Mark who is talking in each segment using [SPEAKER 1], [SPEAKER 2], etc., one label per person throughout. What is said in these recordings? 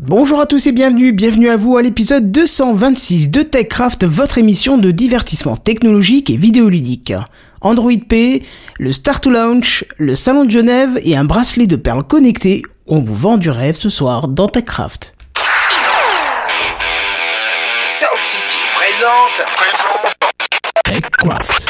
[SPEAKER 1] Bonjour à tous et bienvenue, bienvenue à vous à l'épisode 226 de TechCraft, votre émission de divertissement technologique et vidéoludique. Android P, le Start to Launch, le Salon de Genève et un bracelet de perles connectées, on vous vend du rêve ce soir dans TechCraft.
[SPEAKER 2] Sound City présente.
[SPEAKER 1] TechCraft.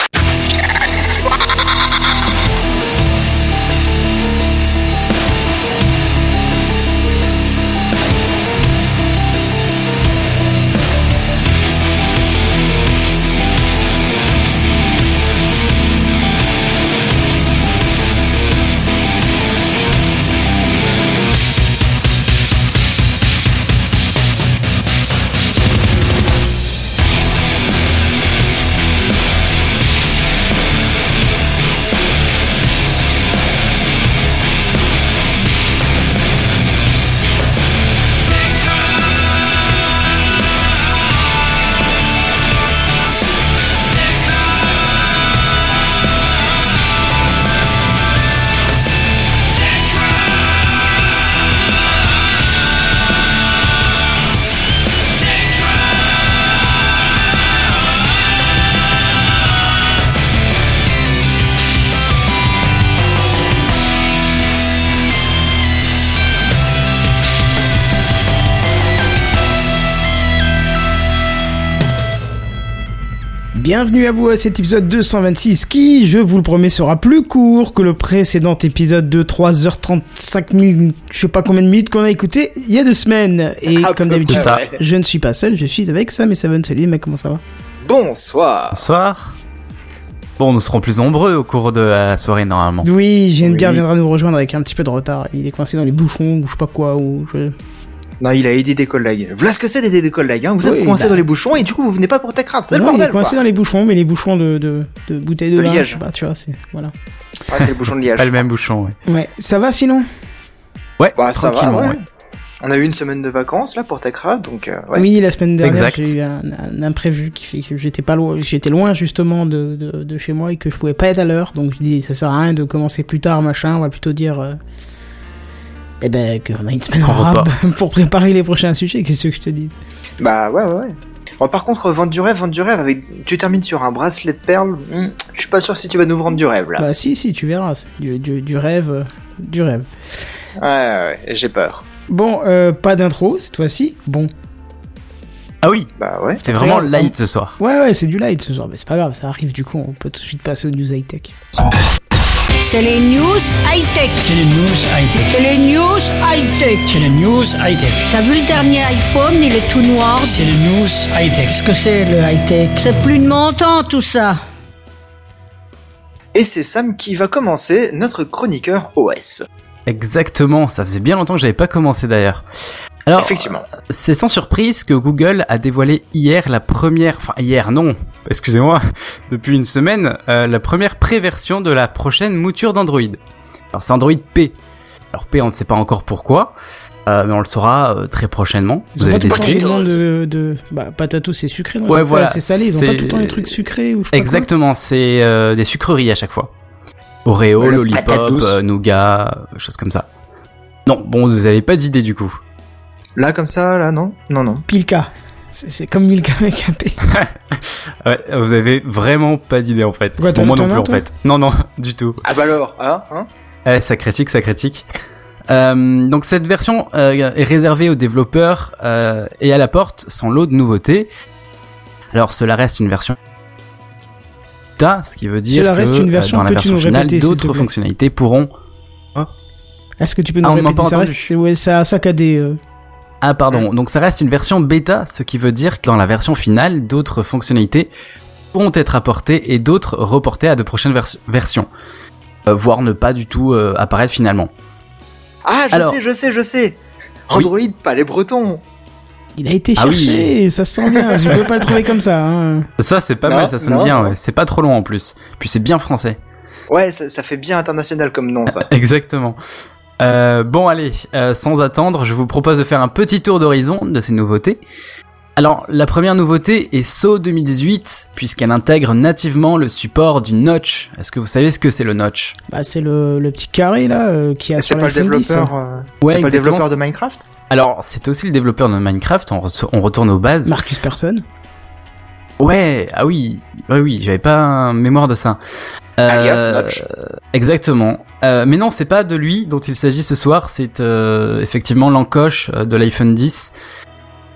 [SPEAKER 1] Bienvenue à vous à cet épisode 226 qui, je vous le promets, sera plus court que le précédent épisode de 3h35 minutes, je sais pas combien de minutes qu'on a écouté il y a deux semaines. Et
[SPEAKER 2] À
[SPEAKER 1] comme
[SPEAKER 2] peu
[SPEAKER 1] d'habitude,
[SPEAKER 2] près.
[SPEAKER 1] ça, je ne suis pas seul, je suis avec Sam et Seven. Salut mec, comment ça va
[SPEAKER 2] Bonsoir.
[SPEAKER 3] Bonsoir. Bon, nous serons plus nombreux au cours de la soirée normalement.
[SPEAKER 1] Oui, Jengar
[SPEAKER 2] Oui.
[SPEAKER 1] viendra nous rejoindre avec un petit peu de retard. Il est coincé dans les bouchons ou je sais pas quoi. Ou je-
[SPEAKER 2] Non, il a aidé des collègues. Voilà ce que c'est d'aider des collègues. Hein. Vous êtes
[SPEAKER 1] Oui,
[SPEAKER 2] coincés
[SPEAKER 1] bah.
[SPEAKER 2] dans les bouchons et du coup vous venez pas pour Techcraft. C'est le
[SPEAKER 1] Non, il
[SPEAKER 2] bordel
[SPEAKER 1] est coincé
[SPEAKER 2] quoi.
[SPEAKER 1] dans les bouchons, mais les bouchons de, de, de bouteilles de,
[SPEAKER 2] De
[SPEAKER 1] vin,
[SPEAKER 2] Liège.
[SPEAKER 1] je sais pas, tu vois, c'est... Voilà.
[SPEAKER 2] Ah, c'est le bouchon de
[SPEAKER 3] C'est
[SPEAKER 1] Bah,
[SPEAKER 3] Pas le
[SPEAKER 2] Liège.
[SPEAKER 3] même bouchon, ouais.
[SPEAKER 1] Ouais, ça va sinon
[SPEAKER 3] Ouais,
[SPEAKER 2] Bah, ça va,
[SPEAKER 3] tranquillement,
[SPEAKER 2] ouais.
[SPEAKER 3] ouais.
[SPEAKER 2] On a eu une semaine de vacances là pour Techcraft, donc euh, ouais.
[SPEAKER 1] Oui, la semaine dernière,
[SPEAKER 3] Exact.
[SPEAKER 1] j'ai eu un, un imprévu qui fait que j'étais pas loin, j'étais loin justement de, de, de chez moi et que je pouvais pas être à l'heure. Donc je dis, ça sert à rien de commencer plus tard, machin. On va plutôt dire, euh, eh ben, qu'on a une semaine en
[SPEAKER 3] On
[SPEAKER 1] rab
[SPEAKER 3] reporte.
[SPEAKER 1] pour préparer les prochains sujets. Qu'est-ce que je te dis
[SPEAKER 2] Bah ouais, ouais, ouais. Bon, par contre, vendre du rêve, vendre du rêve avec. Tu termines sur un bracelet de perles. hmm, je suis pas sûr si tu vas nous vendre du rêve là.
[SPEAKER 1] Bah si, si, tu verras, c'est du, du, du rêve, euh, du rêve.
[SPEAKER 2] Ouais, ouais, ouais, j'ai peur.
[SPEAKER 1] Bon, euh, pas d'intro cette fois-ci. Bon,
[SPEAKER 3] Ah oui,
[SPEAKER 2] Bah ouais.
[SPEAKER 3] c'était
[SPEAKER 1] pas
[SPEAKER 3] vraiment
[SPEAKER 1] grave.
[SPEAKER 3] light ce soir.
[SPEAKER 1] ouais, ouais, c'est du light ce soir, mais c'est pas grave, ça arrive. Du coup, on peut tout de suite passer aux news high tech.
[SPEAKER 4] C'est les news high-tech.
[SPEAKER 5] C'est les news high-tech.
[SPEAKER 4] C'est les news high-tech.
[SPEAKER 5] C'est les news high-tech.
[SPEAKER 4] T'as vu le dernier iPhone, il est tout noir.
[SPEAKER 5] C'est les news high-tech.
[SPEAKER 4] que c'est le high-tech C'est plus de mon temps tout ça.
[SPEAKER 2] Et c'est Sam qui va commencer notre chroniqueur OS.
[SPEAKER 3] Exactement, ça faisait bien longtemps que j'avais pas commencé d'ailleurs. Alors,
[SPEAKER 2] Effectivement.
[SPEAKER 3] c'est sans surprise que Google a dévoilé hier la première, enfin hier non, excusez-moi, depuis une semaine, euh, la première préversion de la prochaine mouture d'Android. Alors c'est Android P. Alors P, on ne sait pas encore pourquoi, euh, mais on le saura euh, très prochainement.
[SPEAKER 1] Ils ont pas tout le temps
[SPEAKER 3] décidé.
[SPEAKER 1] des noms de, de... Bah, patato, c'est sucré. Non
[SPEAKER 3] Ouais,
[SPEAKER 1] Donc,
[SPEAKER 3] voilà,
[SPEAKER 1] C'est salé. Ils ont pas
[SPEAKER 3] c'est-
[SPEAKER 1] tout le temps des trucs sucrés ou je sais pas quoi.
[SPEAKER 3] Exactement, c'est euh, des sucreries à chaque fois.
[SPEAKER 1] Ah,
[SPEAKER 2] Voilà,
[SPEAKER 3] Oreo,
[SPEAKER 2] patate
[SPEAKER 3] lollipop,
[SPEAKER 2] douce.
[SPEAKER 3] euh, nougat, euh, choses comme ça. Non, bon, vous avez pas d'idée du coup.
[SPEAKER 2] Là comme ça, là non Non, non.
[SPEAKER 1] Pilka. C'est c'est comme Milka avec un P.
[SPEAKER 3] Ouais, vous avez vraiment pas d'idée en fait.
[SPEAKER 1] Ouais, t'en-
[SPEAKER 3] bon, moi
[SPEAKER 1] t'en
[SPEAKER 3] non
[SPEAKER 1] as
[SPEAKER 3] plus
[SPEAKER 1] un,
[SPEAKER 3] en
[SPEAKER 1] toi
[SPEAKER 3] fait. Non, non, du tout.
[SPEAKER 2] Ah bah alors, hein, hein
[SPEAKER 3] Eh, ça critique, ça critique. Euh, donc cette version euh, est réservée aux développeurs euh, et à la porte sans lot de nouveautés. Alors cela reste une version Ta, ce qui veut dire
[SPEAKER 1] Cela reste
[SPEAKER 3] que
[SPEAKER 1] une
[SPEAKER 3] euh,
[SPEAKER 1] version
[SPEAKER 3] dans la
[SPEAKER 1] que tu
[SPEAKER 3] version
[SPEAKER 1] nous
[SPEAKER 3] finale,
[SPEAKER 1] répétais, s'il te
[SPEAKER 3] d'autres
[SPEAKER 1] plaît.
[SPEAKER 3] fonctionnalités pourront
[SPEAKER 1] Est-ce que tu peux nous
[SPEAKER 3] Ah, on m'a
[SPEAKER 1] répéter
[SPEAKER 3] pas
[SPEAKER 1] ça
[SPEAKER 3] entendu.
[SPEAKER 1] reste- Ouais, ça a saccadé. euh.
[SPEAKER 3] Ah pardon, donc ça reste une version bêta, ce qui veut dire que dans la version finale, d'autres fonctionnalités pourront être apportées et d'autres reportées à de prochaines vers- versions, Euh, voire ne pas du tout euh, apparaître finalement.
[SPEAKER 2] Ah, je
[SPEAKER 3] Alors-
[SPEAKER 2] sais, je sais, je sais. Android, pas les Bretons.
[SPEAKER 1] Il a été
[SPEAKER 3] Ah oui.
[SPEAKER 1] cherché, ça se sent bien. Je peux pas le trouver comme ça. hein.
[SPEAKER 3] Ça c'est pas
[SPEAKER 2] Non,
[SPEAKER 3] mal, ça sonne
[SPEAKER 2] non,
[SPEAKER 3] bien,
[SPEAKER 2] non.
[SPEAKER 3] ouais. c'est pas trop long en plus, puis c'est bien français.
[SPEAKER 2] Ouais, ça, ça fait bien international comme nom, ça.
[SPEAKER 3] Exactement. Euh, bon allez, euh, sans attendre, je vous propose de faire un petit tour d'horizon de ces nouveautés. Alors, la première nouveauté est SO 2018, puisqu'elle intègre nativement le support du notch. Est-ce que vous savez ce que c'est le notch
[SPEAKER 1] Bah, c'est le, le petit carré là euh, qui a.
[SPEAKER 2] C'est
[SPEAKER 1] sur
[SPEAKER 2] pas le
[SPEAKER 1] l'iPhone 10,
[SPEAKER 2] développeur.
[SPEAKER 1] hein.
[SPEAKER 2] euh,
[SPEAKER 3] Ouais,
[SPEAKER 2] c'est pas le
[SPEAKER 3] exactement.
[SPEAKER 2] développeur de Minecraft
[SPEAKER 3] Alors, c'est aussi le développeur de Minecraft, on, retou- on retourne aux bases.
[SPEAKER 1] Marcus Persson.
[SPEAKER 3] Ouais, ah oui, ouais, oui, j'avais pas un mémoire de ça. Euh,
[SPEAKER 2] Alias Notch.
[SPEAKER 3] Exactement. Euh, mais non, c'est pas de lui dont il s'agit ce soir, c'est euh, effectivement l'encoche euh, de l'iPhone 10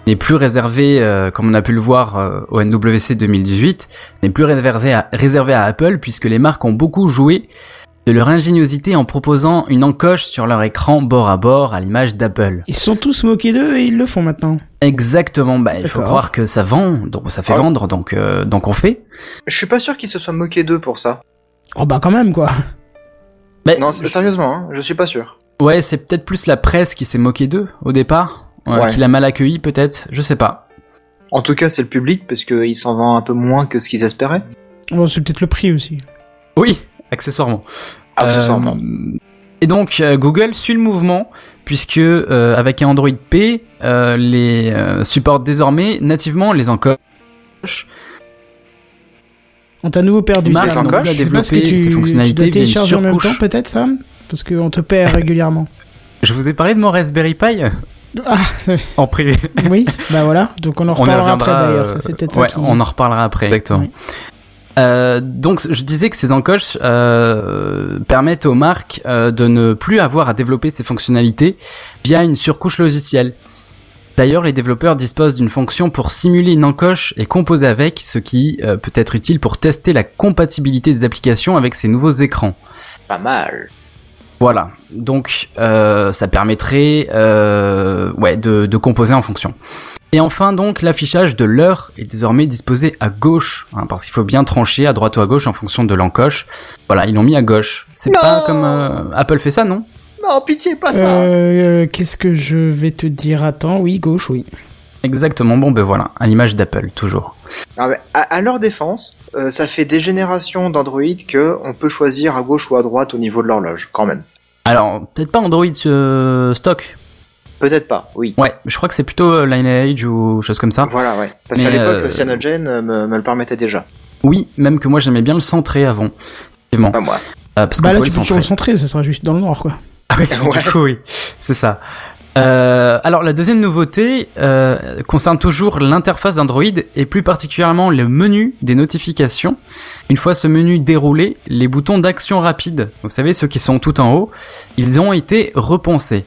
[SPEAKER 3] n'est plus réservé, euh, comme on a pu le voir euh, au NWC 2018, n'est plus réservé à, réservé à Apple puisque les marques ont beaucoup joué de leur ingéniosité en proposant une encoche sur leur écran bord à bord à l'image d'Apple.
[SPEAKER 1] Ils se sont tous moqués d'eux et ils le font maintenant.
[SPEAKER 3] Exactement, bah, il faut
[SPEAKER 1] D'accord.
[SPEAKER 3] croire que ça vend, donc ça fait
[SPEAKER 2] Ah.
[SPEAKER 3] vendre, donc, euh, donc on fait.
[SPEAKER 2] Je suis pas sûr qu'ils se soient moqués d'eux pour ça.
[SPEAKER 1] Oh bah quand même quoi.
[SPEAKER 3] Bah,
[SPEAKER 2] Non, c'est- sérieusement, hein, je suis pas sûr.
[SPEAKER 3] Ouais, c'est peut-être plus la presse qui s'est moquée d'eux au départ, euh,
[SPEAKER 2] Ouais.
[SPEAKER 3] qui l'a mal accueilli peut-être, je sais pas.
[SPEAKER 2] En tout cas, c'est le public parce qu'ils s'en vendent un peu moins que ce qu'ils espéraient.
[SPEAKER 1] Bon, c'est peut-être le prix aussi.
[SPEAKER 3] Oui, accessoirement.
[SPEAKER 2] Ah, Accessoirement.
[SPEAKER 3] Euh, et donc euh, Google suit le mouvement puisque euh, avec un Android P, euh, les euh, supporte désormais nativement les encoches.
[SPEAKER 1] On t'a à nouveau perdu.
[SPEAKER 3] Marc
[SPEAKER 1] Sam. Donc,
[SPEAKER 2] Zancoche
[SPEAKER 1] je
[SPEAKER 2] a
[SPEAKER 1] sais pas
[SPEAKER 3] développé
[SPEAKER 1] ce que tu-
[SPEAKER 3] ses
[SPEAKER 1] Tu
[SPEAKER 3] fonctionnalités
[SPEAKER 1] dois
[SPEAKER 3] via une
[SPEAKER 1] télécharger en même
[SPEAKER 3] surcouche.
[SPEAKER 1] temps peut-être Sam Parce qu'on te perd régulièrement.
[SPEAKER 3] Je vous ai parlé de mon Raspberry Pi
[SPEAKER 1] Ah
[SPEAKER 3] en privé.
[SPEAKER 1] oui, bah voilà. Donc on en
[SPEAKER 3] on y
[SPEAKER 1] reparlera après
[SPEAKER 3] reviendra,
[SPEAKER 1] d'ailleurs.
[SPEAKER 3] euh,
[SPEAKER 1] C'est peut-être
[SPEAKER 3] ouais,
[SPEAKER 1] ça qui...
[SPEAKER 3] on en reparlera après. Exactement.
[SPEAKER 1] Oui.
[SPEAKER 3] Euh, donc je disais que ces encoches euh, permettent aux marques euh, de ne plus avoir à développer ces fonctionnalités via une surcouche logicielle. D'ailleurs, les développeurs disposent d'une fonction pour simuler une encoche et composer avec, ce qui euh, peut être utile pour tester la compatibilité des applications avec ces nouveaux écrans.
[SPEAKER 2] Pas mal.
[SPEAKER 3] Voilà, donc euh, ça permettrait euh, ouais, de, de composer en fonction. Et enfin donc l'affichage de l'heure est désormais disposé à gauche, hein, parce qu'il faut bien trancher à droite ou à gauche en fonction de l'encoche. Voilà, ils l'ont mis à gauche. C'est
[SPEAKER 2] Non
[SPEAKER 3] pas comme euh, Apple fait ça, non
[SPEAKER 2] Non, pitié, pas ça.
[SPEAKER 1] Euh, euh, Qu'est-ce que je vais te dire Attends, oui, gauche, oui.
[SPEAKER 3] Exactement, bon ben voilà, à l'image d'Apple toujours.
[SPEAKER 2] Non, mais à, à leur défense, euh, ça fait des générations d'Android que on peut choisir à gauche ou à droite au niveau de l'horloge, quand même.
[SPEAKER 3] Alors, peut-être pas Android euh, stock.
[SPEAKER 2] Peut-être pas, oui.
[SPEAKER 3] Ouais, je crois que c'est plutôt euh, Lineage ou chose comme ça.
[SPEAKER 2] Voilà, ouais. Parce qu'à
[SPEAKER 3] Ah. Mais,
[SPEAKER 2] l'époque,
[SPEAKER 3] euh,
[SPEAKER 2] Cyanogen euh, me, me le permettait déjà.
[SPEAKER 3] Oui, même que moi j'aimais bien le centrer avant. Effectivement,
[SPEAKER 2] Pas moi.
[SPEAKER 3] euh, parce qu'on
[SPEAKER 1] Bah là,
[SPEAKER 3] pouvait
[SPEAKER 1] tu
[SPEAKER 3] le
[SPEAKER 1] peux toujours
[SPEAKER 3] centrer.
[SPEAKER 1] le centrer, ça sera juste dans le noir, quoi.
[SPEAKER 3] Ah oui,
[SPEAKER 2] Ouais.
[SPEAKER 3] du coup, oui, c'est ça. Euh, alors la deuxième nouveauté euh, concerne toujours l'interface d'Android et plus particulièrement le menu des notifications. Une fois ce menu déroulé, les boutons d'action rapide, vous savez ceux qui sont tout en haut, ils ont été repensés.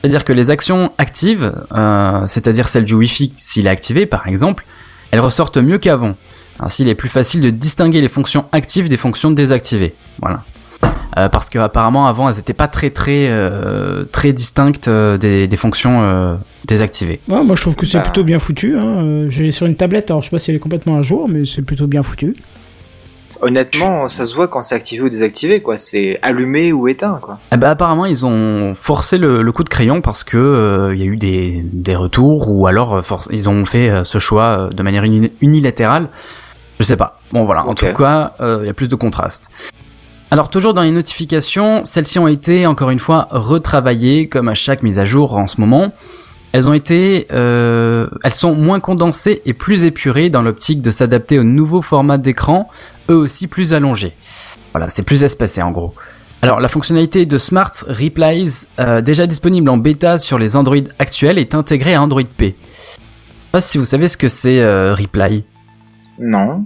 [SPEAKER 3] C'est-à-dire que les actions actives, euh, c'est-à-dire celle du Wi-Fi s'il est activé par exemple, elles ressortent mieux qu'avant. Ainsi, il est plus facile de distinguer les fonctions actives des fonctions désactivées. Voilà. Euh, parce que apparemment avant elles n'étaient pas très très euh, très distinctes euh, des, des fonctions euh, désactivées.
[SPEAKER 1] Ouais, moi je trouve que c'est
[SPEAKER 2] Bah.
[SPEAKER 1] plutôt bien foutu. Hein. Euh, Je l'ai sur une tablette, alors je sais pas si elle est complètement à jour, mais c'est plutôt bien foutu.
[SPEAKER 2] Honnêtement, ça se voit quand c'est activé ou désactivé, quoi. C'est allumé ou éteint, quoi.
[SPEAKER 3] Eh ben, apparemment ils ont forcé le, le coup de crayon parce que euh, il y a eu des, des retours ou alors euh, forc- ils ont fait euh, ce choix euh, de manière uni- unilatérale. Je sais pas. Bon voilà, en
[SPEAKER 2] Ok.
[SPEAKER 3] tout cas, euh, il y a plus de contraste. Alors toujours dans les notifications, celles-ci ont été encore une fois retravaillées comme à chaque mise à jour en ce moment. Elles ont été, euh, elles sont moins condensées et plus épurées dans l'optique de s'adapter aux nouveaux formats d'écran, eux aussi plus allongés. Voilà, c'est plus espacé en gros. Alors la fonctionnalité de Smart Replies, euh, déjà disponible en bêta sur les Android actuels, est intégrée à Android P. Je sais pas si vous savez ce que c'est euh, Reply.
[SPEAKER 2] Non.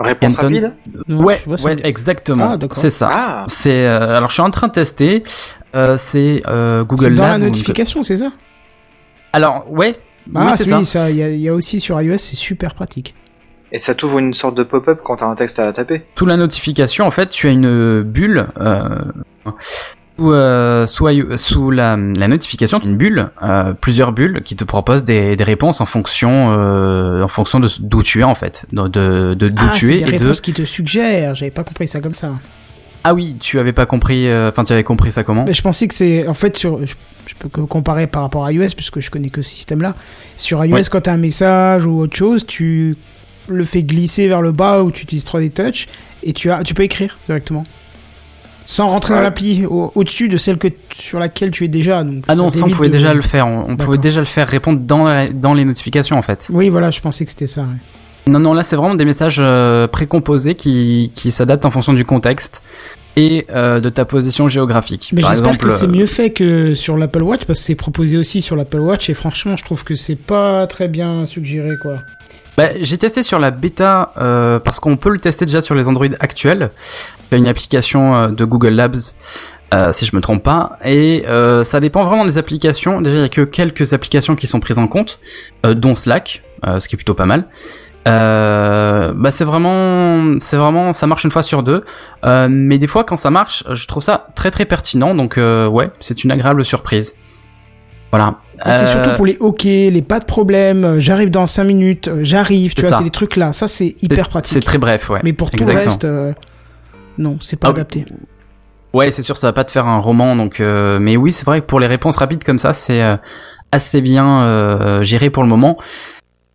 [SPEAKER 2] Réponse
[SPEAKER 3] Kenton
[SPEAKER 2] rapide
[SPEAKER 1] Non,
[SPEAKER 3] Ouais,
[SPEAKER 1] je vois, ça
[SPEAKER 3] ouais,
[SPEAKER 1] me-
[SPEAKER 3] exactement.
[SPEAKER 1] Ah, d'accord.
[SPEAKER 3] c'est ça.
[SPEAKER 2] Ah
[SPEAKER 3] C'est euh, alors je suis en train de tester. Euh, c'est euh,
[SPEAKER 1] C'est
[SPEAKER 3] Google
[SPEAKER 1] dans la
[SPEAKER 3] Lab.
[SPEAKER 1] notification, c'est ça
[SPEAKER 3] Alors ouais,
[SPEAKER 1] Ah,
[SPEAKER 3] oui, c'est ça.
[SPEAKER 1] oui, ça. Il y, a- il y a aussi sur iOS, c'est super pratique.
[SPEAKER 2] Et ça t'ouvre une sorte de pop-up quand t'as un texte à taper.
[SPEAKER 3] Sous la notification, en fait, tu as une bulle. Euh, sous, euh, sous i- sous la, la notification, une bulle, euh, plusieurs bulles qui te proposent des, des réponses en fonction, euh, en fonction de s- d'où tu es en fait, de de, de- d'où
[SPEAKER 1] ah,
[SPEAKER 3] tu
[SPEAKER 1] c'est
[SPEAKER 3] es
[SPEAKER 1] des
[SPEAKER 3] et de.
[SPEAKER 1] réponses qui te suggèrent. J'avais pas compris ça comme ça.
[SPEAKER 3] Ah oui, tu avais pas compris. euh, Enfin, tu avais compris ça comment
[SPEAKER 1] Mais je pensais que c'est en fait sur. Je, je peux que comparer par rapport à iOS puisque je connais que ce système-là. Sur iOS,
[SPEAKER 3] Ouais.
[SPEAKER 1] quand t'as un message ou autre chose, tu le fais glisser vers le bas ou tu utilises 3D Touch et tu as, tu peux écrire directement. Sans rentrer
[SPEAKER 2] Ouais.
[SPEAKER 1] dans l'appli, au- au-dessus de celle que sur laquelle tu es déjà. Donc
[SPEAKER 3] Ah non, ça on
[SPEAKER 1] t'évite
[SPEAKER 3] pouvait
[SPEAKER 1] de-
[SPEAKER 3] déjà le faire. On, on
[SPEAKER 1] D'accord.
[SPEAKER 3] pouvait déjà le faire répondre dans, la- dans les notifications en fait.
[SPEAKER 1] Oui, voilà, je pensais que c'était ça. ouais.
[SPEAKER 3] Non, non, là c'est vraiment des messages euh, précomposés qui, qui s'adaptent en fonction du contexte et euh, de ta position géographique.
[SPEAKER 1] Mais
[SPEAKER 3] Par
[SPEAKER 1] j'espère
[SPEAKER 3] exemple,
[SPEAKER 1] que c'est
[SPEAKER 3] euh,
[SPEAKER 1] mieux fait que sur l'Apple Watch parce que c'est proposé aussi sur l'Apple Watch et franchement, je trouve que c'est pas très bien suggéré quoi.
[SPEAKER 3] Bah, j'ai testé sur la bêta euh, parce qu'on peut le tester déjà sur les Android actuels. Il y a une application euh, de Google Labs, euh, si je me trompe pas, et euh, ça dépend vraiment des applications. Déjà, il y a que quelques applications qui sont prises en compte, euh, dont Slack, euh, ce qui est plutôt pas mal. Euh, bah c'est vraiment, c'est vraiment, ça marche une fois sur deux, Euh, mais des fois quand ça marche, je trouve ça très très pertinent. Donc euh, ouais, c'est une agréable surprise. Voilà.
[SPEAKER 1] Et C'est
[SPEAKER 3] Euh,
[SPEAKER 1] surtout pour les OK, les pas de problème, euh, j'arrive dans 5 minutes, euh, j'arrive, tu
[SPEAKER 3] C'est
[SPEAKER 1] vois,
[SPEAKER 3] ça.
[SPEAKER 1] c'est des trucs là. Ça, c'est hyper
[SPEAKER 3] c'est-
[SPEAKER 1] pratique.
[SPEAKER 3] C'est très bref, ouais.
[SPEAKER 1] Mais pour tout le
[SPEAKER 3] Exactement.
[SPEAKER 1] reste, euh, non, c'est pas
[SPEAKER 3] Ah oui.
[SPEAKER 1] adapté.
[SPEAKER 3] Ouais, c'est sûr, ça va pas te faire un roman, donc. euh, mais oui, c'est vrai que pour les réponses rapides comme ça, c'est euh, assez bien euh, géré pour le moment.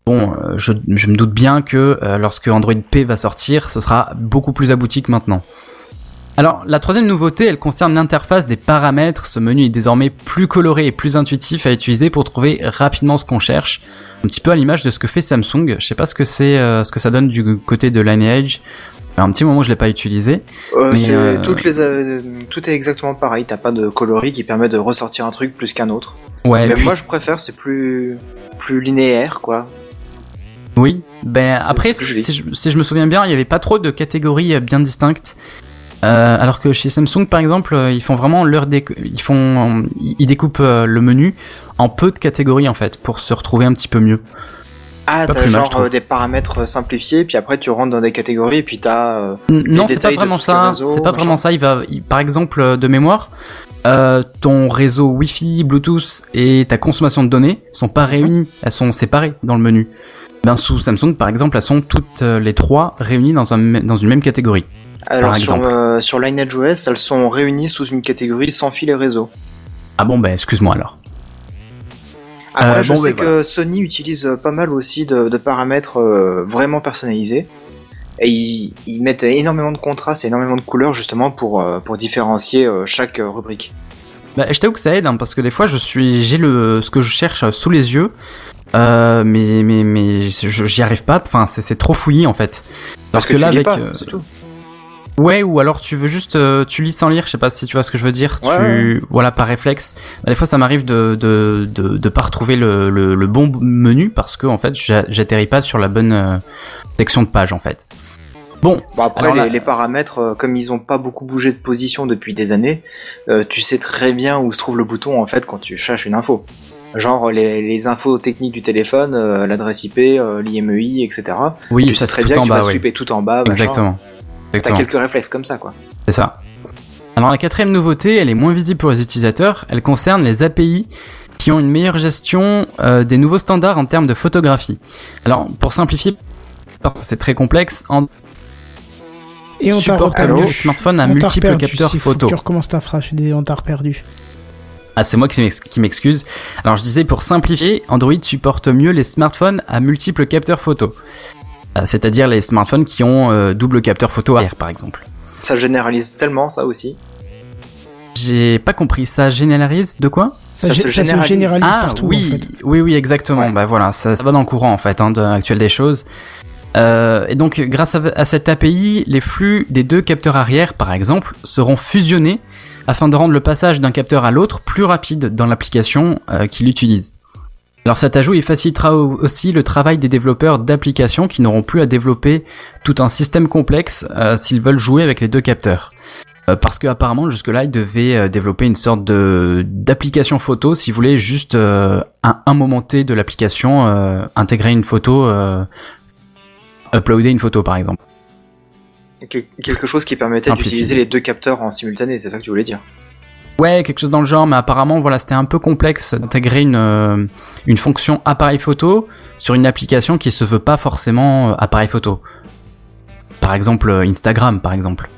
[SPEAKER 3] Bon, euh, je, je me doute bien que euh, lorsque Android P va sortir, ce sera beaucoup plus abouti que maintenant. Alors, la troisième nouveauté, elle concerne l'interface des paramètres. Ce menu est désormais plus coloré et plus intuitif à utiliser pour trouver rapidement ce qu'on cherche. Un petit peu à l'image de ce que fait Samsung. Je sais pas ce que c'est, euh, ce que ça donne du côté de Lineage. Enfin, un petit moment, je l'ai pas utilisé.
[SPEAKER 2] Euh,
[SPEAKER 3] Mais,
[SPEAKER 2] c'est-
[SPEAKER 3] euh,
[SPEAKER 2] toutes les, euh, tout est exactement pareil. T'as pas de coloris qui permet de ressortir un truc plus qu'un autre.
[SPEAKER 3] Ouais.
[SPEAKER 2] Mais
[SPEAKER 3] puis-
[SPEAKER 2] moi, je préfère. C'est plus plus linéaire, quoi.
[SPEAKER 3] Oui, ben
[SPEAKER 2] C'est
[SPEAKER 3] après,
[SPEAKER 2] ce que je dis.
[SPEAKER 3] si je, si je me souviens bien, il n'y avait pas trop de catégories euh, bien distinctes. Euh, alors que chez Samsung, par exemple, euh, ils font vraiment leur déc- ils font, ils découpent euh, le menu en peu de catégories en fait pour se retrouver un petit peu mieux.
[SPEAKER 2] Ah,
[SPEAKER 3] Pas
[SPEAKER 2] t'as
[SPEAKER 3] plus mal, je
[SPEAKER 2] genre
[SPEAKER 3] trouve.
[SPEAKER 2] euh, des paramètres simplifiés, puis après tu rentres dans des catégories, et puis t'as. euh,
[SPEAKER 3] N- Non, c'est pas
[SPEAKER 2] détails de
[SPEAKER 3] vraiment
[SPEAKER 2] tout ce qui est
[SPEAKER 3] ça.
[SPEAKER 2] réseau,
[SPEAKER 3] C'est pas
[SPEAKER 2] machin.
[SPEAKER 3] vraiment ça. Il va, il- par exemple, euh, de mémoire, euh, ton réseau Wi-Fi, Bluetooth et ta consommation de données sont
[SPEAKER 2] Mhm.
[SPEAKER 3] pas réunies. Elles sont séparées dans le menu. Ben sous Samsung, par exemple, elles sont toutes euh, les trois réunies dans un, dans une même catégorie.
[SPEAKER 2] Alors
[SPEAKER 3] Par
[SPEAKER 2] sur,
[SPEAKER 3] exemple.
[SPEAKER 2] euh, sur Lineage OS, elles sont réunies sous une catégorie sans fil et réseau.
[SPEAKER 3] Ah bon, ben excuse-moi alors.
[SPEAKER 2] Après,
[SPEAKER 3] Euh,
[SPEAKER 2] je
[SPEAKER 3] bon,
[SPEAKER 2] sais
[SPEAKER 3] ben,
[SPEAKER 2] que Sony utilise euh, pas mal aussi de, de paramètres euh, vraiment personnalisés. Et ils, ils mettent énormément de contrastes et énormément de couleurs justement pour, euh, pour différencier euh, chaque euh, rubrique.
[SPEAKER 3] Bah, je t'avoue que ça aide hein, parce que des fois je suis j'ai le ce que je cherche euh, sous les yeux euh, mais mais mais je- j'y arrive pas enfin c'est c'est trop fouillis en fait
[SPEAKER 2] Parce que, tu lis pas,
[SPEAKER 3] euh,
[SPEAKER 2] c'est tout.
[SPEAKER 3] ouais ou alors tu veux juste euh, tu lis sans lire je sais pas si tu vois ce que je veux dire
[SPEAKER 2] Ouais,
[SPEAKER 3] tu
[SPEAKER 2] ouais,
[SPEAKER 3] voilà par réflexe Bah, des fois ça m'arrive de de, de de pas retrouver le, le le bon menu parce que en fait j'a- j'atterris pas sur la bonne euh, section de page en fait
[SPEAKER 2] Bon, Bah, après,
[SPEAKER 3] Alors
[SPEAKER 2] les,
[SPEAKER 3] là-
[SPEAKER 2] les paramètres, euh, comme ils ont pas beaucoup bougé de position depuis des années, euh, tu sais très bien où se trouve le bouton en fait quand tu cherches une info. Genre les, les infos techniques du téléphone, euh, l'adresse IP, euh, l'IMEI, etc.
[SPEAKER 3] oui
[SPEAKER 2] tu
[SPEAKER 3] ça
[SPEAKER 2] sais très
[SPEAKER 3] tout
[SPEAKER 2] bien
[SPEAKER 3] en
[SPEAKER 2] que tu
[SPEAKER 3] bas
[SPEAKER 2] vas
[SPEAKER 3] ouais.
[SPEAKER 2] swiper tout en bas. machin.
[SPEAKER 3] exactement
[SPEAKER 2] T'as
[SPEAKER 3] exactement
[SPEAKER 2] quelques réflexes comme ça, quoi.
[SPEAKER 3] C'est ça. Alors la quatrième nouveauté, elle est moins visible pour les utilisateurs, elle concerne les API qui ont une meilleure gestion euh, des nouveaux standards en termes de photographie. Alors pour simplifier, parce que c'est très complexe, en
[SPEAKER 1] Et on t'a
[SPEAKER 3] supporte
[SPEAKER 1] reperdu.
[SPEAKER 3] le smartphone à
[SPEAKER 1] On t'a
[SPEAKER 3] multiples
[SPEAKER 1] reperdu,
[SPEAKER 3] capteurs
[SPEAKER 1] si, faut que
[SPEAKER 3] photo.
[SPEAKER 1] Tu recommences ta phrase, je suis désolé, on t'a reperdu.
[SPEAKER 3] Ah, c'est moi qui m'ex- qui m'excuse. Alors, je disais, pour simplifier, Android supporte mieux les smartphones à multiples capteurs photo. Ah, C'est-à-dire les smartphones qui ont euh, double capteur photo arrière, par exemple.
[SPEAKER 2] Ça généralise tellement, ça aussi.
[SPEAKER 3] J'ai pas compris, ça généralise de quoi
[SPEAKER 2] Ça se généralise.
[SPEAKER 1] généralise
[SPEAKER 3] Ah
[SPEAKER 1] partout.
[SPEAKER 3] oui,
[SPEAKER 1] en fait.
[SPEAKER 3] oui, oui, exactement.
[SPEAKER 2] Ouais.
[SPEAKER 3] Bah voilà, ça, ça va dans le courant en fait, hein, de l'actuel des choses. Euh, et donc, grâce à, à cette API, les flux des deux capteurs arrière, par exemple, seront fusionnés afin de rendre le passage d'un capteur à l'autre plus rapide dans l'application euh, qui l'utilise. Alors cet ajout, il facilitera au- aussi le travail des développeurs d'applications qui n'auront plus à développer tout un système complexe euh, s'ils veulent jouer avec les deux capteurs. Euh, parce que apparemment jusque-là ils devaient euh, développer une sorte de d'application photo si vous voulez juste euh, à un moment T de l'application euh, intégrer une photo euh, uploader une photo par exemple.
[SPEAKER 2] Quel- Quelque chose qui permettait
[SPEAKER 3] Simplifié.
[SPEAKER 2] d'utiliser les deux capteurs en simultané, c'est ça que tu voulais dire.
[SPEAKER 3] Ouais, quelque chose dans le genre mais apparemment voilà, c'était un peu complexe d'intégrer une euh, une fonction appareil photo sur une application qui se veut pas forcément euh, appareil photo. Par exemple euh, Instagram par exemple.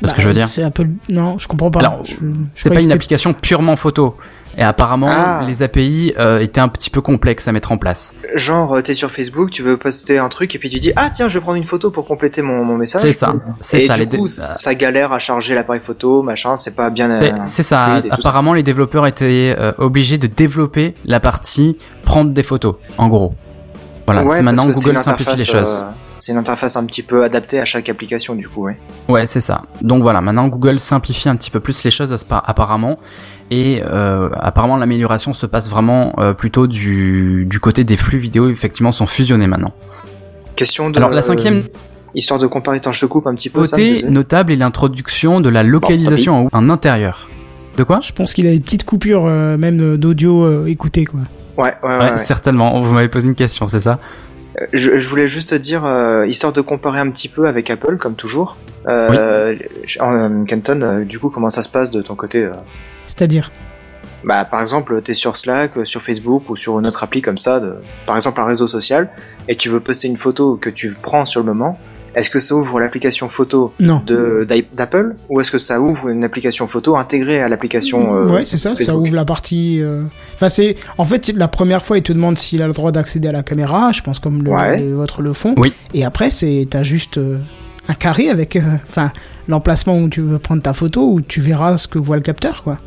[SPEAKER 3] Parce que je veux dire.
[SPEAKER 1] Bah, C'est un peu. le- Non, je comprends pas.
[SPEAKER 3] Alors,
[SPEAKER 1] Je- je
[SPEAKER 3] C'est
[SPEAKER 1] croyais
[SPEAKER 3] pas
[SPEAKER 1] que
[SPEAKER 3] une
[SPEAKER 1] c'était-
[SPEAKER 3] application purement photo. Et apparemment,
[SPEAKER 2] Ah.
[SPEAKER 3] les API euh, étaient un petit peu complexes à mettre en place.
[SPEAKER 2] Genre, euh, t'es sur Facebook, tu veux poster un truc et puis tu dis Ah, tiens, je vais prendre une photo pour compléter mon, mon message.
[SPEAKER 3] C'est ça, c'est
[SPEAKER 2] Et
[SPEAKER 3] ça.
[SPEAKER 2] du
[SPEAKER 3] les dé-
[SPEAKER 2] coup, ça ça galère à charger l'appareil photo, machin, c'est pas bien.
[SPEAKER 3] C'est-
[SPEAKER 2] euh,
[SPEAKER 3] c'est ça.
[SPEAKER 2] fluide et tout ça.
[SPEAKER 3] Apparemment, les développeurs étaient euh, obligés de développer la partie prendre des photos, en gros. Voilà,
[SPEAKER 2] Ouais,
[SPEAKER 3] c'est maintenant
[SPEAKER 2] parce que
[SPEAKER 3] Google
[SPEAKER 2] c'est une
[SPEAKER 3] simplifie les
[SPEAKER 2] interface,
[SPEAKER 3] choses.
[SPEAKER 2] euh, c'est une interface un petit peu adaptée à chaque application, du coup, ouais.
[SPEAKER 3] Ouais, c'est ça. Donc voilà, maintenant Google simplifie un petit peu plus les choses à ce par- apparemment, et euh, apparemment l'amélioration se passe vraiment euh, plutôt du, du côté des flux vidéo. Effectivement, sont fusionnés maintenant.
[SPEAKER 2] Question de.
[SPEAKER 3] Alors la
[SPEAKER 2] euh,
[SPEAKER 3] cinquième
[SPEAKER 2] histoire de comparer, attends, je te coupe un petit peu. ça,
[SPEAKER 3] beauté
[SPEAKER 2] désolé.
[SPEAKER 3] notable est l'introduction de la localisation en, en intérieur. De quoi
[SPEAKER 1] Je pense qu'il a des petites coupures, euh, même euh, d'audio euh, écoutées, quoi.
[SPEAKER 2] Ouais, ouais, ouais.
[SPEAKER 3] ouais,
[SPEAKER 2] ouais.
[SPEAKER 3] certainement. Vous m'avez posé une question, c'est ça
[SPEAKER 2] Je, je voulais juste te dire, euh, histoire de comparer un petit peu avec Apple, comme toujours. Euh, je- euh, Kenton, euh, du coup, comment ça se passe de ton côté euh,
[SPEAKER 1] C'est-à-dire.
[SPEAKER 2] Bah, par exemple, t'es sur Slack, euh, sur Facebook ou sur une autre appli comme ça, de, par exemple un réseau social, et tu veux poster une photo que tu prends sur le moment. Est-ce que ça ouvre l'application photo
[SPEAKER 1] Non.
[SPEAKER 2] de d'i- d'Apple ou est-ce que ça ouvre une application photo intégrée à l'application euh,
[SPEAKER 1] ouais, c'est ça, ça
[SPEAKER 2] Facebook
[SPEAKER 1] ouvre la partie. euh, Enfin, c'est. En fait, la première fois, il te demande s'il a le droit d'accéder à la caméra, je pense, comme le,
[SPEAKER 2] Ouais.
[SPEAKER 1] les vôtres le font.
[SPEAKER 3] Oui.
[SPEAKER 1] Et après, c'est. T'as juste euh, un carré avec. euh, Enfin, l'emplacement où tu veux prendre ta photo, où tu verras ce que voit le capteur, quoi.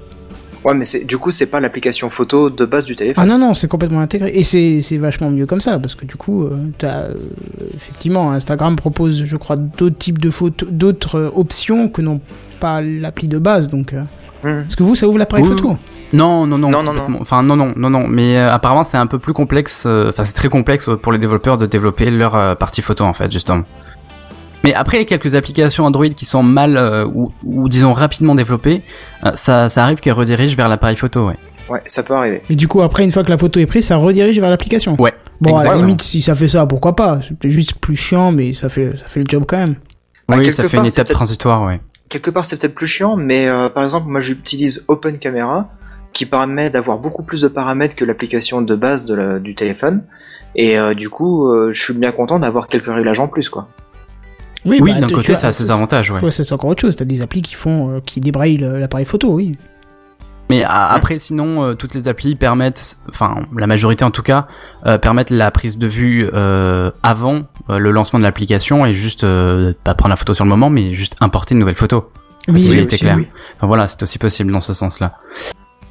[SPEAKER 2] Ouais, mais c'est du coup c'est pas l'application photo de base du téléphone.
[SPEAKER 1] Ah non, non, c'est complètement intégré. Et c'est c'est vachement mieux comme ça, parce que du coup, euh, t'as, euh, effectivement, Instagram propose, je crois, d'autres types de photos, d'autres euh, options que n'ont pas l'appli de base. Donc, euh.
[SPEAKER 2] Hmm.
[SPEAKER 1] Est-ce que vous, ça ouvre l'appareil
[SPEAKER 3] Oui,
[SPEAKER 1] photo
[SPEAKER 3] Non, non, non.
[SPEAKER 2] Non, non,
[SPEAKER 3] complètement. Enfin, non, non, non, non. Mais euh, apparemment, c'est un peu plus complexe. euh, Enfin, c'est très complexe pour les développeurs de développer leur euh, partie photo, en fait, justement. Mais après, les quelques applications Android qui sont mal euh, ou, ou disons rapidement développées, euh, ça, ça arrive qu'elles redirigent vers l'appareil photo, ouais.
[SPEAKER 2] Ouais, ça peut arriver.
[SPEAKER 1] Mais du coup, après, une fois que la photo est prise, ça redirige vers l'application.
[SPEAKER 3] Ouais.
[SPEAKER 1] Bon, à la
[SPEAKER 2] exactement.
[SPEAKER 1] limite, si ça fait ça, pourquoi pas C'est peut-être juste plus chiant, mais ça fait, ça fait le job quand même.
[SPEAKER 2] Bah,
[SPEAKER 3] oui,
[SPEAKER 2] quelque
[SPEAKER 3] ça fait
[SPEAKER 2] part,
[SPEAKER 3] une
[SPEAKER 2] c'est
[SPEAKER 3] étape
[SPEAKER 2] peut-être-
[SPEAKER 3] transitoire, ouais.
[SPEAKER 2] Quelque part c'est peut-être plus chiant, mais euh, par exemple moi j'utilise Open Camera qui permet d'avoir beaucoup plus de paramètres que l'application de base de la- du téléphone. Et euh, du coup, euh, je suis bien content d'avoir quelques réglages en plus, quoi.
[SPEAKER 3] Oui,
[SPEAKER 1] bah,
[SPEAKER 3] d'un
[SPEAKER 1] tu-
[SPEAKER 3] côté,
[SPEAKER 1] tu
[SPEAKER 3] ça
[SPEAKER 1] vois,
[SPEAKER 3] a ses avantages, ouais.
[SPEAKER 1] Ouais, ça c'est encore autre chose. T'as des applis qui font, euh, qui débraillent le- l'appareil photo, oui.
[SPEAKER 3] Ah, Mais a- après, sinon, euh, toutes les applis permettent, enfin, la majorité en tout cas, euh, permettent la prise de vue euh, avant euh, le lancement de l'application et juste euh, pas prendre la photo sur le moment, mais juste importer une nouvelle photo.
[SPEAKER 1] Oui,
[SPEAKER 3] si
[SPEAKER 1] oui,
[SPEAKER 3] j'ai été
[SPEAKER 2] aussi,
[SPEAKER 3] clair.
[SPEAKER 2] oui.
[SPEAKER 3] Enfin, voilà, c'est aussi possible dans ce sens-là.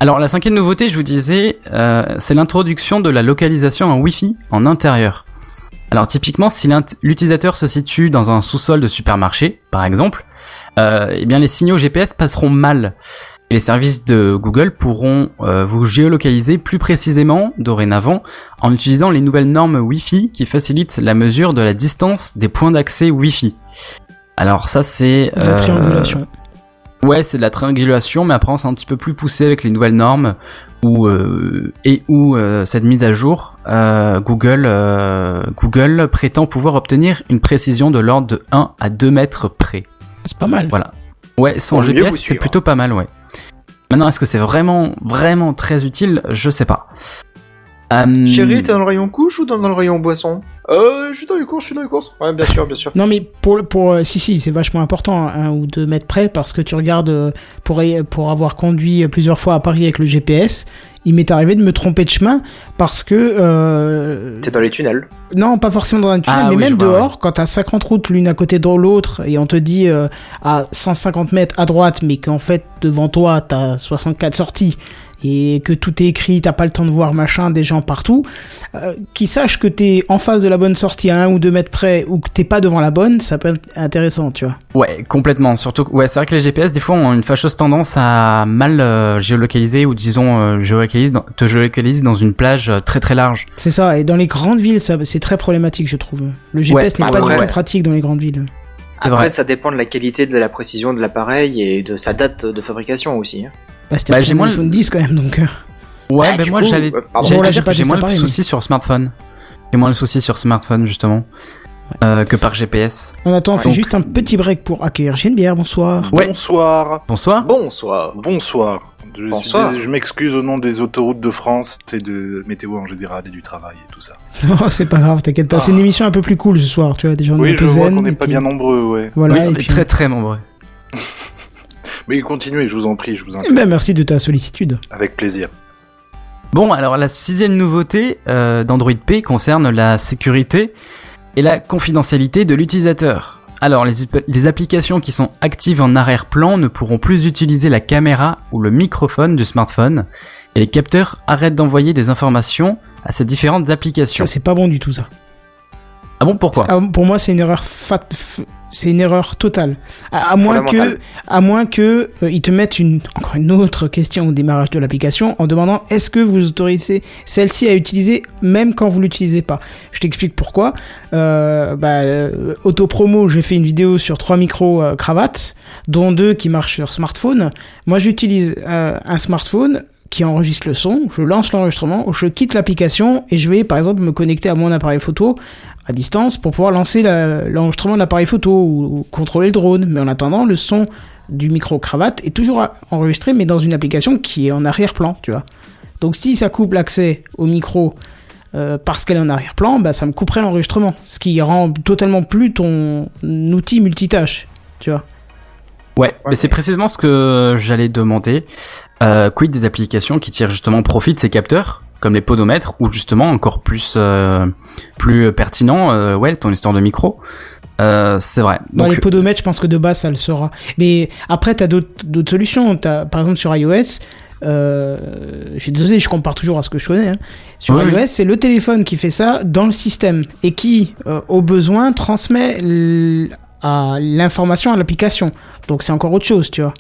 [SPEAKER 3] Alors, la cinquième nouveauté, je vous disais, euh, c'est l'introduction de la localisation en Wi-Fi en intérieur. Alors, typiquement, si l'int- l'utilisateur se situe dans un sous-sol de supermarché, par exemple, euh, eh bien, les signaux GPS passeront mal. Et Les services de Google pourront euh, vous géolocaliser plus précisément dorénavant en utilisant les nouvelles normes Wi-Fi qui facilitent la mesure de la distance des points d'accès Wi-Fi. Alors ça c'est
[SPEAKER 1] La
[SPEAKER 3] euh,
[SPEAKER 1] triangulation.
[SPEAKER 3] Ouais, c'est de la triangulation, mais après, c'est un petit peu plus poussé avec les nouvelles normes ou euh, et où euh, cette mise à jour, euh, Google, euh, Google prétend pouvoir obtenir une précision de l'ordre de 1 à 2 mètres près.
[SPEAKER 1] C'est pas mal.
[SPEAKER 3] Voilà. Ouais, sans
[SPEAKER 2] Pour mieux hein.
[SPEAKER 3] GPS,
[SPEAKER 2] vous
[SPEAKER 3] c'est
[SPEAKER 2] suivre.
[SPEAKER 3] plutôt pas mal, ouais. Maintenant, est-ce que c'est vraiment, vraiment très utile Je sais pas. Euh,
[SPEAKER 2] Chérie, t'es dans le rayon couche ou dans dans le rayon boisson Euh, je suis dans les courses, je suis dans les courses. Ouais, bien sûr, bien sûr.
[SPEAKER 1] Non mais pour pour euh, si si c'est vachement important hein, un ou deux mètres près parce que tu regardes euh, pour y- pour avoir conduit plusieurs fois à Paris avec le GPS il m'est arrivé de me tromper de chemin parce que euh,
[SPEAKER 2] T'es dans les tunnels.
[SPEAKER 1] non pas forcément dans un tunnel
[SPEAKER 3] Ah
[SPEAKER 1] mais
[SPEAKER 3] oui,
[SPEAKER 1] même
[SPEAKER 3] je vois,
[SPEAKER 1] dehors quand t'as 50 routes l'une à côté de l'autre et on te dit euh, à 150 mètres à droite mais qu'en fait devant toi t'as 64 sorties et que tout est écrit t'as pas le temps de voir machin des gens partout euh, qui sache que t'es en face de la bonne sortie à un ou deux mètres près ou que t'es pas devant la bonne, ça peut être intéressant, tu vois.
[SPEAKER 3] Ouais, complètement. Surtout, que- ouais, c'est vrai que les GPS, des fois, ont une fâcheuse tendance à mal euh, géolocaliser ou disons, euh, géolocalise dans- te géolocalise dans une plage euh, très très large.
[SPEAKER 1] C'est ça, et dans les grandes villes, ça, c'est très problématique, je trouve. Le GPS
[SPEAKER 3] Ouais,
[SPEAKER 1] n'est pas
[SPEAKER 2] bah
[SPEAKER 1] du
[SPEAKER 2] ouais.
[SPEAKER 1] tout pratique dans les grandes villes.
[SPEAKER 3] C'est
[SPEAKER 2] Après,
[SPEAKER 3] vrai.
[SPEAKER 2] ça dépend de la qualité, de la précision de l'appareil et de sa date de fabrication aussi. hein.
[SPEAKER 1] Bah, c'était
[SPEAKER 3] Bah,
[SPEAKER 1] après
[SPEAKER 3] j'ai
[SPEAKER 1] mon
[SPEAKER 3] moins le-
[SPEAKER 1] iPhone 10 quand même, donc. euh,
[SPEAKER 3] Ouais,
[SPEAKER 2] Ah,
[SPEAKER 3] ben
[SPEAKER 2] du
[SPEAKER 3] moi,
[SPEAKER 2] coup,
[SPEAKER 3] j'allais,
[SPEAKER 2] euh, pardon.
[SPEAKER 3] j'allais
[SPEAKER 1] Bon, là, j'ai
[SPEAKER 3] dire
[SPEAKER 1] pas
[SPEAKER 3] que j'ai
[SPEAKER 1] testé
[SPEAKER 3] moins le
[SPEAKER 1] pareil, mais-
[SPEAKER 3] souci sur smartphone. J'ai moins le souci sur smartphone justement euh, que par GPS.
[SPEAKER 1] On attend, on fait
[SPEAKER 3] Donc-
[SPEAKER 1] juste un petit break pour accueillir J'ai une bière, bonsoir.
[SPEAKER 3] Ouais.
[SPEAKER 6] Bonsoir.
[SPEAKER 3] Bonsoir.
[SPEAKER 2] Bonsoir.
[SPEAKER 6] Bonsoir. Je, suis
[SPEAKER 2] Bonsoir.
[SPEAKER 6] dés- je m'excuse au nom des autoroutes de France et de météo en général et du travail et tout ça.
[SPEAKER 1] Non, c'est pas grave, t'inquiète pas. C'est une émission un peu plus cool ce soir, tu vois, des gens
[SPEAKER 6] Ah. oui,
[SPEAKER 1] un
[SPEAKER 6] je
[SPEAKER 1] peu
[SPEAKER 6] vois
[SPEAKER 1] zen,
[SPEAKER 6] qu'on
[SPEAKER 1] et
[SPEAKER 6] n'est pas
[SPEAKER 1] puis-
[SPEAKER 6] bien nombreux, ouais.
[SPEAKER 1] Voilà,
[SPEAKER 3] oui,
[SPEAKER 1] et
[SPEAKER 3] on
[SPEAKER 1] puis-
[SPEAKER 3] est très très nombreux.
[SPEAKER 6] Mais continuez, je vous en prie, je vous en
[SPEAKER 1] Eh ben, merci de ta sollicitude.
[SPEAKER 6] Avec plaisir.
[SPEAKER 3] Bon, alors la sixième nouveauté euh, d'Android P concerne la sécurité et la confidentialité de l'utilisateur. Alors, les, up- les applications qui sont actives en arrière-plan ne pourront plus utiliser la caméra ou le microphone du smartphone, et les capteurs arrêtent d'envoyer des informations à ces différentes applications.
[SPEAKER 1] Ça, c'est pas bon du tout, ça.
[SPEAKER 3] Ah bon, pourquoi
[SPEAKER 1] Ah, pour moi, c'est une erreur fat... f- C'est une erreur totale. À, à moins que,
[SPEAKER 2] Fondamentale.
[SPEAKER 1] à moins que euh, ils te mettent une encore une autre question au démarrage de l'application en demandant est-ce que vous autorisez celle-ci à utiliser même quand vous l'utilisez pas. Je t'explique pourquoi. Euh, bah, euh, autopromo, j'ai fait une vidéo sur trois micros euh, cravates, dont deux qui marchent sur smartphone. Moi, j'utilise euh, un smartphone qui enregistre le son, je lance l'enregistrement, je quitte l'application et je vais par exemple me connecter à mon appareil photo à distance pour pouvoir lancer la- l'enregistrement de l'appareil photo ou, ou contrôler le drone. Mais en attendant, le son du micro-cravate est toujours à- enregistré mais dans une application qui est en arrière-plan, tu vois. Donc si ça coupe l'accès au micro euh, parce qu'elle est en arrière-plan, bah, ça me couperait l'enregistrement, ce qui rend totalement plus ton outil multitâche, tu vois.
[SPEAKER 3] Ouais, mais c'est précisément ce que j'allais demander. Euh, quid des applications qui tirent justement profit de ces capteurs, comme les podomètres, ou justement encore plus euh, plus pertinent, euh, ouais, ton histoire de micro. Euh, c'est vrai.
[SPEAKER 1] Dans
[SPEAKER 3] Donc,
[SPEAKER 1] les podomètres, je pense que de base, ça le sera. Mais après, t'as d'autres d'autres solutions. T'as, par exemple, sur iOS, euh, je suis désolé, je compare toujours à ce que je connais. hein. Sur
[SPEAKER 3] Oui, oui.
[SPEAKER 1] iOS, c'est le téléphone qui fait ça dans le système et qui, euh, au besoin, transmet l- à l'information à l'application. Donc c'est encore autre chose, tu vois.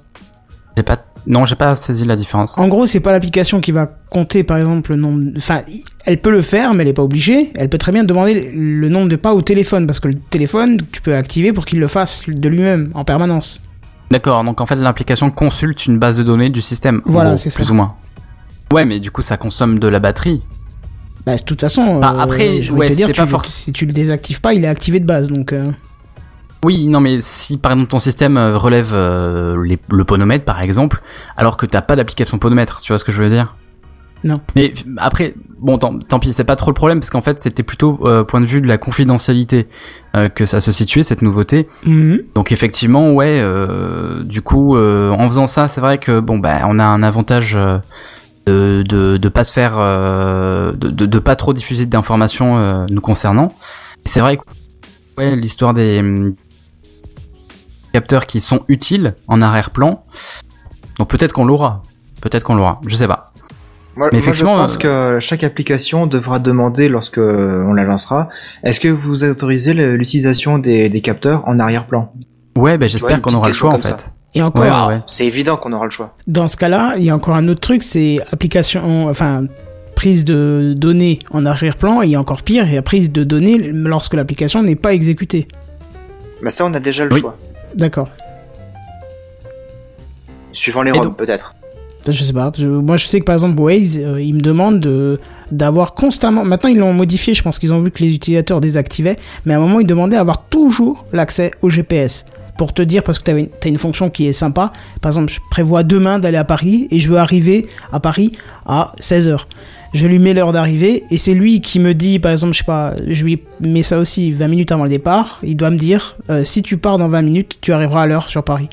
[SPEAKER 3] j'ai pas, non, j'ai pas saisi la différence.
[SPEAKER 1] En gros, c'est pas l'application qui va compter, par exemple, le nombre. Enfin, i- elle peut le faire, mais elle est pas obligée. Elle peut très bien demander le nombre de pas au téléphone, parce que le téléphone, tu peux l'activer pour qu'il le fasse de lui-même en permanence.
[SPEAKER 3] D'accord. Donc en fait, l'application consulte une base de données du système. en
[SPEAKER 1] Voilà,
[SPEAKER 3] gros,
[SPEAKER 1] c'est ça.
[SPEAKER 3] Plus ou moins. Ouais, mais du coup, ça consomme de la batterie.
[SPEAKER 1] Bah, de toute façon,
[SPEAKER 3] Bah,
[SPEAKER 1] euh,
[SPEAKER 3] après,
[SPEAKER 1] j'ai envie de
[SPEAKER 3] ouais,
[SPEAKER 1] te dire,
[SPEAKER 3] c'était pas
[SPEAKER 1] tu-
[SPEAKER 3] forc-
[SPEAKER 1] si tu le désactives pas, il est activé de base, donc euh,
[SPEAKER 3] Oui, non, mais si par exemple ton système euh, relève euh, les- le ponomètre par exemple, alors que t'as pas d'application ponomètre, tu vois ce que je veux dire
[SPEAKER 1] Non.
[SPEAKER 3] Mais f- après, bon, tant, tant pis, c'est pas trop le problème parce qu'en fait c'était plutôt euh, point de vue de la confidentialité euh, que ça se situait cette nouveauté. Donc effectivement, ouais, euh, du coup, euh, en faisant ça, c'est vrai que bon, bah, on a un avantage. euh, de, de, de pas se faire euh, de, de, de pas trop diffuser d'informations euh, nous concernant c'est vrai que ouais, l'histoire des hum, capteurs qui sont utiles en arrière-plan. Donc peut-être qu'on l'aura. Peut-être qu'on l'aura. Je sais pas.
[SPEAKER 2] Moi,
[SPEAKER 3] Mais
[SPEAKER 2] moi, je
[SPEAKER 3] effectivement, euh,
[SPEAKER 2] pense que chaque application devra demander lorsque euh, on la lancera, est-ce que vous autorisez le- l'utilisation des, des capteurs en arrière-plan
[SPEAKER 3] Ouais, ben
[SPEAKER 2] Ouais,
[SPEAKER 3] j'espère
[SPEAKER 2] une
[SPEAKER 3] qu'on
[SPEAKER 2] petite
[SPEAKER 3] aura le
[SPEAKER 2] question
[SPEAKER 3] choix en
[SPEAKER 2] comme ça.
[SPEAKER 3] fait.
[SPEAKER 1] et encore.
[SPEAKER 3] Ouais, ouais, ouais.
[SPEAKER 2] C'est évident qu'on aura le choix.
[SPEAKER 1] Dans ce cas-là, il y a encore un autre truc, c'est application, enfin prise de données en arrière-plan, et encore pire, il y a prise de données lorsque l'application n'est pas exécutée.
[SPEAKER 2] Bah ça, on a déjà le
[SPEAKER 3] Oui.
[SPEAKER 2] choix.
[SPEAKER 1] D'accord.
[SPEAKER 2] Suivant les
[SPEAKER 3] Et
[SPEAKER 2] ROM,
[SPEAKER 3] donc-
[SPEAKER 2] peut-être.
[SPEAKER 1] Ça, Je sais pas. parce que Moi, je sais que par exemple Waze, euh, ils me demandent de d'avoir constamment. Maintenant, ils l'ont modifié. Je pense qu'ils ont vu que les utilisateurs désactivaient. Mais à un moment, ils demandaient à avoir toujours l'accès au GPS pour te dire parce que t'avais- t'as une fonction qui est sympa. Par exemple, je prévois demain d'aller à Paris et je veux arriver à Paris à 16h. Je lui mets l'heure d'arrivée et c'est lui qui me dit, par exemple, je sais pas, je lui mets ça aussi 20 minutes avant le départ. Il doit me dire euh, si tu pars dans 20 minutes, tu arriveras à l'heure sur Paris.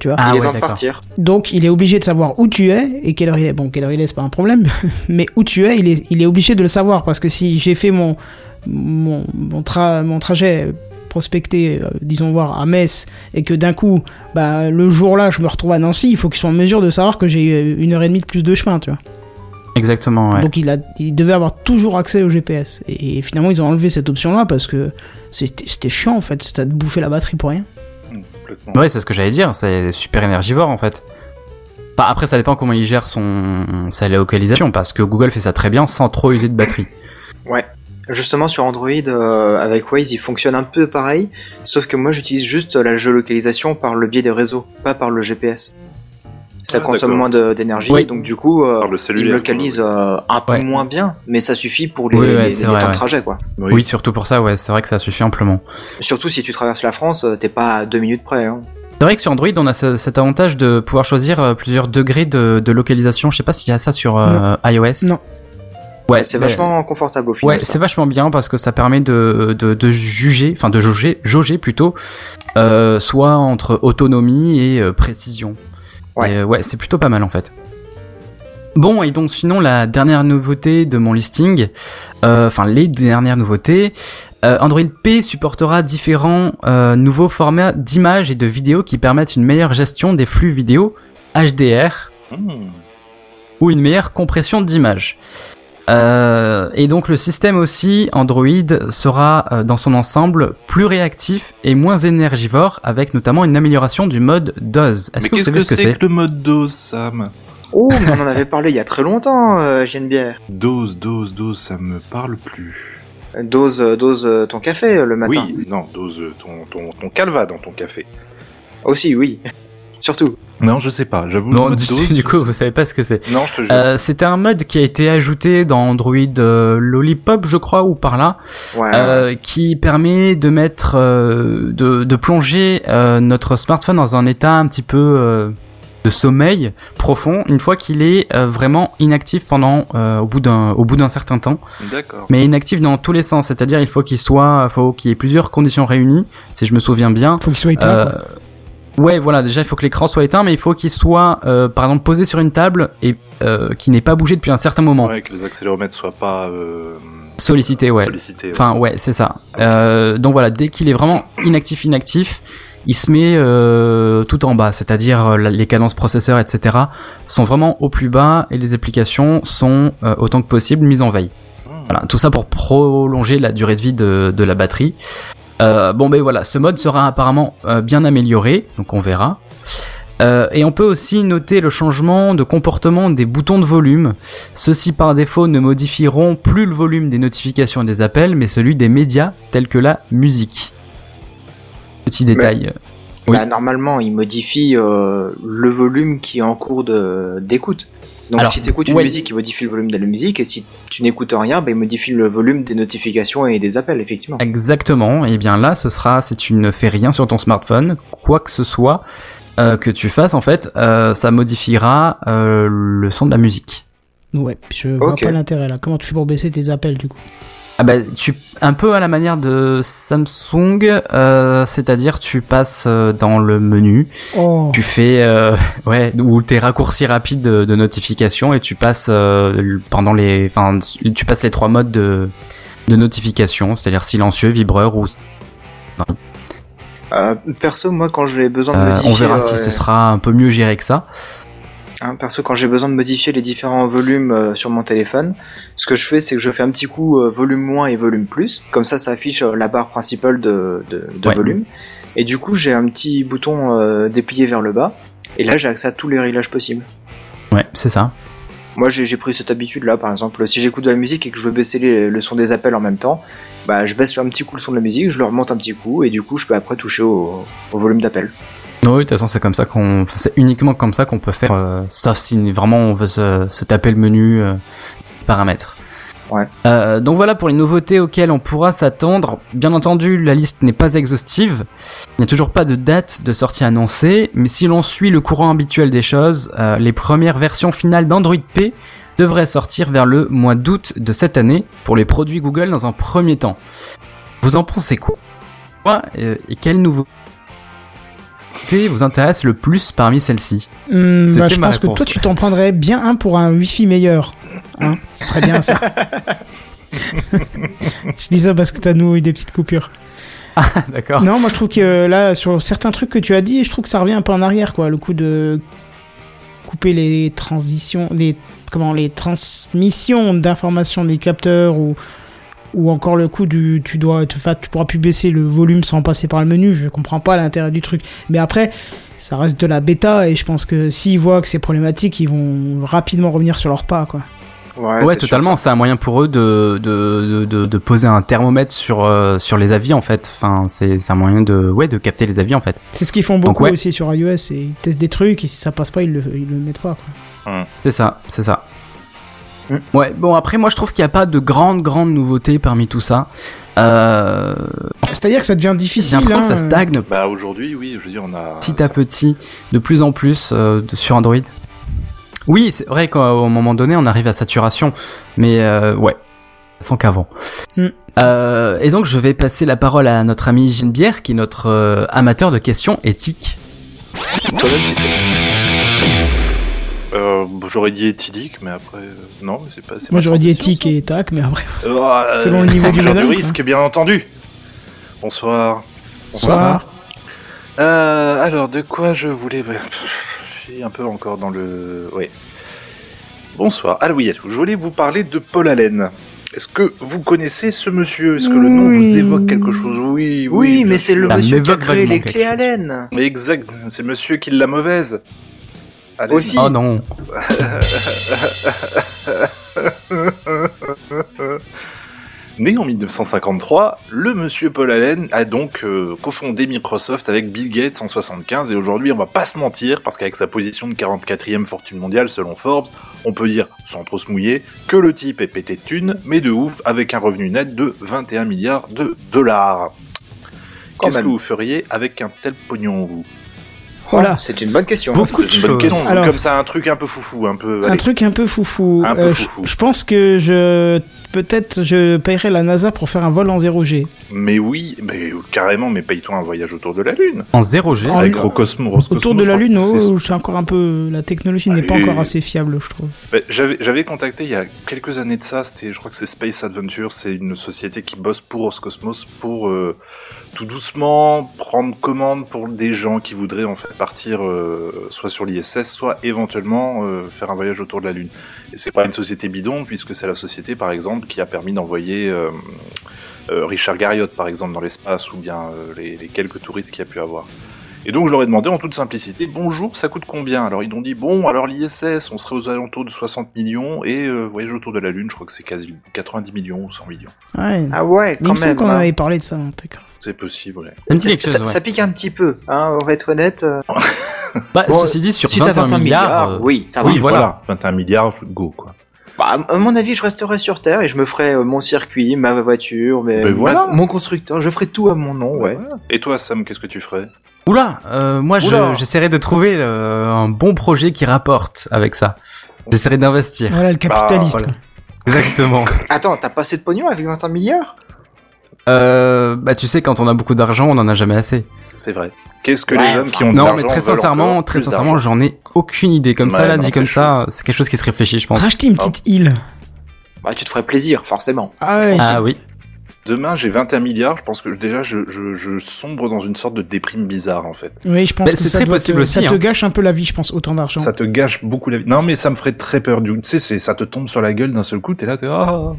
[SPEAKER 1] Tu vois.
[SPEAKER 3] Ah
[SPEAKER 2] il est
[SPEAKER 3] ouais,
[SPEAKER 2] temps de
[SPEAKER 3] d'accord.
[SPEAKER 2] partir.
[SPEAKER 1] Donc il est obligé de savoir où tu es et quelle heure il est. Bon, quelle heure il est, c'est pas un problème, mais où tu es, il est, il est obligé de le savoir parce que si j'ai fait mon, mon, mon, tra- mon trajet prospecté, euh, disons voir, à Metz et que d'un coup, bah, le jour-là, je me retrouve à Nancy, il faut qu'ils soient en mesure de savoir que j'ai euh, une heure et demie de plus de chemin, tu vois.
[SPEAKER 3] Exactement, ouais.
[SPEAKER 1] Donc il, a, il devait avoir toujours accès au GPS. Et, et finalement, ils ont enlevé cette option-là parce que c'était c'était chiant en fait, c'était de bouffer la batterie pour rien.
[SPEAKER 6] Mm, Complètement.
[SPEAKER 3] Bah Ouais, c'est ce que j'allais dire. C'est super énergivore en fait. Bah, après, ça dépend comment il gère son sa localisation parce que Google fait ça très bien sans trop user de batterie.
[SPEAKER 2] Ouais. Justement, sur Android, euh, avec Waze, il fonctionne un peu pareil, sauf que moi, j'utilise juste la géolocalisation par le biais des réseaux, pas par le GPS. Ça
[SPEAKER 6] Ah,
[SPEAKER 2] consomme
[SPEAKER 6] d'accord.
[SPEAKER 2] moins de- d'énergie,
[SPEAKER 3] Oui.
[SPEAKER 2] donc du coup, euh,
[SPEAKER 6] Par le
[SPEAKER 2] il
[SPEAKER 6] cellulaire,
[SPEAKER 2] localise
[SPEAKER 6] oui.
[SPEAKER 2] euh, un peu
[SPEAKER 3] Ouais.
[SPEAKER 2] moins bien, mais ça suffit pour les,
[SPEAKER 3] Oui, ouais,
[SPEAKER 2] les-
[SPEAKER 3] c'est
[SPEAKER 2] les
[SPEAKER 3] vrai,
[SPEAKER 2] temps
[SPEAKER 3] ouais.
[SPEAKER 2] de trajet, quoi.
[SPEAKER 3] Oui, surtout pour ça, ouais. C'est vrai que ça suffit amplement.
[SPEAKER 2] Surtout si tu traverses la France, euh, t'es pas à deux minutes près. hein.
[SPEAKER 3] C'est vrai que sur Android, on a ce- cet avantage de pouvoir choisir euh, plusieurs degrés de, de localisation. Je sais pas s'il y a ça sur euh, iOS.
[SPEAKER 1] Non.
[SPEAKER 3] Ouais,
[SPEAKER 2] c'est
[SPEAKER 3] mais-
[SPEAKER 2] vachement confortable au final.
[SPEAKER 3] Ouais,
[SPEAKER 2] ça.
[SPEAKER 3] c'est vachement bien parce que ça permet de, de, de juger, enfin de jauger, jauger plutôt, euh, soit entre autonomie et euh, précision.
[SPEAKER 2] Ouais.
[SPEAKER 3] Et, euh, ouais, c'est plutôt pas mal en fait. Bon, et donc sinon la dernière nouveauté de mon listing, euh, enfin les dernières nouveautés, euh, Android P supportera différents euh, nouveaux formats d'images et de vidéos qui permettent une meilleure gestion des flux vidéo HDR,
[SPEAKER 6] Hmm.
[SPEAKER 3] ou une meilleure compression d'image. Euh, et donc le système aussi Android sera euh, dans son ensemble plus réactif et moins énergivore avec notamment une amélioration du mode DOS. Est-ce
[SPEAKER 6] Mais
[SPEAKER 3] que vous
[SPEAKER 6] qu'est-ce
[SPEAKER 3] savez
[SPEAKER 6] que
[SPEAKER 3] ce que
[SPEAKER 6] c'est
[SPEAKER 3] c'est
[SPEAKER 6] que le mode dose, Sam
[SPEAKER 2] Oh, mais on en avait parlé il y a très longtemps, euh, Genebière.
[SPEAKER 6] Dose, dose, dose, ça me parle plus.
[SPEAKER 2] Dose, euh, dose euh, ton café euh, le matin.
[SPEAKER 6] Oui, non, dose euh, ton, ton, ton calva dans ton café.
[SPEAKER 2] Aussi, oui. Surtout.
[SPEAKER 6] Non, je sais pas, j'avoue.
[SPEAKER 3] Bon,
[SPEAKER 6] le mode
[SPEAKER 3] du,
[SPEAKER 6] dose,
[SPEAKER 3] du coup,
[SPEAKER 6] je-
[SPEAKER 3] vous savez pas ce que c'est.
[SPEAKER 6] Non, je te jure.
[SPEAKER 3] Euh, C'était un mode qui a été ajouté dans Android euh, Lollipop, je crois, ou par là,
[SPEAKER 2] Ouais.
[SPEAKER 6] Ah
[SPEAKER 3] euh, qui permet de mettre, euh, de, de plonger euh, notre smartphone dans un état un petit peu euh, de sommeil profond, une fois qu'il est euh, vraiment inactif pendant, euh, au bout d'un, au bout d'un certain temps.
[SPEAKER 6] D'accord.
[SPEAKER 3] Mais inactif dans tous les sens, c'est-à-dire il faut qu'il soit, faut qu'il y ait plusieurs conditions réunies, si je me souviens bien.
[SPEAKER 1] Faut qu'il soit éteint.
[SPEAKER 3] Euh,
[SPEAKER 1] quoi.
[SPEAKER 3] ouais, voilà, déjà il faut que l'écran soit éteint, mais il faut qu'il soit, euh, par exemple, posé sur une table et euh, qui n'ait pas bougé depuis un certain moment.
[SPEAKER 6] Ouais, que les accéléromètres soient pas euh,
[SPEAKER 3] Sollicité, ouais.
[SPEAKER 6] sollicités. ouais.
[SPEAKER 3] Enfin ouais, c'est ça. Euh, donc voilà, dès qu'il est vraiment inactif, inactif, il se met euh, tout en bas, c'est-à-dire euh, la- les cadences processeurs, etc. sont vraiment au plus bas et les applications sont euh, autant que possible mises en veille.
[SPEAKER 6] Hmm.
[SPEAKER 3] Voilà, tout ça pour prolonger la durée de vie de, de la batterie. Euh, bon ben voilà, ce mode sera apparemment euh, bien amélioré, donc on verra. Euh, et on peut aussi noter le changement de comportement des boutons de volume. Ceux-ci par défaut ne modifieront plus le volume des notifications et des appels, mais celui des médias tels que la musique. Petit détail. oui.
[SPEAKER 2] Bah, normalement, il modifie euh, le volume qui est en cours de- d'écoute. Donc
[SPEAKER 3] Alors,
[SPEAKER 2] si tu écoutes une
[SPEAKER 3] ouais.
[SPEAKER 2] musique, il modifie le volume de la musique, et si tu n'écoutes rien, bah, il modifie le volume des notifications et des appels, effectivement.
[SPEAKER 3] Exactement. Et bien là, ce sera si tu ne fais rien sur ton smartphone, quoi que ce soit euh, que tu fasses, en fait, euh, ça modifiera euh, le son de la musique.
[SPEAKER 1] Ouais, je vois
[SPEAKER 2] Ok.
[SPEAKER 1] pas l'intérêt là. Comment tu fais pour baisser tes appels du coup
[SPEAKER 3] Ah bah, tu un peu à la manière de Samsung, euh, c'est-à-dire tu passes euh, dans le menu,
[SPEAKER 1] Oh,
[SPEAKER 3] tu fais euh, ouais ou tes raccourcis rapides de, de notification et tu passes euh, le- pendant les enfin tu passes les trois modes de de notification, c'est-à-dire silencieux, vibreur ou
[SPEAKER 2] Euh, perso, moi, quand j'ai besoin de
[SPEAKER 3] euh,
[SPEAKER 2] modifier...
[SPEAKER 3] on verra
[SPEAKER 2] euh,
[SPEAKER 3] si ce sera un peu mieux géré que ça.
[SPEAKER 2] Hein, perso, quand j'ai besoin de modifier les différents volumes euh, sur mon téléphone, ce que je fais, c'est que je fais un petit coup euh, volume moins et volume plus. Comme ça, ça affiche euh, la barre principale de, de, de
[SPEAKER 3] Ouais.
[SPEAKER 2] volume. Et du coup, j'ai un petit bouton euh, déplié vers le bas. Et là, j'ai accès à tous les réglages possibles.
[SPEAKER 3] Ouais, c'est ça.
[SPEAKER 2] Moi, j'ai j'ai pris cette habitude-là, par exemple. Si j'écoute de la musique et que je veux baisser les- le son des appels en même temps, bah, je baisse un petit coup le son de la musique, je le remonte un petit coup, et du coup, je peux après toucher au, au volume d'appel.
[SPEAKER 3] Non, oui, de toute façon, c'est comme ça qu'on, enfin, c'est uniquement comme ça qu'on peut faire, euh, sauf si vraiment on veut se, se taper le menu euh, paramètres.
[SPEAKER 2] Ouais.
[SPEAKER 3] Euh, donc voilà pour les nouveautés auxquelles on pourra s'attendre. Bien entendu, la liste n'est pas exhaustive. Il n'y a toujours pas de date de sortie annoncée, mais si l'on suit le courant habituel des choses, euh, les premières versions finales d'Android P devraient sortir vers le mois d'août de cette année pour les produits Google dans un premier temps. Vous en pensez quoi Euh, Et quel nouveau activité vous intéresse le plus parmi celles-ci
[SPEAKER 1] Hum,
[SPEAKER 3] C'était
[SPEAKER 1] bah, je
[SPEAKER 3] ma
[SPEAKER 1] pense que
[SPEAKER 3] réponse.
[SPEAKER 1] toi tu t'en prendrais bien un pour un wifi meilleur. Hein Ce serait bien ça. je dis ça parce que t'as de nouveau eu des petites coupures. Ah,
[SPEAKER 3] D'accord.
[SPEAKER 1] Non, moi je trouve que euh, là, sur certains trucs que tu as dit, je trouve que ça revient un peu en arrière, quoi. Le coup de couper les transitions, les, comment, les transmissions d'informations des capteurs ou, ou encore le coup du tu dois, tu, enfin, tu pourras plus baisser le volume sans passer par le menu. Je comprends pas l'intérêt du truc. Mais après, ça reste de la bêta et je pense que s'ils voient que c'est problématique, ils vont rapidement revenir sur leur pas, quoi.
[SPEAKER 3] Ouais,
[SPEAKER 2] c'est sûr,
[SPEAKER 3] totalement.
[SPEAKER 2] ça.
[SPEAKER 3] C'est un moyen pour eux de de, de, de- de poser un thermomètre sur euh, sur les avis en fait. Enfin, c'est c'est un moyen de ouais de capter les avis en fait.
[SPEAKER 1] C'est ce qu'ils font beaucoup
[SPEAKER 3] ouais.
[SPEAKER 1] aussi sur iOS. et Ils testent des trucs et si ça passe pas, ils le, ils le mettent pas, quoi.
[SPEAKER 3] C'est ça, c'est ça.
[SPEAKER 2] Mm.
[SPEAKER 3] Ouais. Bon après, moi je trouve qu'il n'y a pas de grande grande nouveauté parmi tout ça. Euh,
[SPEAKER 1] C'est-à-dire que ça devient
[SPEAKER 3] J'ai
[SPEAKER 1] difficile.
[SPEAKER 3] l'impression que ça
[SPEAKER 1] hein, euh,
[SPEAKER 3] stagne
[SPEAKER 6] Bah aujourd'hui, oui, je veux dire, on a.
[SPEAKER 3] petit à petit de plus en plus euh, de- sur Android. Oui, c'est vrai qu'au moment donné, on arrive à saturation, mais euh, ouais, sans qu'avant.
[SPEAKER 1] Hmm.
[SPEAKER 3] Euh, et donc, je vais passer la parole à notre ami Genebière, qui est notre euh, amateur de questions éthiques.
[SPEAKER 2] Toi-même, tu sais.
[SPEAKER 6] Euh, bon, j'aurais dit éthylique, mais après, euh, non, mais c'est pas. c'est
[SPEAKER 1] Moi
[SPEAKER 6] pas
[SPEAKER 1] j'aurais dit
[SPEAKER 6] science,
[SPEAKER 1] éthique et tac, mais après.
[SPEAKER 6] ça. Euh,
[SPEAKER 1] selon le niveau du
[SPEAKER 6] genre
[SPEAKER 1] bonhomme,
[SPEAKER 6] risque, bien entendu. Bonsoir.
[SPEAKER 1] Bonsoir.
[SPEAKER 6] Euh, alors, de quoi je voulais. bah, Je suis un peu encore dans le. Oui. Bonsoir. Ah oui, je voulais vous parler de Paul Allen. Est-ce que vous connaissez ce monsieur Est-ce que le nom vous évoque quelque chose Oui, oui.
[SPEAKER 2] Oui, mais
[SPEAKER 6] bien
[SPEAKER 2] c'est
[SPEAKER 6] sûr.
[SPEAKER 2] le
[SPEAKER 3] Ça
[SPEAKER 2] monsieur qui a
[SPEAKER 3] m'évoque
[SPEAKER 2] créé les
[SPEAKER 3] vaguement
[SPEAKER 2] clés
[SPEAKER 3] quelque
[SPEAKER 2] à laine.
[SPEAKER 6] Mais exact, c'est monsieur qui l'a mauvaise. Allen.
[SPEAKER 2] Aussi.
[SPEAKER 3] Oh non.
[SPEAKER 6] Né en 1953, le monsieur Paul Allen a donc euh, cofondé Microsoft avec Bill Gates en 75 et aujourd'hui on va pas se mentir parce qu'avec sa position de 44e fortune mondiale selon Forbes, on peut dire sans trop se mouiller que le type est pété de thunes mais de ouf avec un revenu net de 21 milliards de dollars.
[SPEAKER 2] Quand
[SPEAKER 6] Qu'est-ce
[SPEAKER 2] même.
[SPEAKER 6] que vous feriez avec un tel pognon vous
[SPEAKER 1] Voilà.
[SPEAKER 2] C'est une bonne question. hein.
[SPEAKER 3] Beaucoup de
[SPEAKER 6] C'est une bonne
[SPEAKER 3] choses.
[SPEAKER 6] question,
[SPEAKER 1] Alors-
[SPEAKER 6] comme ça un truc un peu foufou, un peu
[SPEAKER 1] Un
[SPEAKER 6] Bah, allez,
[SPEAKER 1] truc un peu foufou.
[SPEAKER 6] Un peu
[SPEAKER 1] je-
[SPEAKER 6] foufou.
[SPEAKER 1] Je pense que je. Peut-être je paierai la NASA pour faire un vol en 0G.
[SPEAKER 6] Mais oui, mais carrément, mais paye-toi un voyage autour de la Lune.
[SPEAKER 3] En 0G.
[SPEAKER 2] Ah
[SPEAKER 1] En-
[SPEAKER 6] Avec Roscosmo. Roscosmo,
[SPEAKER 1] Ah, Autour de
[SPEAKER 6] je
[SPEAKER 1] la
[SPEAKER 6] crois
[SPEAKER 1] Lune,
[SPEAKER 6] que c'est-
[SPEAKER 1] oh, c'est encore un peu. La technologie n'est pas
[SPEAKER 6] Allez.
[SPEAKER 1] encore assez fiable, je trouve.
[SPEAKER 6] Ben, J'avais j'avais contacté il y a quelques années de ça, c'était, je crois que c'est Space Adventure, c'est une société qui bosse pour Roscosmos pour euh, tout doucement prendre commande pour des gens qui voudraient en fait partir euh, soit sur l'ISS, soit éventuellement euh, faire un voyage autour de la Lune. Et c'est pas une société bidon puisque c'est la société par exemple qui a permis d'envoyer euh, euh, Richard Garriott par exemple dans l'espace ou bien euh, les, les quelques touristes qu'il y a pu avoir. Et donc je leur ai demandé en toute simplicité, bonjour, ça coûte combien Alors ils ont dit, bon, alors l'ISS, on serait aux alentours de 60 millions, et euh, voyage autour de la Lune, je crois que c'est quasi 90 millions ou 100 millions.
[SPEAKER 1] Ouais.
[SPEAKER 2] Ah ouais,
[SPEAKER 1] Il me
[SPEAKER 2] quand
[SPEAKER 1] semble
[SPEAKER 2] même.
[SPEAKER 1] qu'on en
[SPEAKER 2] hein.
[SPEAKER 1] avait parlé de ça dans Tech Craft.
[SPEAKER 6] C'est possible, ouais.
[SPEAKER 3] Ça me dit quelque
[SPEAKER 2] Ça,
[SPEAKER 3] chose, ouais.
[SPEAKER 2] ça pique un petit peu, hein, on va être honnête. euh,
[SPEAKER 3] Bah,
[SPEAKER 2] Bon,
[SPEAKER 3] ceci dit, sur
[SPEAKER 2] si t'as
[SPEAKER 3] 21 milliards, euh,
[SPEAKER 2] ah, oui, ça va.
[SPEAKER 3] oui, voilà.
[SPEAKER 6] 21 milliards, go, quoi.
[SPEAKER 2] Bah, à mon avis, je resterai sur Terre et je me ferai euh, mon circuit, ma voiture, mais
[SPEAKER 6] Ben voilà.
[SPEAKER 2] mon constructeur, je ferai tout à mon nom, ouais.
[SPEAKER 6] Et toi, Sam, qu'est-ce que tu ferais
[SPEAKER 3] Oula, euh, moi je-
[SPEAKER 6] Oula.
[SPEAKER 3] j'essaierai de trouver euh, un bon projet qui rapporte avec ça. J'essaierai d'investir.
[SPEAKER 1] Voilà le capitaliste.
[SPEAKER 6] voilà.
[SPEAKER 1] quoi.
[SPEAKER 3] Exactement.
[SPEAKER 2] Attends, t'as pas assez de pognon avec 25 milliards
[SPEAKER 3] Euh, bah tu sais, quand on a beaucoup d'argent, on en a jamais assez.
[SPEAKER 6] C'est vrai. Qu'est-ce que
[SPEAKER 2] Ouais,
[SPEAKER 6] les hommes qui ont de
[SPEAKER 3] Non,
[SPEAKER 6] l'argent
[SPEAKER 3] mais très
[SPEAKER 6] veulent
[SPEAKER 3] sincèrement,
[SPEAKER 6] encore
[SPEAKER 3] très
[SPEAKER 6] plus
[SPEAKER 3] sincèrement,
[SPEAKER 6] d'argent
[SPEAKER 3] j'en ai aucune idée. Comme ça,
[SPEAKER 6] Ouais,
[SPEAKER 3] là,
[SPEAKER 6] non,
[SPEAKER 3] dit comme
[SPEAKER 6] c'est
[SPEAKER 3] ça, c'est quelque chose qui se réfléchit, je pense.
[SPEAKER 1] Racheter une petite île.
[SPEAKER 2] Bah, tu te ferais plaisir, forcément.
[SPEAKER 1] Ah ouais.
[SPEAKER 3] Ah oui.
[SPEAKER 6] Demain, j'ai 21 milliards, je pense que déjà, je, je, je sombre dans une sorte de déprime bizarre, en fait.
[SPEAKER 1] Oui, je pense
[SPEAKER 3] Bah,
[SPEAKER 1] que
[SPEAKER 3] c'est
[SPEAKER 1] ça
[SPEAKER 3] très
[SPEAKER 1] doit
[SPEAKER 3] possible
[SPEAKER 1] te, Ça
[SPEAKER 3] aussi,
[SPEAKER 1] te
[SPEAKER 3] hein.
[SPEAKER 1] gâche un peu la vie, je pense, autant d'argent.
[SPEAKER 6] Ça te gâche beaucoup la vie. Non, mais ça me ferait très peur, du Tu sais, c'est- ça te tombe sur la gueule d'un seul coup, t'es là, t'es ah,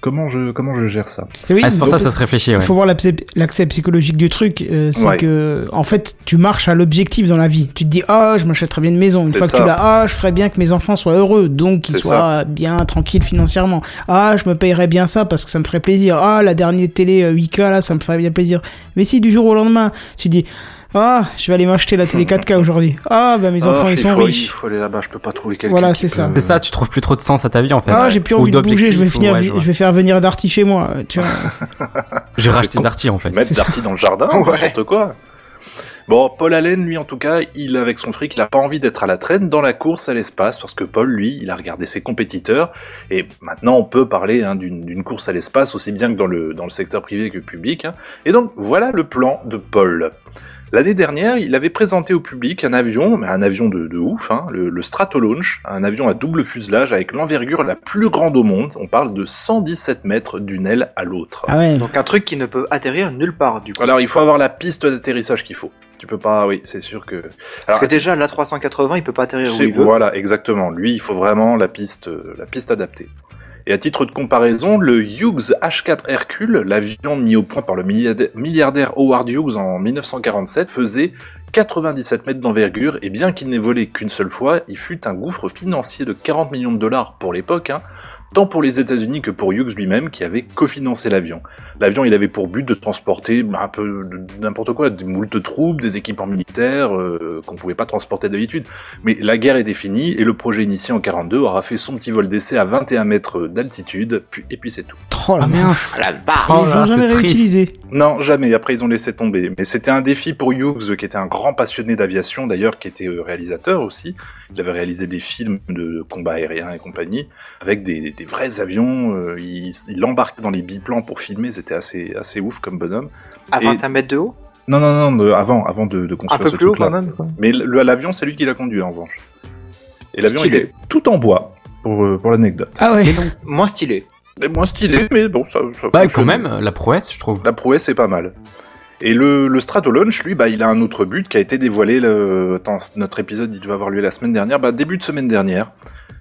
[SPEAKER 6] comment je, comment je gère ça
[SPEAKER 1] Oui,
[SPEAKER 3] Ah, c'est pour
[SPEAKER 1] donc,
[SPEAKER 3] ça que ça se réfléchit,
[SPEAKER 1] Il
[SPEAKER 3] ouais.
[SPEAKER 1] faut voir l'accès l'accès psychologique du truc, euh, c'est
[SPEAKER 6] Ouais.
[SPEAKER 1] que en fait tu marches à l'objectif dans la vie. Tu te dis ah je m'achèterais bien une maison. Une
[SPEAKER 6] C'est
[SPEAKER 1] fois que
[SPEAKER 6] ça.
[SPEAKER 1] tu l'as ah je ferais bien que mes enfants soient heureux, donc qu'ils
[SPEAKER 6] C'est
[SPEAKER 1] soient bien tranquilles financièrement. Ah je me payerais bien ça parce que ça me ferait plaisir. Ah la dernière télé euh, 8K là ça me ferait bien plaisir. Mais si du jour au lendemain tu dis ah je vais aller m'acheter la télé 4K aujourd'hui. Ah bah mes enfants
[SPEAKER 6] Ah,
[SPEAKER 1] ils
[SPEAKER 6] il
[SPEAKER 1] sont
[SPEAKER 6] faut-
[SPEAKER 1] riches.
[SPEAKER 6] Il faut aller là-bas, je peux pas trouver quelqu'un.
[SPEAKER 1] Voilà,
[SPEAKER 6] qui
[SPEAKER 1] c'est
[SPEAKER 6] peut-
[SPEAKER 1] ça.
[SPEAKER 3] C'est ça, tu trouves plus trop de sens à ta vie en fait.
[SPEAKER 1] Ah j'ai plus
[SPEAKER 3] Ou
[SPEAKER 1] envie de bouger, je vais
[SPEAKER 3] d'objectifs,
[SPEAKER 1] finir
[SPEAKER 3] ouais, je
[SPEAKER 1] je
[SPEAKER 3] vois.
[SPEAKER 1] vais faire venir Darty chez moi. Tu vois.
[SPEAKER 3] J'ai racheté Darty en fait.
[SPEAKER 6] Mettre
[SPEAKER 1] C'est ça.
[SPEAKER 6] Darty dans le jardin,
[SPEAKER 2] Ouais.
[SPEAKER 6] n'importe quoi. Bon, Paul Allen, lui, en tout cas, il, avec son fric, il a pas envie d'être à la traîne dans la course à l'espace, parce que Paul, lui, il a regardé ses compétiteurs, et maintenant, on peut parler hein, d'une d'une course à l'espace, aussi bien que dans le, dans le secteur privé que public. hein. Et donc, voilà le plan de Paul. L'année dernière, il avait présenté au public un avion, mais un avion de, de ouf, hein, le, le Stratolaunch, un avion à double fuselage avec l'envergure la plus grande au monde. On parle de 117 mètres d'une aile à l'autre.
[SPEAKER 1] Ah ouais.
[SPEAKER 2] Donc un truc qui ne peut atterrir nulle part, du coup.
[SPEAKER 6] Alors, il faut avoir la piste d'atterrissage qu'il faut. Tu peux pas, oui, c'est sûr que.
[SPEAKER 2] Parce que déjà, l'A380, il peut pas atterrir où
[SPEAKER 6] c'est-
[SPEAKER 2] il veut.
[SPEAKER 6] voilà, exactement. Lui, il faut vraiment la piste, euh, la piste adaptée. Et à titre de comparaison, le Hughes H4 Hercule, l'avion mis au point par le milliardaire- milliardaire Howard Hughes en 1947, faisait 97 mètres d'envergure, et bien qu'il n'ait volé qu'une seule fois, il fut un gouffre financier de 40 millions de dollars pour l'époque, hein, tant pour les États-Unis que pour Hughes lui-même qui avait cofinancé l'avion. L'avion, il avait pour but de transporter un peu de- de n'importe quoi, des moules de troupes, des équipements militaires euh, qu'on pouvait pas transporter d'habitude. Mais la guerre était finie et le projet initié en 42 aura fait son petit vol d'essai à 21 mètres d'altitude, puis et puis c'est tout.
[SPEAKER 1] Oh la
[SPEAKER 3] Ah
[SPEAKER 1] merde.
[SPEAKER 3] mince
[SPEAKER 2] Ah la barre
[SPEAKER 3] Oh
[SPEAKER 1] Ils
[SPEAKER 3] là,
[SPEAKER 1] l'ont jamais
[SPEAKER 3] c'est triste.
[SPEAKER 1] réutilisé.
[SPEAKER 6] Non, jamais. Après, ils ont laissé tomber. Mais c'était un défi pour Hughes, qui était un grand passionné d'aviation, d'ailleurs, qui était euh, réalisateur aussi. Il avait réalisé des films de combat aérien et compagnie, avec des, des vrais avions. euh, Il, il embarquait dans les biplans pour filmer. C'était assez, assez ouf comme bonhomme.
[SPEAKER 2] À
[SPEAKER 6] Et-
[SPEAKER 2] 21 mètres de haut
[SPEAKER 6] Non, non, non, de- avant, avant de, de
[SPEAKER 2] Un
[SPEAKER 6] construire
[SPEAKER 2] peu
[SPEAKER 6] ce
[SPEAKER 2] plus haut
[SPEAKER 6] truc-là.
[SPEAKER 2] quand même quoi.
[SPEAKER 6] Mais le- l'avion, c'est lui qui l'a conduit, en revanche. Et l'avion, il
[SPEAKER 2] Stylé.
[SPEAKER 6] est tout en bois, pour, euh, pour l'anecdote.
[SPEAKER 1] Ah ouais.
[SPEAKER 2] Moins stylé.
[SPEAKER 6] C'est moins stylé, mais bon, ça... ça
[SPEAKER 3] Bah quand
[SPEAKER 6] fonctionne.
[SPEAKER 3] même, la prouesse je trouve.
[SPEAKER 6] La prouesse est pas mal. Et le, le Stratolaunch, lui, bah, il a un autre but qui a été dévoilé. Le... Attends, notre épisode, il devait avoir lieu la semaine dernière. Bah, début de semaine dernière.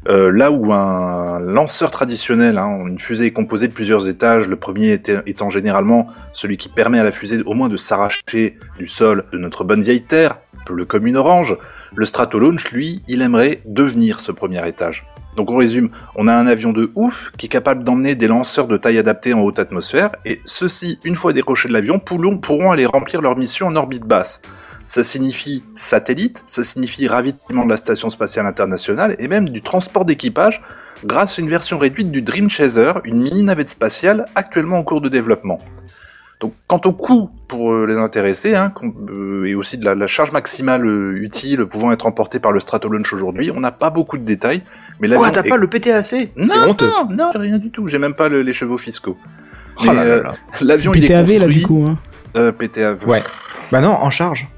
[SPEAKER 6] Euh, là où un lanceur traditionnel, hein, une fusée est composée de plusieurs étages, le premier était- étant généralement celui qui permet à la fusée au moins de s'arracher du sol de notre bonne vieille terre, bleu comme une orange, le Stratolaunch, lui, il aimerait devenir ce premier étage. Donc on résume, on a un avion de ouf qui est capable d'emmener des lanceurs de taille adaptée en haute atmosphère, et ceux-ci, une fois décrochés de l'avion, pourront, pourront aller remplir leur mission en orbite basse. Ça signifie satellite, ça signifie ravitaillement de la Station spatiale internationale, et même du transport d'équipage, grâce à une version réduite du Dream Chaser, une mini-navette spatiale actuellement en cours de développement. Donc, quant au coût pour euh, les intéressés, hein, qu'on- euh, et aussi de la, la charge maximale euh, utile pouvant être emportée par le Stratolaunch aujourd'hui, on n'a pas beaucoup de détails. Mais l'avion
[SPEAKER 2] Quoi, t'as
[SPEAKER 6] est-
[SPEAKER 2] pas le PTAC C'est
[SPEAKER 6] non,
[SPEAKER 2] honteux.
[SPEAKER 6] non, non, j'ai rien du tout. J'ai même pas le- les chevaux fiscaux.
[SPEAKER 2] Oh là là
[SPEAKER 6] euh,
[SPEAKER 2] là.
[SPEAKER 6] L'avion, il est
[SPEAKER 1] PTAV
[SPEAKER 6] construit.
[SPEAKER 1] là du coup. Hein.
[SPEAKER 6] Euh, PTAV.
[SPEAKER 2] Ouais. Bah non, en charge.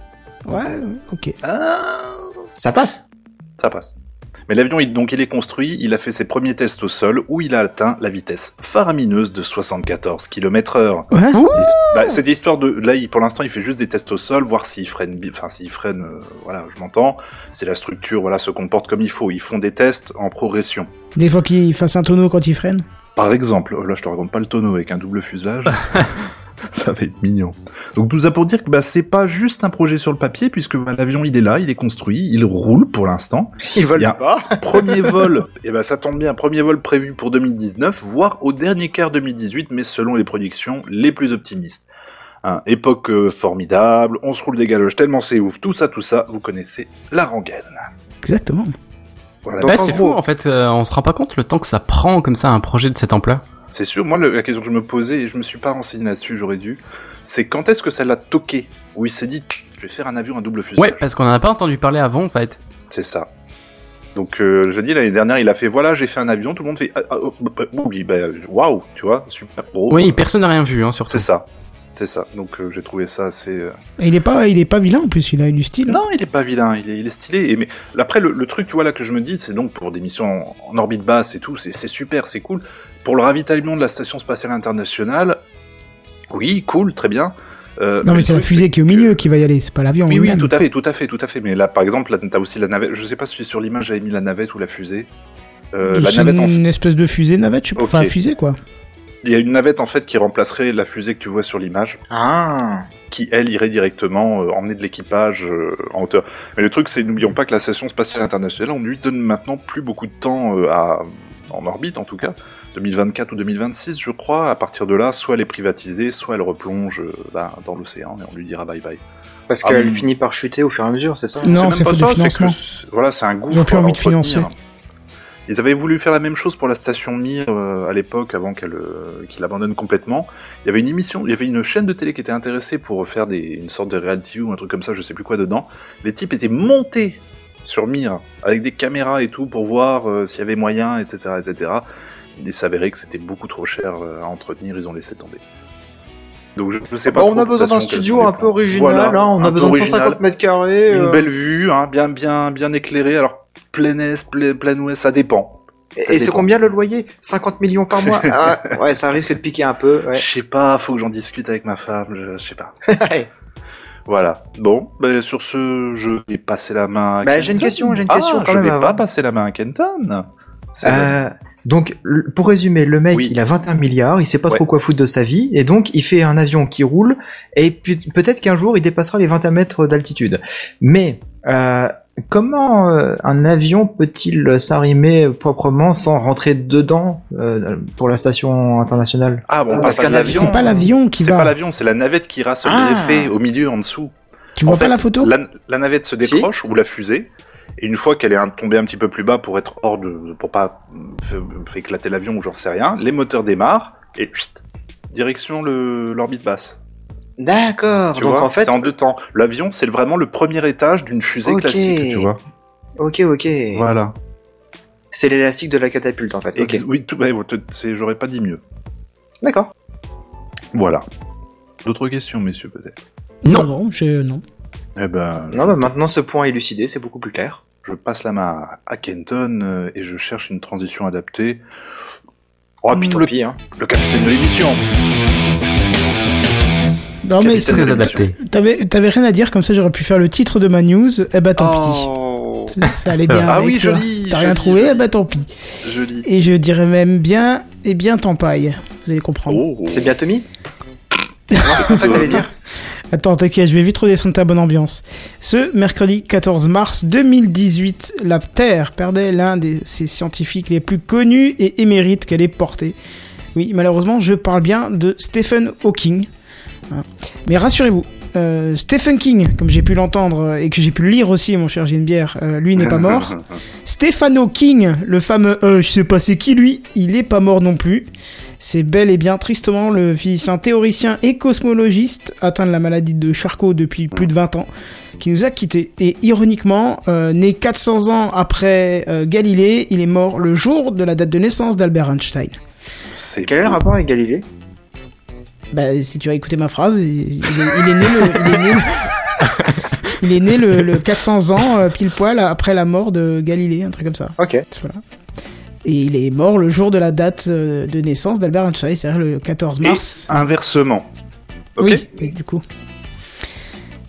[SPEAKER 1] Ouais, ok.
[SPEAKER 6] Ah,
[SPEAKER 2] Ça passe.
[SPEAKER 6] ça passe. Mais l'avion, il- donc, il est construit. Il a fait ses premiers tests au sol où il a atteint la vitesse faramineuse de 74 km heure.
[SPEAKER 1] Ouais.
[SPEAKER 6] Bah, c'est des histoires de là il- pour l'instant il fait juste des tests au sol voir s'il freine bi- enfin s'il freine euh, voilà je m'entends c'est la structure voilà se comporte comme il faut ils font des tests en progression
[SPEAKER 1] Des fois qu'il fasse un tonneau quand il freine.
[SPEAKER 6] Par exemple, oh là je te raconte pas le tonneau avec un double fuselage. Ça va être mignon. Donc tout ça pour dire que bah, c'est pas juste un projet sur le papier, puisque bah, l'avion il est là, il est construit, il roule pour l'instant.
[SPEAKER 2] Ils volent
[SPEAKER 6] Y a-
[SPEAKER 2] pas.
[SPEAKER 6] Premier vol, et bah, ça tombe bien, premier vol prévu pour 2019, voire au dernier quart 2018, mais selon les productions les plus optimistes. Hein, époque euh, formidable, on se roule des galoches tellement c'est ouf, tout ça, tout ça, vous connaissez la rengaine.
[SPEAKER 1] Exactement.
[SPEAKER 6] Voilà,
[SPEAKER 2] Donc,
[SPEAKER 3] Bah,
[SPEAKER 2] en
[SPEAKER 3] c'est
[SPEAKER 2] gros-
[SPEAKER 3] fou en fait, euh, on se rend pas compte le temps que ça prend comme ça un projet de cette ampleur.
[SPEAKER 6] C'est sûr, moi le- la question que je me posais, et je me suis pas renseigné là-dessus, j'aurais dû, c'est quand est-ce que ça l'a toqué Où il s'est dit, je vais faire un avion à double
[SPEAKER 3] Ouais,
[SPEAKER 6] fuselage.
[SPEAKER 3] parce qu'on en a pas entendu parler avant en fait.
[SPEAKER 6] C'est ça. Donc euh, je dis l'année dernière, il a fait voilà, j'ai fait un avion, tout le monde fait ah, ah, oh, bah, bah, oui, bah, waouh, tu vois, super pro.
[SPEAKER 3] Oui, personne n'a rien vu hein, surtout.
[SPEAKER 6] Oh. C'est ça. C'est ça. Donc euh, j'ai trouvé ça assez. euh,
[SPEAKER 1] Et il est pas, il est pas vilain en plus. Il a eu du style.
[SPEAKER 6] Non, il est pas vilain, il est, il est stylé. Et mais après, le, le truc, tu vois là que je me dis, c'est donc pour des missions en, en orbite basse et tout, c'est c'est super, c'est cool. Pour le ravitaillement de la station spatiale internationale, oui, cool, très bien. Euh,
[SPEAKER 1] Non, mais
[SPEAKER 6] le
[SPEAKER 1] c'est la
[SPEAKER 6] truc,
[SPEAKER 1] fusée qui est au
[SPEAKER 6] que-
[SPEAKER 1] milieu qui va y aller. C'est pas l'avion.
[SPEAKER 6] Oui, oui,
[SPEAKER 1] lui-même.
[SPEAKER 6] tout à fait, tout à fait, tout à fait. Mais là, par exemple, là, t'as aussi la navette. Je sais pas si sur l'image j'avais mis la navette ou la fusée. Euh, la
[SPEAKER 1] C'est
[SPEAKER 6] navette en
[SPEAKER 1] une espèce de fusée navette, je sais pas,
[SPEAKER 6] Ok.
[SPEAKER 1] enfin fusée quoi.
[SPEAKER 6] Il y a une navette en fait qui remplacerait la fusée que tu vois sur l'image,
[SPEAKER 2] Ah.
[SPEAKER 6] qui elle irait directement euh, emmener de l'équipage euh, en hauteur. Mais le truc c'est, n'oublions pas que la station spatiale internationale, on lui donne maintenant plus beaucoup de temps euh, à en orbite en tout cas, 2024 ou 2026 je crois. À partir de là, soit elle est privatisée, soit elle replonge euh, bah, dans l'océan et on lui dira bye bye.
[SPEAKER 2] Parce
[SPEAKER 6] Ah,
[SPEAKER 2] qu'elle
[SPEAKER 6] oui.
[SPEAKER 2] finit par chuter au fur et à mesure, c'est ça
[SPEAKER 1] Non,
[SPEAKER 6] même
[SPEAKER 1] c'est
[SPEAKER 6] pas
[SPEAKER 1] faute
[SPEAKER 6] ça,
[SPEAKER 1] de
[SPEAKER 6] c'est que
[SPEAKER 1] financement.
[SPEAKER 6] c'est- voilà, c'est un gouffre.
[SPEAKER 1] Ils ont plus
[SPEAKER 6] à
[SPEAKER 1] envie de
[SPEAKER 6] entretenir.
[SPEAKER 1] financer.
[SPEAKER 6] Ils avaient voulu faire la même chose pour la station Mir euh, à l'époque, avant qu'elle euh, qu'il abandonne complètement. Il y avait une émission, il y avait une chaîne de télé qui était intéressée pour faire des, une sorte de reality ou un truc comme ça, je sais plus quoi dedans. Les types étaient montés sur Mir avec des caméras et tout pour voir euh, s'il y avait moyen, etc., etc. Il s'avérait que c'était beaucoup trop cher euh, à entretenir, ils ont laissé tomber. Donc je, je sais pas.
[SPEAKER 2] Bon,
[SPEAKER 6] trop
[SPEAKER 2] on a
[SPEAKER 6] de
[SPEAKER 2] besoin d'un
[SPEAKER 6] station quelles sont
[SPEAKER 2] studio
[SPEAKER 6] les
[SPEAKER 2] un peu
[SPEAKER 6] plans.
[SPEAKER 2] original,
[SPEAKER 6] Voilà,
[SPEAKER 2] hein, on
[SPEAKER 6] un
[SPEAKER 2] a
[SPEAKER 6] peu
[SPEAKER 2] besoin de
[SPEAKER 6] original.
[SPEAKER 2] 150 mètres carrés.
[SPEAKER 6] Une
[SPEAKER 2] euh,
[SPEAKER 6] belle vue, hein, bien, bien, bien éclairée. Alors, plein est, plein, plein ouest, ça dépend. ça
[SPEAKER 2] Et, et c'est
[SPEAKER 6] dépend.
[SPEAKER 2] combien le loyer 50 millions par mois Ah, Ouais, ça risque de piquer un peu. ouais.
[SPEAKER 6] Je sais pas, faut que j'en discute avec ma femme, je, je sais pas.
[SPEAKER 2] Ouais.
[SPEAKER 6] Voilà. Bon, ben, sur ce, je vais passer la main à
[SPEAKER 2] Bah,
[SPEAKER 6] Kenton.
[SPEAKER 2] j'ai une question, j'ai une
[SPEAKER 6] Ah,
[SPEAKER 2] question quand
[SPEAKER 6] je
[SPEAKER 2] même
[SPEAKER 6] vais pas
[SPEAKER 2] avant.
[SPEAKER 6] passer la main à Kenton. C'est
[SPEAKER 2] Euh, donc, le- pour résumer, le mec,
[SPEAKER 6] Oui.
[SPEAKER 2] il a 21 milliards, il sait pas
[SPEAKER 6] Ouais.
[SPEAKER 2] trop quoi foutre de sa vie, et donc il fait un avion qui roule, et puis- peut-être qu'un jour il dépassera les 21 mètres d'altitude. Mais euh, Comment euh, un avion peut-il s'arrimer proprement sans rentrer dedans euh, pour la station internationale
[SPEAKER 6] Ah bon,
[SPEAKER 2] Ah,
[SPEAKER 6] parce
[SPEAKER 2] parce
[SPEAKER 6] qu'un
[SPEAKER 2] qu'un avion,
[SPEAKER 6] avion.
[SPEAKER 2] Non.
[SPEAKER 1] C'est pas l'avion qui
[SPEAKER 6] C'est pas
[SPEAKER 1] va.
[SPEAKER 6] l'avion, c'est la navette qui ira se
[SPEAKER 2] Ah.
[SPEAKER 6] greffer au milieu en dessous.
[SPEAKER 1] Tu vois
[SPEAKER 6] En fait,
[SPEAKER 1] pas la photo
[SPEAKER 6] La, la navette se
[SPEAKER 2] Si.
[SPEAKER 6] décroche ou la fusée. Et une fois qu'elle est un- tombée un petit peu plus bas pour être hors de, pour pas mm, f- faire éclater l'avion ou j'en sais rien, les moteurs démarrent et chut, direction le l'orbite basse.
[SPEAKER 2] D'accord.
[SPEAKER 6] Tu
[SPEAKER 2] Ah, Donc
[SPEAKER 6] vois,
[SPEAKER 2] en fait,
[SPEAKER 6] c'est en deux temps. L'avion, c'est vraiment le premier étage d'une fusée
[SPEAKER 2] Ok.
[SPEAKER 6] classique, tu vois.
[SPEAKER 2] ok, ok.
[SPEAKER 6] Voilà.
[SPEAKER 2] C'est l'élastique de la catapulte en fait. Ok.
[SPEAKER 6] Ex- Oui, tout. bah, te- c'est- J'aurais pas dit mieux.
[SPEAKER 2] D'accord.
[SPEAKER 6] Voilà. D'autres questions, messieurs, peut-être.
[SPEAKER 1] Non, non, je... non.
[SPEAKER 6] Eh ben,
[SPEAKER 2] Non, bah maintenant ce point est élucidé, c'est beaucoup plus clair.
[SPEAKER 6] je passe la main à Kenton euh, et je cherche une transition adaptée. Oh,
[SPEAKER 2] Puis
[SPEAKER 6] putain,
[SPEAKER 2] tant
[SPEAKER 6] le,
[SPEAKER 2] pis. Hein.
[SPEAKER 6] le capitaine de l'émission.
[SPEAKER 1] Non, mais
[SPEAKER 6] Capitaine
[SPEAKER 1] c'est-
[SPEAKER 3] Très
[SPEAKER 6] de
[SPEAKER 3] adapté.
[SPEAKER 1] t'avais t'avais rien à dire, comme ça j'aurais pu faire le titre de ma news. Eh bah tant
[SPEAKER 6] Oh.
[SPEAKER 1] pis. C'est- Ça allait
[SPEAKER 3] Ça va.
[SPEAKER 1] bien.
[SPEAKER 6] Ah
[SPEAKER 1] avec,
[SPEAKER 6] oui,
[SPEAKER 1] tu vois.
[SPEAKER 6] joli.
[SPEAKER 1] T'as
[SPEAKER 6] joli,
[SPEAKER 1] rien trouvé Eh
[SPEAKER 6] joli,
[SPEAKER 1] bah tant pis.
[SPEAKER 6] Joli.
[SPEAKER 1] Et je dirais même bien, eh bien tant pis. Vous allez comprendre.
[SPEAKER 6] Oh.
[SPEAKER 2] C'est bien Tommy Non, C'est pas ça que t'allais dire
[SPEAKER 1] Attends, t'inquiète, je vais vite redescendre ta bonne ambiance. Ce mercredi 14 mars 2018, la Terre perdait l'un de ses scientifiques les plus connus et émérites qu'elle ait porté. Oui, malheureusement, je parle bien de Stephen Hawking. Hein. Mais rassurez-vous, euh, Stephen King, comme j'ai pu l'entendre et que j'ai pu le lire aussi, mon cher Genebière, euh, lui
[SPEAKER 6] oh.
[SPEAKER 1] n'est pas mort. Stefano King, le fameux euh, je sais pas c'est qui lui, il est pas mort non plus. C'est bel et bien tristement le physicien théoricien et cosmologiste atteint de la maladie de Charcot depuis plus de 20 ans qui nous a quittés. Et ironiquement, euh, né 400 ans après euh, Galilée, il est mort le jour de la date de naissance d'Albert Einstein.
[SPEAKER 6] C'est
[SPEAKER 2] Quel est le
[SPEAKER 6] beau.
[SPEAKER 2] rapport avec Galilée
[SPEAKER 1] Bah, si tu as écouté ma phrase, il, il est, il est né le. Il est né le... il est né le- le 400 ans, euh, pile poil, après la mort de Galilée, un truc comme ça.
[SPEAKER 2] Ok.
[SPEAKER 1] Voilà. Et il est mort le jour de la date euh, de naissance d'Albert Einstein, c'est-à-dire le 14
[SPEAKER 6] Et
[SPEAKER 1] mars.
[SPEAKER 6] inversement. Ok.
[SPEAKER 1] Oui, oui, du coup.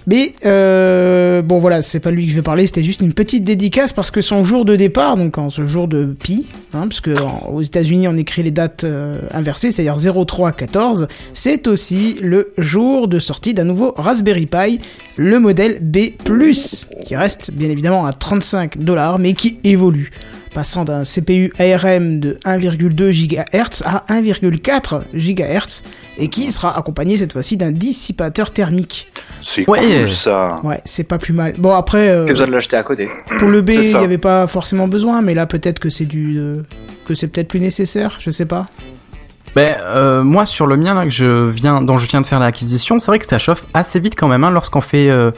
[SPEAKER 1] Mais euh, bon voilà, c'est pas lui que je vais parler, c'était juste une petite dédicace parce que son jour de départ, donc en ce jour de pi, hein, parce que en- aux États-Unis on écrit les dates euh, inversées, c'est-à-dire 03-14, c'est aussi le jour de sortie d'un nouveau Raspberry Pi, le modèle B+, qui reste bien évidemment à 35 dollars, mais qui évolue, passant d'un CPU ARM de 1,2 GHz à 1,4 GHz, et qui sera accompagné cette fois-ci d'un dissipateur thermique.
[SPEAKER 6] C'est
[SPEAKER 3] Ouais.
[SPEAKER 6] cool ça.
[SPEAKER 1] Ouais, c'est pas plus mal. Bon après, euh,
[SPEAKER 2] Pas besoin de l'acheter à côté.
[SPEAKER 1] pour le B, il
[SPEAKER 6] c'est
[SPEAKER 1] n'y
[SPEAKER 6] ça.
[SPEAKER 1] avait pas forcément besoin, mais là peut-être que c'est du, euh, que c'est peut-être plus nécessaire, je sais pas.
[SPEAKER 3] Ben, euh, moi, sur le mien là, que je viens, dont je viens de faire l'acquisition, c'est vrai que ça chauffe assez vite quand même. Hein, Lorsqu'on fait euh,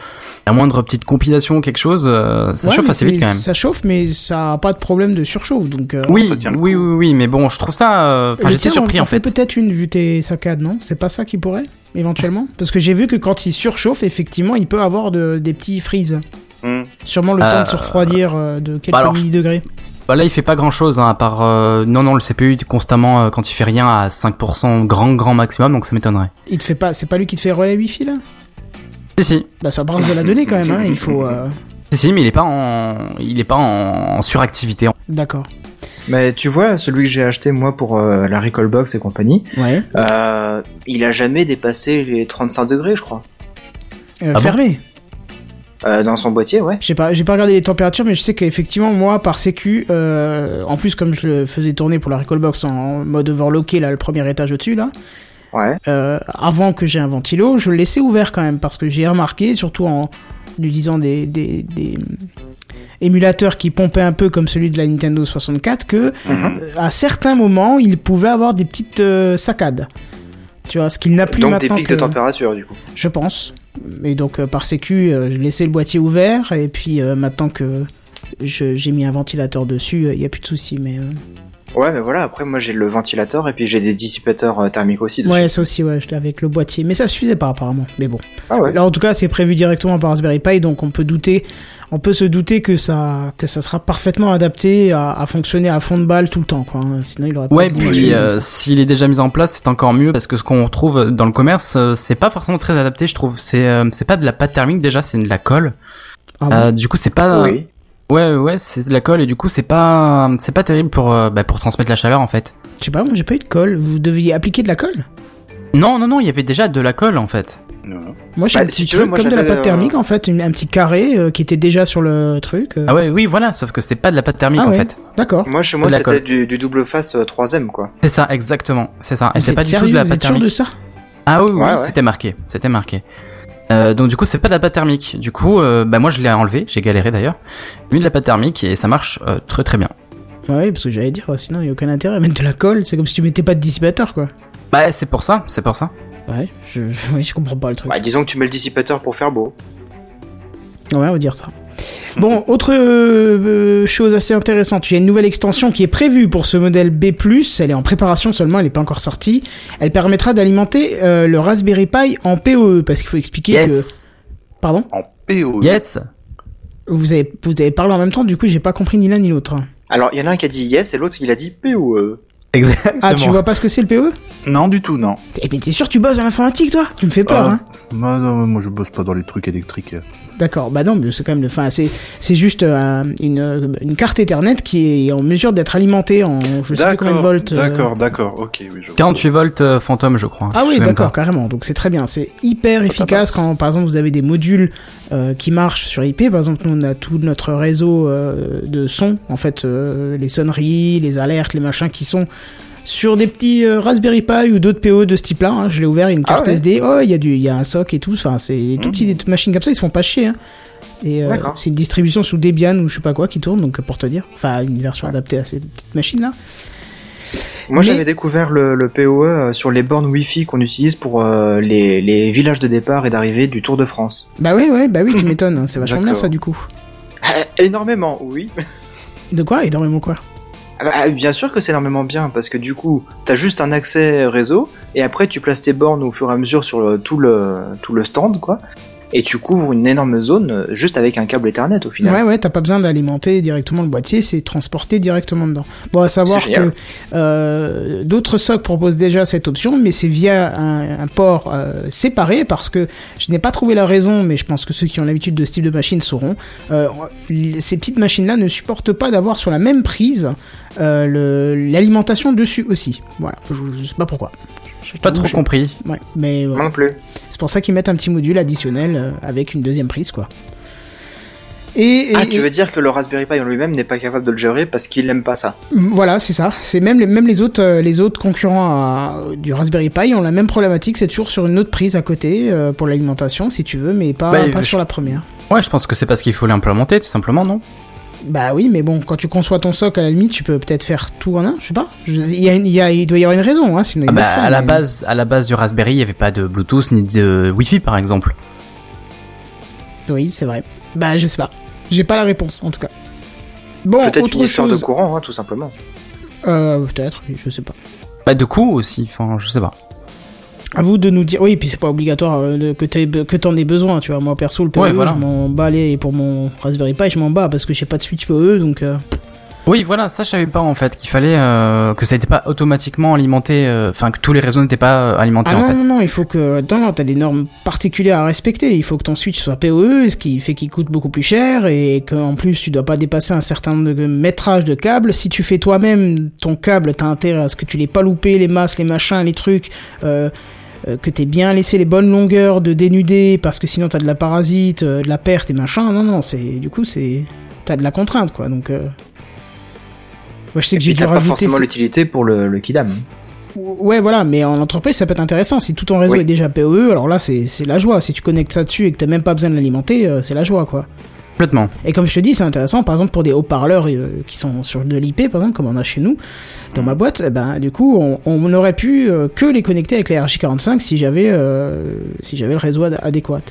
[SPEAKER 3] la moindre petite compilation ou quelque chose, euh, ça
[SPEAKER 1] Ouais,
[SPEAKER 3] chauffe
[SPEAKER 1] mais
[SPEAKER 3] assez vite
[SPEAKER 1] c'est-
[SPEAKER 3] quand même.
[SPEAKER 1] Ça chauffe, mais ça a pas de problème de surchauffe, donc. euh,
[SPEAKER 3] Oui,
[SPEAKER 6] Ça tient le
[SPEAKER 3] oui, oui,
[SPEAKER 6] coup.
[SPEAKER 3] oui, mais bon, je trouve ça. euh, Enfin,
[SPEAKER 1] Le
[SPEAKER 3] j'étais
[SPEAKER 1] tien,
[SPEAKER 3] surpris
[SPEAKER 1] on
[SPEAKER 3] en fait.
[SPEAKER 1] peut-être une vu tes saccades, non C'est pas ça qui pourrait éventuellement Parce que j'ai vu que quand il surchauffe, effectivement, il peut avoir de- des petits freezes.
[SPEAKER 6] Hmm.
[SPEAKER 1] Sûrement le temps de se
[SPEAKER 3] Euh,
[SPEAKER 1] refroidir euh, de quelques
[SPEAKER 3] alors, je-
[SPEAKER 1] millidegrés.
[SPEAKER 3] Bah là, il fait pas grand chose, hein, à part. euh, non, non, le CPU est constamment, euh, quand il fait rien, à 5% grand, grand maximum, donc ça m'étonnerait.
[SPEAKER 1] Il te fait pas, c'est pas lui qui te fait relais wifi là
[SPEAKER 3] Si, si,
[SPEAKER 1] Bah ça brasse de la donnée quand même. Hein, il faut. euh,
[SPEAKER 3] si, si, mais il est pas en. Il est pas en, en suractivité.
[SPEAKER 1] D'accord.
[SPEAKER 2] Mais tu vois, celui que j'ai acheté moi pour euh, la Recallbox et compagnie,
[SPEAKER 1] Ouais.
[SPEAKER 2] euh, il a jamais dépassé les 35 degrés, je crois. Ah
[SPEAKER 1] Euh,
[SPEAKER 3] bon
[SPEAKER 1] fermé.
[SPEAKER 2] Euh, dans son boîtier, ouais.
[SPEAKER 1] Je sais pas, j'ai pas regardé les températures, mais je sais qu'effectivement, moi, par sécu, euh, en plus, comme je le faisais tourner pour la Recallbox en mode overlocké, là, le premier étage au-dessus, là,
[SPEAKER 2] Ouais.
[SPEAKER 1] euh, avant que j'ai un ventilo, je le laissais ouvert quand même, parce que j'ai remarqué, surtout en utilisant des, des, des euh, émulateurs qui pompaient un peu comme celui de la Nintendo 64, que
[SPEAKER 6] Mhm.
[SPEAKER 1] euh, à certains moments, il pouvait avoir des petites euh, saccades. Tu vois, ce qu'il n'a plus
[SPEAKER 2] Donc des
[SPEAKER 1] maintenant
[SPEAKER 2] pics
[SPEAKER 1] que-
[SPEAKER 2] de température, du coup.
[SPEAKER 1] je pense. Et donc euh, par sécu, euh, je laissais le boîtier ouvert et puis euh, maintenant que je- j'ai mis un ventilateur dessus, il n'y a plus de souci. Mais euh,
[SPEAKER 2] Ouais, mais voilà, après, moi j'ai le ventilateur et puis j'ai des dissipateurs euh, thermiques aussi. Dessus.
[SPEAKER 1] ouais, ça aussi, ouais, je l'ai avec le boîtier, mais ça suffisait pas apparemment. Mais bon,
[SPEAKER 2] Ah ouais.
[SPEAKER 1] là en tout cas, c'est prévu directement par Raspberry Pi, donc on peut douter, on peut se douter que ça, que ça sera parfaitement adapté à, à fonctionner à fond de balle tout le temps, quoi. hein. Sinon, il aurait pas
[SPEAKER 3] Ouais,
[SPEAKER 1] été
[SPEAKER 3] puis
[SPEAKER 1] conçu comme
[SPEAKER 3] euh,
[SPEAKER 1] ça.
[SPEAKER 3] s'il est déjà mis en place, c'est encore mieux parce que ce qu'on retrouve dans le commerce, euh, c'est pas forcément très adapté, je trouve. C'est euh, c'est pas de la pâte thermique déjà, c'est de la colle.
[SPEAKER 1] Ah bon
[SPEAKER 3] Euh, du coup, c'est pas.
[SPEAKER 2] Oui.
[SPEAKER 3] Ouais, ouais, c'est de la colle et du coup, c'est pas, c'est pas terrible pour, euh, bah, pour transmettre la chaleur en fait.
[SPEAKER 1] Je sais pas, moi j'ai pas eu de colle. Vous deviez appliquer de la colle
[SPEAKER 3] Non, non, non, il y avait déjà de la colle en fait.
[SPEAKER 6] Voilà.
[SPEAKER 1] Moi, j'ai
[SPEAKER 2] Bah,
[SPEAKER 1] un petit
[SPEAKER 2] si tu veux,
[SPEAKER 1] truc
[SPEAKER 2] moi,
[SPEAKER 1] comme de la
[SPEAKER 2] j'avais,
[SPEAKER 1] pâte
[SPEAKER 2] euh,
[SPEAKER 1] thermique, en fait, une- un petit carré euh, qui était déjà sur le truc. euh.
[SPEAKER 3] Ah ouais, oui, voilà, sauf que c'était pas de la pâte thermique
[SPEAKER 1] Ah
[SPEAKER 3] en
[SPEAKER 1] ouais.
[SPEAKER 3] fait.
[SPEAKER 1] D'accord.
[SPEAKER 2] Moi, chez moi,
[SPEAKER 3] De la
[SPEAKER 2] c'était
[SPEAKER 3] colle.
[SPEAKER 2] du, du double face 3ème, quoi.
[SPEAKER 3] C'est ça, exactement, c'est ça. Et
[SPEAKER 1] Mais Ah,
[SPEAKER 3] c'est
[SPEAKER 1] c'est
[SPEAKER 3] pas du tout
[SPEAKER 1] sérieux,
[SPEAKER 3] de la
[SPEAKER 1] vous
[SPEAKER 3] pâte
[SPEAKER 1] êtes sûr
[SPEAKER 3] thermique.
[SPEAKER 1] de ça
[SPEAKER 3] Ah oui, oui,
[SPEAKER 2] Ouais, ouais.
[SPEAKER 3] c'était marqué, c'était marqué. Euh, donc du coup, c'est pas de la pâte thermique. Du coup, euh, bah moi je l'ai enlevé, j'ai galéré d'ailleurs. J'ai mis de la pâte thermique et ça marche euh, très très bien.
[SPEAKER 1] Ouais, Bah parce que j'allais dire, euh, sinon, il n'y a aucun intérêt à mettre de la colle. C'est comme si tu mettais pas de dissipateur, quoi.
[SPEAKER 3] Bah c'est pour ça, c'est pour ça.
[SPEAKER 1] Ouais, je, ouais, je comprends pas le truc.
[SPEAKER 2] Bah, disons que tu mets le dissipateur pour faire beau.
[SPEAKER 1] Ouais, on va dire ça. Bon, autre euh, euh, chose assez intéressante, il y a une nouvelle extension qui est prévue pour ce modèle B+, elle est en préparation seulement, elle n'est pas encore sortie. Elle permettra d'alimenter euh, le Raspberry Pi en PoE, parce qu'il faut expliquer que...
[SPEAKER 3] Yes,
[SPEAKER 1] Pardon
[SPEAKER 6] En E. PO.
[SPEAKER 3] yes.
[SPEAKER 1] vous avez, vous avez parlé en même temps, du coup j'ai pas compris ni l'un ni l'autre.
[SPEAKER 2] Alors, il y en a un qui a dit yes et l'autre, il a dit euh. POE.
[SPEAKER 3] Exactement.
[SPEAKER 1] Ah, tu vois pas ce que c'est le PoE
[SPEAKER 6] Non, du tout, non.
[SPEAKER 1] Eh mais t'es sûr que tu bosses à l'informatique toi Tu me fais peur,
[SPEAKER 6] Ah.
[SPEAKER 1] hein
[SPEAKER 6] Moi, non, moi, je bosse pas dans les trucs électriques.
[SPEAKER 1] D'accord, bah non, mais c'est quand même... Enfin, c'est c'est juste euh, une, euh, une carte Ethernet qui est en mesure d'être alimentée en je sais plus combien de
[SPEAKER 6] D'accord,
[SPEAKER 1] volts. euh,
[SPEAKER 6] d'accord, d'accord, ok, oui, je vois.
[SPEAKER 3] 48 volts euh, fantôme, je crois.
[SPEAKER 1] Ah
[SPEAKER 3] Je
[SPEAKER 1] oui,
[SPEAKER 3] sais même
[SPEAKER 1] d'accord,
[SPEAKER 3] pas.
[SPEAKER 1] carrément. Donc c'est très bien. C'est hyper efficace
[SPEAKER 2] passe.
[SPEAKER 1] quand, par exemple, vous avez des modules euh, qui marchent sur IP. Par exemple, nous, on a tout notre réseau euh, de sons, en fait, euh, les sonneries, les alertes, les machins qui sont sur des petits euh, Raspberry Pi ou d'autres PO de ce type-là. hein. Je l'ai ouvert, il y a une
[SPEAKER 2] Ah
[SPEAKER 1] carte
[SPEAKER 2] ouais. Mmh.
[SPEAKER 1] SD. Oh, il y, a du- il y a un SOC et tout. Enfin, c'est des tout petits des toutes machines comme ça, ils se font pas chier. hein. Et euh,
[SPEAKER 2] D'accord.
[SPEAKER 1] c'est une distribution sous Debian ou je sais pas quoi qui tourne, donc pour te dire. Enfin, une version adaptée à ces petites machines-là.
[SPEAKER 2] Moi,
[SPEAKER 1] Mais-
[SPEAKER 2] j'avais découvert le, le POE euh, sur les bornes Wi-Fi qu'on utilise pour euh, les, les villages de départ et d'arrivée du Tour de France.
[SPEAKER 1] Bah oui, ouais, bah oui, tu m'étonnes. hein. C'est vachement bien
[SPEAKER 2] D'accord.
[SPEAKER 1] ça, du coup.
[SPEAKER 2] Énormément, oui.
[SPEAKER 1] De quoi Énormément quoi
[SPEAKER 2] Ah bah, bien sûr que c'est énormément bien, parce que du coup, t'as juste un accès réseau, et après tu places tes bornes au fur et à mesure sur le- tout, le, tout le stand, quoi, et tu couvres une énorme zone euh, juste avec un câble Ethernet au final.
[SPEAKER 1] Ouais, ouais, t'as pas besoin d'alimenter directement le boîtier, c'est transporté directement dedans. Bon, à savoir
[SPEAKER 2] C'est génial.
[SPEAKER 1] que euh, d'autres SOC proposent déjà cette option, mais c'est via un, un port euh, séparé parce que je n'ai pas trouvé la raison, mais je pense que ceux qui ont l'habitude de ce type de machine sauront. Euh, l- ces petites machines-là ne supportent pas d'avoir sur la même prise euh, le- l'alimentation dessus aussi. Voilà, je, je sais pas pourquoi.
[SPEAKER 3] J'ai pas trop compris.
[SPEAKER 1] Ouais, mais
[SPEAKER 2] Moi
[SPEAKER 1] voilà.
[SPEAKER 2] Non plus.
[SPEAKER 1] c'est pour ça qu'ils mettent un petit module additionnel euh, avec une deuxième prise, quoi. Et, et-
[SPEAKER 2] Ah, tu
[SPEAKER 1] et-
[SPEAKER 2] veux dire que le Raspberry Pi en lui-même n'est pas capable de le gérer parce qu'il n'aime pas ça.
[SPEAKER 1] Mm, Voilà, c'est ça. C'est même les, même les autres, euh, les autres concurrents à- du Raspberry Pi ont la même problématique. C'est toujours sur une autre prise à côté euh, pour l'alimentation, si tu veux, mais pas,
[SPEAKER 3] Bah,
[SPEAKER 1] pas
[SPEAKER 3] je-
[SPEAKER 1] sur la première.
[SPEAKER 3] Ouais, je pense que c'est parce qu'il faut l'implémenter, tout simplement, non
[SPEAKER 1] Bah oui, mais bon, quand tu conçois ton soc, à la limite, tu peux peut-être faire tout en un. Je sais pas. Je- Il y a une- il y a- il doit y avoir une raison, hein, sinon.
[SPEAKER 3] Ah
[SPEAKER 1] ils le
[SPEAKER 3] bah,
[SPEAKER 1] feront,
[SPEAKER 3] à la
[SPEAKER 1] mais-
[SPEAKER 3] base, à la base du Raspberry, il y avait pas de Bluetooth ni de euh, Wi-Fi par exemple.
[SPEAKER 1] Oui, c'est vrai. Bah je sais pas. J'ai pas la réponse en tout cas. Bon,
[SPEAKER 2] Peut-être
[SPEAKER 1] autre
[SPEAKER 2] une histoire
[SPEAKER 1] chose.
[SPEAKER 2] de courant, hein, tout simplement.
[SPEAKER 1] Euh, peut-être, oui, je sais pas.
[SPEAKER 3] Bah de coup aussi, enfin je sais pas.
[SPEAKER 1] À vous de nous dire. Oui, puis c'est pas obligatoire euh, de- que t'aies be- que t'en aies besoin, tu vois. Moi perso, le PE,
[SPEAKER 3] Ouais, voilà.
[SPEAKER 1] je m'en bats les pour mon Raspberry Pi, je m'en bats parce que j'ai pas de Switch PE, donc. euh,
[SPEAKER 3] Oui voilà, ça je savais pas en fait qu'il fallait euh, que ça n'était pas automatiquement alimenté, euh, enfin que tous les réseaux n'étaient pas euh, alimentés
[SPEAKER 1] Ah
[SPEAKER 3] en
[SPEAKER 1] non,
[SPEAKER 3] fait.
[SPEAKER 1] non, non, il faut que. Non, non, t'as des normes particulières à respecter. Il faut que ton Switch soit PoE, ce qui fait qu'il coûte beaucoup plus cher et qu'en plus tu dois pas dépasser un certain nombre de métrages de câbles. Si tu fais toi-même ton câble, t'as intérêt à ce que tu l'aies pas loupé, les masses, les machins, les trucs. Euh, euh, que t'aies bien laissé les bonnes longueurs de dénudé parce que sinon t'as de la parasite, euh, de la perte et machin. Non, non, c'est du coup c'est t'as de la contrainte quoi. Donc euh, moi je sais
[SPEAKER 2] Et
[SPEAKER 1] que j'ai
[SPEAKER 2] puis
[SPEAKER 1] dû
[SPEAKER 2] t'as pas
[SPEAKER 1] rajouter
[SPEAKER 2] forcément
[SPEAKER 1] ces-
[SPEAKER 2] l'utilité pour le, le Kidam.
[SPEAKER 1] Ouais, voilà, mais en entreprise, ça peut être intéressant. Si tout ton réseau
[SPEAKER 2] Oui.
[SPEAKER 1] est déjà PoE, alors là, c'est c'est la joie. Si tu connectes ça dessus et que t'as même pas besoin de l'alimenter, euh, c'est la joie, quoi.
[SPEAKER 3] Complètement.
[SPEAKER 1] Et comme je te dis, c'est intéressant, par exemple, pour des haut-parleurs euh, qui sont sur de l'IP, par exemple, comme on a chez nous, dans ma boîte, eh ben, du coup, on, on aurait pu euh, que les connecter avec la RJ45 si j'avais euh, si j'avais le réseau ad- adéquat.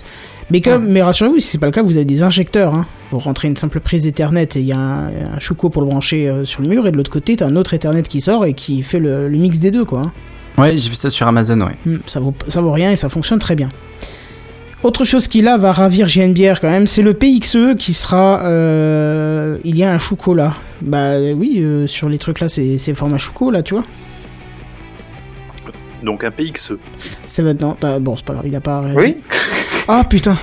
[SPEAKER 1] Mais comme, mais rassurez-vous, si c'est pas le cas, vous avez des injecteurs. Hein. Vous rentrez une simple prise Ethernet et il y a un, un chouco pour le brancher euh, sur le mur, et de l'autre côté, t'as un autre Ethernet qui sort et qui fait le, le mix des deux, quoi. hein.
[SPEAKER 3] Ouais, j'ai vu ça sur Amazon, ouais.
[SPEAKER 1] Hmm, ça vaut, ça vaut rien et ça fonctionne très bien. Autre chose qui là va ravir JNBR quand même, c'est le PXE qui sera. euh, il y a un chouco là. Bah oui, euh, sur les trucs là, c'est c'est format chouco là, tu vois.
[SPEAKER 6] Donc un E. PXE.
[SPEAKER 1] C'est maintenant. ah, bon, c'est pas grave, il a pas.
[SPEAKER 2] Oui
[SPEAKER 1] Ah putain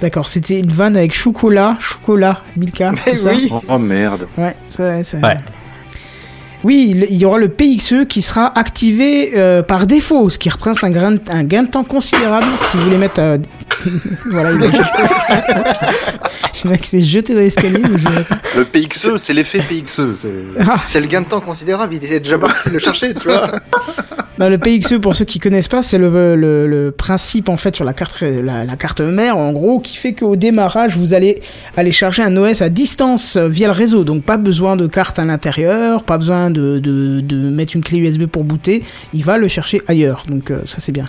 [SPEAKER 1] D'accord, c'était une vanne avec chocolat, chocolat, Milka.
[SPEAKER 2] Mais
[SPEAKER 1] tout ça.
[SPEAKER 2] oui
[SPEAKER 6] Oh, oh, merde.
[SPEAKER 1] Ouais, c'est vrai, c'est
[SPEAKER 3] Ouais.
[SPEAKER 1] Oui, il il y aura le PXE qui sera activé euh, par défaut, ce qui représente un grain- un gain, de temps considérable si vous voulez mettre. euh, voilà, il Je n'ai que c'est jeté dans l'escalier. mais je-
[SPEAKER 6] Le PXE, c'est l'effet PXE. c'est-
[SPEAKER 1] Ah,
[SPEAKER 2] C'est le gain de temps considérable, il est déjà parti le chercher, tu vois.
[SPEAKER 1] non, le PXE, pour ceux qui connaissent pas, c'est le, le, le principe en fait sur la carte, la, la carte mère en gros, qui fait qu'au démarrage vous allez aller charger un OS à distance euh, via le réseau, donc pas besoin de carte à l'intérieur, pas besoin de, de, de mettre une clé USB pour booter, il va le chercher ailleurs, donc euh, ça c'est bien.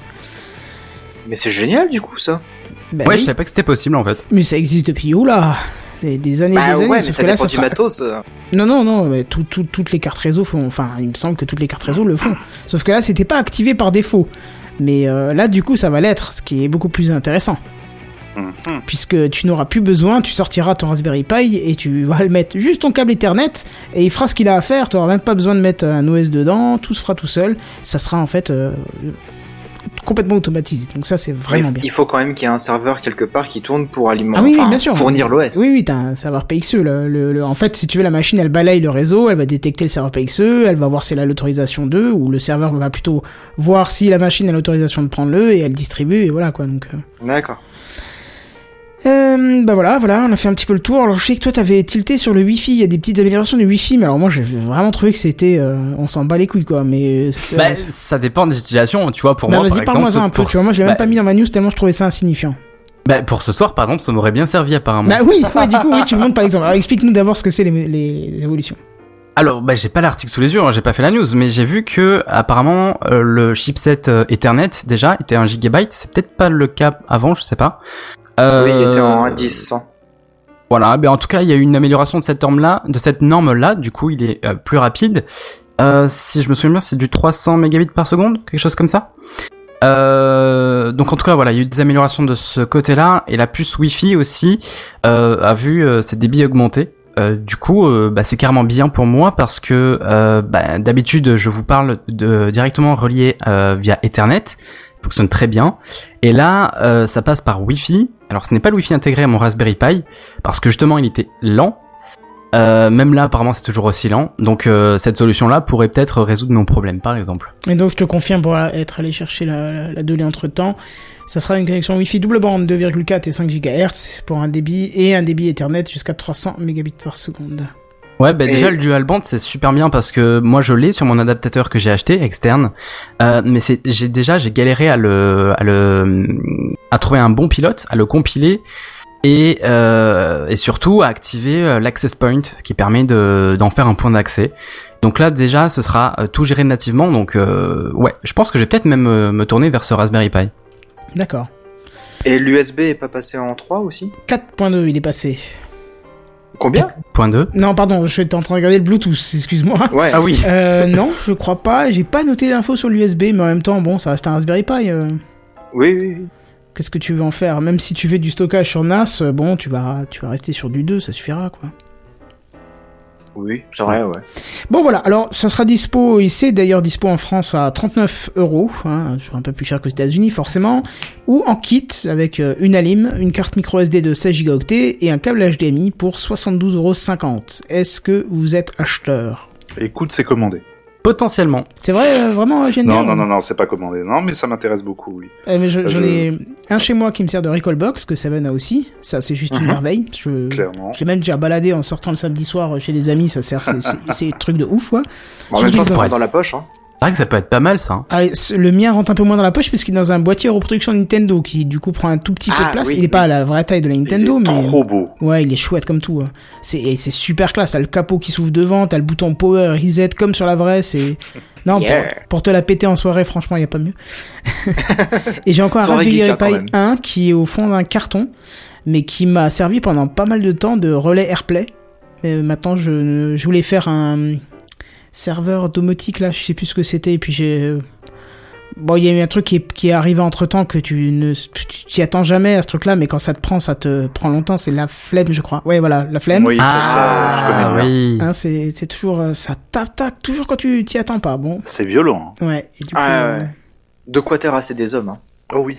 [SPEAKER 2] Mais c'est génial du coup ça.
[SPEAKER 1] Ben
[SPEAKER 3] Ouais,
[SPEAKER 1] oui.
[SPEAKER 3] je savais pas que c'était possible en fait.
[SPEAKER 1] Mais ça existe depuis où là des, des années et
[SPEAKER 2] Bah
[SPEAKER 1] des années.
[SPEAKER 2] ouais, mais
[SPEAKER 1] sauf
[SPEAKER 2] ça
[SPEAKER 1] que là,
[SPEAKER 2] dépend
[SPEAKER 1] ça
[SPEAKER 2] du
[SPEAKER 1] sera-
[SPEAKER 2] matos. euh.
[SPEAKER 1] Non, non, non, mais tout- tout- toutes les cartes réseau font. Enfin, il me semble que toutes les cartes réseau le font. Sauf que là, c'était pas activé par défaut. Mais euh, là, du coup, ça va l'être, ce qui est beaucoup plus intéressant.
[SPEAKER 6] Mhm.
[SPEAKER 1] Puisque tu n'auras plus besoin, tu sortiras ton Raspberry Pi et tu vas le mettre juste ton câble Ethernet et il fera ce qu'il a à faire. Tu n'auras même pas besoin de mettre un OS dedans, tout se fera tout seul. Ça sera en fait euh, complètement automatisé. Donc, ça, c'est vraiment
[SPEAKER 2] Mais
[SPEAKER 1] bien.
[SPEAKER 2] Il faut quand même qu'il y ait un serveur quelque part qui tourne pour alimenter,
[SPEAKER 1] Ah oui, oui,
[SPEAKER 2] enfin,
[SPEAKER 1] bien sûr.
[SPEAKER 2] fournir l'OS.
[SPEAKER 1] Oui, oui, t'as un serveur PXE. Le, le- le- en fait, si tu veux, la machine, elle balaye le réseau, elle va détecter le serveur PXE, elle va voir s'il a l'autorisation de, ou le serveur va plutôt voir si la machine a l'autorisation de prendre le, et elle distribue, et voilà, quoi. Donc, euh.
[SPEAKER 2] D'accord.
[SPEAKER 1] Euh, bah voilà, voilà, on a fait un petit peu le tour. Alors, je sais que toi, t'avais tilté sur le Wi-Fi, il y a des petites améliorations du Wi-Fi, mais alors moi, j'ai vraiment trouvé que c'était, euh, on s'en bat les couilles, quoi, mais euh, c'est-
[SPEAKER 3] Bah, ça dépend des utilisations, tu vois. Pour
[SPEAKER 1] Bah,
[SPEAKER 3] moi,
[SPEAKER 1] vas-y,
[SPEAKER 3] par
[SPEAKER 1] parle-moi
[SPEAKER 3] exemple,
[SPEAKER 1] un peu,
[SPEAKER 3] pour
[SPEAKER 1] tu vois. Moi, je l'ai
[SPEAKER 3] ce-
[SPEAKER 1] même
[SPEAKER 3] bah,
[SPEAKER 1] pas mis dans ma news tellement je trouvais ça insignifiant.
[SPEAKER 3] bah, pour ce soir, par exemple, ça m'aurait bien servi apparemment.
[SPEAKER 1] Bah oui, ouais, du coup, oui, tu me demandes par exemple. Alors, explique-nous d'abord ce que c'est les, les évolutions.
[SPEAKER 3] Alors, bah, j'ai pas l'article sous les yeux, hein, j'ai pas fait la news, mais j'ai vu que apparemment euh, le chipset euh, Ethernet déjà était un gigabyte. C'est peut-être pas le cas avant, je sais pas. Euh,
[SPEAKER 2] Oui, il était en indice 100.
[SPEAKER 3] Voilà, mais en tout cas, il y a eu une amélioration de cette norme-là, de cette norme-là. Du coup, il est euh, plus rapide. Euh, si je me souviens bien, c'est du 300 mégabits par seconde, quelque chose comme ça. Euh, donc en tout cas, voilà, il y a eu des améliorations de ce côté-là et la puce Wi-Fi aussi euh, a vu euh, ses débits augmenter. Euh, du coup, euh, bah, c'est carrément bien pour moi parce que euh, bah, d'habitude, je vous parle de directement relié euh, via Ethernet, ça fonctionne très bien. Et là, euh, ça passe par Wi-Fi. Alors, ce n'est pas le Wi-Fi intégré à mon Raspberry Pi parce que justement, il était lent. Euh, même là, apparemment, c'est toujours aussi lent. Donc, euh, cette solution-là pourrait peut-être résoudre mon problème, par exemple.
[SPEAKER 1] Et donc, je te confirme pour être allé chercher la, la, la donnée entre temps. Ça sera une connexion Wi-Fi double bande 2,4 et 5 GHz pour un débit et un débit Ethernet jusqu'à 300 mégabits par seconde.
[SPEAKER 3] Ouais, bah
[SPEAKER 2] Et-
[SPEAKER 3] déjà le dual band c'est super bien parce que moi je l'ai sur mon adaptateur que j'ai acheté externe, euh, mais c'est j'ai déjà j'ai galéré à le à le à trouver un bon pilote, à le compiler et euh, et surtout à activer euh, l'access point qui permet de d'en faire un point d'accès. Donc là déjà ce sera euh, tout géré nativement donc euh, ouais je pense que je vais peut-être même euh, me tourner vers ce Raspberry Pi.
[SPEAKER 1] D'accord.
[SPEAKER 2] Et l'USB est pas passé en 3 aussi
[SPEAKER 1] 4.2, il est passé.
[SPEAKER 2] Combien
[SPEAKER 3] Point 2
[SPEAKER 1] Non, pardon, je suis en train de regarder le Bluetooth, excuse-moi.
[SPEAKER 2] Ouais.
[SPEAKER 3] Ah oui.
[SPEAKER 1] Euh, non, je crois pas. J'ai pas noté d'infos sur l'USB, mais en même temps, bon, ça reste un Raspberry Pi. euh,
[SPEAKER 2] Oui, oui, oui.
[SPEAKER 1] Qu'est-ce que tu veux en faire Même si tu fais du stockage sur NAS, euh, bon, tu vas, tu vas rester sur du 2, ça suffira, quoi.
[SPEAKER 2] Oui, c'est vrai, ouais.
[SPEAKER 1] Bon voilà, alors ça sera dispo, et c'est d'ailleurs dispo en France à 39 euros, hein, toujours un peu plus cher qu'aux États-Unis forcément, ou en kit avec euh, une alim, une carte micro SD de 16 Go et un câble HDMI pour 72,50 euros. Est-ce que vous êtes acheteur
[SPEAKER 6] Écoute, c'est commandé.
[SPEAKER 3] Potentiellement.
[SPEAKER 1] C'est vrai, euh, vraiment,
[SPEAKER 6] Non,
[SPEAKER 1] génial
[SPEAKER 6] non, non, non, c'est pas commandé. Non, mais ça m'intéresse beaucoup, oui.
[SPEAKER 1] Euh, mais je- J'en
[SPEAKER 6] Je-
[SPEAKER 1] ai un chez moi qui me sert de Recallbox, que Seven a aussi, ça c'est juste une
[SPEAKER 2] Mhm.
[SPEAKER 1] merveille. Je...
[SPEAKER 6] Clairement.
[SPEAKER 1] je l'ai même déjà baladé en sortant le samedi soir euh, chez les amis, ça sert, c'est- c'est c'est truc de ouf, quoi.
[SPEAKER 2] Bon, en
[SPEAKER 1] Je
[SPEAKER 2] même
[SPEAKER 1] vous
[SPEAKER 2] temps,
[SPEAKER 1] dis-
[SPEAKER 2] ça rentre dans la poche, hein.
[SPEAKER 3] C'est vrai que ça peut être pas mal ça. hein.
[SPEAKER 1] Ah, ce- le mien rentre un peu moins dans la poche parce qu'il est dans un boîtier reproduction Nintendo qui du coup prend un tout petit peu de
[SPEAKER 2] Ah,
[SPEAKER 1] place.
[SPEAKER 2] oui,
[SPEAKER 1] il est
[SPEAKER 2] oui.
[SPEAKER 1] pas à la vraie taille de la
[SPEAKER 6] Il est
[SPEAKER 1] Nintendo, mais euh,
[SPEAKER 6] Trop beau.
[SPEAKER 1] ouais, il est chouette comme tout. hein. C'est et c'est super classe. T'as le capot qui s'ouvre devant, t'as le bouton power reset comme sur la vraie. C'est non pour-
[SPEAKER 2] Yeah.
[SPEAKER 1] pour, te la péter en soirée, franchement, il y a pas mieux. et j'ai encore un
[SPEAKER 2] Soirée
[SPEAKER 1] Raspberry
[SPEAKER 2] geek, hein, quand
[SPEAKER 1] Pi
[SPEAKER 2] même.
[SPEAKER 1] 1 qui est au fond d'un carton, mais qui m'a servi pendant pas mal de temps de relais AirPlay. Euh, maintenant, je, ne- je voulais faire un serveur domotique, là, je sais plus ce que c'était, et puis j'ai... euh, Bon, il y a eu un truc qui est, qui est arrivé entre-temps que tu ne tu t'y attends jamais à ce truc-là, mais quand ça te prend, ça te prend longtemps, c'est la flemme, je crois. Ouais, voilà, la flemme.
[SPEAKER 6] Oui, ça,
[SPEAKER 1] Ah,
[SPEAKER 6] ça, je connais bien.
[SPEAKER 3] oui.
[SPEAKER 1] Hein, c'est c'est toujours... euh, Ça tape, tape, toujours quand tu t'y attends pas, bon.
[SPEAKER 6] C'est violent. hein.
[SPEAKER 1] Ouais, et du coup...
[SPEAKER 2] Ah, ouais,
[SPEAKER 1] euh,
[SPEAKER 2] ouais. De quoi terrasser des hommes, hein.
[SPEAKER 6] Oh oui.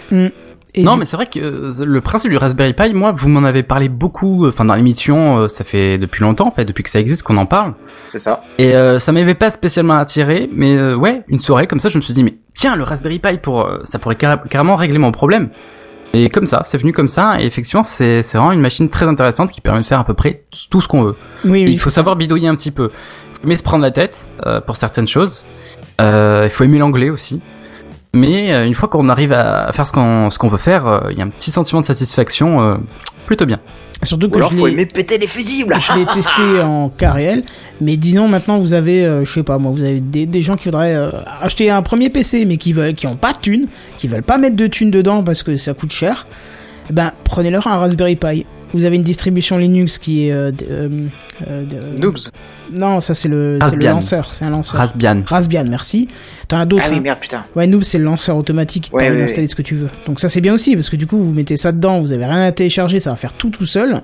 [SPEAKER 1] Et
[SPEAKER 3] non,
[SPEAKER 1] du-
[SPEAKER 3] mais c'est vrai que euh, le principe du Raspberry Pi, moi, vous m'en avez parlé beaucoup, enfin dans l'émission, euh, ça fait depuis longtemps, en fait, depuis que ça existe qu'on en parle.
[SPEAKER 2] C'est ça.
[SPEAKER 3] Et euh, ça m'avait pas spécialement attiré, mais euh, ouais, une soirée comme ça, je me suis dit, mais tiens, le Raspberry Pi, pour, euh, ça pourrait carra- carrément régler mon problème. Et comme ça, c'est venu comme ça, et effectivement, c'est c'est vraiment une machine très intéressante qui permet de faire à peu près tout ce qu'on veut.
[SPEAKER 1] oui, oui.
[SPEAKER 3] Il faut savoir bidouiller un petit peu. Il faut aimer se prendre la tête euh, pour certaines choses. Euh, il faut aimer l'anglais aussi. Mais euh, une fois qu'on arrive à faire ce qu'on ce qu'on veut faire, euh, il y a un petit sentiment de satisfaction euh, plutôt bien.
[SPEAKER 1] Surtout
[SPEAKER 2] Ou
[SPEAKER 1] que
[SPEAKER 2] alors
[SPEAKER 1] je
[SPEAKER 2] faut
[SPEAKER 1] l'ai-
[SPEAKER 2] aimer péter les fusibles.
[SPEAKER 1] que je l'ai testé en cas réel. Mais disons maintenant vous avez, euh, je sais pas moi, vous avez des, des gens qui voudraient euh, acheter un premier PC mais qui veulent, qui ont pas de thunes, qui veulent pas mettre de thunes dedans parce que ça coûte cher. Ben prenez-leur un Raspberry Pi. Vous avez une distribution Linux qui est euh, d- euh, euh, d- euh,
[SPEAKER 2] Noobs.
[SPEAKER 1] Non, ça c'est le, c'est le
[SPEAKER 3] Raspbian.
[SPEAKER 1] lanceur, c'est un lanceur.
[SPEAKER 3] Raspbian.
[SPEAKER 1] Raspbian, merci. T'en as d'autres.
[SPEAKER 2] Ah oui
[SPEAKER 1] hein.
[SPEAKER 2] merde putain.
[SPEAKER 1] Ouais, Noob, c'est le lanceur automatique qui te
[SPEAKER 2] Ouais,
[SPEAKER 1] permet
[SPEAKER 2] ouais,
[SPEAKER 1] d'installer
[SPEAKER 2] ouais.
[SPEAKER 1] ce que tu veux. Donc ça, c'est bien aussi, parce que du coup, vous mettez ça dedans, vous avez rien à télécharger, ça va faire tout tout seul.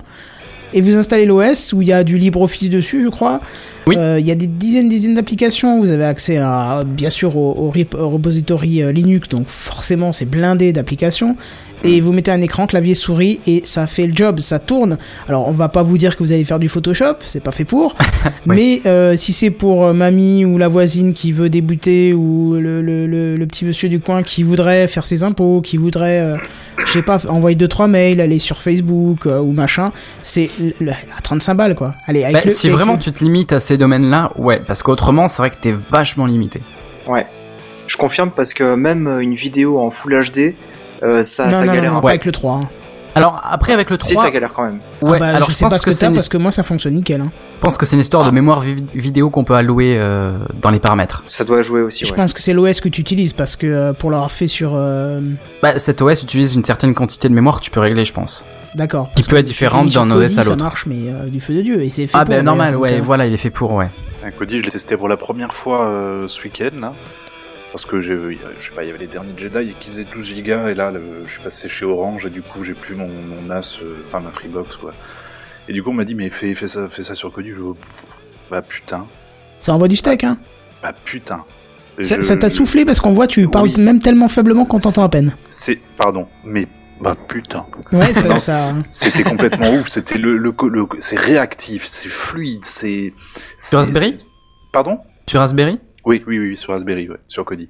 [SPEAKER 1] Et vous installez l'OS, où il y a du LibreOffice dessus, je crois.
[SPEAKER 3] Oui.
[SPEAKER 1] Euh, Il y a des dizaines, dizaines d'applications. Vous avez accès à, bien sûr, au, au rip- au repository euh, Linux, donc forcément, c'est blindé d'applications. Et vous mettez un écran, clavier, souris, et ça fait le job, ça tourne. Alors, on va pas vous dire que vous allez faire du Photoshop, c'est pas fait pour. Mais euh, si c'est pour euh, mamie ou la voisine qui veut débuter ou le, le, le, le petit monsieur du coin qui voudrait faire ses impôts, qui voudrait, euh, je sais pas, envoyer deux trois mails, aller sur Facebook euh, ou machin, c'est l- le- à 35 balles quoi. Allez, avec
[SPEAKER 3] Bah,
[SPEAKER 1] le-
[SPEAKER 3] si
[SPEAKER 1] avec
[SPEAKER 3] vraiment
[SPEAKER 1] le-
[SPEAKER 3] tu te limites à ces domaines-là, ouais, parce qu'autrement, c'est vrai que t'es vachement limité.
[SPEAKER 2] Je confirme parce que même euh, une vidéo en Full HD, euh, ça,
[SPEAKER 1] non,
[SPEAKER 2] ça
[SPEAKER 1] non, non,
[SPEAKER 2] galère.
[SPEAKER 1] non,
[SPEAKER 2] un
[SPEAKER 1] pas
[SPEAKER 2] peu.
[SPEAKER 1] avec le 3. hein.
[SPEAKER 3] Alors après, avec le 3,
[SPEAKER 2] Si ça galère quand même.
[SPEAKER 3] ouais,
[SPEAKER 1] Ah bah,
[SPEAKER 3] alors
[SPEAKER 1] je
[SPEAKER 3] je,
[SPEAKER 1] sais
[SPEAKER 3] pense
[SPEAKER 1] pas ce que, t'as
[SPEAKER 3] c'est une-
[SPEAKER 1] parce que moi ça fonctionne nickel. Hein.
[SPEAKER 3] je pense que c'est une histoire de mémoire vi- vidéo qu'on peut allouer euh, dans les paramètres.
[SPEAKER 2] Ça doit jouer aussi.
[SPEAKER 1] Je
[SPEAKER 2] ouais.
[SPEAKER 1] pense que c'est l'OS que tu utilises parce que euh, pour l'avoir fait sur, euh,
[SPEAKER 3] Bah, cet OS utilise une certaine quantité de mémoire que tu peux régler, je pense.
[SPEAKER 1] d'accord.
[SPEAKER 3] Qui peut être différente d'un OS à
[SPEAKER 1] Ça
[SPEAKER 3] l'autre.
[SPEAKER 1] marche, mais euh, du feu de dieu et c'est fait
[SPEAKER 3] Ah
[SPEAKER 1] pour,
[SPEAKER 3] ben normal,
[SPEAKER 1] d'ailleurs,
[SPEAKER 3] ouais,
[SPEAKER 1] donc, euh,
[SPEAKER 3] voilà, il est fait pour, ouais.
[SPEAKER 6] Un Cody, je l'ai testé pour la première fois euh, ce week-end, là. Parce que j'ai, euh, je sais pas, il y avait les derniers Jedi qui faisaient 12 gigas, et là, le- je suis passé chez Orange, et du coup, j'ai plus mon, mon NAS, euh, enfin ma Freebox, quoi. Et du coup, on m'a dit, mais fais, fais ça, fais ça sur Cody, je Bah putain,
[SPEAKER 1] Ça envoie du steak, hein.
[SPEAKER 6] bah putain. Et
[SPEAKER 1] Ça
[SPEAKER 6] je-
[SPEAKER 1] ça t'a soufflé parce qu'on voit, tu parles
[SPEAKER 6] Oui.
[SPEAKER 1] même tellement faiblement qu'on t'entend à peine.
[SPEAKER 6] C'est, pardon, mais bah putain.
[SPEAKER 1] Ouais, ça.
[SPEAKER 6] Non.
[SPEAKER 1] ça...
[SPEAKER 6] C'était complètement ouf, c'était le, le, co- le- c'est réactif, c'est fluide, c'est. c'est-
[SPEAKER 3] Raspberry
[SPEAKER 6] c'est- Pardon
[SPEAKER 3] Sur Raspberry
[SPEAKER 6] Oui, oui, oui, sur Raspberry, ouais, sur Kodi.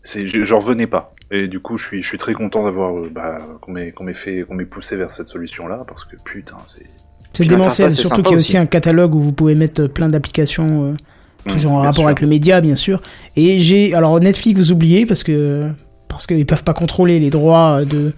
[SPEAKER 6] C'est, je- j'en revenais pas. Et du coup, je suis, je suis très content d'avoir, euh, bah, qu'on m'ait, qu'on m'ait fait, qu'on m'ait poussé vers cette solution-là, parce que putain, c'est.
[SPEAKER 1] C'est
[SPEAKER 2] Puis
[SPEAKER 1] démentiel,
[SPEAKER 2] l'interface est
[SPEAKER 1] surtout
[SPEAKER 2] sympa
[SPEAKER 1] qu'il y a
[SPEAKER 2] aussi.
[SPEAKER 1] aussi un catalogue où vous pouvez mettre euh, plein d'applications, euh, toujours en
[SPEAKER 6] Mmh, Bien
[SPEAKER 1] rapport
[SPEAKER 6] sûr.
[SPEAKER 1] avec le média, bien sûr. Et j'ai, alors Netflix, vous oubliez parce que parce qu'ils peuvent pas contrôler les droits euh, de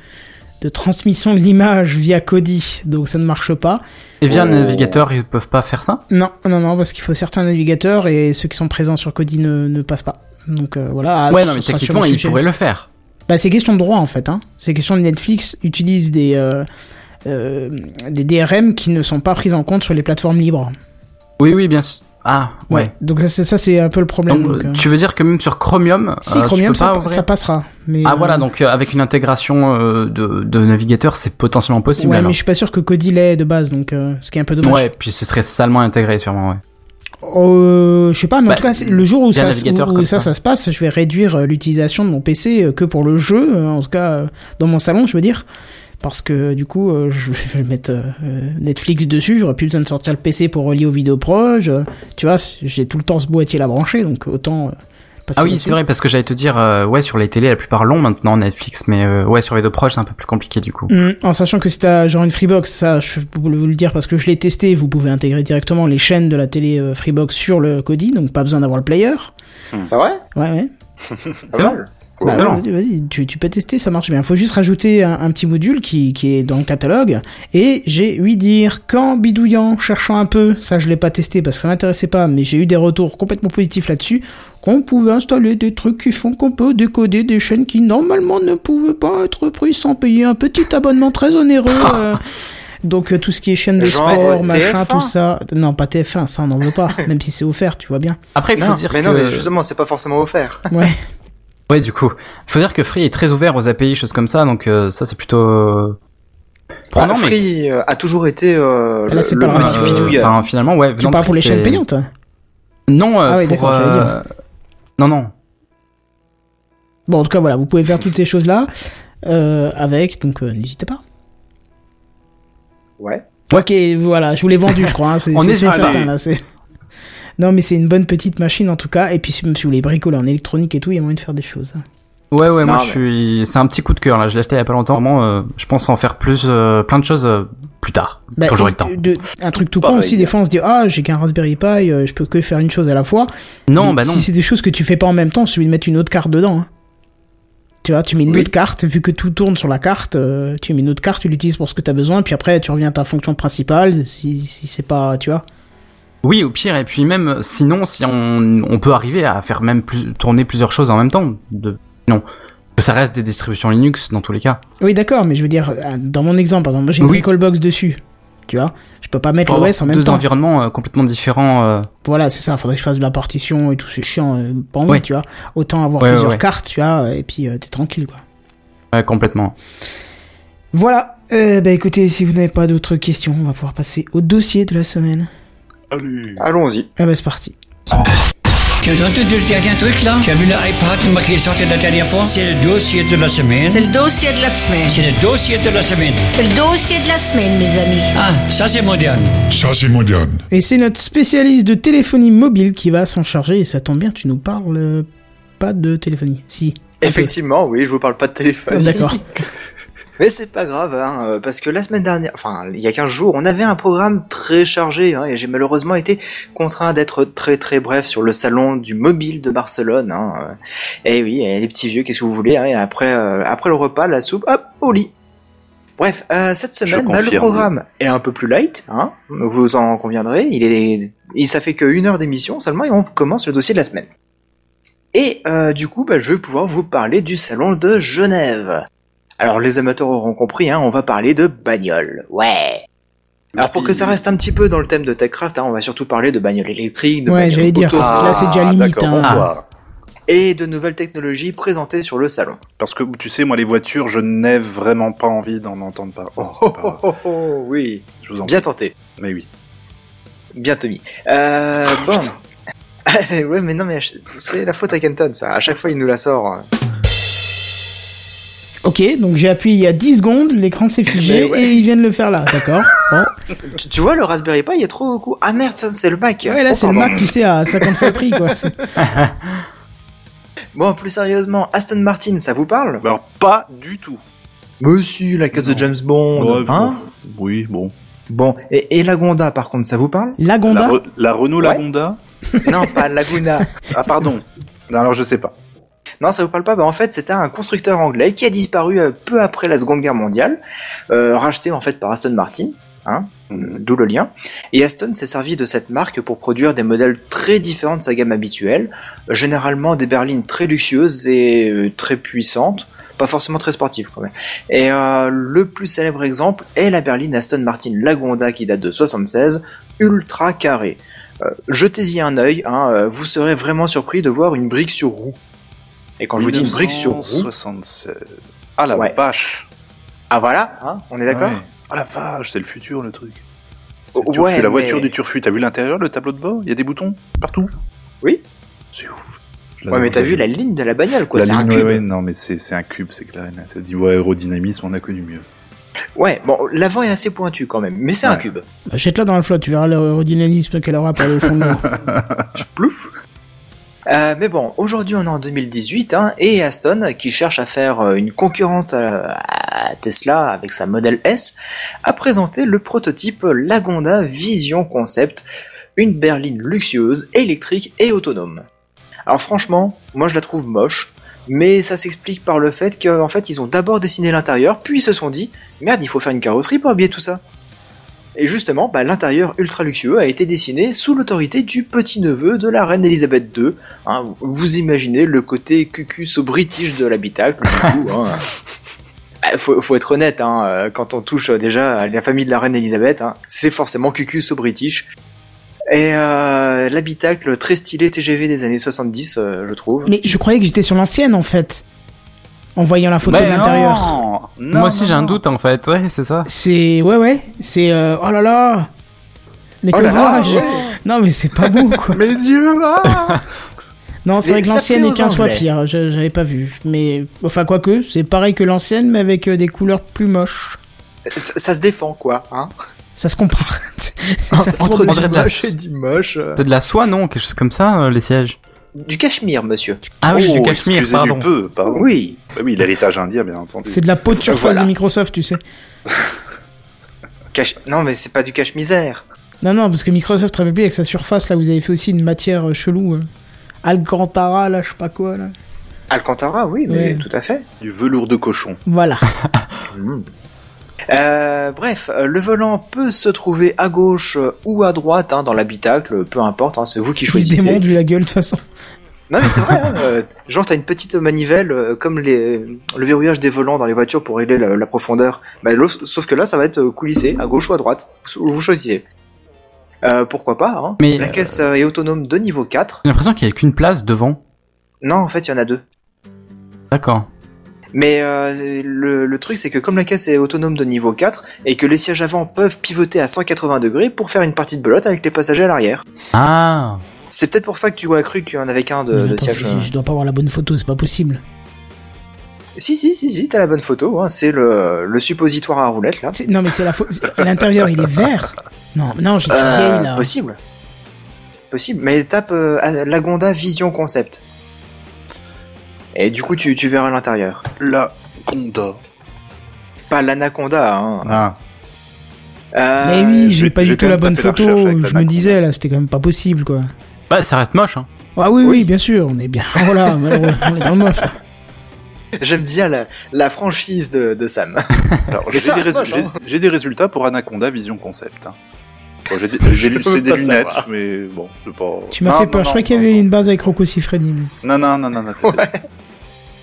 [SPEAKER 1] de transmission de l'image via Kodi, donc ça ne marche pas.
[SPEAKER 3] Et via le
[SPEAKER 6] Oh.
[SPEAKER 3] navigateur, ils peuvent pas faire ça
[SPEAKER 1] Non, non, non, parce qu'il faut certains navigateurs et ceux qui sont présents sur Kodi ne, ne passent pas. Donc euh, voilà.
[SPEAKER 3] Ouais,
[SPEAKER 1] ce
[SPEAKER 3] non,
[SPEAKER 1] sera
[SPEAKER 3] mais
[SPEAKER 1] sur le
[SPEAKER 3] techniquement, ils
[SPEAKER 1] sujet.
[SPEAKER 3] pourraient le faire.
[SPEAKER 1] Bah, c'est question de droit en fait. Hein. C'est question de Netflix utilise des, euh, euh, des DRM qui ne sont pas prises en compte sur les plateformes libres.
[SPEAKER 3] Oui, oui, bien sûr. Ah,
[SPEAKER 1] Ouais.
[SPEAKER 3] ouais.
[SPEAKER 1] Donc ça, c'est- ça c'est un peu le problème.
[SPEAKER 3] Donc,
[SPEAKER 1] donc, euh,
[SPEAKER 3] tu veux dire que même sur Chromium,
[SPEAKER 1] Si
[SPEAKER 3] euh, tu
[SPEAKER 1] Chromium
[SPEAKER 3] peux pas
[SPEAKER 1] ça,
[SPEAKER 3] ouvrir
[SPEAKER 1] ça passera. Mais,
[SPEAKER 3] Ah
[SPEAKER 1] euh,
[SPEAKER 3] voilà, donc euh, avec une intégration euh, de, de navigateur, c'est potentiellement possible.
[SPEAKER 1] Ouais,
[SPEAKER 3] alors.
[SPEAKER 1] mais je suis pas sûr que Cody l'ait de base, donc euh, ce qui est un peu dommage.
[SPEAKER 3] Ouais, puis ce serait salement intégré sûrement, ouais.
[SPEAKER 1] Euh, je sais pas, mais en
[SPEAKER 3] Bah,
[SPEAKER 1] tout cas, c'est- le jour où,
[SPEAKER 3] via
[SPEAKER 1] ça,
[SPEAKER 3] navigateur
[SPEAKER 1] où- où
[SPEAKER 3] comme
[SPEAKER 1] ça,
[SPEAKER 3] ça.
[SPEAKER 1] ça se passe, je vais réduire euh, l'utilisation de mon PC euh, que pour le jeu, euh, en tout cas euh, dans mon salon, je veux dire. Parce que euh, du coup, euh, je vais mettre euh, euh, Netflix dessus, j'aurais plus besoin de sortir le PC pour relier aux vidéos proches. euh, tu vois, c- j'ai tout le temps ce boîtier là branché, donc autant euh, passer
[SPEAKER 3] Ah oui,
[SPEAKER 1] là-dessus.
[SPEAKER 3] c'est vrai, parce que j'allais te dire, euh, ouais, sur les télés, la plupart l'ont maintenant, Netflix, mais euh, ouais, sur les deux proches, c'est un peu plus compliqué du coup.
[SPEAKER 1] Mm, en sachant que si t'as genre une Freebox, ça je peux vous le dire parce que je l'ai testé, vous pouvez intégrer directement les chaînes de la télé euh, Freebox sur le Kodi, donc pas besoin d'avoir le player.
[SPEAKER 2] C'est vrai
[SPEAKER 1] Ouais, ouais.
[SPEAKER 2] Pas mal.
[SPEAKER 1] Bah
[SPEAKER 3] non.
[SPEAKER 1] ouais, vas-y, vas-y, tu, tu peux tester, ça marche bien. Faut juste rajouter un, un petit module qui, qui est dans le catalogue. Et j'ai eu dire qu'en bidouillant, cherchant un peu, ça je l'ai pas testé parce que ça m'intéressait pas, mais j'ai eu des retours complètement positifs là-dessus, qu'on pouvait installer des trucs qui font qu'on peut décoder des chaînes qui normalement ne pouvaient pas être prises sans payer un petit abonnement très onéreux. euh, Donc euh, tout ce qui est chaîne de
[SPEAKER 2] Genre,
[SPEAKER 1] sport,
[SPEAKER 2] euh,
[SPEAKER 1] machin,
[SPEAKER 2] TF1.
[SPEAKER 1] tout ça. Non, pas TF1, ça on en veut pas, même si c'est offert, tu vois bien.
[SPEAKER 3] Après, il faut
[SPEAKER 2] Non,
[SPEAKER 3] dire
[SPEAKER 2] mais
[SPEAKER 3] que...
[SPEAKER 2] non, mais justement, c'est pas forcément offert.
[SPEAKER 1] Ouais.
[SPEAKER 3] Ouais, du coup, faut dire que Free est très ouvert aux API, choses comme ça, donc euh, ça c'est plutôt euh, prenant,
[SPEAKER 2] Bah,
[SPEAKER 3] mais
[SPEAKER 2] Free euh, a toujours été euh,
[SPEAKER 1] Ah, Là,
[SPEAKER 2] le,
[SPEAKER 1] c'est
[SPEAKER 2] le
[SPEAKER 1] pas grave.
[SPEAKER 2] petit
[SPEAKER 3] euh,
[SPEAKER 2] bidouilleur.
[SPEAKER 3] enfin, finalement, ouais.
[SPEAKER 1] Tu
[SPEAKER 3] venant de
[SPEAKER 1] parles pour
[SPEAKER 3] Free,
[SPEAKER 1] les chaînes
[SPEAKER 3] c'est-
[SPEAKER 1] payantes
[SPEAKER 3] Non, euh,
[SPEAKER 1] Ah oui,
[SPEAKER 3] pour.
[SPEAKER 1] d'accord, j'allais dire.
[SPEAKER 3] euh, Non, non.
[SPEAKER 1] Bon, en tout cas, voilà, vous pouvez faire toutes ces choses-là. euh, avec, donc euh, n'hésitez pas.
[SPEAKER 2] Ouais.
[SPEAKER 1] Ok, voilà, je vous l'ai vendu, je crois. hein, c'est-
[SPEAKER 3] On
[SPEAKER 1] c'est-
[SPEAKER 3] est
[SPEAKER 1] c'est
[SPEAKER 3] sur-
[SPEAKER 1] certain,
[SPEAKER 6] allez.
[SPEAKER 1] là, c'est- Non, mais c'est une bonne petite machine en tout cas. Et puis, si même si vous voulez bricoler en électronique et tout, il y a moyen de faire des choses.
[SPEAKER 3] Ouais, ouais,
[SPEAKER 2] Non,
[SPEAKER 3] moi
[SPEAKER 2] mais-
[SPEAKER 3] je suis. C'est un petit coup de cœur là, je l'ai acheté il y a pas longtemps. Vraiment, euh, je pense en faire plus, euh, plein de choses euh, plus tard,
[SPEAKER 1] Bah,
[SPEAKER 3] quand j'aurai
[SPEAKER 1] est-ce
[SPEAKER 3] le temps.
[SPEAKER 1] que de- un truc tout con
[SPEAKER 2] Pareil.
[SPEAKER 1] aussi, des fois on se dit Ah, j'ai qu'un Raspberry Pi, euh, je peux que faire une chose à la fois.
[SPEAKER 3] Non,
[SPEAKER 1] Mais
[SPEAKER 3] bah non.
[SPEAKER 1] Si c'est des choses que tu fais pas en même temps, celui de mettre une autre carte dedans. hein. Tu vois, tu mets une
[SPEAKER 2] Oui.
[SPEAKER 1] autre carte, vu que tout tourne sur la carte, euh, tu mets une autre carte, tu l'utilises pour ce que tu as besoin, puis après tu reviens à ta fonction principale, si, si c'est pas, tu vois.
[SPEAKER 3] Oui, au pire, et puis même, euh, sinon, si on, on peut arriver à faire même plus, tourner plusieurs choses en même temps, de, non. Ça reste des distributions Linux dans tous les cas.
[SPEAKER 1] Oui, d'accord, mais je veux dire, euh, dans mon exemple, par exemple, moi, j'ai une
[SPEAKER 3] Oui.
[SPEAKER 1] Recallbox dessus, tu vois. Je peux pas mettre
[SPEAKER 3] Pour avoir
[SPEAKER 1] l'OS en même
[SPEAKER 3] deux
[SPEAKER 1] temps.
[SPEAKER 3] environnements euh, complètement différents. euh,
[SPEAKER 1] Voilà, c'est ça, faudrait que je fasse de la partition et tout, c'est chiant, euh, pas envie,
[SPEAKER 3] Ouais.
[SPEAKER 1] tu vois. Autant avoir
[SPEAKER 3] Ouais, ouais,
[SPEAKER 1] plusieurs
[SPEAKER 3] ouais.
[SPEAKER 1] cartes, tu vois, et puis euh, t'es tranquille, quoi.
[SPEAKER 3] ouais, complètement.
[SPEAKER 1] Voilà. Euh, bah écoutez, si vous n'avez pas d'autres questions, on va pouvoir passer au dossier de la semaine.
[SPEAKER 6] Allez.
[SPEAKER 2] Allons-y.
[SPEAKER 1] Ah bah c'est parti.
[SPEAKER 5] Tu as entendu le dernier truc là Tu as vu l'iPad moi, qui est sorti la dernière fois C'est le dossier de la semaine.
[SPEAKER 4] C'est le dossier de la semaine.
[SPEAKER 5] C'est le dossier de la semaine.
[SPEAKER 4] C'est le dossier de la semaine, mes amis.
[SPEAKER 5] Ah, ça c'est moderne.
[SPEAKER 7] Ça, c'est moderne.
[SPEAKER 1] Et c'est notre spécialiste de téléphonie mobile qui va s'en charger, et ça tombe bien, tu nous parles euh, pas de téléphonie. Si. Ah,
[SPEAKER 2] Effectivement, oui, je vous parle pas de téléphone.
[SPEAKER 1] D'accord.
[SPEAKER 2] Mais c'est pas grave, hein, euh, parce que la semaine dernière, enfin, il y a 15 jours, on avait un programme très chargé, hein, et j'ai malheureusement été contraint d'être très très bref sur le salon du mobile de Barcelone. Hein, et oui, eh, les petits vieux, qu'est-ce que vous voulez hein, et après, euh, après le repas, la soupe, hop, au lit. Bref, euh, cette semaine, bah, le
[SPEAKER 6] confirme.
[SPEAKER 2] programme est un peu plus light, hein, vous en conviendrez, il est, il, ça fait qu'une heure d'émission seulement, et on commence le dossier de la semaine. Et euh, du coup, bah, je vais pouvoir vous parler du salon de Genève. Alors les amateurs auront compris, hein, on va parler de bagnoles. Ouais. Alors pour que ça reste un petit peu dans le thème de TechCraft, hein, on va surtout parler de bagnoles électriques, de
[SPEAKER 1] Ouais,
[SPEAKER 2] bagnoles
[SPEAKER 1] j'allais dire,
[SPEAKER 2] auto,
[SPEAKER 1] parce que là, c'est déjà
[SPEAKER 6] Ah,
[SPEAKER 1] limite,
[SPEAKER 6] d'accord,
[SPEAKER 1] hein.
[SPEAKER 6] bonsoir.
[SPEAKER 2] et de nouvelles technologies présentées sur le salon.
[SPEAKER 6] Parce que tu sais, moi, les voitures, je n'ai vraiment pas envie d'en entendre parler. Oh, c'est pas grave.
[SPEAKER 2] oh, oui.
[SPEAKER 6] Je vous en
[SPEAKER 2] Bien tenté.
[SPEAKER 6] Mais oui.
[SPEAKER 2] Bien Tommy. Euh, bon. ouais, mais non, mais ach- c'est la faute à Kenton, ça. À chaque fois, il nous la sort.
[SPEAKER 1] ok, donc j'ai appuyé il y a 10 secondes, l'écran s'est figé
[SPEAKER 2] Mais ouais.
[SPEAKER 1] et ils viennent le faire là, d'accord Bon.
[SPEAKER 2] Tu, tu vois, le Raspberry Pi, il est trop au cou. Ah merde, ça, c'est le Mac.
[SPEAKER 1] Ouais, là
[SPEAKER 2] Oh,
[SPEAKER 1] c'est le
[SPEAKER 2] pardon.
[SPEAKER 1] Mac, tu sais, à 50 fois le prix quoi. C'est-
[SPEAKER 2] Bon, plus sérieusement, Aston Martin, ça vous parle
[SPEAKER 6] Alors, pas du tout.
[SPEAKER 2] Monsieur, la case de James Bond.
[SPEAKER 6] Ouais,
[SPEAKER 2] hein
[SPEAKER 6] bon. Oui, bon.
[SPEAKER 2] Bon, et, et Lagonda, par contre, ça vous parle
[SPEAKER 1] La
[SPEAKER 6] La,
[SPEAKER 1] Gonda
[SPEAKER 6] Re- la Renault
[SPEAKER 2] Ouais.
[SPEAKER 6] Lagonda
[SPEAKER 2] Non, pas Laguna.
[SPEAKER 6] Ah, pardon. Non, alors, je sais pas.
[SPEAKER 2] Non, ça vous parle pas bah, En fait, c'était un constructeur anglais qui a disparu euh, peu après la Seconde Guerre mondiale, euh, racheté en fait par Aston Martin. Hein, euh,
[SPEAKER 6] Mhm.
[SPEAKER 2] D'où le lien. Et Aston s'est servi de cette marque pour produire des modèles très différents de sa gamme habituelle, euh, généralement des berlines très luxueuses et euh, très puissantes, pas forcément très sportives quand même. Et euh, le plus célèbre exemple est la berline Aston Martin Lagonda qui date de 76, ultra carrée. Euh, Jetez-y un œil, hein, euh, vous serez vraiment surpris de voir une brique sur roue. Et quand je vous dis une brique sur roue,
[SPEAKER 6] 1976. Ah la
[SPEAKER 2] Ouais.
[SPEAKER 6] vache.
[SPEAKER 2] ah voilà, hein, on est d'accord
[SPEAKER 6] Ouais. Ah la vache, c'est le futur le truc.
[SPEAKER 2] Oh,
[SPEAKER 6] Le turfu,
[SPEAKER 2] ouais,
[SPEAKER 6] la
[SPEAKER 2] mais-
[SPEAKER 6] voiture du turfu, t'as vu l'intérieur, le tableau de bord Il y a des boutons partout
[SPEAKER 2] Oui.
[SPEAKER 6] C'est ouf.
[SPEAKER 2] Ouais, mais t'as vu la ligne de la bagnole, quoi, c'est un
[SPEAKER 6] ligne, ouais,
[SPEAKER 2] cube.
[SPEAKER 6] ouais, non, mais c'est c'est un cube, c'est clair. T'as dit, ouais, aérodynamisme, on a connu mieux.
[SPEAKER 2] Ouais, bon, l'avant est assez pointu quand même, mais c'est un
[SPEAKER 6] Ouais.
[SPEAKER 2] cube.
[SPEAKER 1] Bah, Jette-la dans la flotte, tu verras l'aérodynamisme qu'elle aura pour aller au fond de l'eau.
[SPEAKER 2] Plouf Euh, mais bon, aujourd'hui on est en 2018 hein, et Aston, qui cherche à faire euh, une concurrente à, à Tesla avec sa Model S, a présenté le prototype Lagonda Vision Concept, une berline luxueuse, électrique et autonome. Alors franchement, moi je la trouve moche, mais ça s'explique par le fait qu'en fait ils ont d'abord dessiné l'intérieur, puis ils se sont dit merde, il faut faire une carrosserie pour habiller tout ça. Et justement, bah, l'intérieur ultra luxueux a été dessiné sous l'autorité du petit-neveu de la reine Elisabeth II. Hein, vous imaginez le côté cucus au british de l'habitacle. du coup, hein. Bah, faut, faut être honnête, hein, euh, quand on touche euh, déjà à la famille de la reine Elisabeth, hein, c'est forcément cucus au british. Et euh, l'habitacle très stylé TGV des années 70, euh, je trouve.
[SPEAKER 1] Mais je croyais que j'étais sur l'ancienne en fait. En voyant la photo
[SPEAKER 3] Bah
[SPEAKER 1] de l'intérieur.
[SPEAKER 6] Non,
[SPEAKER 3] Moi aussi, j'ai un doute en fait. Ouais, c'est ça.
[SPEAKER 1] C'est. Ouais, ouais. C'est. euh, Oh là là Les
[SPEAKER 2] Oh là là,
[SPEAKER 1] covrages. Non, mais c'est pas beau, quoi.
[SPEAKER 6] Mes yeux, là
[SPEAKER 1] Non, c'est
[SPEAKER 2] Et
[SPEAKER 1] vrai que
[SPEAKER 2] ça
[SPEAKER 1] l'ancienne
[SPEAKER 2] plaît
[SPEAKER 1] est
[SPEAKER 2] aux
[SPEAKER 1] 15 fois
[SPEAKER 2] Anglais.
[SPEAKER 1] pire, je- j'avais pas vu. Mais enfin, quoique, c'est pareil que l'ancienne, mais avec euh, des couleurs plus moches.
[SPEAKER 2] Ça, ça se défend, quoi, hein
[SPEAKER 1] Ça se compare. Ça
[SPEAKER 2] Entre
[SPEAKER 1] tourne.
[SPEAKER 3] André
[SPEAKER 2] du
[SPEAKER 3] Blas.
[SPEAKER 2] moche et du moche. euh.
[SPEAKER 3] T'as de la soie, non Quelque chose comme ça, euh, les sièges
[SPEAKER 2] Du cachemire, monsieur. Oh,
[SPEAKER 3] Ah oui,
[SPEAKER 6] Oh,
[SPEAKER 3] du cachemire,
[SPEAKER 6] excusez
[SPEAKER 3] pardon.
[SPEAKER 6] Du peu, pardon. Oui.
[SPEAKER 2] Oui.
[SPEAKER 6] oui, l'héritage indien, bien entendu.
[SPEAKER 1] C'est de la peau de surface
[SPEAKER 2] Voilà.
[SPEAKER 1] de Microsoft, tu sais.
[SPEAKER 2] Cache... Non, mais c'est pas du cache-misère.
[SPEAKER 1] Non, non, parce que Microsoft très public avec sa surface, là, vous avez fait aussi une matière euh, chelou. euh, Alcantara, là, je sais pas quoi, là.
[SPEAKER 2] Alcantara, oui, mais
[SPEAKER 1] Ouais.
[SPEAKER 2] tout à fait.
[SPEAKER 6] Du velours de cochon.
[SPEAKER 1] Voilà.
[SPEAKER 2] Mm. Euh, bref, euh, le volant peut se trouver à gauche euh, ou à droite hein, dans l'habitacle, peu importe, hein, c'est vous qui
[SPEAKER 1] Je se
[SPEAKER 2] choisissez.
[SPEAKER 1] démonte la gueule, de toute façon.
[SPEAKER 2] Non mais c'est vrai, hein, euh, genre t'as une petite manivelle euh, comme les, le verrouillage des volants dans les voitures pour régler la, la profondeur, Bah, l'au- sauf que là ça va être euh, coulissé, à gauche ou à droite, vous, vous choisissez. Euh, pourquoi pas, hein.
[SPEAKER 3] Mais,
[SPEAKER 2] la
[SPEAKER 3] euh,
[SPEAKER 2] caisse euh, est autonome de niveau 4,
[SPEAKER 3] J'ai l'impression qu'il n'y a qu'une place devant.
[SPEAKER 2] non en fait il y en a deux.
[SPEAKER 3] D'accord.
[SPEAKER 2] Mais euh, le, le truc, c'est que comme la caisse est autonome de niveau 4 et que les sièges avant peuvent pivoter à 180 degrés pour faire une partie de belote avec les passagers à l'arrière.
[SPEAKER 3] Ah
[SPEAKER 2] C'est peut-être pour ça que tu as cru qu'il y en avait qu'un de,
[SPEAKER 1] Mais
[SPEAKER 2] de euh.
[SPEAKER 1] attends,
[SPEAKER 2] siège.
[SPEAKER 6] euh.
[SPEAKER 1] je, je dois pas avoir la bonne photo, c'est pas possible.
[SPEAKER 2] Si, si, si, si, t'as la bonne photo. Hein. C'est le, le suppositoire à roulette là.
[SPEAKER 1] C'est- Non, mais c'est la faute. c'est- L'intérieur, il est vert. Non, non, j'ai la
[SPEAKER 2] Euh,
[SPEAKER 1] vieille, là.
[SPEAKER 2] possible. Possible. Mais tape euh, à- Lagonda Vision Concept. Et du coup, tu, tu verras l'intérieur.
[SPEAKER 6] La Conda.
[SPEAKER 2] Pas l'anaconda. Hein.
[SPEAKER 6] Ah.
[SPEAKER 2] Euh,
[SPEAKER 1] Mais oui, j'ai
[SPEAKER 6] j'ai-
[SPEAKER 1] pas
[SPEAKER 6] j'ai
[SPEAKER 1] du tout
[SPEAKER 6] quand
[SPEAKER 1] la
[SPEAKER 6] même
[SPEAKER 1] bonne
[SPEAKER 6] tapé la
[SPEAKER 1] photo.
[SPEAKER 6] recherche
[SPEAKER 1] Je
[SPEAKER 6] avec
[SPEAKER 1] me
[SPEAKER 6] l'anaconda.
[SPEAKER 1] disais, là, c'était quand même pas possible, quoi.
[SPEAKER 3] Bah, ça reste moche, hein.
[SPEAKER 1] Ah oui,
[SPEAKER 2] Oui.
[SPEAKER 1] oui, bien sûr, on est bien. Oh là, malheureux, on est dans le moche. là.
[SPEAKER 2] J'aime bien la, la franchise de, de Sam.
[SPEAKER 6] Alors,
[SPEAKER 2] Mais
[SPEAKER 6] j'ai
[SPEAKER 2] ça
[SPEAKER 6] des,
[SPEAKER 2] reste
[SPEAKER 6] résu-
[SPEAKER 2] moche, hein.
[SPEAKER 6] j'ai- j'ai des résultats pour Anaconda Vision Concept. hein. Bon, j'ai des- j'ai lu-
[SPEAKER 2] peux
[SPEAKER 6] c'est des
[SPEAKER 2] pas
[SPEAKER 6] lunettes,
[SPEAKER 2] savoir.
[SPEAKER 6] mais bon, c'est pas.
[SPEAKER 1] Tu m'as
[SPEAKER 6] Non,
[SPEAKER 1] fait
[SPEAKER 6] non,
[SPEAKER 1] peur. je
[SPEAKER 6] non,
[SPEAKER 1] croyais qu'il y
[SPEAKER 6] non,
[SPEAKER 1] avait une base avec Rocco Siffredi. mais-
[SPEAKER 6] Non, non, non, non, non. t'inquiète.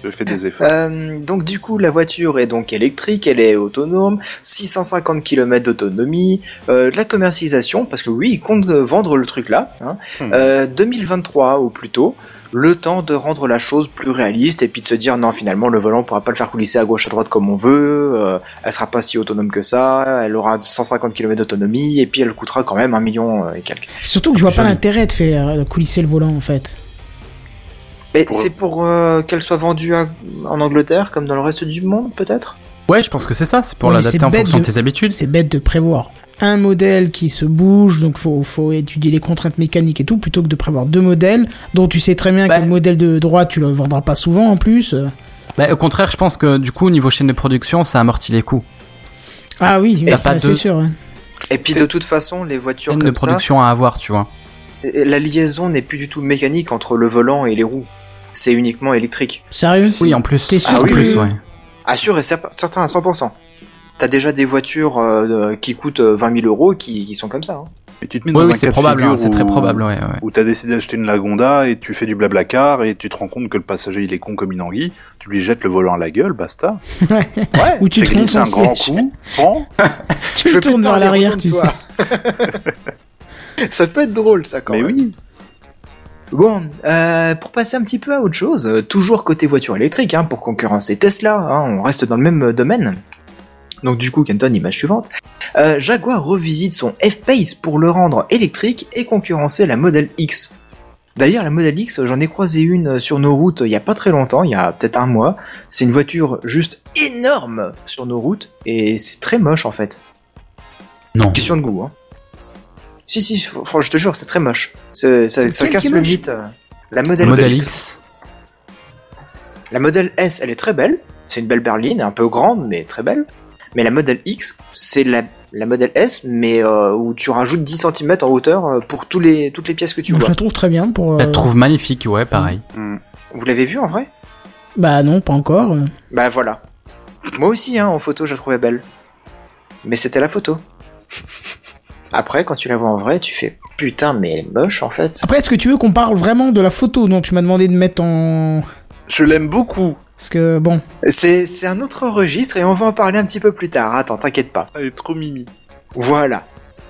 [SPEAKER 6] Je fais des efforts.
[SPEAKER 2] Euh, donc du coup, la voiture est donc électrique, elle est autonome, 650 km d'autonomie, euh, de la commercialisation, parce que oui, ils comptent euh, vendre le truc là, hein,
[SPEAKER 6] Hmm.
[SPEAKER 2] euh, 2023 au plus tôt, le temps de rendre la chose plus réaliste et puis de se dire non, finalement, le volant pourra pas le faire coulisser à gauche à droite comme on veut, euh, elle sera pas si autonome que ça, elle aura 150 km d'autonomie et puis elle coûtera quand même un million euh, et quelques.
[SPEAKER 1] Surtout que je vois pas
[SPEAKER 3] Joli.
[SPEAKER 1] l'intérêt de faire euh, coulisser le volant, en fait.
[SPEAKER 2] Mais
[SPEAKER 6] Pour-
[SPEAKER 2] c'est pour euh, qu'elle soit vendue à- en Angleterre comme dans le reste du monde peut-être
[SPEAKER 3] Ouais, je pense que c'est ça, c'est pour
[SPEAKER 1] Ouais, mais
[SPEAKER 3] l'adapter
[SPEAKER 1] c'est
[SPEAKER 3] en
[SPEAKER 1] bête
[SPEAKER 3] fonction de...
[SPEAKER 1] de-
[SPEAKER 3] tes habitudes.
[SPEAKER 1] C'est bête de prévoir un modèle qui se bouge, donc faut, faut étudier les contraintes mécaniques et tout, plutôt que de prévoir deux modèles, dont tu sais très bien
[SPEAKER 3] Bah.
[SPEAKER 1] que le modèle de droite, tu le vendras pas souvent en plus. Euh,
[SPEAKER 3] Bah, au contraire, je pense que du coup, au niveau chaîne de production, ça amortit les coûts.
[SPEAKER 1] Ah oui, oui,
[SPEAKER 3] T'as pas
[SPEAKER 1] bah, c'est
[SPEAKER 3] deux.
[SPEAKER 1] sûr. hein.
[SPEAKER 2] Et puis de toute façon, les voitures
[SPEAKER 3] Chaîne de
[SPEAKER 2] comme ça,
[SPEAKER 3] production à avoir, tu vois.
[SPEAKER 2] euh, la liaison n'est plus du tout mécanique entre le volant et les roues. C'est uniquement électrique.
[SPEAKER 1] Sérieux
[SPEAKER 3] Oui, en plus.
[SPEAKER 1] T'es sûr
[SPEAKER 3] en
[SPEAKER 2] que-
[SPEAKER 3] plus, ouais.
[SPEAKER 2] Assure et cer- certain à 100%. T'as déjà des voitures euh, euh, qui coûtent euh, 20 000 euros qui, qui sont comme ça. hein.
[SPEAKER 6] Et tu te mets
[SPEAKER 3] Ouais,
[SPEAKER 6] dans un
[SPEAKER 3] oui,
[SPEAKER 6] cas
[SPEAKER 3] c'est
[SPEAKER 6] de
[SPEAKER 3] probable, hein,
[SPEAKER 6] figure
[SPEAKER 3] c'est très
[SPEAKER 6] où-
[SPEAKER 3] probable, ouais, ouais.
[SPEAKER 6] Où t'as décidé d'acheter une Lagonda et tu fais du blabla car et tu te rends compte que le passager il est con comme une anguille, tu lui jettes le volant à la gueule, basta.
[SPEAKER 1] Ouais.
[SPEAKER 6] Ouais,
[SPEAKER 1] Ou tu
[SPEAKER 6] fais
[SPEAKER 1] te
[SPEAKER 6] glisser un
[SPEAKER 1] montes en
[SPEAKER 6] grand
[SPEAKER 1] siège.
[SPEAKER 6] coup, prends.
[SPEAKER 1] Tu
[SPEAKER 2] Je
[SPEAKER 1] le
[SPEAKER 2] veux plus
[SPEAKER 1] tournes vers
[SPEAKER 2] parler,
[SPEAKER 1] l'arrière, tu sais.
[SPEAKER 2] retourne-toi. ça peut être drôle, ça quand
[SPEAKER 6] Mais
[SPEAKER 2] même.
[SPEAKER 6] oui.
[SPEAKER 2] Bon, euh, pour passer un petit peu à autre chose, euh, toujours côté voiture électrique, hein, pour concurrencer Tesla, hein, on reste dans le même euh, domaine. Donc du coup, Kenton, image suivante. Euh, Jaguar revisite son F-Pace pour le rendre électrique et concurrencer la Model X. D'ailleurs, la Model X, j'en ai croisé une euh, sur nos routes euh, il y a pas très longtemps, il y a peut-être un mois. C'est une voiture juste énorme sur nos routes et c'est très moche en fait.
[SPEAKER 3] Non.
[SPEAKER 2] Question de goût. Hein. Si, si, franchement, je te jure, c'est très moche. C'est- Ça,
[SPEAKER 1] C'est
[SPEAKER 2] ça
[SPEAKER 1] lequel
[SPEAKER 2] casse
[SPEAKER 1] qui est
[SPEAKER 2] le
[SPEAKER 1] moche
[SPEAKER 2] mythe. euh, La modèle,
[SPEAKER 3] Modèle
[SPEAKER 2] S.
[SPEAKER 3] X.
[SPEAKER 2] La modèle S, elle est très belle. C'est une belle berline, un peu grande, mais très belle. Mais la modèle X, c'est la, la modèle S, mais euh, où tu rajoutes 10 cm en hauteur euh, pour tous les, toutes les pièces que tu
[SPEAKER 1] Donc, je
[SPEAKER 2] vois. Bah,
[SPEAKER 1] la trouve très bien pour.
[SPEAKER 3] Je la
[SPEAKER 1] euh,
[SPEAKER 3] trouve magnifique, ouais, pareil.
[SPEAKER 2] Vous l'avez vu en vrai
[SPEAKER 1] Bah non, pas encore. euh.
[SPEAKER 2] Bah voilà. Moi aussi, hein, en photo, je la trouvais belle. Mais c'était la photo. Après, quand tu la vois en vrai, tu fais putain, mais elle est moche en fait.
[SPEAKER 1] Après, est-ce que tu veux qu'on parle vraiment de la photo dont tu m'as demandé de mettre en.
[SPEAKER 6] Je l'aime beaucoup.
[SPEAKER 1] Parce que bon.
[SPEAKER 2] C'est c'est un autre registre et on va en parler un petit peu plus tard. Attends, t'inquiète pas.
[SPEAKER 6] Elle est trop mimi.
[SPEAKER 2] Voilà.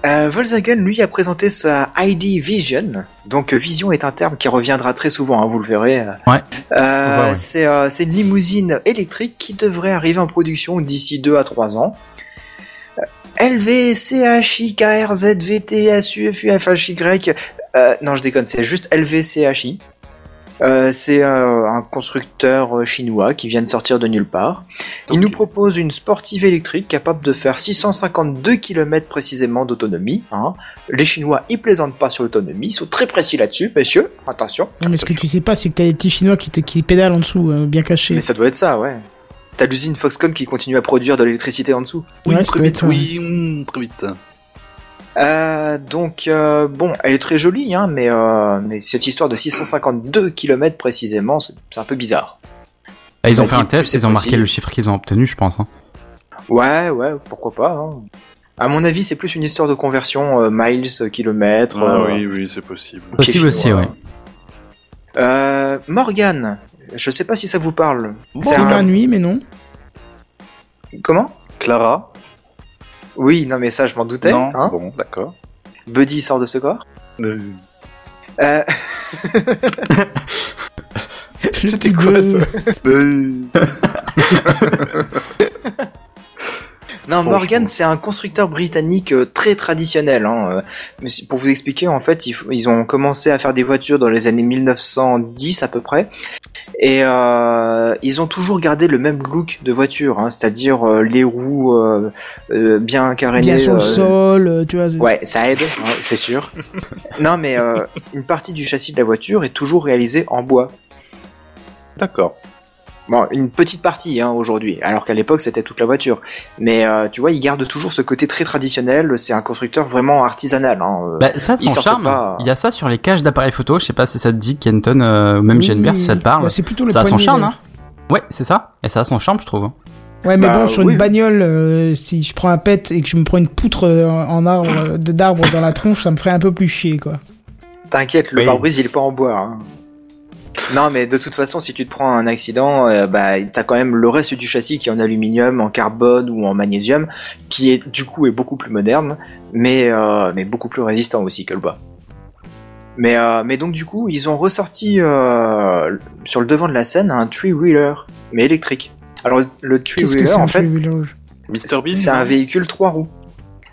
[SPEAKER 2] Euh, Volkswagen, lui, a présenté sa ID Vision. Donc, euh, Vision est un terme qui reviendra très souvent, hein, vous le verrez. euh.
[SPEAKER 3] Ouais.
[SPEAKER 2] Euh,
[SPEAKER 3] Ouais, ouais.
[SPEAKER 2] C'est euh, c'est une limousine électrique qui devrait arriver en production d'ici 2 à 3 ans. Euh, LV, CHI, KRZ, VT, SUFUFHY. Euh, non, je déconne, c'est juste LV, CHI. Euh, c'est euh, un constructeur euh, chinois qui vient de sortir de nulle part. Il
[SPEAKER 6] Ok.
[SPEAKER 2] nous propose une sportive électrique capable de faire 652 km précisément d'autonomie. hein. Les Chinois, ils plaisantent pas sur l'autonomie, ils sont très précis là-dessus, messieurs. Attention.
[SPEAKER 1] Non, mais ce que tu sais pas, c'est que t'as des petits chinois qui, te- qui pédalent en dessous, euh, bien cachés.
[SPEAKER 2] Mais ça doit être ça, ouais. T'as l'usine Foxconn qui continue à produire de l'électricité en dessous.
[SPEAKER 1] Ouais, ça
[SPEAKER 6] très
[SPEAKER 1] doit
[SPEAKER 6] vite,
[SPEAKER 1] être ça.
[SPEAKER 6] oui, hum, très vite.
[SPEAKER 2] Euh, donc euh, bon, elle est très jolie, hein, mais, euh, mais cette histoire de 652 km précisément, c'est c'est un peu bizarre.
[SPEAKER 3] Ah, ils ont
[SPEAKER 2] Bah,
[SPEAKER 3] fait un
[SPEAKER 2] si,
[SPEAKER 3] test,
[SPEAKER 2] c'est
[SPEAKER 3] ils ont marqué
[SPEAKER 2] possible.
[SPEAKER 3] le chiffre qu'ils ont obtenu, je pense. hein.
[SPEAKER 2] Ouais, ouais, pourquoi pas. Hein. À mon avis, c'est plus une histoire de conversion euh, miles, kilomètres.
[SPEAKER 6] Ah
[SPEAKER 2] euh,
[SPEAKER 6] oui, oui, c'est possible.
[SPEAKER 2] Ok,
[SPEAKER 3] Possible aussi,
[SPEAKER 2] chinois.
[SPEAKER 3] ouais.
[SPEAKER 2] Euh, Morgan, je sais pas si ça vous parle.
[SPEAKER 1] C'est
[SPEAKER 2] un-
[SPEAKER 1] pas nuit, mais non.
[SPEAKER 2] Comment
[SPEAKER 6] Clara
[SPEAKER 2] Oui, non mais ça, je m'en doutais.
[SPEAKER 6] Non
[SPEAKER 2] hein.
[SPEAKER 6] Bon, d'accord.
[SPEAKER 2] Buddy sort de ce corps.
[SPEAKER 6] Euh,
[SPEAKER 2] Euh,
[SPEAKER 1] Le
[SPEAKER 2] C'était
[SPEAKER 1] petit
[SPEAKER 2] quoi,
[SPEAKER 1] bleu.
[SPEAKER 2] ça
[SPEAKER 6] euh,
[SPEAKER 2] Non,
[SPEAKER 6] Franchement.
[SPEAKER 2] Morgan, c'est un constructeur britannique euh, très traditionnel. hein, euh, mais c'est- Pour vous expliquer, en fait, il faut- ils ont commencé à faire des voitures dans les années 1910 à peu près. Et euh, ils ont toujours gardé le même look de voiture, hein, c'est-à-dire euh, les roues euh, euh, bien
[SPEAKER 1] Bien
[SPEAKER 2] carénées.
[SPEAKER 1] sur le
[SPEAKER 2] euh,
[SPEAKER 1] sol, euh, tu vois. c'est-
[SPEAKER 2] Ouais, ça aide, hein, c'est sûr. non, mais euh, une partie du châssis de la voiture est toujours réalisée en bois.
[SPEAKER 6] D'accord.
[SPEAKER 2] Bon, une petite partie hein, aujourd'hui, alors qu'à l'époque c'était toute la voiture. Mais euh, tu vois, il garde toujours ce côté très traditionnel. C'est un constructeur vraiment artisanal. hein, euh.
[SPEAKER 3] Bah, ça,
[SPEAKER 2] Ils
[SPEAKER 3] son
[SPEAKER 2] sortent
[SPEAKER 3] charme.
[SPEAKER 2] pas.
[SPEAKER 3] Il y a ça sur les caches d'appareils photo. Je sais pas si ça te dit, Kenton, euh, ou même
[SPEAKER 1] Oui,
[SPEAKER 3] Jenber, si ça te parle.
[SPEAKER 1] bah, c'est plutôt le
[SPEAKER 3] ça a son
[SPEAKER 1] poignet,
[SPEAKER 3] charme, hein.
[SPEAKER 1] d'ailleurs.
[SPEAKER 3] ouais, c'est ça. Et ça a son charme, je trouve. hein.
[SPEAKER 1] Ouais, mais
[SPEAKER 2] Bah,
[SPEAKER 1] bon, sur
[SPEAKER 2] oui.
[SPEAKER 1] une bagnole, euh, si je prends un pet et que je me prends une poutre euh, en arbre, euh, de- d'arbre dans la tronche, ça me ferait un peu plus chier, quoi.
[SPEAKER 2] T'inquiète, le
[SPEAKER 3] Oui.
[SPEAKER 2] pare-brise il est pas en bois. hein. Non, mais de toute façon, si tu te prends un accident, euh, bah t'as quand même le reste du châssis qui est en aluminium, en carbone ou en magnésium, qui est du coup est beaucoup plus moderne, mais euh, mais beaucoup plus résistant aussi que le bois. Mais euh, mais donc du coup, ils ont ressorti euh, sur le devant de la scène un three wheeler, mais électrique. Alors le three
[SPEAKER 1] Qu'est-ce que
[SPEAKER 2] wheeler
[SPEAKER 1] c'est
[SPEAKER 2] en
[SPEAKER 1] un
[SPEAKER 2] fait,
[SPEAKER 1] three-wheeler
[SPEAKER 6] Mr Bean
[SPEAKER 2] c'est un véhicule trois roues.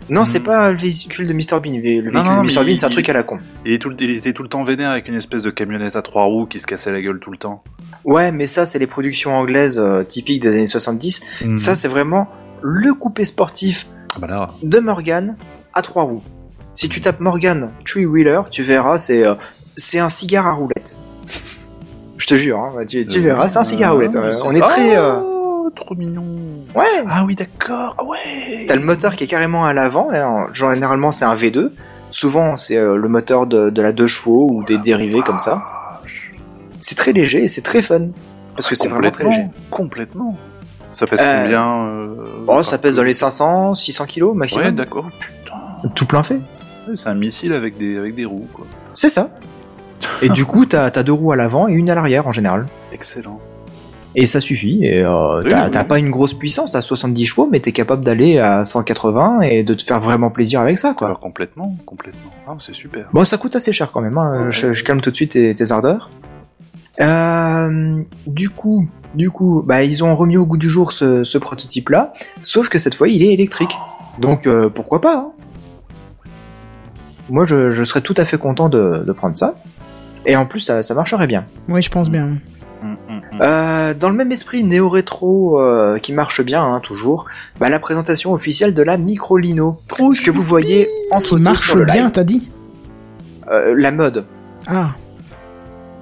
[SPEAKER 2] Non, c'est
[SPEAKER 6] Hmm.
[SPEAKER 2] pas le véhicule de Mr Bean. Le véhicule
[SPEAKER 6] non,
[SPEAKER 2] de Mr
[SPEAKER 6] mais
[SPEAKER 2] Bean, c'est un
[SPEAKER 6] il-
[SPEAKER 2] truc à la con.
[SPEAKER 6] il, est tout le- il était tout le temps vénère avec une espèce de camionnette à trois roues qui se cassait la gueule tout le temps.
[SPEAKER 2] Ouais, mais ça, c'est les productions anglaises euh, typiques des années 70.
[SPEAKER 6] Mhm.
[SPEAKER 2] Ça, c'est vraiment le coupé sportif
[SPEAKER 6] Ah bah là.
[SPEAKER 2] de Morgan à trois roues. Si tu tapes Morgan Tree Wheeler, tu verras, c'est euh, c'est un cigare à roulette. Je te jure, hein, tu, tu
[SPEAKER 6] euh,
[SPEAKER 2] verras, c'est un cigare à roulette.
[SPEAKER 6] euh,
[SPEAKER 2] ouais.
[SPEAKER 6] c'est-
[SPEAKER 2] On est très. euh,
[SPEAKER 6] Oh, trop mignon.
[SPEAKER 2] Ouais!
[SPEAKER 6] Ah oui, d'accord. Ah ouais.
[SPEAKER 2] T'as le moteur qui est carrément à l'avant, hein, généralement, c'est un V2. Souvent, c'est euh, le moteur de, de la 2 chevaux ou des dérivés comme ça. C'est très léger et c'est très fun. Parce que c'est vraiment très léger.
[SPEAKER 6] complètement. Complètement. Ça pèse
[SPEAKER 2] Euh,
[SPEAKER 6] combien euh,
[SPEAKER 2] Oh, ça pèse dans
[SPEAKER 6] par-
[SPEAKER 2] les 500, 600 kilos
[SPEAKER 6] Ouais,
[SPEAKER 2] maximum.
[SPEAKER 6] d'accord. Putain.
[SPEAKER 2] Tout plein fait.
[SPEAKER 6] C'est un missile avec des avec des roues quoi.
[SPEAKER 2] C'est ça. Et du coup, t'as as deux roues à l'avant et une à l'arrière en général.
[SPEAKER 6] Excellent.
[SPEAKER 2] Et ça suffit. Et euh,
[SPEAKER 6] Oui,
[SPEAKER 2] t'as
[SPEAKER 6] oui.
[SPEAKER 2] t'as pas une grosse puissance, t'as 70 chevaux, mais t'es capable d'aller à 180 et de te faire vraiment plaisir avec ça, quoi.
[SPEAKER 6] Alors complètement, complètement. Ah, c'est super.
[SPEAKER 2] Bon, ça coûte assez cher quand même. hein.
[SPEAKER 6] Ouais.
[SPEAKER 2] Je, je calme tout de suite tes, tes ardeurs. Euh, du coup, du coup, bah ils ont remis au goût du jour ce, ce prototype-là, sauf que cette fois il est électrique. Donc euh, pourquoi pas hein. Moi, je, je serais tout à fait content de, de prendre ça. Et en plus, ça, ça marcherait bien.
[SPEAKER 1] Ouais, je pense bien. ouais.
[SPEAKER 6] Hum, hum, hum.
[SPEAKER 2] Euh, dans le même esprit néo-rétro euh, qui marche bien hein, toujours, bah, la présentation officielle de la Microlino,
[SPEAKER 1] Oh,
[SPEAKER 2] ce que vous voyez en
[SPEAKER 1] Qui
[SPEAKER 2] photo
[SPEAKER 1] marche
[SPEAKER 2] sur le
[SPEAKER 1] bien,
[SPEAKER 2] live.
[SPEAKER 1] t'as dit
[SPEAKER 2] Euh, la mode,
[SPEAKER 1] Ah,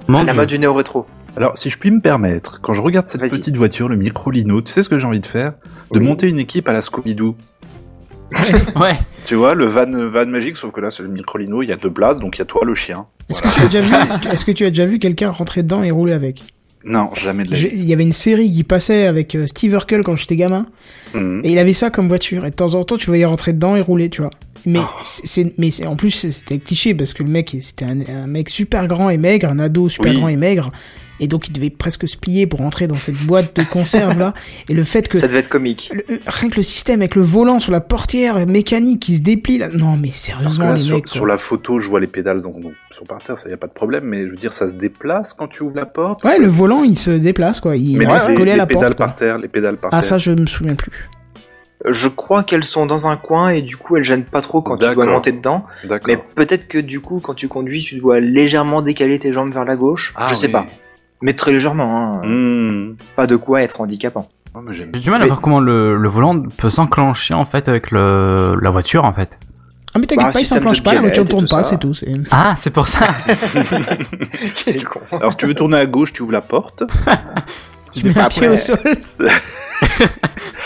[SPEAKER 3] Mon
[SPEAKER 2] la
[SPEAKER 3] Dieu.
[SPEAKER 2] mode du néo-rétro.
[SPEAKER 6] Alors, si je puis me permettre, quand je regarde cette
[SPEAKER 2] Vas-y.
[SPEAKER 6] petite voiture, le microlino, tu sais ce que j'ai envie de faire De
[SPEAKER 2] Oui.
[SPEAKER 6] monter une équipe à la Scooby-Doo.
[SPEAKER 3] Ouais.
[SPEAKER 6] Tu vois, le van, van magique, sauf que là, c'est le microlino, il y a deux places, donc il y a toi, le chien.
[SPEAKER 1] est-ce que, tu as déjà vu- est-ce que tu as déjà vu quelqu'un rentrer dedans et rouler avec
[SPEAKER 6] Non, jamais de la
[SPEAKER 1] J'ai-
[SPEAKER 6] vie.
[SPEAKER 1] Il y avait une série qui passait avec euh, Steve Urkel quand j'étais gamin,
[SPEAKER 6] Mhm.
[SPEAKER 1] et il avait ça comme voiture, et de temps en temps tu le voyais rentrer dedans et rouler, tu vois. Mais,
[SPEAKER 6] Oh.
[SPEAKER 1] c'est- c'est, mais c'est- en plus c'est- c'était cliché parce que le mec il- c'était un, un mec super grand et maigre, un ado super
[SPEAKER 6] Oui.
[SPEAKER 1] grand et maigre, et donc il devait presque se plier pour rentrer dans cette boîte de conserve là. Et le fait que
[SPEAKER 2] Ça devait être comique.
[SPEAKER 1] le- euh, rien que le système avec le volant sur la portière mécanique qui se déplie là, non mais
[SPEAKER 6] Parce que
[SPEAKER 1] sérieusement
[SPEAKER 6] là,
[SPEAKER 1] les
[SPEAKER 6] sur,
[SPEAKER 1] mecs, quoi.
[SPEAKER 6] sur la photo, je vois les pédales donc, donc, sont par terre, ça y a pas de problème, mais je veux dire, ça se déplace quand tu ouvres la porte.
[SPEAKER 1] Ouais, le volant il se déplace quoi, il
[SPEAKER 6] mais
[SPEAKER 1] reste
[SPEAKER 6] les,
[SPEAKER 1] collé à
[SPEAKER 6] les
[SPEAKER 1] la
[SPEAKER 6] pédales
[SPEAKER 1] porte. quoi.
[SPEAKER 6] par terre, les pédales par
[SPEAKER 1] Ah
[SPEAKER 6] terre.
[SPEAKER 1] ça je me souviens plus.
[SPEAKER 2] Je crois qu'elles sont dans un coin et du coup elles gênent pas trop quand tu dois
[SPEAKER 6] D'accord.
[SPEAKER 2] monter dedans.
[SPEAKER 6] D'accord.
[SPEAKER 2] Mais peut-être que du coup quand tu conduis tu dois légèrement décaler tes jambes vers la gauche.
[SPEAKER 6] Ah
[SPEAKER 2] je sais
[SPEAKER 6] oui.
[SPEAKER 2] pas. Mais très légèrement, hein.
[SPEAKER 6] Hmm.
[SPEAKER 2] pas de quoi être handicapant.
[SPEAKER 6] Ouais, mais j'aime.
[SPEAKER 3] J'ai du mal à
[SPEAKER 2] Mais-
[SPEAKER 3] voir comment le, le volant peut s'enclencher en fait avec le, la voiture en fait.
[SPEAKER 1] Ah mais
[SPEAKER 2] Bah,
[SPEAKER 1] t'inquiète
[SPEAKER 2] un
[SPEAKER 1] pas, il
[SPEAKER 2] système de
[SPEAKER 1] s'enclenche pas, la
[SPEAKER 2] galette
[SPEAKER 1] voiture
[SPEAKER 2] et
[SPEAKER 1] tourne
[SPEAKER 2] tout
[SPEAKER 1] pas,
[SPEAKER 2] ça.
[SPEAKER 1] c'est tout. c'est-
[SPEAKER 3] Ah, c'est pour ça.
[SPEAKER 2] Quel con.
[SPEAKER 6] Alors si tu veux tourner à gauche, tu ouvres la porte.
[SPEAKER 1] Tu mets un
[SPEAKER 2] après-
[SPEAKER 1] pied au sol.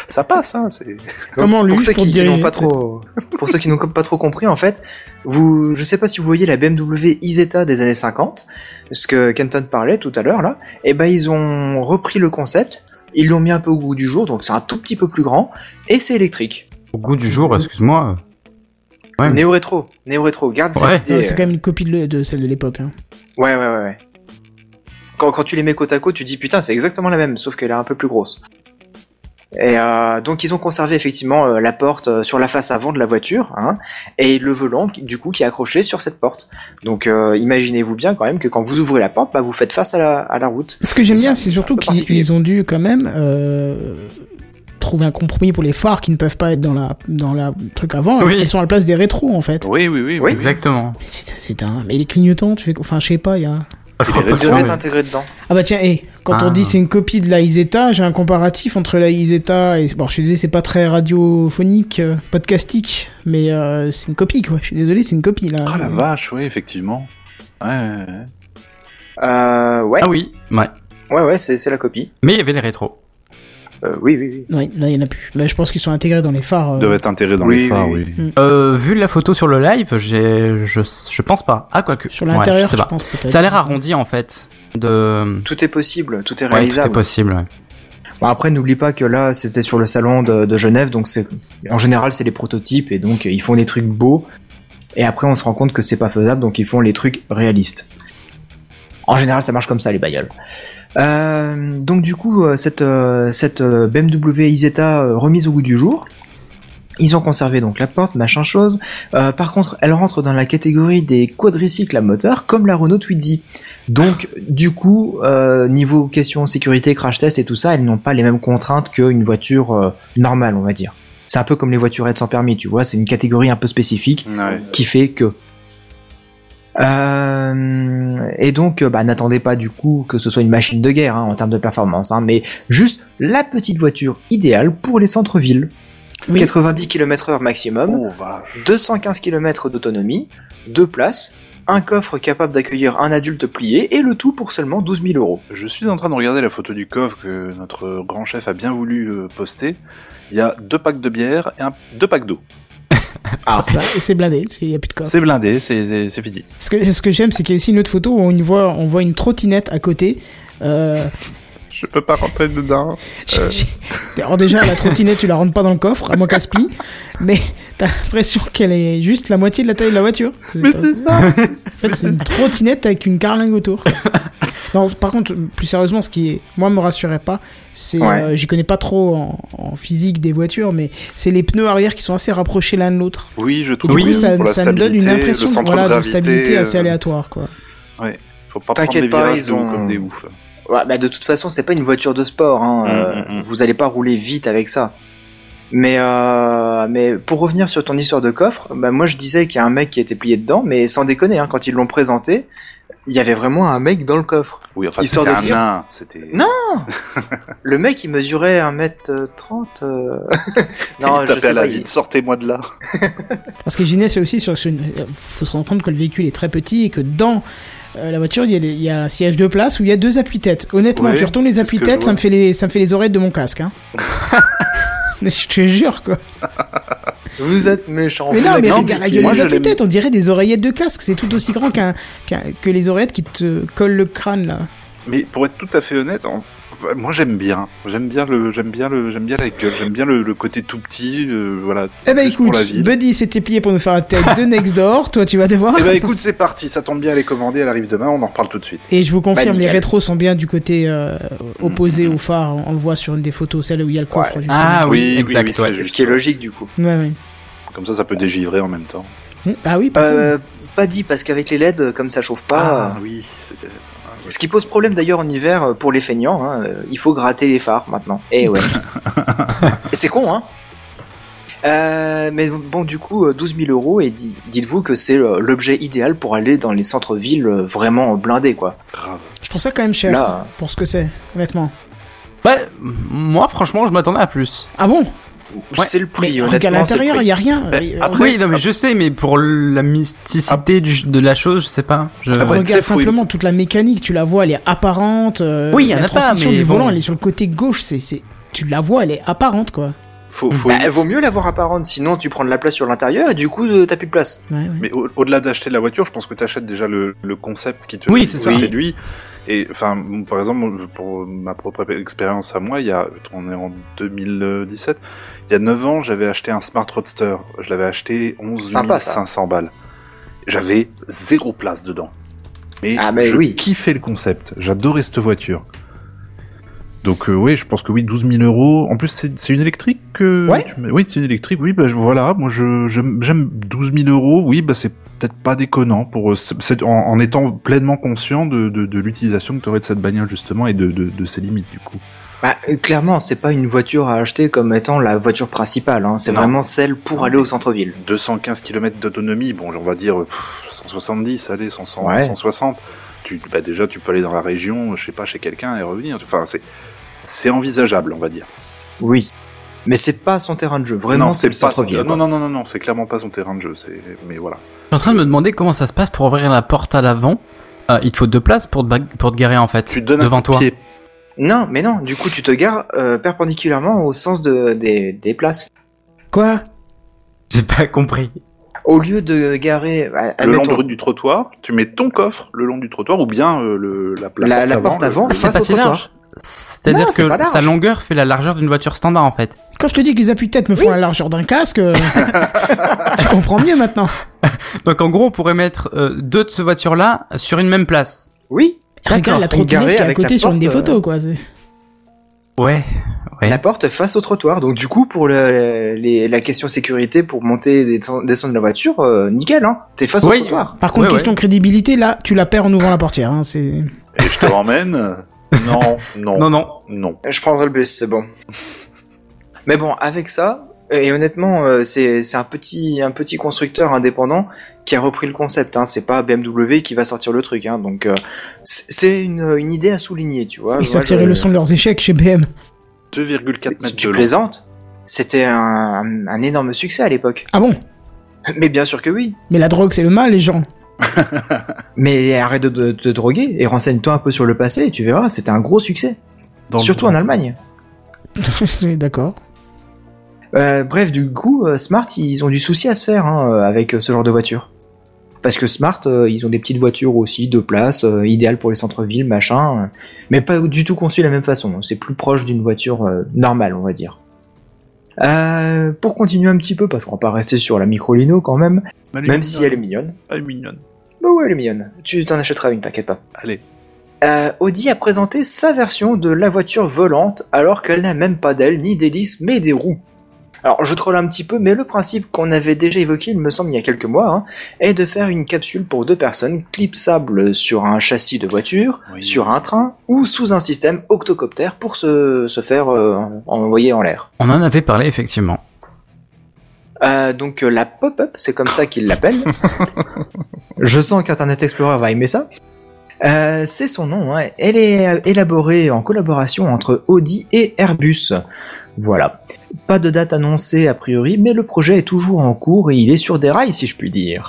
[SPEAKER 6] Ça passe, hein. C'est.
[SPEAKER 1] Comment
[SPEAKER 2] pour
[SPEAKER 1] lui,
[SPEAKER 2] ceux
[SPEAKER 1] pour
[SPEAKER 2] qui, qui
[SPEAKER 1] diriger,
[SPEAKER 2] n'ont pas trop, pour ceux qui n'ont pas trop compris, en fait, vous, je sais pas si vous voyez la BMW Isetta des années 50, ce que Kenton parlait tout à l'heure là, et ben ils ont repris le concept, ils l'ont mis un peu au goût du jour, donc c'est un tout petit peu plus grand et c'est électrique.
[SPEAKER 3] Au goût du jour, excuse-moi. Ouais.
[SPEAKER 2] Néo rétro, néo rétro, garde
[SPEAKER 3] Ah Ouais.
[SPEAKER 2] cette
[SPEAKER 1] Non,
[SPEAKER 2] idée.
[SPEAKER 1] C'est quand même une copie de, le- de celle de l'époque. hein.
[SPEAKER 2] Ouais ouais ouais ouais. Quand, quand tu les mets côte à côte, tu dis putain c'est exactement la même, sauf qu'elle est un peu plus grosse. Et euh, donc ils ont conservé effectivement euh, la porte euh, sur la face avant de la voiture, hein, et le volant qui- du coup qui est accroché sur cette porte. Donc euh, imaginez-vous bien quand même que quand vous ouvrez la porte, bah, vous faites face à la, à la route.
[SPEAKER 1] Ce que j'aime
[SPEAKER 2] Ça,
[SPEAKER 1] bien,
[SPEAKER 2] c'est
[SPEAKER 1] c'est
[SPEAKER 2] un
[SPEAKER 1] surtout
[SPEAKER 2] peu
[SPEAKER 1] qu'ils
[SPEAKER 2] particulier.
[SPEAKER 1] ils ont dû quand même euh, trouver un compromis pour les phares qui ne peuvent pas être dans la dans la truc avant.
[SPEAKER 3] Oui.
[SPEAKER 1] Ils sont à la place des rétros en fait.
[SPEAKER 6] Oui, oui, oui.
[SPEAKER 2] Oui.
[SPEAKER 3] Exactement.
[SPEAKER 1] C'est c'est un. Mais les clignotants, tu fais... enfin je sais pas, il y a.
[SPEAKER 3] Je crois
[SPEAKER 6] les
[SPEAKER 3] pas
[SPEAKER 2] Ils
[SPEAKER 6] rétro-
[SPEAKER 3] trop,
[SPEAKER 2] devraient
[SPEAKER 3] mais-
[SPEAKER 2] être intégrés dedans.
[SPEAKER 1] Ah bah tiens, hé, quand on
[SPEAKER 3] Ah.
[SPEAKER 1] dit c'est une copie de la Isetta, j'ai un comparatif entre la Isetta et... Bon, je suis désolé, c'est pas très radiophonique, euh, podcastique, mais euh, c'est une copie, quoi. Je suis désolé, c'est une copie, là.
[SPEAKER 6] Ah la vache, oui, effectivement. Ouais, ouais, ouais.
[SPEAKER 2] Euh, ouais,
[SPEAKER 3] Ah oui, ouais.
[SPEAKER 2] ouais, ouais, c'est c'est la copie.
[SPEAKER 3] Mais il y avait les rétros.
[SPEAKER 2] Euh, oui, oui, oui.
[SPEAKER 1] Ouais, là, il y en a plus. Mais je pense qu'ils sont intégrés dans les phares. euh.
[SPEAKER 6] Ils doivent être intégrés dans
[SPEAKER 2] Oui,
[SPEAKER 6] les phares,
[SPEAKER 2] oui,
[SPEAKER 6] oui.
[SPEAKER 3] Euh, vu la photo sur le live, j'ai, je, je pense pas. Ah, quoique.
[SPEAKER 1] Sur
[SPEAKER 3] Ouais,
[SPEAKER 1] l'intérieur,
[SPEAKER 3] je sais
[SPEAKER 1] je,
[SPEAKER 3] pas.
[SPEAKER 1] pense peut-être.
[SPEAKER 3] Ça a l'air arrondi en fait. De.
[SPEAKER 2] Tout est possible, tout est
[SPEAKER 3] Ouais, tout est
[SPEAKER 2] réalisable.
[SPEAKER 3] possible. ouais.
[SPEAKER 2] Bon, Bah, après, n'oublie pas que là, c'était sur le salon de, de Genève, donc c'est en général, c'est les prototypes et donc euh, ils font des trucs beaux. Et après, on se rend compte que c'est pas faisable, donc ils font les trucs réalistes. En général, ça marche comme ça les bagnoles. Euh, donc du coup, euh, cette euh, cette euh, BMW Isetta euh, remise au goût du jour. Ils ont conservé donc la porte, machin chose. Euh, par contre, elle rentre dans la catégorie des quadricycles à moteur, comme la Renault Twizy. Donc, du coup, euh, niveau question sécurité, crash test et tout ça, elles n'ont pas les mêmes contraintes qu'une voiture euh, normale, on va dire. C'est un peu comme les voiturettes sans permis, tu vois, c'est une catégorie un peu spécifique
[SPEAKER 6] Ouais.
[SPEAKER 2] qui fait que. Euh, et donc, euh, bah, n'attendez pas du coup que ce soit une machine de guerre hein, en termes de performance, hein, mais juste la petite voiture idéale pour les centres-villes.
[SPEAKER 1] Oui.
[SPEAKER 2] 90 km/h maximum.
[SPEAKER 6] Oh vache.
[SPEAKER 2] 215 km d'autonomie, deux places, un coffre capable d'accueillir un adulte plié et le tout pour seulement 12 000 euros.
[SPEAKER 6] Je suis en train de regarder la photo du coffre que notre grand chef a bien voulu euh, poster. Il y a deux packs de bière et un, deux packs d'eau.
[SPEAKER 1] Ah, ça, et c'est blindé, c'est- il y a plus de coffre.
[SPEAKER 6] C'est blindé, c'est- c'est c'est fini.
[SPEAKER 1] Ce que, ce que j'aime, c'est qu'il y a aussi une autre photo où on y voit, on voit une trottinette à côté. Euh,
[SPEAKER 6] Je peux pas rentrer dedans. Euh.
[SPEAKER 1] Alors déjà, la trottinette, tu la rentres pas dans le coffre, à moins qu'elle se plie, mais t'as l'impression qu'elle est juste la moitié de la taille de la voiture.
[SPEAKER 6] Mais c'est ça
[SPEAKER 1] En fait, c'est une trottinette avec une carlingue autour. Non, c'est- par contre, plus sérieusement, ce qui est, moi me rassurait pas, c'est,
[SPEAKER 2] Ouais.
[SPEAKER 1] euh, j'y connais pas trop en, en physique des voitures, mais c'est les pneus arrière qui sont assez rapprochés l'un de l'autre.
[SPEAKER 6] Oui, je
[SPEAKER 1] Et
[SPEAKER 6] trouve
[SPEAKER 1] du coup,
[SPEAKER 6] oui,
[SPEAKER 1] ça,
[SPEAKER 6] pour la
[SPEAKER 1] ça me donne une
[SPEAKER 6] stabilité,
[SPEAKER 1] impression
[SPEAKER 6] le centre
[SPEAKER 1] voilà,
[SPEAKER 6] de gravité,
[SPEAKER 1] stabilité assez
[SPEAKER 6] euh,
[SPEAKER 1] aléatoire, quoi.
[SPEAKER 6] Faut pas prendre
[SPEAKER 2] T'inquiète
[SPEAKER 6] des
[SPEAKER 2] pas,
[SPEAKER 6] virages
[SPEAKER 2] ils
[SPEAKER 6] de haut
[SPEAKER 2] ont-
[SPEAKER 6] comme des oufs.
[SPEAKER 2] Ouais, bah de toute façon, c'est pas une voiture de sport, hein, euh,
[SPEAKER 6] Mm, mm, mm.
[SPEAKER 2] vous allez pas rouler vite avec ça. Mais, euh, mais pour revenir sur ton histoire de coffre, bah moi je disais qu'il y a un mec qui était plié dedans, mais sans déconner, hein, quand ils l'ont présenté, il y avait vraiment un mec dans le coffre.
[SPEAKER 6] Oui, enfin,
[SPEAKER 2] Histoire
[SPEAKER 6] c'était
[SPEAKER 2] de
[SPEAKER 6] un
[SPEAKER 2] dire-
[SPEAKER 6] nain. C'était...
[SPEAKER 2] Non, Le mec, il mesurait 1m30. euh, non,
[SPEAKER 6] il
[SPEAKER 2] je
[SPEAKER 6] tapait
[SPEAKER 2] sais
[SPEAKER 6] à la
[SPEAKER 2] pas. il-
[SPEAKER 6] vide, sortez-moi de là.
[SPEAKER 1] Parce que Ginès, c'est aussi sur, sur une- euh, faut se rendre compte que le véhicule est très petit et que dans euh, la voiture, il y, a des- il y a un siège de place où il y a deux appuis-têtes. Honnêtement,
[SPEAKER 6] Ouais,
[SPEAKER 1] tu retournes les
[SPEAKER 6] c'est ce que
[SPEAKER 1] appuis-têtes,
[SPEAKER 6] je
[SPEAKER 1] ça
[SPEAKER 6] vois.
[SPEAKER 1] me fait les, ça me fait les oreilles de mon casque, hein. Mais Je te jure quoi.
[SPEAKER 2] Vous êtes méchant.
[SPEAKER 1] mais
[SPEAKER 2] vous
[SPEAKER 1] non,
[SPEAKER 2] êtes
[SPEAKER 1] mais
[SPEAKER 2] gentil.
[SPEAKER 1] regarde la gueule
[SPEAKER 6] moi,
[SPEAKER 1] des
[SPEAKER 6] je l'ai
[SPEAKER 1] appuis-têtes, on dirait des oreillettes de casque. C'est tout aussi grand qu'un qu'un- que les oreillettes qui te collent le crâne là.
[SPEAKER 6] Mais pour être tout à fait honnête, en- enfin, moi j'aime bien, j'aime bien le, j'aime bien le, j'aime bien la gueule, j'aime bien le, le côté tout petit, euh, voilà.
[SPEAKER 1] Eh ben
[SPEAKER 6] plus pour
[SPEAKER 1] écoute,
[SPEAKER 6] la ville.
[SPEAKER 1] Buddy s'était plié pour nous faire un tête de Next Door. Toi, tu vas devoir.
[SPEAKER 6] Eh ben écoute, c'est parti, ça tombe bien, elle est commandée, elle arrive demain, on en reparle tout de suite.
[SPEAKER 1] Et je vous confirme, les
[SPEAKER 2] Bah, nickel.
[SPEAKER 1] rétros sont bien du côté euh, opposé au phare. On, on le voit sur une des photos, celle où il y a le coffre.
[SPEAKER 2] Ouais.
[SPEAKER 1] justement.
[SPEAKER 3] Ah oui,
[SPEAKER 6] Oui, oui,
[SPEAKER 3] exact.
[SPEAKER 6] oui, c'est
[SPEAKER 3] ouais.
[SPEAKER 6] juste.
[SPEAKER 2] Ce qui est logique du coup.
[SPEAKER 1] Ouais, ouais.
[SPEAKER 6] Comme ça, ça peut dégivrer en même temps.
[SPEAKER 1] Hmm, Ah oui, par contre.
[SPEAKER 2] Euh, pas dit parce qu'avec les LED, euh, comme ça chauffe pas.
[SPEAKER 6] Ah, oui, c'était. ah, ouais.
[SPEAKER 2] Ce qui pose problème d'ailleurs en hiver euh, pour les feignants, hein, euh, il faut gratter les phares maintenant. Et ouais. Et c'est con, hein Euh, mais bon, du coup, euh, 12 000 euros, et di- dites-vous que c'est euh, l'objet idéal pour aller dans les centres-villes euh, vraiment blindés, quoi.
[SPEAKER 6] Grave.
[SPEAKER 1] Je trouve ça quand même cher
[SPEAKER 2] Là.
[SPEAKER 1] pour ce que c'est, honnêtement.
[SPEAKER 3] Bah, m- moi, franchement, je m'attendais à plus.
[SPEAKER 1] Ah bon
[SPEAKER 2] c'est le prix,
[SPEAKER 1] Mais regarde
[SPEAKER 2] honnêtement. c'est le
[SPEAKER 1] l'intérieur,
[SPEAKER 2] prix.
[SPEAKER 1] il y a rien.
[SPEAKER 2] Bah,
[SPEAKER 1] Euh,
[SPEAKER 2] après- Ah.
[SPEAKER 3] oui, non, mais je sais, mais pour l- la mysticité du- de la chose, je sais pas. Je...
[SPEAKER 6] Après, tu sais,
[SPEAKER 1] Regarde
[SPEAKER 6] faut-
[SPEAKER 1] simplement toute la mécanique, tu la vois, elle est apparente. euh,
[SPEAKER 3] Oui, y en
[SPEAKER 1] la
[SPEAKER 3] a pas,
[SPEAKER 1] transmission
[SPEAKER 3] mais
[SPEAKER 1] du
[SPEAKER 3] bon.
[SPEAKER 1] volant, elle est sur le côté gauche, c'est, c'est, tu la vois, elle est apparente quoi.
[SPEAKER 6] Faut, faut
[SPEAKER 2] Bah, vaut mieux l'avoir apparente, sinon tu prends de la place sur l'intérieur et du coup euh, t'as plus de place.
[SPEAKER 1] Ouais, ouais.
[SPEAKER 6] Mais au- au-delà d'acheter la voiture, je pense que tu achètes déjà le, le concept qui te
[SPEAKER 3] Oui, c'est ça.
[SPEAKER 6] séduit. Et enfin, bon, par exemple, pour ma propre expérience à moi, il y a, on est en 2017, il y a 9 ans, j'avais acheté un Smart Roadster. Je l'avais acheté 11
[SPEAKER 2] Sympa, ça.
[SPEAKER 6] 500 balles. J'avais zéro place dedans. Mais,
[SPEAKER 2] Ah, mais
[SPEAKER 6] je
[SPEAKER 2] oui.
[SPEAKER 6] kiffais le concept. J'adorais cette voiture. Donc euh, oui, je pense que oui, 12 000 euros. En plus, c'est c'est une électrique. euh,
[SPEAKER 2] Ouais.
[SPEAKER 6] tu mets- Oui, c'est une électrique. Oui, bah je- voilà. Moi, je j'aime j'aime 12 000 euros. Oui, bah c'est peut-être pas déconnant pour euh, c'est- c'est- en, en étant pleinement conscient de, de, de l'utilisation que tu aurais de cette bagnole justement et de, de, de ses limites du coup.
[SPEAKER 2] Bah, euh, clairement, c'est pas une voiture à acheter comme étant la voiture principale, hein. c'est
[SPEAKER 6] Non.
[SPEAKER 2] vraiment celle pour
[SPEAKER 6] Non,
[SPEAKER 2] aller au
[SPEAKER 6] mais-
[SPEAKER 2] centre-ville.
[SPEAKER 6] 215 km d'autonomie. Bon, on va dire pff, 170, allez, 100, 100,
[SPEAKER 2] Ouais.
[SPEAKER 6] 160. Tu bah déjà, tu peux aller dans la région, je sais pas, chez quelqu'un et revenir. Enfin, c'est c'est envisageable, on va dire.
[SPEAKER 2] Oui. Mais c'est pas son terrain de jeu, vraiment
[SPEAKER 6] Non,
[SPEAKER 2] c'est le
[SPEAKER 6] pas son-
[SPEAKER 2] centre-ville.
[SPEAKER 6] Non,
[SPEAKER 2] quoi.
[SPEAKER 6] non, non, non, non, c'est clairement pas son terrain de jeu. C'est mais voilà.
[SPEAKER 3] Je suis en train de me demander comment ça se passe pour ouvrir la porte à l'avant. Euh, il te faut deux places pour te, ba- pour te garer en fait.
[SPEAKER 6] Tu te donnes
[SPEAKER 3] devant
[SPEAKER 6] un coup
[SPEAKER 3] toi.
[SPEAKER 6] de pied.
[SPEAKER 2] Non, mais non, du coup tu te gares euh, perpendiculairement au sens de, des, des places.
[SPEAKER 1] Quoi
[SPEAKER 3] J'ai pas compris.
[SPEAKER 2] Au lieu de garer... bah,
[SPEAKER 6] le long
[SPEAKER 2] admettons,
[SPEAKER 6] de- du trottoir, tu mets ton coffre le long du trottoir ou bien euh, le, la,
[SPEAKER 2] La- la porte
[SPEAKER 6] le-
[SPEAKER 2] avant,
[SPEAKER 6] le-
[SPEAKER 2] face
[SPEAKER 3] C'est pas
[SPEAKER 2] au
[SPEAKER 3] si
[SPEAKER 2] trottoir.
[SPEAKER 3] large. C'est-à-dire
[SPEAKER 2] Non, c'est pas
[SPEAKER 3] que
[SPEAKER 2] large.
[SPEAKER 3] sa longueur fait la largeur d'une voiture standard en fait.
[SPEAKER 1] Quand je te dis que les appuis-têtes me font
[SPEAKER 2] Oui.
[SPEAKER 1] la largeur d'un casque, euh, tu comprends mieux maintenant.
[SPEAKER 3] Donc en gros, on pourrait mettre euh, deux de ces voitures-là sur une même place.
[SPEAKER 2] Oui,
[SPEAKER 1] Regarde la
[SPEAKER 2] D'accord. Garé
[SPEAKER 1] trottinette qui est à
[SPEAKER 2] avec la
[SPEAKER 1] côté sur une des
[SPEAKER 2] porte, euh,
[SPEAKER 1] photos quoi. c'est-
[SPEAKER 3] Ouais. Ouais.
[SPEAKER 2] la porte face au trottoir. Donc du coup pour le- les- la question sécurité, pour monter et descendre descendre la voiture, euh, nickel, hein. t'es face
[SPEAKER 3] Oui.
[SPEAKER 2] au trottoir.
[SPEAKER 1] Par contre,
[SPEAKER 3] Ouais,
[SPEAKER 1] question crédibilité, là, tu la perds en ouvrant la portière. Hein, c'est...
[SPEAKER 2] Ah,
[SPEAKER 6] Et je te ramène Non, non,
[SPEAKER 3] Non,
[SPEAKER 6] non,
[SPEAKER 3] non.
[SPEAKER 2] Je prendrai le bus, c'est bon. Mais bon, avec ça, et honnêtement, euh, c'est c'est un petit, un petit constructeur indépendant qui a repris le concept. Hein. C'est pas BMW qui va sortir le truc. Hein. Donc, euh, c'est c'est une, une idée à souligner, tu vois.
[SPEAKER 1] Ils
[SPEAKER 2] Moi,
[SPEAKER 1] savent tirer
[SPEAKER 2] je-
[SPEAKER 1] le son de leurs échecs chez BM.
[SPEAKER 6] 2,4
[SPEAKER 2] Tu,
[SPEAKER 6] mètres de long.
[SPEAKER 2] plaisantes C'était un, un énorme succès à l'époque.
[SPEAKER 1] Ah bon
[SPEAKER 2] Mais bien sûr que oui.
[SPEAKER 1] Mais la drogue, c'est le mal, les gens.
[SPEAKER 2] Mais arrête de de te droguer et renseigne-toi un peu sur le passé et tu verras, c'était un gros succès.
[SPEAKER 3] Dans le-
[SPEAKER 2] Surtout en Allemagne.
[SPEAKER 1] Oui, D'accord.
[SPEAKER 2] Euh, bref, du coup, euh, Smart, ils ont du souci à se faire hein, euh, avec euh, ce genre de voiture. Parce que Smart, euh, ils ont des petites voitures aussi, deux places, euh, idéales pour les centres-villes, machin. euh, mais pas du tout conçues de la même façon. C'est plus proche d'une voiture euh, normale, on va dire. Euh, pour continuer un petit peu, parce qu'on va pas rester sur la microlino quand même,
[SPEAKER 6] Bah, Elle est
[SPEAKER 2] même si elle est mignonne.
[SPEAKER 6] mignonne. Elle est mignonne.
[SPEAKER 2] Bah ouais, elle est mignonne. Tu t'en achèteras une, t'inquiète pas.
[SPEAKER 6] Allez.
[SPEAKER 2] Euh, Audi a présenté sa version de la voiture volante alors qu'elle n'a même pas d'aile ni d'hélice mais des roues. Alors je troll un petit peu mais le principe qu'on avait déjà évoqué il me semble il y a quelques mois hein, est de faire une capsule pour deux personnes clipsable sur un châssis de voiture,
[SPEAKER 6] Oui.
[SPEAKER 2] sur un train ou sous un système octocoptère pour se, se faire euh, envoyer en l'air.
[SPEAKER 3] On en avait parlé effectivement.
[SPEAKER 2] Euh, donc euh, la pop-up, c'est comme ça qu'ils l'appellent. Je sens qu'Internet Explorer va aimer ça. Euh, c'est son nom, hein. elle est euh, élaborée en collaboration entre Audi et Airbus. Voilà. Pas de date annoncée a priori, mais le projet est toujours en cours et il est sur des rails si je puis dire.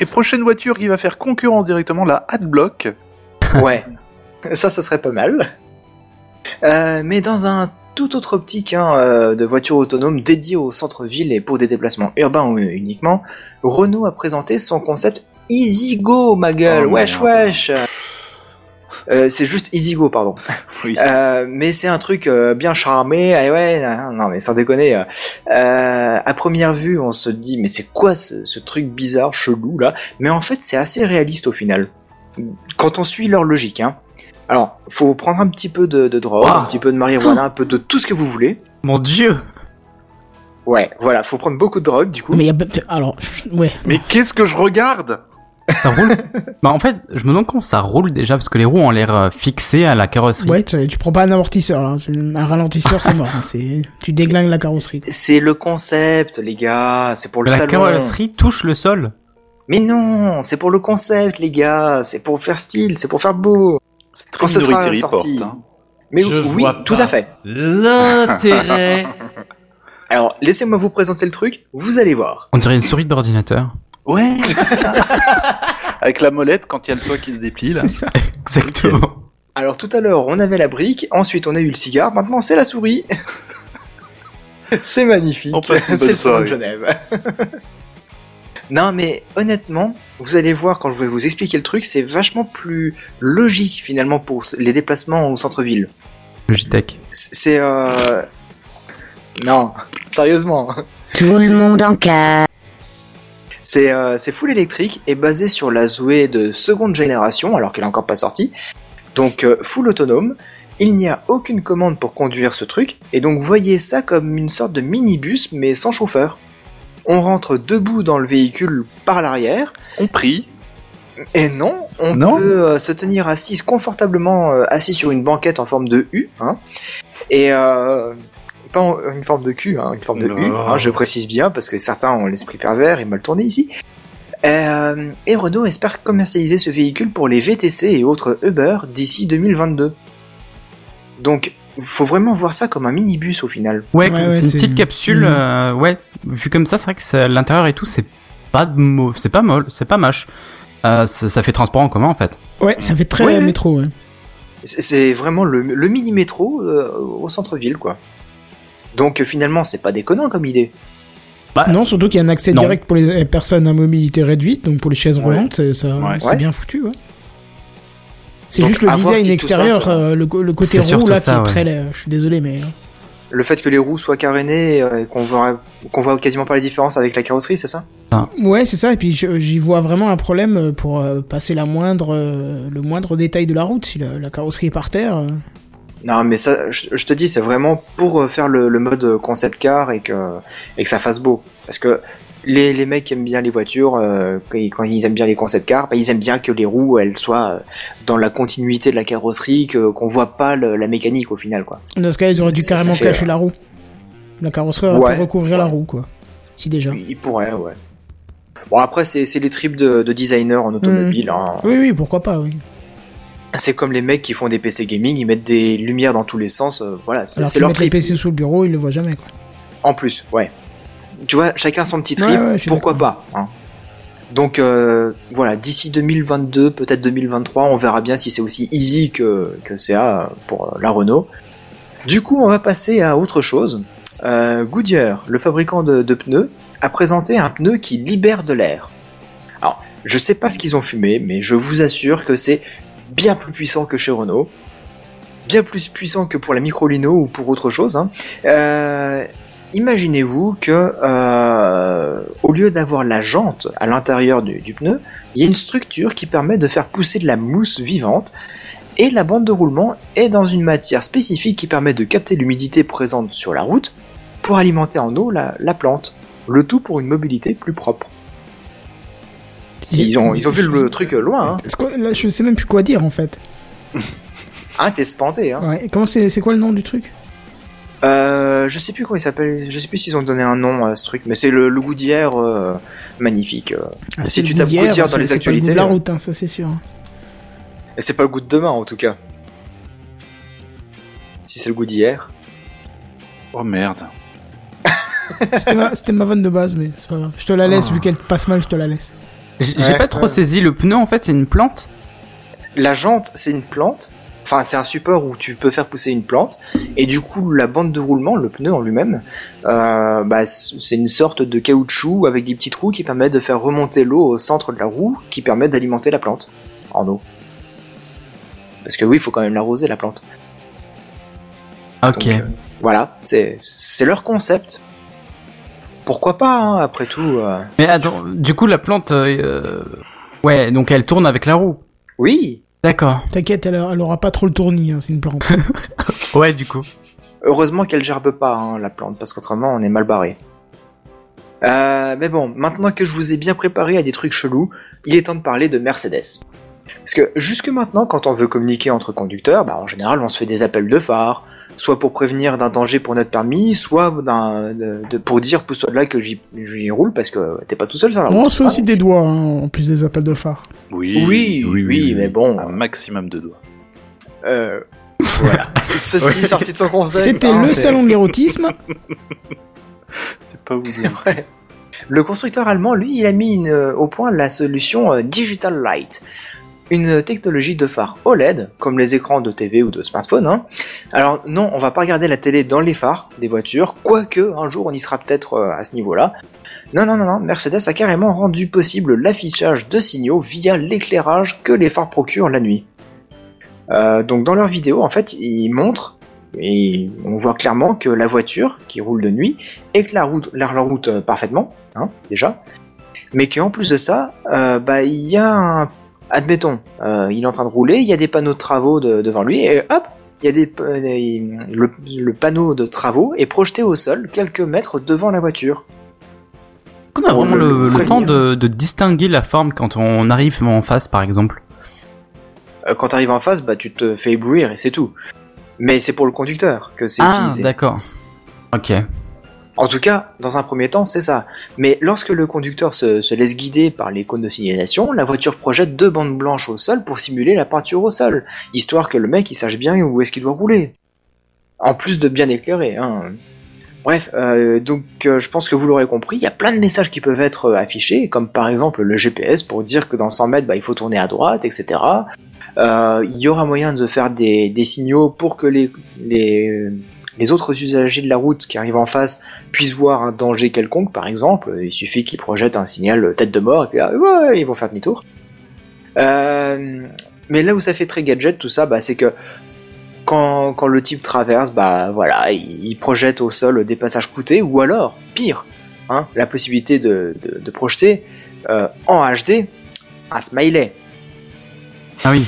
[SPEAKER 6] Et prochaine voiture qui va faire concurrence directement, la Adblock.
[SPEAKER 2] Ouais, ça ce serait pas mal. Euh, mais dans un tout autre optique hein, euh, de voitures autonomes dédiées au centre-ville et pour des déplacements urbains ou- uniquement, Renault a présenté son concept Easy Go, ma gueule,
[SPEAKER 6] Oh,
[SPEAKER 2] wesh
[SPEAKER 6] merde.
[SPEAKER 2] wesh Euh, c'est juste Easy Go, pardon.
[SPEAKER 6] Oui.
[SPEAKER 2] Euh, mais c'est un truc euh, bien charmé. eh ouais, non, non, mais sans déconner. euh, euh, à première vue, on se dit mais c'est quoi ce, ce truc bizarre, chelou là Mais en fait, c'est assez réaliste au final. Quand on suit leur logique, hein. Alors, faut prendre un petit peu de, de drogue,
[SPEAKER 3] Ah.
[SPEAKER 2] un petit peu de marijuana, un peu de tout ce que vous voulez.
[SPEAKER 3] Mon dieu.
[SPEAKER 2] Ouais, voilà, faut prendre beaucoup de drogue du coup.
[SPEAKER 1] Mais y a... Alors, ouais.
[SPEAKER 6] Mais qu'est-ce que je regarde
[SPEAKER 3] Ça roule Bah en fait, je me demande quand ça roule déjà parce que les roues ont l'air euh, fixées à la carrosserie.
[SPEAKER 1] Ouais, tu tu prends pas un amortisseur là. C'est- Un ralentisseur, c'est mort. hein. C'est, tu déglingues la carrosserie.
[SPEAKER 2] C'est le concept, les gars. C'est pour le
[SPEAKER 3] la
[SPEAKER 2] salon.
[SPEAKER 3] carrosserie touche le sol.
[SPEAKER 2] Mais non, c'est pour le concept, les gars. C'est pour faire style, c'est pour faire beau.
[SPEAKER 6] C'est
[SPEAKER 2] Quand ce sera sorti.
[SPEAKER 6] hein.
[SPEAKER 2] Mais
[SPEAKER 7] Je
[SPEAKER 2] oui,
[SPEAKER 7] vois
[SPEAKER 2] tout
[SPEAKER 7] pas.
[SPEAKER 2] à fait.
[SPEAKER 7] L'intérêt.
[SPEAKER 2] Alors, laissez-moi vous présenter le truc. Vous allez voir.
[SPEAKER 3] On dirait une souris d'ordinateur.
[SPEAKER 6] Ouais, c'est ça. Avec la molette, quand il y a le toit qui se déplie, là.
[SPEAKER 3] ça. Exactement.
[SPEAKER 2] Alors, tout à l'heure, on avait la brique. Ensuite, on a eu le cigare. Maintenant, c'est la souris. c'est magnifique.
[SPEAKER 6] On passe une
[SPEAKER 2] C'est
[SPEAKER 6] bonne
[SPEAKER 2] le salon de
[SPEAKER 6] soirée.
[SPEAKER 2] Genève. Non mais honnêtement, vous allez voir quand je vais vous expliquer le truc, c'est vachement plus logique finalement pour les déplacements au centre-ville.
[SPEAKER 3] Logitech.
[SPEAKER 2] C'est euh... Non, sérieusement.
[SPEAKER 4] Tout le monde en cas.
[SPEAKER 2] C'est euh, c'est full électrique et basé sur la Zoé de seconde génération, alors qu'elle est encore pas sortie. Donc euh, full autonome. Il n'y a aucune commande pour conduire ce truc, et donc voyez ça comme une sorte de minibus mais sans chauffeur. On rentre debout dans le véhicule par l'arrière,
[SPEAKER 6] On prie.
[SPEAKER 2] et non, on
[SPEAKER 3] Non.
[SPEAKER 2] peut euh, se tenir assis confortablement euh, assis sur une banquette en forme de U, hein, et euh, pas en- une forme de cul, hein, une forme de U,
[SPEAKER 6] Non.
[SPEAKER 2] hein, je précise bien parce que certains ont l'esprit pervers et mal tourné ici. Euh, et Renault espère commercialiser ce véhicule pour les VTC et autres Uber d'ici 2022. Donc, faut vraiment voir ça comme un minibus au final.
[SPEAKER 3] Ouais,
[SPEAKER 1] Ouais,
[SPEAKER 3] comme-
[SPEAKER 1] ouais,
[SPEAKER 3] c'est une
[SPEAKER 1] c'est-
[SPEAKER 3] petite capsule.
[SPEAKER 1] Mhm.
[SPEAKER 2] Mm.
[SPEAKER 3] euh, ouais, vu comme ça, c'est vrai que ça- l'intérieur et tout, c'est pas de mau- c'est pas molle, c'est pas mâche. Euh, ça ça fait transport en commun en fait.
[SPEAKER 1] Ouais, ça fait très
[SPEAKER 2] Ouais, ouais.
[SPEAKER 1] métro. Ouais.
[SPEAKER 2] C'est- C'est vraiment le, le mini métro euh, au centre-ville, quoi. Donc euh, finalement, c'est pas déconnant comme idée.
[SPEAKER 3] Ah.
[SPEAKER 1] Non, surtout qu'il y a un accès
[SPEAKER 3] Non.
[SPEAKER 1] direct pour les euh, personnes à mobilité réduite, donc pour les chaises roulantes, c'est- ça,
[SPEAKER 6] Ouais.
[SPEAKER 1] c'est
[SPEAKER 2] Ouais.
[SPEAKER 1] bien foutu. Ouais. C'est
[SPEAKER 2] Donc,
[SPEAKER 1] juste le
[SPEAKER 2] à voir
[SPEAKER 1] design
[SPEAKER 2] si tout
[SPEAKER 1] extérieur,
[SPEAKER 2] ça, ça-
[SPEAKER 1] euh, le, co- le côté
[SPEAKER 3] C'est
[SPEAKER 1] roux
[SPEAKER 3] surtout
[SPEAKER 1] là
[SPEAKER 3] ça,
[SPEAKER 1] qui est
[SPEAKER 3] ouais.
[SPEAKER 1] très laid. Je suis désolé, mais euh,
[SPEAKER 2] Le fait que les roues soient carénées euh, et qu'on voit, qu'on voit quasiment pas la différence avec la carrosserie, c'est ça
[SPEAKER 1] ouais, c'est ça. Et puis je- j'y vois vraiment un problème euh, pour euh, passer la moindre, euh, le moindre détail de la route. Si la, la carrosserie est par terre, euh,
[SPEAKER 2] Non, mais ça, je, je te dis, c'est vraiment pour euh, faire le, le mode concept car et que, et que ça fasse beau. Parce que les, les mecs qui aiment bien les voitures, euh, quand, ils, quand ils aiment bien les concept cars, bah, ils aiment bien que les roues elles soient euh, dans la continuité de la carrosserie, que- qu'on voit pas le- la mécanique au final, quoi.
[SPEAKER 1] dans ce cas, ils auraient dû
[SPEAKER 2] Ça- ça
[SPEAKER 1] carrément
[SPEAKER 2] fait,
[SPEAKER 1] cacher
[SPEAKER 2] euh,
[SPEAKER 1] la roue. La carrosserie aurait
[SPEAKER 2] Ouais.
[SPEAKER 1] pu recouvrir la
[SPEAKER 2] Ouais.
[SPEAKER 1] roue, quoi. Si déjà.
[SPEAKER 2] Il il pourrait, ouais. Bon, après, c'est c'est les tripes de, de designers en automobile. hein.
[SPEAKER 1] Oui, oui, pourquoi pas, oui.
[SPEAKER 2] C'est comme les mecs qui font des PC gaming, ils mettent des lumières dans tous les sens. euh, voilà, c'est
[SPEAKER 1] Alors
[SPEAKER 2] c'est
[SPEAKER 1] qu'ils
[SPEAKER 2] leur
[SPEAKER 1] mettent les
[SPEAKER 2] trip.
[SPEAKER 1] PC sous le bureau, ils le voient jamais, quoi.
[SPEAKER 2] En plus, ouais. Tu vois, chacun son petit trip,
[SPEAKER 1] Ouais, ouais, je suis
[SPEAKER 2] pourquoi pas. hein. Donc euh, voilà, d'ici 2022, peut-être 2023, on verra bien si c'est aussi easy que, que CA pour euh, la Renault. Du coup, on va passer à autre chose. Euh, Goodyear, le fabricant de, de pneus, a présenté un pneu qui libère de l'air. Alors, je sais pas ce qu'ils ont fumé, mais je vous assure que c'est bien plus puissant que chez Renault, bien plus puissant que pour la Microlino ou pour autre chose. hein. Euh, imaginez-vous que euh, au lieu d'avoir la jante à l'intérieur du, du pneu, il y a une structure qui permet de faire pousser de la mousse vivante et la bande de roulement est dans une matière spécifique qui permet de capter l'humidité présente sur la route pour alimenter en eau la, la plante. Le tout pour une mobilité plus propre. Ils ont, ils ont vu le truc loin, hein.
[SPEAKER 1] Parce que là, je sais même plus quoi dire, en fait.
[SPEAKER 2] Ah, t'es spanté, hein.
[SPEAKER 1] Ouais. et Comment c'est, c'est quoi le nom du truc
[SPEAKER 2] Euh, je sais plus comment il s'appelle, je sais plus s'ils ont donné un nom à ce truc, mais c'est le, le goût d'hier euh, magnifique. euh.
[SPEAKER 1] Ah,
[SPEAKER 2] Si
[SPEAKER 1] c'est
[SPEAKER 2] tu
[SPEAKER 1] le
[SPEAKER 2] tapes
[SPEAKER 1] Goodyear,
[SPEAKER 2] Goodyear dans
[SPEAKER 1] c'est-
[SPEAKER 2] les
[SPEAKER 1] c'est pas le goût de
[SPEAKER 2] actualités,
[SPEAKER 1] la
[SPEAKER 2] euh.
[SPEAKER 1] route, hein, ça c'est sûr.
[SPEAKER 2] Et c'est pas le goût de demain en tout cas. Si c'est le goût d'hier.
[SPEAKER 6] Oh merde.
[SPEAKER 1] C'était ma, c'était ma vanne de base, mais c'est pas grave. Je te la
[SPEAKER 2] Ah.
[SPEAKER 1] laisse, vu qu'elle passe mal, je te la laisse.
[SPEAKER 3] J- J'ai
[SPEAKER 2] Ouais,
[SPEAKER 3] pas trop
[SPEAKER 2] ouais.
[SPEAKER 3] saisi le pneu en fait, c'est une plante.
[SPEAKER 2] La jante, c'est une plante. Enfin, c'est un support où tu peux faire pousser une plante. Et du coup, la bande de roulement, le pneu en lui-même, euh, bah, c'est une sorte de caoutchouc avec des petits trous qui permettent de faire remonter l'eau au centre de la roue, qui permet d'alimenter la plante en eau. Parce que oui, il faut quand même l'arroser, la plante.
[SPEAKER 3] Ok.
[SPEAKER 2] Donc, euh, voilà, c'est c'est leur concept. Pourquoi pas, hein, après tout. euh.
[SPEAKER 3] Mais attends, du coup la plante, euh, ouais, donc elle tourne avec la roue.
[SPEAKER 2] Oui,
[SPEAKER 3] D'accord.
[SPEAKER 1] T'inquiète, elle, elle aura pas trop le tournis, hein, c'est une plante.
[SPEAKER 3] Ouais, du coup.
[SPEAKER 2] Heureusement qu'elle gerbe pas hein, la plante, parce qu'autrement on est mal barré. Euh, mais bon, maintenant que je vous ai bien préparé à des trucs chelous, il est temps de parler de Mercedes. Parce que jusque maintenant, quand on veut communiquer entre conducteurs, bah, en général on se fait des appels de phare, soit pour prévenir d'un danger pour notre permis, soit d'un- de, de- pour dire pousse-toi de là que j'y j'y roule parce que t'es pas tout seul sur la route.
[SPEAKER 1] Bon, on se fait aussi des doigts, hein, en plus des appels de phare.
[SPEAKER 6] Oui,
[SPEAKER 2] Oui, oui, mais bon,
[SPEAKER 6] Un maximum de doigts.
[SPEAKER 2] euh, voilà. Ceci
[SPEAKER 3] Ouais.
[SPEAKER 2] sorti de son concept.
[SPEAKER 1] C'était
[SPEAKER 2] hein,
[SPEAKER 1] le
[SPEAKER 2] c'est-
[SPEAKER 1] salon de l'érotisme.
[SPEAKER 6] C'était pas vous dire.
[SPEAKER 2] Ouais. Le constructeur allemand, lui, il a mis une- euh, au point la solution euh, Digital Light, une technologie de phare OLED, comme les écrans de TV ou de smartphone. hein. Alors non, on va pas regarder la télé dans les phares des voitures, quoique un jour on y sera peut-être euh, à ce niveau-là. Non, non, non, non, Mercedes a carrément rendu possible l'affichage de signaux via l'éclairage que les phares procurent la nuit. Euh, donc dans leur vidéo, en fait, ils montrent, et on voit clairement que la voiture qui roule de nuit éclaire la route, la, la route euh, parfaitement, hein, déjà, mais qu'en plus de ça, euh, bah, il y a un... Admettons, euh, il est en train de rouler, il y a des panneaux de travaux de- devant lui, et hop, il y a des, pa- des- le, le panneau de travaux est projeté au sol quelques mètres devant la voiture.
[SPEAKER 3] Qu'on a
[SPEAKER 2] Pour
[SPEAKER 3] vraiment
[SPEAKER 2] le-
[SPEAKER 3] le,
[SPEAKER 2] le
[SPEAKER 3] le temps
[SPEAKER 2] prévenir.
[SPEAKER 3] de, de distinguer la forme quand on arrive en face, par exemple.
[SPEAKER 2] Euh, quand t'arrives en face, bah, tu te fais éblouir et c'est tout. Mais c'est pour le conducteur que c'est
[SPEAKER 3] Ah,
[SPEAKER 2] utilisé.
[SPEAKER 3] d'accord. Ok.
[SPEAKER 2] En tout cas, dans un premier temps, c'est ça. Mais lorsque le conducteur se, se laisse guider par les cônes de signalisation, la voiture projette deux bandes blanches au sol pour simuler la peinture au sol, histoire que le mec il sache bien où est-ce qu'il doit rouler. En plus de bien éclairer. Hein. Bref, euh, donc euh, je pense que vous l'aurez compris, il y a plein de messages qui peuvent être euh, affichés, comme par exemple le GPS pour dire que dans 100 mètres bah, il faut tourner à droite, etc. Euh, Il y aura moyen de faire des, des signaux pour que les, les, les autres usagers de la route qui arrivent en face puissent voir un danger quelconque, par exemple, il suffit qu'ils projettent un signal euh, tête de mort, et puis là, ouais, ils vont faire demi-tour. Euh, mais là où ça fait très gadget, tout ça, bah, c'est que quand, quand le type traverse, bah voilà, il, il projette au sol des passages coûtés, ou alors, pire, hein, la possibilité de, de- de projeter euh, en HD un smiley.
[SPEAKER 3] Ah oui.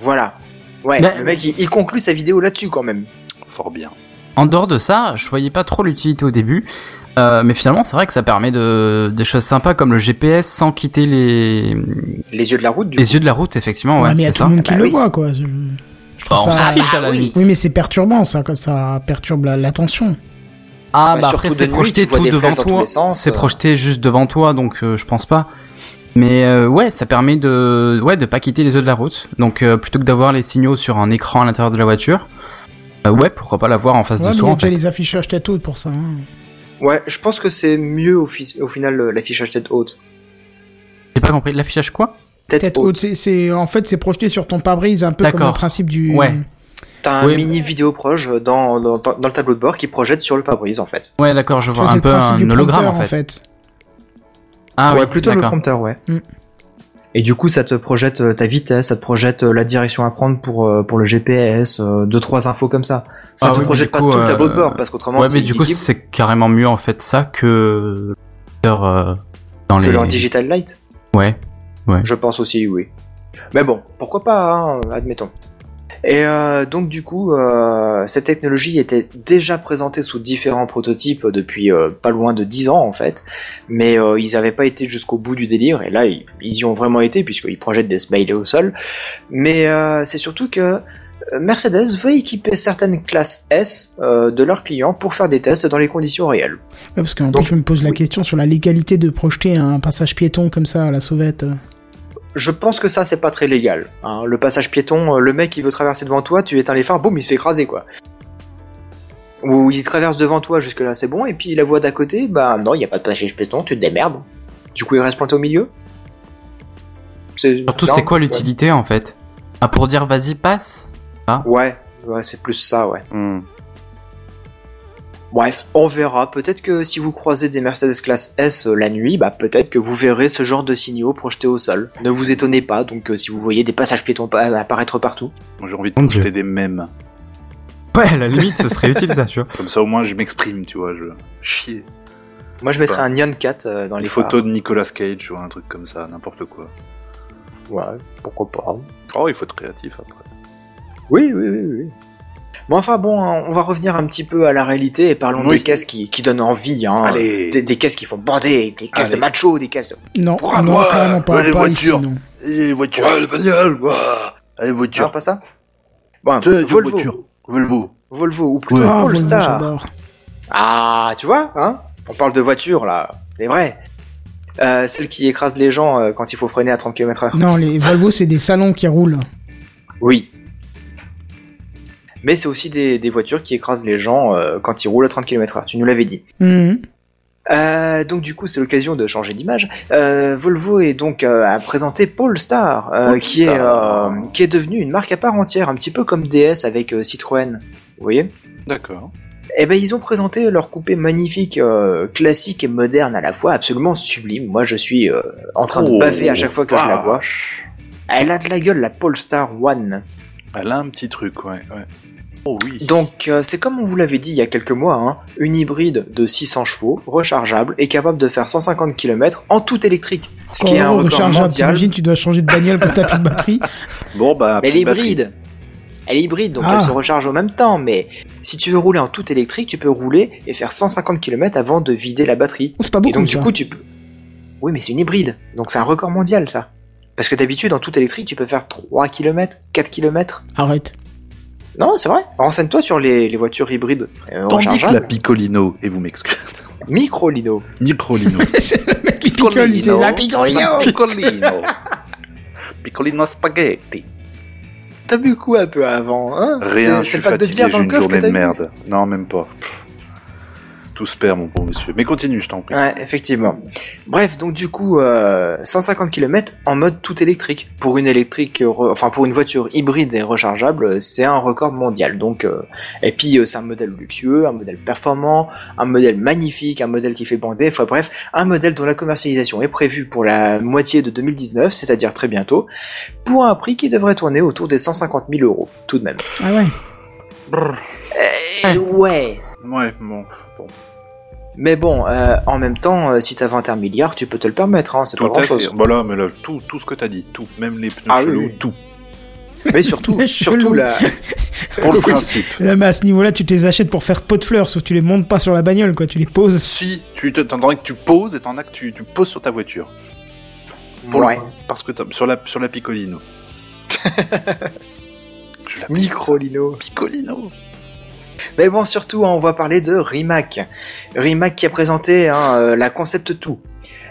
[SPEAKER 2] Voilà. Ouais,
[SPEAKER 3] Mais-
[SPEAKER 2] le mec, il, il conclut sa vidéo là-dessus quand même.
[SPEAKER 6] Fort bien.
[SPEAKER 3] En dehors de ça, je voyais pas trop l'utilité au début, euh, mais finalement c'est vrai que ça permet de des choses sympas comme le GPS sans quitter les
[SPEAKER 2] Les yeux de la route, du
[SPEAKER 3] les yeux de la route effectivement. Ouais,
[SPEAKER 1] Ouais, Ah, mais il y a
[SPEAKER 3] c'est
[SPEAKER 1] tout
[SPEAKER 3] ça.
[SPEAKER 1] le monde qui
[SPEAKER 2] Bah
[SPEAKER 1] le
[SPEAKER 2] oui.
[SPEAKER 1] voit, quoi. Je- je
[SPEAKER 3] Bah,
[SPEAKER 1] trouve
[SPEAKER 3] on
[SPEAKER 1] ça-
[SPEAKER 3] s'en fiche à la
[SPEAKER 2] Ah oui.
[SPEAKER 3] limite.
[SPEAKER 1] Oui, mais c'est perturbant, ça, quand ça perturbe la- l'attention.
[SPEAKER 2] Bah,
[SPEAKER 3] Ah bah
[SPEAKER 2] surtout
[SPEAKER 3] après c'est
[SPEAKER 2] de nuit,
[SPEAKER 3] projeté
[SPEAKER 2] tu vois
[SPEAKER 3] tout
[SPEAKER 2] des
[SPEAKER 3] devant
[SPEAKER 2] flèches dans tous
[SPEAKER 3] toi,
[SPEAKER 2] les sens,
[SPEAKER 3] c'est
[SPEAKER 2] euh.
[SPEAKER 3] projeté juste devant toi donc euh, je pense pas. Mais euh, ouais, ça permet de ouais de pas quitter les yeux de la route. Donc euh, plutôt que d'avoir les signaux sur un écran à l'intérieur de la voiture, euh, ouais pourquoi pas l'avoir en face
[SPEAKER 1] Ouais, mais
[SPEAKER 3] de
[SPEAKER 1] il y
[SPEAKER 3] soi.
[SPEAKER 1] a
[SPEAKER 3] en
[SPEAKER 1] déjà
[SPEAKER 3] fait.
[SPEAKER 1] les affichages tête haute pour ça. hein.
[SPEAKER 2] Ouais, je pense que c'est mieux au, fi- au final euh, l'affichage tête haute.
[SPEAKER 3] J'ai pas compris l'affichage quoi
[SPEAKER 2] Tête,
[SPEAKER 1] Tête
[SPEAKER 2] haute.
[SPEAKER 1] haute, c'est- c'est en fait c'est projeté sur ton pare-brise, un peu comme
[SPEAKER 3] D'accord.
[SPEAKER 1] le principe du.
[SPEAKER 3] Ouais.
[SPEAKER 2] T'as un
[SPEAKER 3] Oui,
[SPEAKER 2] mini vidéo proche dans, dans, dans le tableau de bord qui projette sur le pare-brise en fait.
[SPEAKER 3] Ouais d'accord, je
[SPEAKER 1] tu vois, c'est
[SPEAKER 3] vois un
[SPEAKER 1] le
[SPEAKER 3] peu
[SPEAKER 1] principe
[SPEAKER 3] un
[SPEAKER 1] du
[SPEAKER 3] hologramme
[SPEAKER 1] prompteur,
[SPEAKER 3] en fait. Ah
[SPEAKER 2] ouais,
[SPEAKER 3] oui,
[SPEAKER 2] plutôt le
[SPEAKER 3] d'accord.
[SPEAKER 2] prompteur, ouais.
[SPEAKER 1] Mm.
[SPEAKER 2] Et du coup, ça te projette euh, ta vitesse, ça te projette euh, la direction à prendre pour, euh, pour le GPS, euh, deux trois infos comme ça. Ça
[SPEAKER 3] Ah
[SPEAKER 2] te
[SPEAKER 3] oui, mais
[SPEAKER 2] projette
[SPEAKER 3] du
[SPEAKER 2] pas
[SPEAKER 3] coup,
[SPEAKER 2] tout le
[SPEAKER 3] euh,
[SPEAKER 2] tableau de bord parce qu'autrement
[SPEAKER 3] Ouais,
[SPEAKER 2] c'est
[SPEAKER 3] mais du coup,
[SPEAKER 2] illisible
[SPEAKER 3] c'est carrément mieux en fait ça que leur, euh, dans
[SPEAKER 2] que
[SPEAKER 3] les.
[SPEAKER 2] leur digital light.
[SPEAKER 3] Ouais.
[SPEAKER 2] Je pense aussi, oui. Mais bon, pourquoi pas, hein, admettons. Et euh, donc du coup, euh, cette technologie était déjà présentée sous différents prototypes depuis euh, pas loin de 10 ans en fait, mais euh, ils n'avaient pas été jusqu'au bout du délire, et là ils, ils y ont vraiment été puisqu'ils projettent des smileys au sol. Mais euh, c'est surtout que euh, Mercedes veut équiper certaines classes S euh, de leurs clients pour faire des tests dans les conditions réelles.
[SPEAKER 1] Ouais, parce qu'en
[SPEAKER 2] Donc,
[SPEAKER 1] plus, je me pose la
[SPEAKER 2] oui.
[SPEAKER 1] question sur la légalité de projeter un passage piéton comme ça à la sauvette.
[SPEAKER 2] Je pense que ça, c'est pas très légal. hein. Le passage piéton, euh, le mec, il veut traverser devant toi, tu éteins les phares, boum, il se fait écraser, quoi. Ou il traverse devant toi, jusque-là, c'est bon, et puis la voie d'à côté, bah non, il n'y a pas de passage piéton, tu te démerdes. Du coup, il reste planté au milieu. C'est-
[SPEAKER 3] Surtout,
[SPEAKER 2] non,
[SPEAKER 3] c'est quoi
[SPEAKER 2] ouais.
[SPEAKER 3] l'utilité en fait Ah, pour dire vas-y, passe
[SPEAKER 2] Ouais, ouais, c'est plus ça, ouais. Bref, on verra. Peut-être que si vous croisez des Mercedes classe S euh, la nuit, bah peut-être que vous verrez ce genre de signaux projetés au sol. Ne vous étonnez pas, donc euh, si vous voyez des passages piétons pa- apparaître partout.
[SPEAKER 6] Moi, J'ai envie de
[SPEAKER 3] Mon Dieu.
[SPEAKER 6] projeter des mèmes.
[SPEAKER 3] Ouais, à la limite, ce serait utile ça, tu vois.
[SPEAKER 6] Comme ça, au moins, je m'exprime, tu vois. Je... Chier.
[SPEAKER 2] Moi, je mettrais un Nyan Cat euh, dans les
[SPEAKER 6] Les
[SPEAKER 2] photos.
[SPEAKER 6] photos de Nicolas Cage, ou un truc comme ça, n'importe quoi.
[SPEAKER 2] Ouais, pourquoi pas.
[SPEAKER 6] Oh, il faut être créatif après.
[SPEAKER 2] Oui, oui, oui, oui. Bon, enfin bon, hein, on va revenir un petit peu à la réalité et parlons
[SPEAKER 6] Oui.
[SPEAKER 2] des caisses qui, qui donnent envie. Hein.
[SPEAKER 6] Allez.
[SPEAKER 2] Des, des caisses qui font bander, des caisses
[SPEAKER 6] Allez.
[SPEAKER 2] de macho, des caisses de...
[SPEAKER 1] Non,
[SPEAKER 6] Pour
[SPEAKER 1] non,
[SPEAKER 6] avoir,
[SPEAKER 1] carrément pas,
[SPEAKER 6] euh, les
[SPEAKER 1] pas ici,
[SPEAKER 6] voitures.
[SPEAKER 1] non.
[SPEAKER 6] Et voiture. Ouais, le bagnole. ouah. Allez,
[SPEAKER 2] Non,
[SPEAKER 6] voiture.
[SPEAKER 2] pas ça Bon,
[SPEAKER 6] Tiens,
[SPEAKER 2] Volvo,
[SPEAKER 6] voiture. Volvo.
[SPEAKER 2] Volvo, ou plutôt
[SPEAKER 6] Ouais.
[SPEAKER 1] Ah, Volvo,
[SPEAKER 2] Polestar.
[SPEAKER 1] j'adore.
[SPEAKER 2] Ah, tu vois, hein On parle de voiture, là. C'est vrai. Euh, celle qui écrase les gens euh, quand il faut freiner à 30 km heure.
[SPEAKER 1] Non, les Volvo, c'est des salons qui roulent.
[SPEAKER 2] Oui. Mais c'est aussi des, des voitures qui écrasent les gens euh, quand ils roulent à 30 km heure. Tu nous l'avais dit.
[SPEAKER 1] Mhm.
[SPEAKER 2] Euh, donc du coup, c'est l'occasion de changer d'image. Euh, Volvo est donc euh, à présenter Polestar, euh,
[SPEAKER 6] Polestar.
[SPEAKER 2] qui est euh, qui est devenue une marque à part entière, un petit peu comme DS avec euh, Citroën. Vous voyez
[SPEAKER 6] D'accord.
[SPEAKER 2] Eh ben, ils ont présenté leur coupé magnifique, euh, classique et moderne à la fois, absolument sublime. Moi, je suis euh, en train de
[SPEAKER 6] Oh,
[SPEAKER 2] baver à chaque fois que je la vois.
[SPEAKER 6] vache.
[SPEAKER 2] Elle a de la gueule, la Polestar One.
[SPEAKER 6] Elle a un petit truc, ouais. ouais. Oh oui.
[SPEAKER 2] Donc, euh, c'est comme on vous l'avait dit il y a quelques mois, hein, une hybride de 600 chevaux, rechargeable et capable de faire 150 km en tout électrique. Ce qui est un
[SPEAKER 1] Volvo
[SPEAKER 2] record
[SPEAKER 1] rechargeable,
[SPEAKER 2] mondial.
[SPEAKER 1] t'imagines, tu dois changer de bagnole pour ta pile batterie.
[SPEAKER 6] Bon, bah.
[SPEAKER 2] Mais elle
[SPEAKER 6] plus
[SPEAKER 2] est
[SPEAKER 6] de batterie.
[SPEAKER 2] hybride. Elle est hybride, donc
[SPEAKER 1] Ah.
[SPEAKER 2] elle se recharge en même temps. Mais si tu veux rouler en tout électrique, tu peux rouler et faire 150 km avant de vider la batterie.
[SPEAKER 1] Oh, C'est pas
[SPEAKER 2] et
[SPEAKER 1] beaucoup,
[SPEAKER 2] donc,
[SPEAKER 1] ça.
[SPEAKER 2] du coup, tu peux. Oui, mais c'est une hybride. Donc, c'est un record mondial, ça. Parce que d'habitude, en tout électrique, tu peux faire 3 km, 4 km.
[SPEAKER 1] Arrête.
[SPEAKER 2] Non, c'est vrai. Renseigne-toi sur les, les voitures hybrides euh,
[SPEAKER 6] Tandis que
[SPEAKER 2] rechargeables.
[SPEAKER 6] la Picolino, et vous m'excusez.
[SPEAKER 2] Micro Lido.
[SPEAKER 6] Microlino.
[SPEAKER 1] C'est le mec qui picole, il dit, la picolino
[SPEAKER 6] Picolino. Picolino spaghetti.
[SPEAKER 2] T'as bu quoi, toi, avant hein
[SPEAKER 6] Rien, je
[SPEAKER 2] C'est- C'est
[SPEAKER 6] suis
[SPEAKER 2] le pack de
[SPEAKER 6] fatigué,
[SPEAKER 2] bière
[SPEAKER 6] j'ai
[SPEAKER 2] dans le
[SPEAKER 6] une
[SPEAKER 2] coffre que
[SPEAKER 6] journée
[SPEAKER 2] t'as
[SPEAKER 6] de
[SPEAKER 2] eu
[SPEAKER 6] merde. Non, même pas. Pff. Tout se perd, mon bon monsieur. Mais continue, je t'en prie.
[SPEAKER 2] Ouais, effectivement. Bref, donc du coup, euh, 150 km en mode tout électrique. Pour une électrique, euh, re- enfin pour une voiture hybride et rechargeable, euh, c'est un record mondial. Donc, euh, et puis euh, c'est un modèle luxueux, un modèle performant, un modèle magnifique, un modèle qui fait bander. Enfin bref, un modèle dont la commercialisation est prévue pour la moitié de 2019, c'est-à-dire très bientôt, pour un prix qui devrait tourner autour des 150 000 euros, tout de même.
[SPEAKER 1] Ah ouais.
[SPEAKER 2] Eh, ouais.
[SPEAKER 6] Ouais, bon. bon.
[SPEAKER 2] Mais bon, euh, en même temps, euh, si t'as 21 milliards, tu peux te le permettre, hein, c'est pas
[SPEAKER 6] Tout à fait.
[SPEAKER 2] grand-chose.
[SPEAKER 6] Voilà, mais là, tout, tout ce que t'as dit, tout, même les pneus
[SPEAKER 2] Ah oui,
[SPEAKER 6] chelous,
[SPEAKER 2] oui.
[SPEAKER 6] tout.
[SPEAKER 2] Mais surtout,
[SPEAKER 1] Mais
[SPEAKER 2] surtout
[SPEAKER 1] chelou.
[SPEAKER 2] la,
[SPEAKER 6] Pour le principe.
[SPEAKER 1] Là, mais à ce niveau-là, tu te les achètes pour faire pot de fleurs, sauf que tu les montes pas sur la bagnole, quoi. Tu les poses.
[SPEAKER 6] Si tu te- t'en as que tu poses et t'en as que tu, tu poses sur ta voiture. Pour le-
[SPEAKER 2] ouais.
[SPEAKER 6] parce que t'as- sur la sur la Picolino. Je l'appelle
[SPEAKER 2] Microlino.
[SPEAKER 6] Picolino.
[SPEAKER 2] Mais bon, surtout, hein, on va parler de Rimac. Rimac qui a présenté hein, euh, la Concept 2.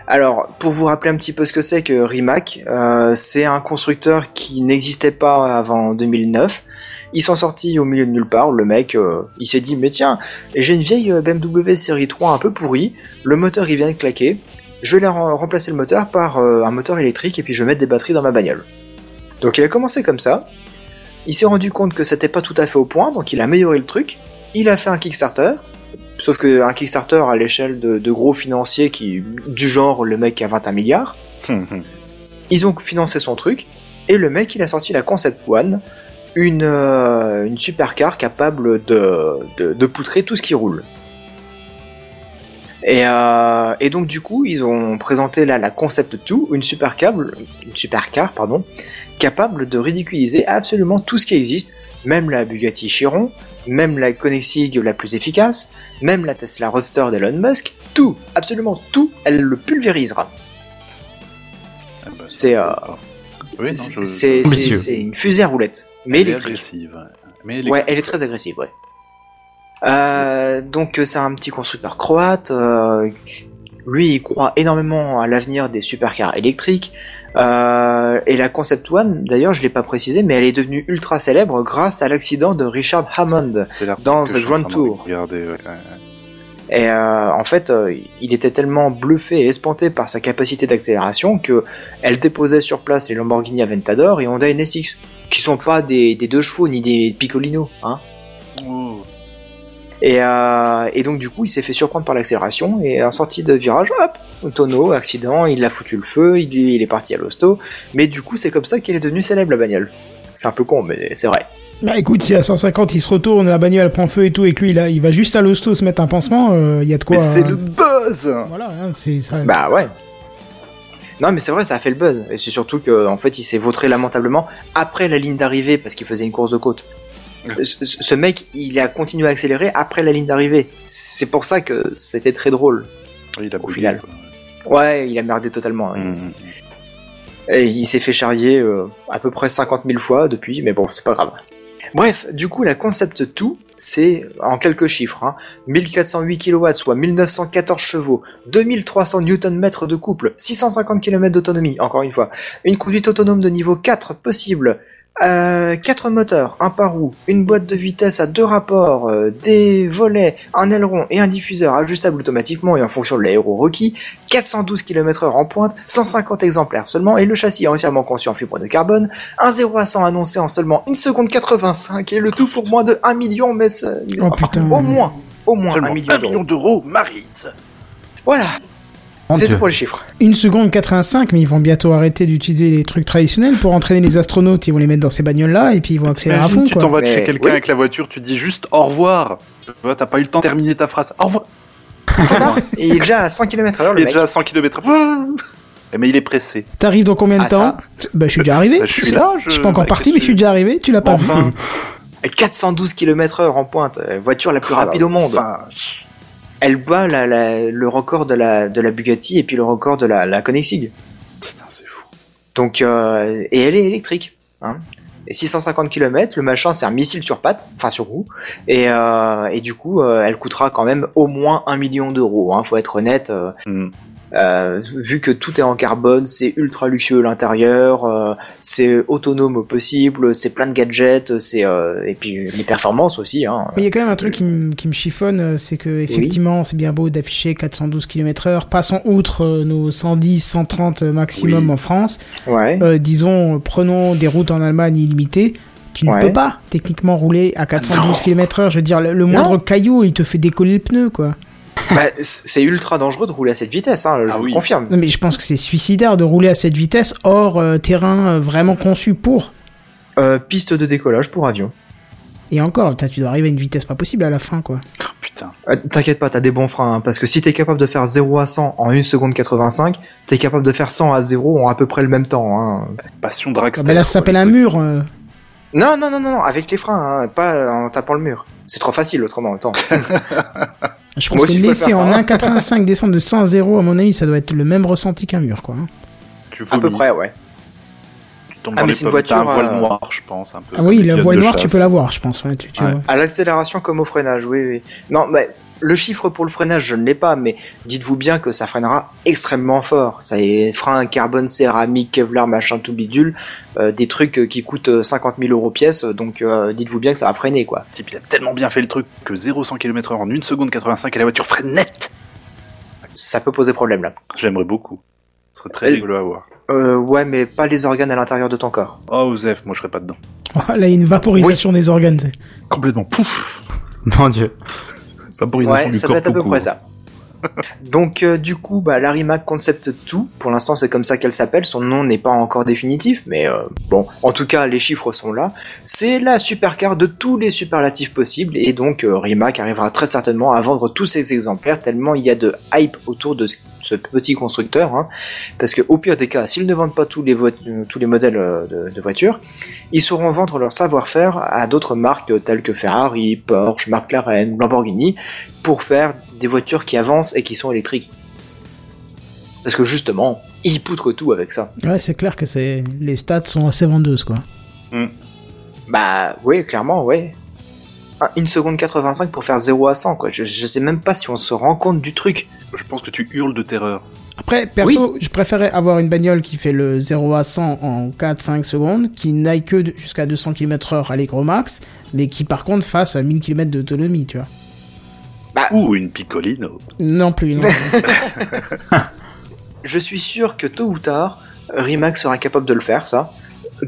[SPEAKER 2] Alors, pour vous rappeler un petit peu ce que c'est que Rimac, euh, c'est un constructeur qui n'existait pas avant 2009. Ils sont sortis au milieu de nulle part. Le mec, euh, il s'est dit, mais tiens, j'ai une vieille euh, BMW série 3 un peu pourrie. Le moteur, il vient de claquer. Je vais la rem- remplacer le moteur par euh, un moteur électrique et puis je vais mettre des batteries dans ma bagnole. Donc il a commencé comme ça. Il s'est rendu compte que c'était pas tout à fait au point, donc il a amélioré le truc. Il a fait un Kickstarter. Sauf que un Kickstarter à l'échelle de, de gros financiers qui, du genre le mec à 21 milliards,
[SPEAKER 6] Hum, hum.
[SPEAKER 2] ils ont financé son truc et le mec il a sorti la Concept One, une, euh, une supercar capable de, de, de poutrer tout ce qui roule. Et, euh, et donc du coup ils ont présenté là la Concept 2, une supercar, une supercar pardon, capable de ridiculiser absolument tout ce qui existe, même la Bugatti Chiron, même la Koenigsegg la plus efficace, même la Tesla Roadster d'Elon Musk, tout, absolument tout, elle le pulvérisera.
[SPEAKER 6] Ah bah,
[SPEAKER 2] C'est, euh,
[SPEAKER 6] oui, non, je-
[SPEAKER 2] C'est- C'est c'est-
[SPEAKER 3] Monsieur.
[SPEAKER 2] c'est une fusée à roulette, mais
[SPEAKER 6] elle est
[SPEAKER 2] électrique.
[SPEAKER 6] agressive, ouais. Mais électrique.
[SPEAKER 2] Ouais, elle est très agressive, ouais. Euh, donc euh, c'est un petit constructeur croate. euh, lui, il croit énormément à l'avenir des supercars électriques. Euh, et la Concept One, d'ailleurs, je l'ai pas précisé, mais elle est devenue ultra célèbre grâce à l'accident de Richard Hammond.
[SPEAKER 6] C'est l'article
[SPEAKER 2] dans
[SPEAKER 6] que
[SPEAKER 2] The
[SPEAKER 6] je suis
[SPEAKER 2] Grand
[SPEAKER 6] en train de
[SPEAKER 2] Tour.
[SPEAKER 6] regarder, ouais, ouais.
[SPEAKER 2] Et euh, en fait, euh, il était tellement bluffé et espanté par sa capacité d'accélération que elle déposait sur place les Lamborghini Aventador et Honda NSX, qui sont pas des, des deux chevaux ni des Piccolino, hein.
[SPEAKER 6] Oh.
[SPEAKER 2] Et, euh, et donc du coup, il s'est fait surprendre par l'accélération et en sortie de virage, hop, tonneau, accident, il a foutu le feu, il, il est parti à l'hosto. Mais du coup, c'est comme ça qu'elle est devenue célèbre la bagnole. C'est un peu con, mais c'est vrai.
[SPEAKER 1] Bah écoute, si à 150, il se retourne, la bagnole prend feu et tout, et que lui, là, il va juste à l'hosto se mettre un pansement, euh, il y a de quoi.
[SPEAKER 6] Mais c'est
[SPEAKER 1] euh,
[SPEAKER 6] le buzz
[SPEAKER 1] Voilà, hein, c'est ça.
[SPEAKER 2] Bah ouais. Non mais c'est vrai, ça a fait le buzz. Et c'est surtout que en fait, il s'est vautré lamentablement après la ligne d'arrivée parce qu'il faisait une course de côte. ce, ce mec, il a continué à accélérer après la ligne d'arrivée. C'est pour ça que c'était très drôle.
[SPEAKER 6] Il a
[SPEAKER 2] Au
[SPEAKER 6] bugué,
[SPEAKER 2] final.
[SPEAKER 6] quoi.
[SPEAKER 2] Ouais, il a merdé totalement. hein.
[SPEAKER 6] Mm.
[SPEAKER 2] Et il s'est fait charrier euh, à peu près 50 000 fois depuis, mais bon, c'est pas grave. Bref, du coup, la concept 2, c'est, en quelques chiffres, hein, 1408 kW, soit 1914 chevaux, 2300 Nm de couple, 650 km d'autonomie, encore une fois, une conduite autonome de niveau 4 possible, euh, 4 moteurs, un par roue, une boîte de vitesse à deux rapports, euh, des volets, un aileron et un diffuseur ajustable automatiquement et en fonction de l'aéro requis, 412 km/h en pointe, 150 exemplaires seulement, et le châssis est entièrement conçu en fibre de carbone, un 0 à 100 annoncé en seulement 1 seconde 85, et le tout pour moins de 1 million, mais ce-
[SPEAKER 1] Oh, putain.
[SPEAKER 2] au moins, au moins 1
[SPEAKER 6] Seulement
[SPEAKER 2] million d'euros.
[SPEAKER 6] d'euros, Marise
[SPEAKER 2] Voilà,
[SPEAKER 3] Mon
[SPEAKER 2] c'est
[SPEAKER 3] Dieu.
[SPEAKER 2] tout pour les chiffres.
[SPEAKER 1] Une seconde 85, mais ils vont bientôt arrêter d'utiliser les trucs traditionnels pour entraîner les astronautes. Ils vont les mettre dans ces bagnoles-là et puis ils vont accélérer à
[SPEAKER 6] T'imagines,
[SPEAKER 1] fond,
[SPEAKER 6] tu
[SPEAKER 1] quoi.
[SPEAKER 6] t'en vas de
[SPEAKER 2] Mais
[SPEAKER 6] chez quelqu'un
[SPEAKER 2] oui.
[SPEAKER 6] avec la voiture, tu dis juste au revoir. Tu vois, t'as pas eu le temps de terminer ta phrase. Au revoir.
[SPEAKER 2] Trop tard, et il est déjà à 100 km/h,
[SPEAKER 6] Il
[SPEAKER 2] le
[SPEAKER 6] est
[SPEAKER 2] mec. Eh,
[SPEAKER 6] déjà à 100 km. Mais il est pressé.
[SPEAKER 1] T'arrives dans combien de
[SPEAKER 2] Ah,
[SPEAKER 1] temps
[SPEAKER 2] ça.
[SPEAKER 1] Bah, je suis déjà arrivé.
[SPEAKER 6] Bah, je suis là, je-
[SPEAKER 1] Je suis pas encore
[SPEAKER 6] bah,
[SPEAKER 1] parti,
[SPEAKER 6] qu'est-ce
[SPEAKER 1] mais je suis
[SPEAKER 6] que-
[SPEAKER 1] déjà arrivé. Tu l'as pas vu.
[SPEAKER 6] Enfin,
[SPEAKER 2] 412 km/h en pointe, euh, voiture la plus
[SPEAKER 6] Ah,
[SPEAKER 2] rapide au monde.
[SPEAKER 6] enfin,
[SPEAKER 2] Elle bat la- la- le record de la, de la Bugatti et puis le record de la, la Koenigsegg.
[SPEAKER 6] putain, c'est fou.
[SPEAKER 2] Donc, euh, et elle est électrique. Hein. Et 650 km, le machin c'est un missile sur patte, enfin sur roue, et, euh, et du coup euh, elle coûtera quand même au moins un million d'euros, hein, faut être honnête, euh,
[SPEAKER 6] Mm.
[SPEAKER 2] euh, vu que tout est en carbone, c'est ultra luxueux à l'intérieur, euh, c'est autonome au possible, c'est plein de gadgets, c'est euh, et puis les performances aussi. Hein.
[SPEAKER 1] Mais il y a quand même un truc qui me, qui me chiffonne, euh, c'est que effectivement, c'est bien beau d'afficher 412 km/h. Passons outre euh, nos 110, 130 euh, maximum
[SPEAKER 6] Oui.
[SPEAKER 1] en France.
[SPEAKER 2] Ouais.
[SPEAKER 1] Euh, disons, euh, prenons des routes en Allemagne illimitées. Tu ne
[SPEAKER 2] Ouais.
[SPEAKER 1] peux pas techniquement rouler à 412 km/h. Je veux dire, le, le moindre caillou, il te fait décoller le pneu, quoi.
[SPEAKER 2] Bah, c- c'est ultra dangereux de rouler à cette vitesse, hein, je
[SPEAKER 6] Ah
[SPEAKER 2] vous
[SPEAKER 6] oui.
[SPEAKER 2] confirme.
[SPEAKER 1] Non, mais je pense que c'est suicidaire de rouler à cette vitesse hors euh, terrain euh, vraiment conçu pour.
[SPEAKER 2] Euh, piste de décollage pour avion.
[SPEAKER 1] Et encore, putain, tu dois arriver à une vitesse pas possible à la fin, quoi.
[SPEAKER 6] Oh, putain.
[SPEAKER 2] Euh, T'inquiète pas, t'as des bons freins, hein, parce que si t'es capable de faire 0 à 100 en 1 seconde 85, t'es capable de faire 100 à 0 en à peu près le même temps. Hein.
[SPEAKER 6] Passion
[SPEAKER 1] Ah,
[SPEAKER 6] dragster.
[SPEAKER 1] bah là, ça s'appelle
[SPEAKER 6] quoi,
[SPEAKER 1] un
[SPEAKER 6] les
[SPEAKER 1] mur. euh.
[SPEAKER 2] Non, non, non, non, non, avec les freins, hein, pas en tapant le mur. C'est trop facile autrement, attends.
[SPEAKER 1] Je pense
[SPEAKER 2] Ah, Moi
[SPEAKER 1] que
[SPEAKER 2] aussi, je peux le
[SPEAKER 1] l'effet
[SPEAKER 2] faire, ça,
[SPEAKER 1] en
[SPEAKER 2] hein.
[SPEAKER 1] 1,85 descendre de 100 à 0, à mon avis, ça doit être le même ressenti qu'un mur, quoi. hein.
[SPEAKER 6] trucs. Tu
[SPEAKER 2] à peu
[SPEAKER 6] vomis,
[SPEAKER 2] près, ouais.
[SPEAKER 6] tu tombes
[SPEAKER 2] Ah,
[SPEAKER 6] dans
[SPEAKER 2] mais
[SPEAKER 6] les
[SPEAKER 2] c'est une
[SPEAKER 6] pommes, t'as
[SPEAKER 2] voiture,
[SPEAKER 6] un voile
[SPEAKER 2] euh,
[SPEAKER 6] noir, je pense, un peu.
[SPEAKER 1] Ah oui,
[SPEAKER 6] comme
[SPEAKER 1] la voile
[SPEAKER 6] les pilotes de
[SPEAKER 1] noire, tu peux
[SPEAKER 6] chasse.
[SPEAKER 1] l'avoir, je pense. Ouais, tu, tu
[SPEAKER 6] Ouais.
[SPEAKER 1] vois.
[SPEAKER 2] À l'accélération comme au freinage, oui, oui. Non, bah, le chiffre pour le freinage, je ne l'ai pas, mais dites-vous bien que ça freinera extrêmement fort. Ça est frein carbone, céramique, Kevlar, machin, tout bidule, euh, des trucs euh, qui coûtent euh, 50 000 euros pièce, donc euh, dites-vous bien que ça va freiner, quoi.
[SPEAKER 6] Type, il a tellement bien fait le truc que 0-100 km/h en 1 seconde 85 et la voiture freine net.
[SPEAKER 2] Ça peut poser problème, là.
[SPEAKER 6] J'aimerais beaucoup. Ce serait très
[SPEAKER 2] Elle-
[SPEAKER 6] rigolo à voir.
[SPEAKER 2] Euh, ouais, mais pas les organes à l'intérieur de ton corps.
[SPEAKER 6] Oh, Osef, moi je serais pas dedans.
[SPEAKER 1] Oh, là, il y a une vaporisation des organes. c'est-
[SPEAKER 6] Complètement pouf
[SPEAKER 3] Mon dieu.
[SPEAKER 6] Vaporisation
[SPEAKER 2] Ouais,
[SPEAKER 6] du
[SPEAKER 2] ça
[SPEAKER 6] corps
[SPEAKER 2] doit être à
[SPEAKER 6] tout
[SPEAKER 2] peu
[SPEAKER 6] court.
[SPEAKER 2] près ça. Donc euh, du coup, bah, l'Arimac Concept 2, pour l'instant c'est comme ça qu'elle s'appelle, son nom n'est pas encore définitif, mais euh, bon, en tout cas les chiffres sont là. C'est la supercar de tous les superlatifs possibles, et donc euh, Rimac arrivera très certainement à vendre tous ses exemplaires, tellement il y a de hype autour de ce, ce petit constructeur, hein. parce que au pire des cas, s'ils ne vendent pas tous les, vo- euh, tous les modèles euh, de, de voitures, ils sauront vendre leur savoir-faire à d'autres marques euh, telles que Ferrari, Porsche, McLaren, Lamborghini, pour faire des voitures qui avancent et qui sont électriques. Parce que justement, ils poutrent tout avec ça.
[SPEAKER 1] Ouais, c'est clair que c'est les stats sont assez vendeuses, quoi.
[SPEAKER 2] Bah oui, clairement, oui. Ah, une seconde 85 pour faire 0 à 100, quoi. Je, je sais même pas si on se rend compte du truc.
[SPEAKER 6] Je pense que tu hurles de terreur.
[SPEAKER 1] Après, perso, je préférais avoir une bagnole qui fait le 0 à 100 en 4-5 secondes, qui n'aille que de- jusqu'à 200 km/h à l'égro max, mais qui par contre fasse à 1000 km d'autonomie, tu vois.
[SPEAKER 6] Ou une picolino.
[SPEAKER 1] Non plus, non.
[SPEAKER 2] Je suis sûr que tôt ou tard, Rimac sera capable de le faire, ça.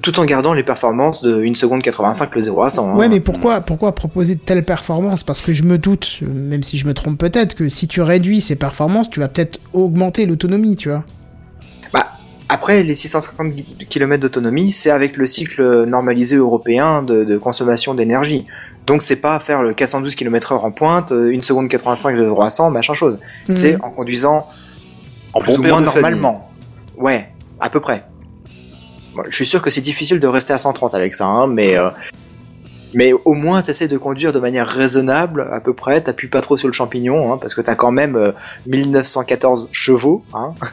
[SPEAKER 2] Tout en gardant les performances de 1 seconde 85, le 0 à 100. hein.
[SPEAKER 1] Ouais, mais pourquoi, pourquoi proposer de telles performances Parce que je me doute, euh, même si je me trompe peut-être, que si tu réduis ces performances, tu vas peut-être augmenter l'autonomie, tu vois.
[SPEAKER 2] Après, les 650 km d'autonomie, c'est avec le cycle normalisé européen de, de consommation d'énergie. Donc c'est pas faire le 412 km/h en pointe, euh, une seconde 85 de 300, machin chose. C'est en conduisant
[SPEAKER 6] En
[SPEAKER 2] plus
[SPEAKER 6] bon
[SPEAKER 2] ou
[SPEAKER 6] père
[SPEAKER 2] moins
[SPEAKER 6] de famille.
[SPEAKER 2] normalement. Ouais, à peu près. Bon, je suis sûr que c'est difficile de rester à 130 avec ça, hein, mais euh, Mais au moins, t'essaies de conduire de manière raisonnable, à peu près. T'appuies pas trop sur le champignon, hein, parce que t'as quand même euh, 1914 chevaux. Hein.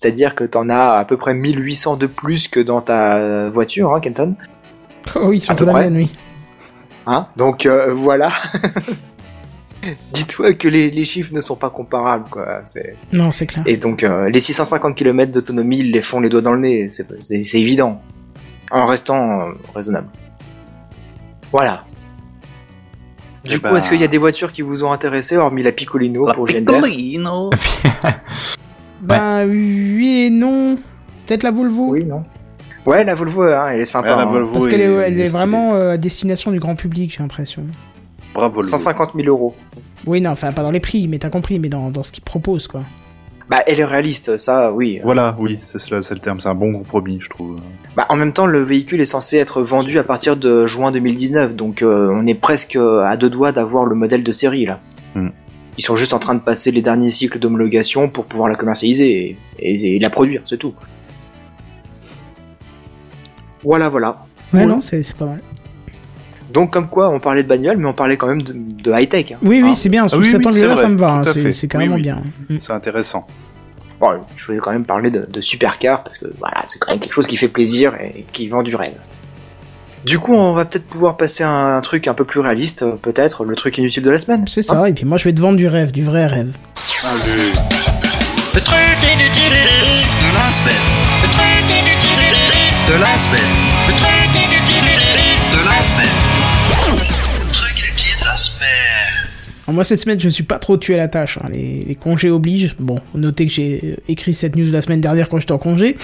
[SPEAKER 2] C'est-à-dire que t'en as à peu près 1800 de plus que dans ta voiture, hein, Kenton.
[SPEAKER 1] Oh oui,
[SPEAKER 2] À
[SPEAKER 1] surtout
[SPEAKER 2] peu
[SPEAKER 1] la
[SPEAKER 2] près.
[SPEAKER 1] mienne, oui.
[SPEAKER 2] Hein Donc euh, voilà. Dis-toi que les, les chiffres ne sont pas comparables, quoi. C'est-
[SPEAKER 1] Non, c'est clair.
[SPEAKER 2] Et donc, euh, les 650 km d'autonomie, ils les font les doigts dans le nez, c'est c'est- c'est évident. En restant euh, raisonnable. Voilà. Du
[SPEAKER 6] Eh
[SPEAKER 2] coup,
[SPEAKER 6] ben-
[SPEAKER 2] est-ce qu'il y a des voitures qui vous ont intéressé, hormis la Piccolino pour Gender
[SPEAKER 1] Ah,
[SPEAKER 7] Piccolino.
[SPEAKER 6] Ah,
[SPEAKER 1] Bah oui et non. Peut-être la Volvo.
[SPEAKER 2] Oui, non Ouais, la Volvo, hein, elle est sympa.
[SPEAKER 6] Ah, la
[SPEAKER 2] hein.
[SPEAKER 6] Volvo
[SPEAKER 1] Parce qu'elle est, elle est
[SPEAKER 6] stylée.
[SPEAKER 1] vraiment euh, à destination du grand public, j'ai l'impression.
[SPEAKER 6] Bravo, Volvo.
[SPEAKER 2] 150 000 euros.
[SPEAKER 1] Oui, non, enfin, pas dans les prix, mais t'as compris, mais dans, dans ce qu'ils proposent, quoi.
[SPEAKER 2] Bah, elle est réaliste, ça, oui.
[SPEAKER 6] Voilà, oui, c'est cela, c'est le terme. C'est un bon compromis, je trouve.
[SPEAKER 2] Bah, en même temps, le véhicule est censé être vendu à partir de juin 2019, donc euh, on est presque euh, à deux doigts d'avoir le modèle de série là.
[SPEAKER 6] Hmm.
[SPEAKER 2] Ils sont juste en train de passer les derniers cycles d'homologation pour pouvoir la commercialiser et, et- et la produire, c'est tout. Voilà, voilà.
[SPEAKER 1] Ouais,
[SPEAKER 2] Ouais.
[SPEAKER 1] non, c'est c'est pas mal.
[SPEAKER 2] Donc comme quoi, on parlait de bagnole, mais on parlait quand même de, de high-tech. hein.
[SPEAKER 1] Oui, oui,
[SPEAKER 2] Hein.
[SPEAKER 1] c'est bien. Sous
[SPEAKER 6] oui,
[SPEAKER 1] cet
[SPEAKER 6] oui, c'est
[SPEAKER 1] angle-là,
[SPEAKER 6] vrai,
[SPEAKER 1] ça me va.
[SPEAKER 6] tout
[SPEAKER 1] hein,
[SPEAKER 6] à
[SPEAKER 1] C'est
[SPEAKER 6] fait.
[SPEAKER 1] c'est carrément
[SPEAKER 6] Oui, oui.
[SPEAKER 1] bien.
[SPEAKER 6] C'est intéressant.
[SPEAKER 2] Bon, je voulais quand même parler de, de supercar parce que voilà, c'est quand même quelque chose qui fait plaisir et qui vend du rêve. Du coup, on va peut-être pouvoir passer à un truc un peu plus réaliste, euh, peut-être le truc inutile de la semaine.
[SPEAKER 1] C'est ça. et puis moi, je vais te vendre du rêve, du vrai rêve.
[SPEAKER 8] Le truc inutile de la semaine. Le truc inutile de la semaine. Le truc inutile de la semaine. Le truc inutile de la semaine.
[SPEAKER 1] Alors, moi, cette semaine, je me suis pas trop tué à la tâche. hein. Les, les congés obligent. Bon, notez que j'ai euh, écrit cette news la semaine dernière quand j'étais en congé.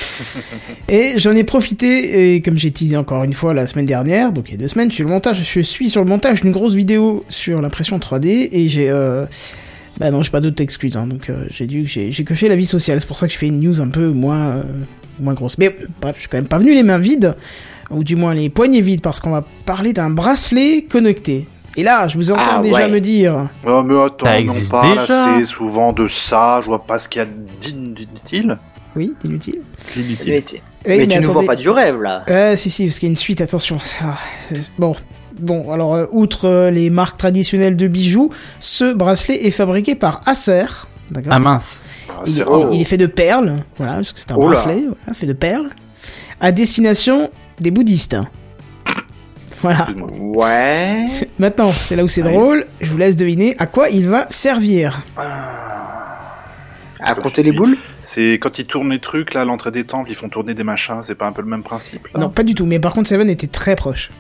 [SPEAKER 1] et j'en ai profité, et comme j'ai teasé encore une fois la semaine dernière, donc il y a deux semaines, je suis, le montage, je suis sur le montage d'une grosse vidéo sur l'impression 3D, et j'ai... euh, Bah non, j'ai pas d'autres excuses, hein, donc euh, j'ai dû, j'ai j'ai coché la vie sociale, c'est pour ça que je fais une news un peu moins, euh, moins grosse. Mais bref, je suis quand même pas venu les mains vides, ou du moins les poignets vides, parce qu'on va parler d'un bracelet connecté. Et là, je vous entends
[SPEAKER 2] Ah
[SPEAKER 1] déjà
[SPEAKER 2] ouais.
[SPEAKER 1] me dire,
[SPEAKER 6] Ah, mais attends,
[SPEAKER 3] Ça
[SPEAKER 6] on
[SPEAKER 3] existe
[SPEAKER 6] parle
[SPEAKER 3] déjà.
[SPEAKER 6] assez souvent de ça. Je vois pas ce qu'il y a d'inutile.
[SPEAKER 1] Oui, inutile.
[SPEAKER 6] D'inutile.
[SPEAKER 2] Mais, t- mais tu nous vends pas du rêve là.
[SPEAKER 1] Euh, si, si, parce qu'il y a une suite, attention. Ah, c'est- Bon, bon alors, euh, outre euh, les marques traditionnelles de bijoux, ce bracelet est fabriqué par Acer. D'accord
[SPEAKER 3] Ah mince.
[SPEAKER 6] Ah,
[SPEAKER 1] il,
[SPEAKER 6] c'est
[SPEAKER 1] il-
[SPEAKER 6] rare.
[SPEAKER 1] il est fait de perles, voilà, parce que c'est un
[SPEAKER 2] Oh là.
[SPEAKER 1] bracelet voilà, fait de perles, à destination des bouddhistes. Voilà.
[SPEAKER 6] Excuse-moi.
[SPEAKER 2] Ouais.
[SPEAKER 1] C'est- Maintenant, c'est là où
[SPEAKER 3] Ah
[SPEAKER 1] c'est
[SPEAKER 6] Allez.
[SPEAKER 1] drôle, je vous laisse deviner à quoi il va servir.
[SPEAKER 2] À compter les boules
[SPEAKER 6] C'est quand ils tournent les trucs là à l'entrée des temples, ils font tourner des machins. C'est pas un peu le même principe là
[SPEAKER 3] Ah.
[SPEAKER 1] Non, pas du tout, mais par contre, Seven était très proche.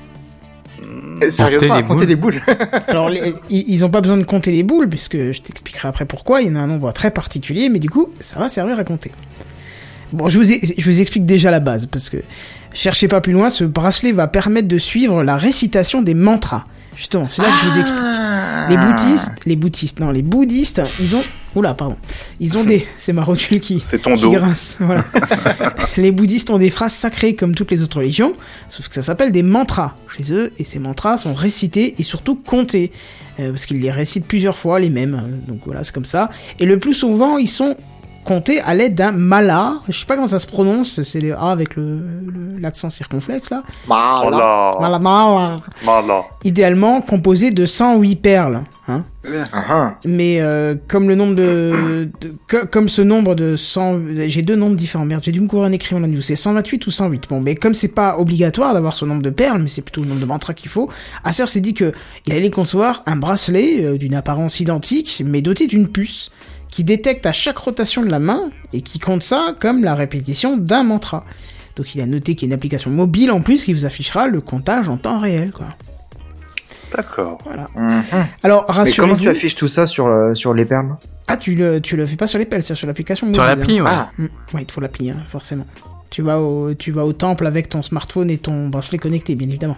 [SPEAKER 2] Euh, Sérieusement, à
[SPEAKER 3] les
[SPEAKER 2] compter
[SPEAKER 3] boules.
[SPEAKER 2] des boules
[SPEAKER 1] Alors, les- ils ils ont pas besoin de compter les boules, puisque je t'expliquerai après pourquoi. Il y en a un nombre très particulier, mais du coup, ça va servir à compter. Bon, je vous, ai- je vous explique déjà la base, parce que cherchez pas plus loin, ce bracelet va permettre de suivre la récitation des mantras. Justement, c'est là que Ah, je
[SPEAKER 2] Ah.
[SPEAKER 1] vous explique. Les bouddhistes, les bouddhistes, non, les bouddhistes, ils ont. Oula, pardon. Ils ont des. C'est ma rotule qui.
[SPEAKER 6] C'est ton
[SPEAKER 1] qui
[SPEAKER 6] dos.
[SPEAKER 1] grince, voilà. les bouddhistes ont des phrases sacrées comme toutes les autres religions, sauf que ça s'appelle des mantras chez eux, et ces mantras sont récités et surtout comptés, euh, parce qu'ils les récitent plusieurs fois les mêmes, hein, donc voilà, c'est comme ça. Et le plus souvent, ils sont comptés à l'aide d'un mala, je sais pas comment ça se prononce, c'est les A avec le- le- l'accent circonflexe là.
[SPEAKER 2] Bah,
[SPEAKER 6] Oh
[SPEAKER 2] là.
[SPEAKER 6] là,
[SPEAKER 1] Mala, mala.
[SPEAKER 6] Voilà.
[SPEAKER 1] Idéalement composé de 108 perles, hein
[SPEAKER 2] Ah, ah.
[SPEAKER 1] mais euh, comme le nombre de, de- co- comme ce nombre de 100 j'ai deux nombres différents merde j'ai dû me courir en écrivant la news c'est 128 ou 108 bon mais comme c'est pas obligatoire d'avoir ce nombre de perles mais c'est plutôt le nombre de mantras qu'il faut Acer s'est dit que il allait concevoir un bracelet euh, d'une apparence identique mais doté d'une puce qui détecte à chaque rotation de la main et qui compte ça comme la répétition d'un mantra donc il a noté qu'il y a une application mobile en plus qui vous affichera le comptage en temps réel quoi
[SPEAKER 6] D'accord.
[SPEAKER 2] Mhm.
[SPEAKER 1] alors
[SPEAKER 2] Mais comment
[SPEAKER 1] rassurez-vous
[SPEAKER 2] tu affiches tout ça sur, euh, sur les perles
[SPEAKER 1] ah tu le tu le fais pas sur les perles c'est sur l'application
[SPEAKER 3] Sur
[SPEAKER 1] mobile, hein.
[SPEAKER 3] l'appli, ouais.
[SPEAKER 2] Ah,
[SPEAKER 1] Mm. Ouais, il te faut l'appli, hein, forcément. Tu vas, au, tu vas au temple avec ton smartphone et ton bracelet connecté, bien évidemment.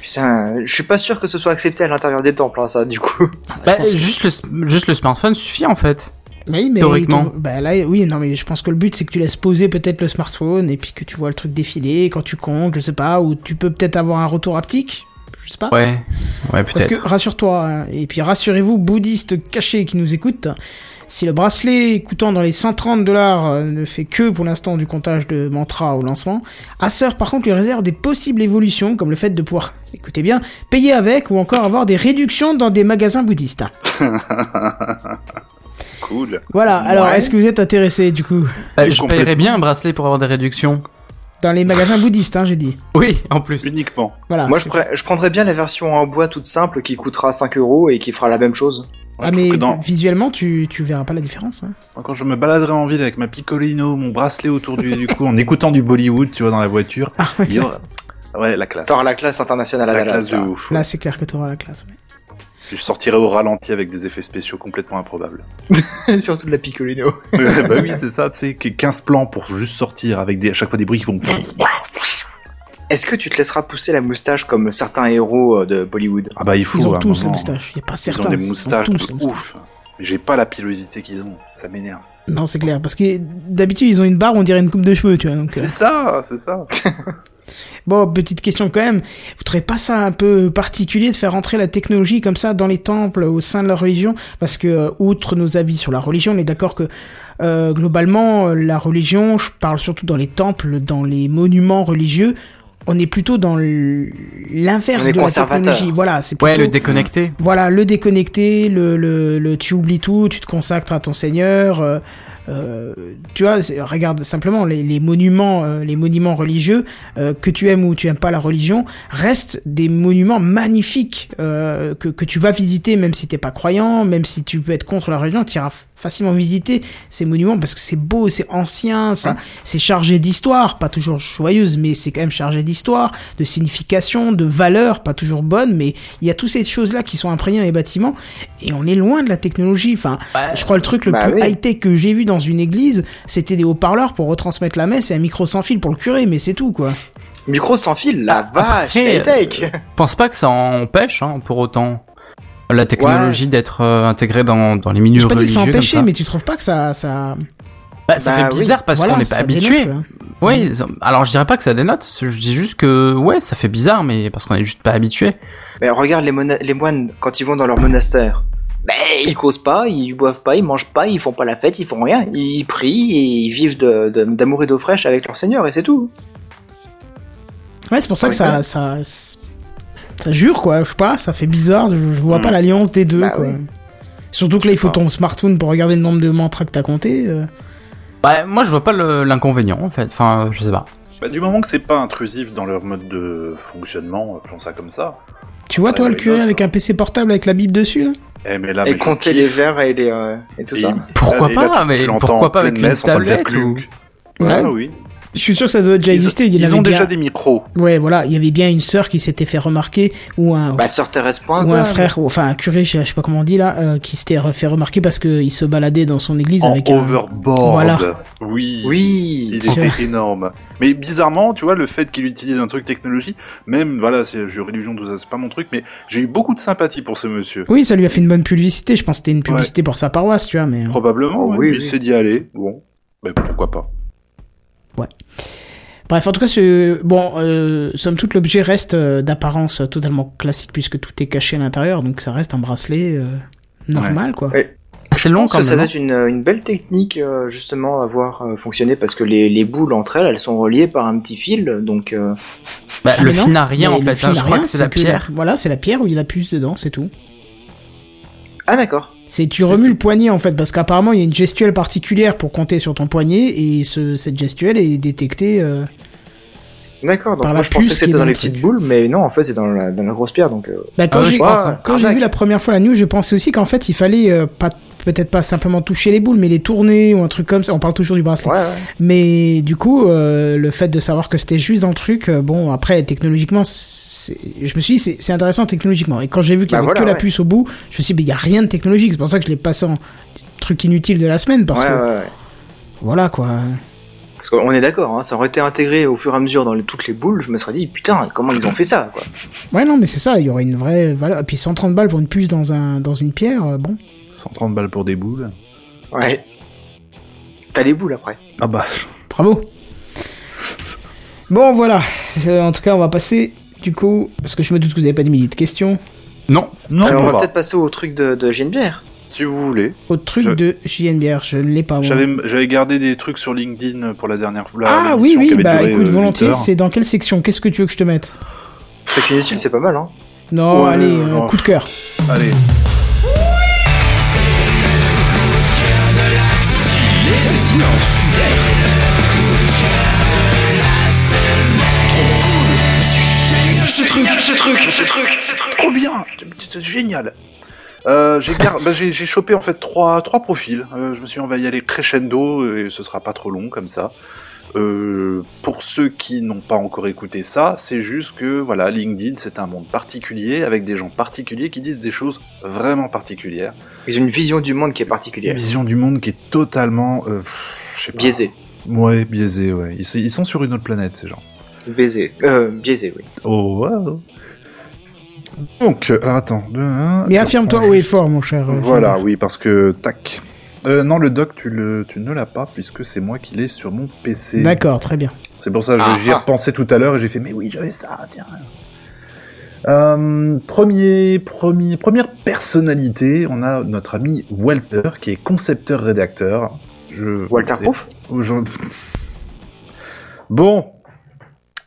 [SPEAKER 2] putain, je suis pas sûr que ce soit accepté à l'intérieur des temples, hein, ça, du coup.
[SPEAKER 1] Ah,
[SPEAKER 3] Bah, juste, le, juste le smartphone suffit en fait.
[SPEAKER 1] Oui, mais
[SPEAKER 3] Théoriquement.
[SPEAKER 1] ton- bah là, oui, non, mais je pense que le but c'est que tu laisses poser peut-être le smartphone et puis que tu vois le truc défiler et quand tu comptes, je sais pas, ou tu peux peut-être avoir un retour haptique, je sais pas.
[SPEAKER 3] Ouais, ouais
[SPEAKER 1] Parce que
[SPEAKER 3] peut-être.
[SPEAKER 1] rassure-toi, hein, et puis rassurez-vous, bouddhistes cachés qui nous écoutent, Si le bracelet coûtant dans les 130 dollars euh, ne fait que pour l'instant du comptage de mantra au lancement, Acer par contre lui réserve des possibles évolutions comme le fait de pouvoir, écoutez bien, payer avec ou encore avoir des réductions dans des magasins bouddhistes.
[SPEAKER 6] Cool.
[SPEAKER 1] Voilà, alors
[SPEAKER 2] Ouais.
[SPEAKER 1] est-ce que vous êtes intéressé du coup
[SPEAKER 3] Euh, je
[SPEAKER 6] Complètement.
[SPEAKER 3] paierais bien un bracelet pour avoir des réductions.
[SPEAKER 1] Dans les magasins bouddhistes, hein, j'ai dit.
[SPEAKER 3] Oui, en plus.
[SPEAKER 6] Uniquement.
[SPEAKER 1] Voilà.
[SPEAKER 2] Moi, je, pr- je prendrais bien la version en bois toute simple qui coûtera 5 euros et qui fera la même chose.
[SPEAKER 1] Ah
[SPEAKER 6] Moi, je trouve
[SPEAKER 1] mais
[SPEAKER 6] que dans-
[SPEAKER 1] visuellement tu, tu verras pas la différence. hein.
[SPEAKER 6] Moi, Quand je me baladerai en ville avec ma picolino, mon bracelet autour du, du cou, en écoutant du Bollywood, tu vois, dans la voiture,
[SPEAKER 1] Ah,
[SPEAKER 6] il y aura- ouais, la classe.
[SPEAKER 2] T'auras la classe internationale à
[SPEAKER 6] La
[SPEAKER 2] la
[SPEAKER 6] classe
[SPEAKER 2] Dallas.
[SPEAKER 6] de
[SPEAKER 2] là.
[SPEAKER 6] ouf.
[SPEAKER 1] Là c'est clair que t'auras la classe. ouais.
[SPEAKER 6] Je sortirai au ralenti avec des effets spéciaux complètement improbables.
[SPEAKER 2] Surtout de la Piccolino.
[SPEAKER 6] Ouais, bah oui, c'est ça, tu sais, qu- 15 plans pour juste sortir avec des, à chaque fois des bruits qui
[SPEAKER 1] Eh,
[SPEAKER 6] vont.
[SPEAKER 2] Est-ce que tu te laisseras pousser la moustache comme certains héros euh, de Bollywood
[SPEAKER 6] Ah bah, il faut.
[SPEAKER 1] Ils ont
[SPEAKER 6] à un
[SPEAKER 1] tous les
[SPEAKER 6] moment.
[SPEAKER 1] moustaches, y a pas
[SPEAKER 6] Ils
[SPEAKER 1] certains.
[SPEAKER 6] ont des
[SPEAKER 1] ils ont
[SPEAKER 6] moustaches
[SPEAKER 1] tous
[SPEAKER 6] de
[SPEAKER 1] les moustaches.
[SPEAKER 6] ouf. Mais J'ai pas la pilosité qu'ils ont, ça m'énerve.
[SPEAKER 1] Non, c'est clair, parce que d'habitude ils ont une barre, on dirait une coupe de cheveux, tu vois. Donc, euh,
[SPEAKER 6] C'est ça, c'est ça.
[SPEAKER 1] Bon, petite question quand même, vous trouvez pas ça un peu particulier de faire entrer la technologie comme ça dans les temples au sein de la religion Parce que, euh, outre nos avis sur la religion, on est d'accord que euh, globalement, euh, la religion, je parle surtout dans les temples, dans les monuments religieux, on est plutôt dans l- l'inverse
[SPEAKER 2] On est
[SPEAKER 1] de la
[SPEAKER 2] conservateur.
[SPEAKER 1] technologie. Voilà, c'est plutôt...
[SPEAKER 3] Ouais, le déconnecté.
[SPEAKER 1] Voilà, le déconnecter, le, le, le tu oublies tout, tu te consacres à ton Seigneur. euh, euh, tu vois, c'est- regarde simplement les, les monuments, euh, les monuments religieux euh, que tu aimes ou tu aimes pas la religion restent des monuments magnifiques euh, que que tu vas visiter même si t'es pas croyant, même si tu peux être contre la religion, tu iras facilement visiter ces monuments parce que c'est beau, c'est ancien, ça, c'est chargé d'histoire, pas toujours joyeuse, mais c'est quand même chargé d'histoire, de signification, de valeur, pas toujours bonne, mais il y a toutes ces choses-là qui sont imprégnées dans les bâtiments, et on est loin de la technologie. Enfin, je crois le truc le
[SPEAKER 2] bah
[SPEAKER 1] plus
[SPEAKER 2] oui.
[SPEAKER 1] high-tech que j'ai vu dans une église, c'était des haut-parleurs pour retransmettre la messe et un micro sans fil pour le curé, mais c'est tout, quoi.
[SPEAKER 2] Micro sans fil, la vache,
[SPEAKER 3] après,
[SPEAKER 2] high tech
[SPEAKER 3] Pense pas que ça empêche, hein, pour autant, la technologie d'être euh, intégrée dans, dans les milieux
[SPEAKER 1] Je pas dit
[SPEAKER 3] religieux.
[SPEAKER 1] que ça
[SPEAKER 3] comme
[SPEAKER 1] empêchait,
[SPEAKER 3] ça.
[SPEAKER 1] mais tu trouves pas que ça, ça,
[SPEAKER 3] Bah, ça
[SPEAKER 2] Bah
[SPEAKER 3] fait
[SPEAKER 2] oui.
[SPEAKER 3] bizarre parce
[SPEAKER 1] voilà,
[SPEAKER 3] qu'on n'est pas
[SPEAKER 1] ça
[SPEAKER 3] habitué.
[SPEAKER 1] dénote, quoi.
[SPEAKER 3] Oui, ça- alors je dirais pas que ça dénote, je dis juste que ouais, ça fait bizarre, mais parce qu'on est juste pas habitué.
[SPEAKER 2] Mais regarde les, mona- les moines quand ils vont dans leur monastère. Ben, ils causent pas, ils boivent pas, ils mangent pas, ils font pas la fête, ils font rien. Ils prient et ils vivent de- de- d'amour et d'eau fraîche avec leur Seigneur et c'est tout.
[SPEAKER 1] Ouais, c'est pour ça
[SPEAKER 2] Ah,
[SPEAKER 1] que ça, ça, ça jure quoi. Je sais pas, ça fait bizarre. Je, je vois
[SPEAKER 6] Hmm.
[SPEAKER 1] pas l'alliance des deux
[SPEAKER 2] Bah
[SPEAKER 1] quoi.
[SPEAKER 2] oui.
[SPEAKER 1] Surtout que là, il faut
[SPEAKER 6] Ah.
[SPEAKER 1] ton smartphone pour regarder le nombre de mantras que t'as compté. euh.
[SPEAKER 3] Bah, moi je vois pas le- l'inconvénient en fait, enfin euh, je sais pas.
[SPEAKER 6] Bah, du moment que c'est pas intrusif dans leur mode de fonctionnement, appelons ça comme ça.
[SPEAKER 1] Tu vois,
[SPEAKER 6] Ouais,
[SPEAKER 1] toi, le
[SPEAKER 6] mais
[SPEAKER 1] curé
[SPEAKER 6] non,
[SPEAKER 1] avec
[SPEAKER 6] ça.
[SPEAKER 1] un PC portable avec la Bible dessus là
[SPEAKER 6] Eh, mais là,
[SPEAKER 2] et
[SPEAKER 6] mais je
[SPEAKER 2] compter les
[SPEAKER 6] kiffe.
[SPEAKER 2] verres et, les, euh, et tout
[SPEAKER 6] Et-
[SPEAKER 2] ça.
[SPEAKER 3] Pourquoi
[SPEAKER 6] Ah, et là,
[SPEAKER 3] pas,
[SPEAKER 6] tu-
[SPEAKER 3] mais
[SPEAKER 6] tu l'entends
[SPEAKER 3] pourquoi pas
[SPEAKER 6] en
[SPEAKER 3] avec
[SPEAKER 6] pleine
[SPEAKER 3] une
[SPEAKER 6] messe, on t'entend dire
[SPEAKER 3] tablette ou...
[SPEAKER 6] cluc.
[SPEAKER 1] Ouais.
[SPEAKER 6] Ah oui.
[SPEAKER 1] Je suis sûr que ça doit déjà
[SPEAKER 6] Ils,
[SPEAKER 1] exister. il y en
[SPEAKER 6] ils
[SPEAKER 1] avait
[SPEAKER 6] ont
[SPEAKER 1] bien-
[SPEAKER 6] déjà des micros.
[SPEAKER 1] Ouais, voilà, il y avait bien une sœur qui s'était fait remarquer ou un.
[SPEAKER 2] Bah, sœur Thérèse Point,
[SPEAKER 1] ou
[SPEAKER 2] quoi.
[SPEAKER 1] un frère, ou- enfin un curé, je je sais pas comment on dit là, euh, qui s'était fait remarquer parce qu'il se baladait dans son église
[SPEAKER 6] En
[SPEAKER 1] avec un-
[SPEAKER 6] overboard.
[SPEAKER 1] Voilà.
[SPEAKER 6] Oui.
[SPEAKER 2] Oui.
[SPEAKER 6] Il était énorme. Mais bizarrement, tu vois, le fait qu'il utilise un truc technologie, même, voilà, c'est je- religion, tout ça, c'est pas mon truc, mais j'ai eu beaucoup de sympathie pour ce monsieur.
[SPEAKER 1] Oui, ça lui a fait une bonne publicité. Je pense que c'était une publicité pour sa paroisse, tu vois, mais. euh,
[SPEAKER 6] Probablement,
[SPEAKER 2] Oui,
[SPEAKER 6] oui.
[SPEAKER 2] oui.
[SPEAKER 6] Il s'est dit, allez, bon, bah, pourquoi pas.
[SPEAKER 1] Bref, en tout cas, ce... bon, euh, somme toute, l'objet reste euh, d'apparence totalement classique puisque tout est caché à l'intérieur, donc ça reste un bracelet euh, normal, quoi.
[SPEAKER 2] Ouais.
[SPEAKER 3] C'est
[SPEAKER 2] Je
[SPEAKER 3] long
[SPEAKER 2] pense
[SPEAKER 3] quand
[SPEAKER 2] que ça doit
[SPEAKER 3] même. hein.
[SPEAKER 2] être une, une belle technique euh, justement à voir euh, fonctionner parce que les, les boules entre elles, elles sont reliées par un petit fil, donc euh,
[SPEAKER 3] Bah,
[SPEAKER 1] Ah,
[SPEAKER 3] le
[SPEAKER 1] mais non,
[SPEAKER 3] fil n'a rien
[SPEAKER 1] mais
[SPEAKER 3] en
[SPEAKER 1] le
[SPEAKER 3] fait,
[SPEAKER 1] fil
[SPEAKER 3] hein,
[SPEAKER 1] n'a
[SPEAKER 3] je crois
[SPEAKER 1] rien,
[SPEAKER 3] que c'est la
[SPEAKER 1] que
[SPEAKER 3] pierre.
[SPEAKER 1] voilà, c'est la pierre où il y a la puce dedans, c'est tout.
[SPEAKER 2] ah d'accord.
[SPEAKER 1] C'est tu remues le poignet en fait, parce qu'apparemment il y a une gestuelle particulière pour compter sur ton poignet et ce, cette gestuelle est détectée. euh,
[SPEAKER 2] D'accord, donc
[SPEAKER 1] Par
[SPEAKER 2] moi
[SPEAKER 1] la
[SPEAKER 2] je pensais que
[SPEAKER 1] puce qui est
[SPEAKER 2] c'était
[SPEAKER 1] dans
[SPEAKER 2] dans les
[SPEAKER 1] le truc.
[SPEAKER 2] petites boules, mais non, en fait c'est dans la, dans la grosse pierre, donc euh,
[SPEAKER 1] Bah, quand
[SPEAKER 3] Ah ouais,
[SPEAKER 1] j'ai
[SPEAKER 3] je
[SPEAKER 2] pense,
[SPEAKER 1] quand-
[SPEAKER 2] hein.
[SPEAKER 1] quand j'ai vu
[SPEAKER 2] Arnaque.
[SPEAKER 1] la première fois la news, je pensais aussi qu'en fait il fallait euh, pas peut-être pas simplement toucher les boules, mais les tourner ou un truc comme ça. On parle toujours du bracelet.
[SPEAKER 2] ouais, ouais.
[SPEAKER 1] Mais du coup, euh, le fait de savoir que c'était juste dans le truc, euh, bon, après, technologiquement, c'est- je me suis dit, c'est- c'est intéressant technologiquement. Et quand j'ai vu qu'il y
[SPEAKER 2] Bah
[SPEAKER 1] avait
[SPEAKER 2] voilà,
[SPEAKER 1] que la
[SPEAKER 2] ouais.
[SPEAKER 1] puce au bout, je me suis dit, mais il n'y a rien de technologique. C'est pour ça que je l'ai passé en truc inutile de la semaine, parce
[SPEAKER 2] Ouais,
[SPEAKER 1] que
[SPEAKER 2] ouais, ouais.
[SPEAKER 1] voilà quoi.
[SPEAKER 2] Parce qu'on est d'accord, hein, ça aurait été intégré au fur et à mesure dans les- toutes les boules, je me serais dit putain comment ils ont fait ça quoi.
[SPEAKER 1] Ouais, non, mais c'est ça, il y aurait une vraie valeur. Et puis 130 balles pour une puce dans, un, dans une pierre, euh, bon.
[SPEAKER 6] 130 balles pour des boules.
[SPEAKER 2] Ouais. T'as les boules après.
[SPEAKER 6] Ah bah.
[SPEAKER 1] Bravo. Bon, voilà. Euh, En tout cas, on va passer, du coup, parce que je me doute que vous n'avez pas des milliers de questions.
[SPEAKER 3] Non,
[SPEAKER 6] Non,
[SPEAKER 2] Alors, on
[SPEAKER 6] bah,
[SPEAKER 2] va peut-être passer au truc de, de Geneviève.
[SPEAKER 6] Si vous voulez.
[SPEAKER 1] Autre truc
[SPEAKER 6] Je-
[SPEAKER 1] de JNBR, je ne l'ai pas. moi.
[SPEAKER 6] J'avais j'avais gardé des trucs sur LinkedIn pour la dernière fois.
[SPEAKER 1] Ah oui, oui, bah
[SPEAKER 6] euh,
[SPEAKER 1] écoute, volontiers, c'est dans quelle section Qu'est-ce que tu veux que je te mette
[SPEAKER 2] Truc inutile, c'est pas mal, hein.
[SPEAKER 1] Non,
[SPEAKER 6] Ouais, oh.
[SPEAKER 1] allez, euh,
[SPEAKER 6] non.
[SPEAKER 1] coup de cœur.
[SPEAKER 6] Allez. Trop bien C'est- C'est génial euh, j'ai gar- bah, j'ai j'ai chopé en fait trois trois profils. Euh, je me suis dit, on va y aller crescendo et ce sera pas trop long comme ça. Euh, pour ceux qui n'ont pas encore écouté ça, c'est juste que voilà, LinkedIn c'est un monde particulier avec des gens particuliers qui disent des choses vraiment particulières.
[SPEAKER 2] Ils ont une vision du monde qui est
[SPEAKER 6] Une
[SPEAKER 2] particulière.
[SPEAKER 6] vision du monde qui est totalement euh, pff, je sais pas.
[SPEAKER 2] Biaisée.
[SPEAKER 6] Ouais, biaisée, ouais. Ils, ils sont sur une autre planète ces gens.
[SPEAKER 2] Biaisée. Euh, biaisée, oui.
[SPEAKER 6] Oh, wow. Donc, euh, alors attends. deux, un,
[SPEAKER 1] Mais
[SPEAKER 6] je
[SPEAKER 1] affirme-toi
[SPEAKER 6] prends
[SPEAKER 1] haut et
[SPEAKER 6] Ah, juste-
[SPEAKER 1] fort, mon cher. euh,
[SPEAKER 6] Voilà,
[SPEAKER 1] JNBR.
[SPEAKER 6] oui, parce que, tac. Euh, non, le doc, tu, le, tu ne l'as pas, puisque c'est moi qui l'ai sur mon PC.
[SPEAKER 1] D'accord, très bien.
[SPEAKER 6] C'est pour ça que
[SPEAKER 2] Ah,
[SPEAKER 6] j'y ai
[SPEAKER 2] ah.
[SPEAKER 6] repensé tout à l'heure et j'ai fait, mais oui, j'avais ça, tiens. Euh, premier, premier, première personnalité, on a notre ami Walter, qui est concepteur-rédacteur. Je,
[SPEAKER 2] Walter
[SPEAKER 6] c'est-
[SPEAKER 2] Proof
[SPEAKER 6] je- Bon.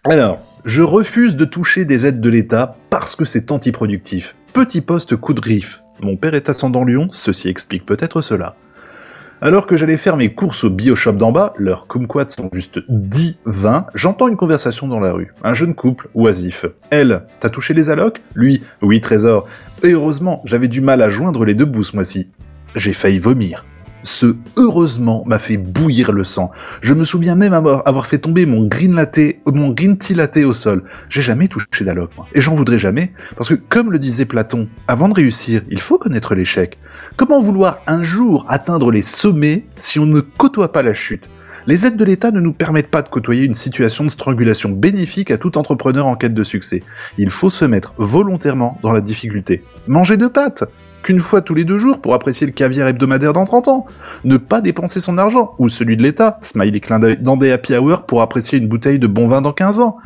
[SPEAKER 6] Alors, je refuse de toucher des aides de l'État parce que c'est antiproductif. Petit poste coup de griffe. Mon père est ascendant Lyon, ceci explique peut-être cela. Alors que j'allais faire mes courses au bioshop d'en bas, leurs kumquats sont juste 10-20, j'entends une conversation dans la rue. Un jeune couple, oisif. Elle, t'as touché les allocs Lui, oui trésor. Et heureusement, j'avais du mal à joindre les deux bouts ce mois-ci. J'ai failli vomir. Ce heureusement m'a fait bouillir le sang. Je me souviens même avoir, avoir fait tomber mon green latte, mon green tea latte au sol. J'ai jamais touché d'alloc, moi. Et j'en voudrais jamais, parce que comme le disait Platon, avant de réussir, il faut connaître l'échec. Comment vouloir un jour atteindre les sommets si on ne côtoie pas la chute Les aides de l'État ne nous permettent pas de côtoyer une situation de strangulation bénéfique à tout entrepreneur en quête de succès. Il faut se mettre volontairement dans la difficulté. Manger deux pâtes qu'une fois tous les deux jours pour apprécier le caviar hebdomadaire dans 30 ans ne pas dépenser son argent, ou celui de l'État, smiley clin d'œil dans des happy hour pour apprécier une bouteille de bon vin dans 15 ans.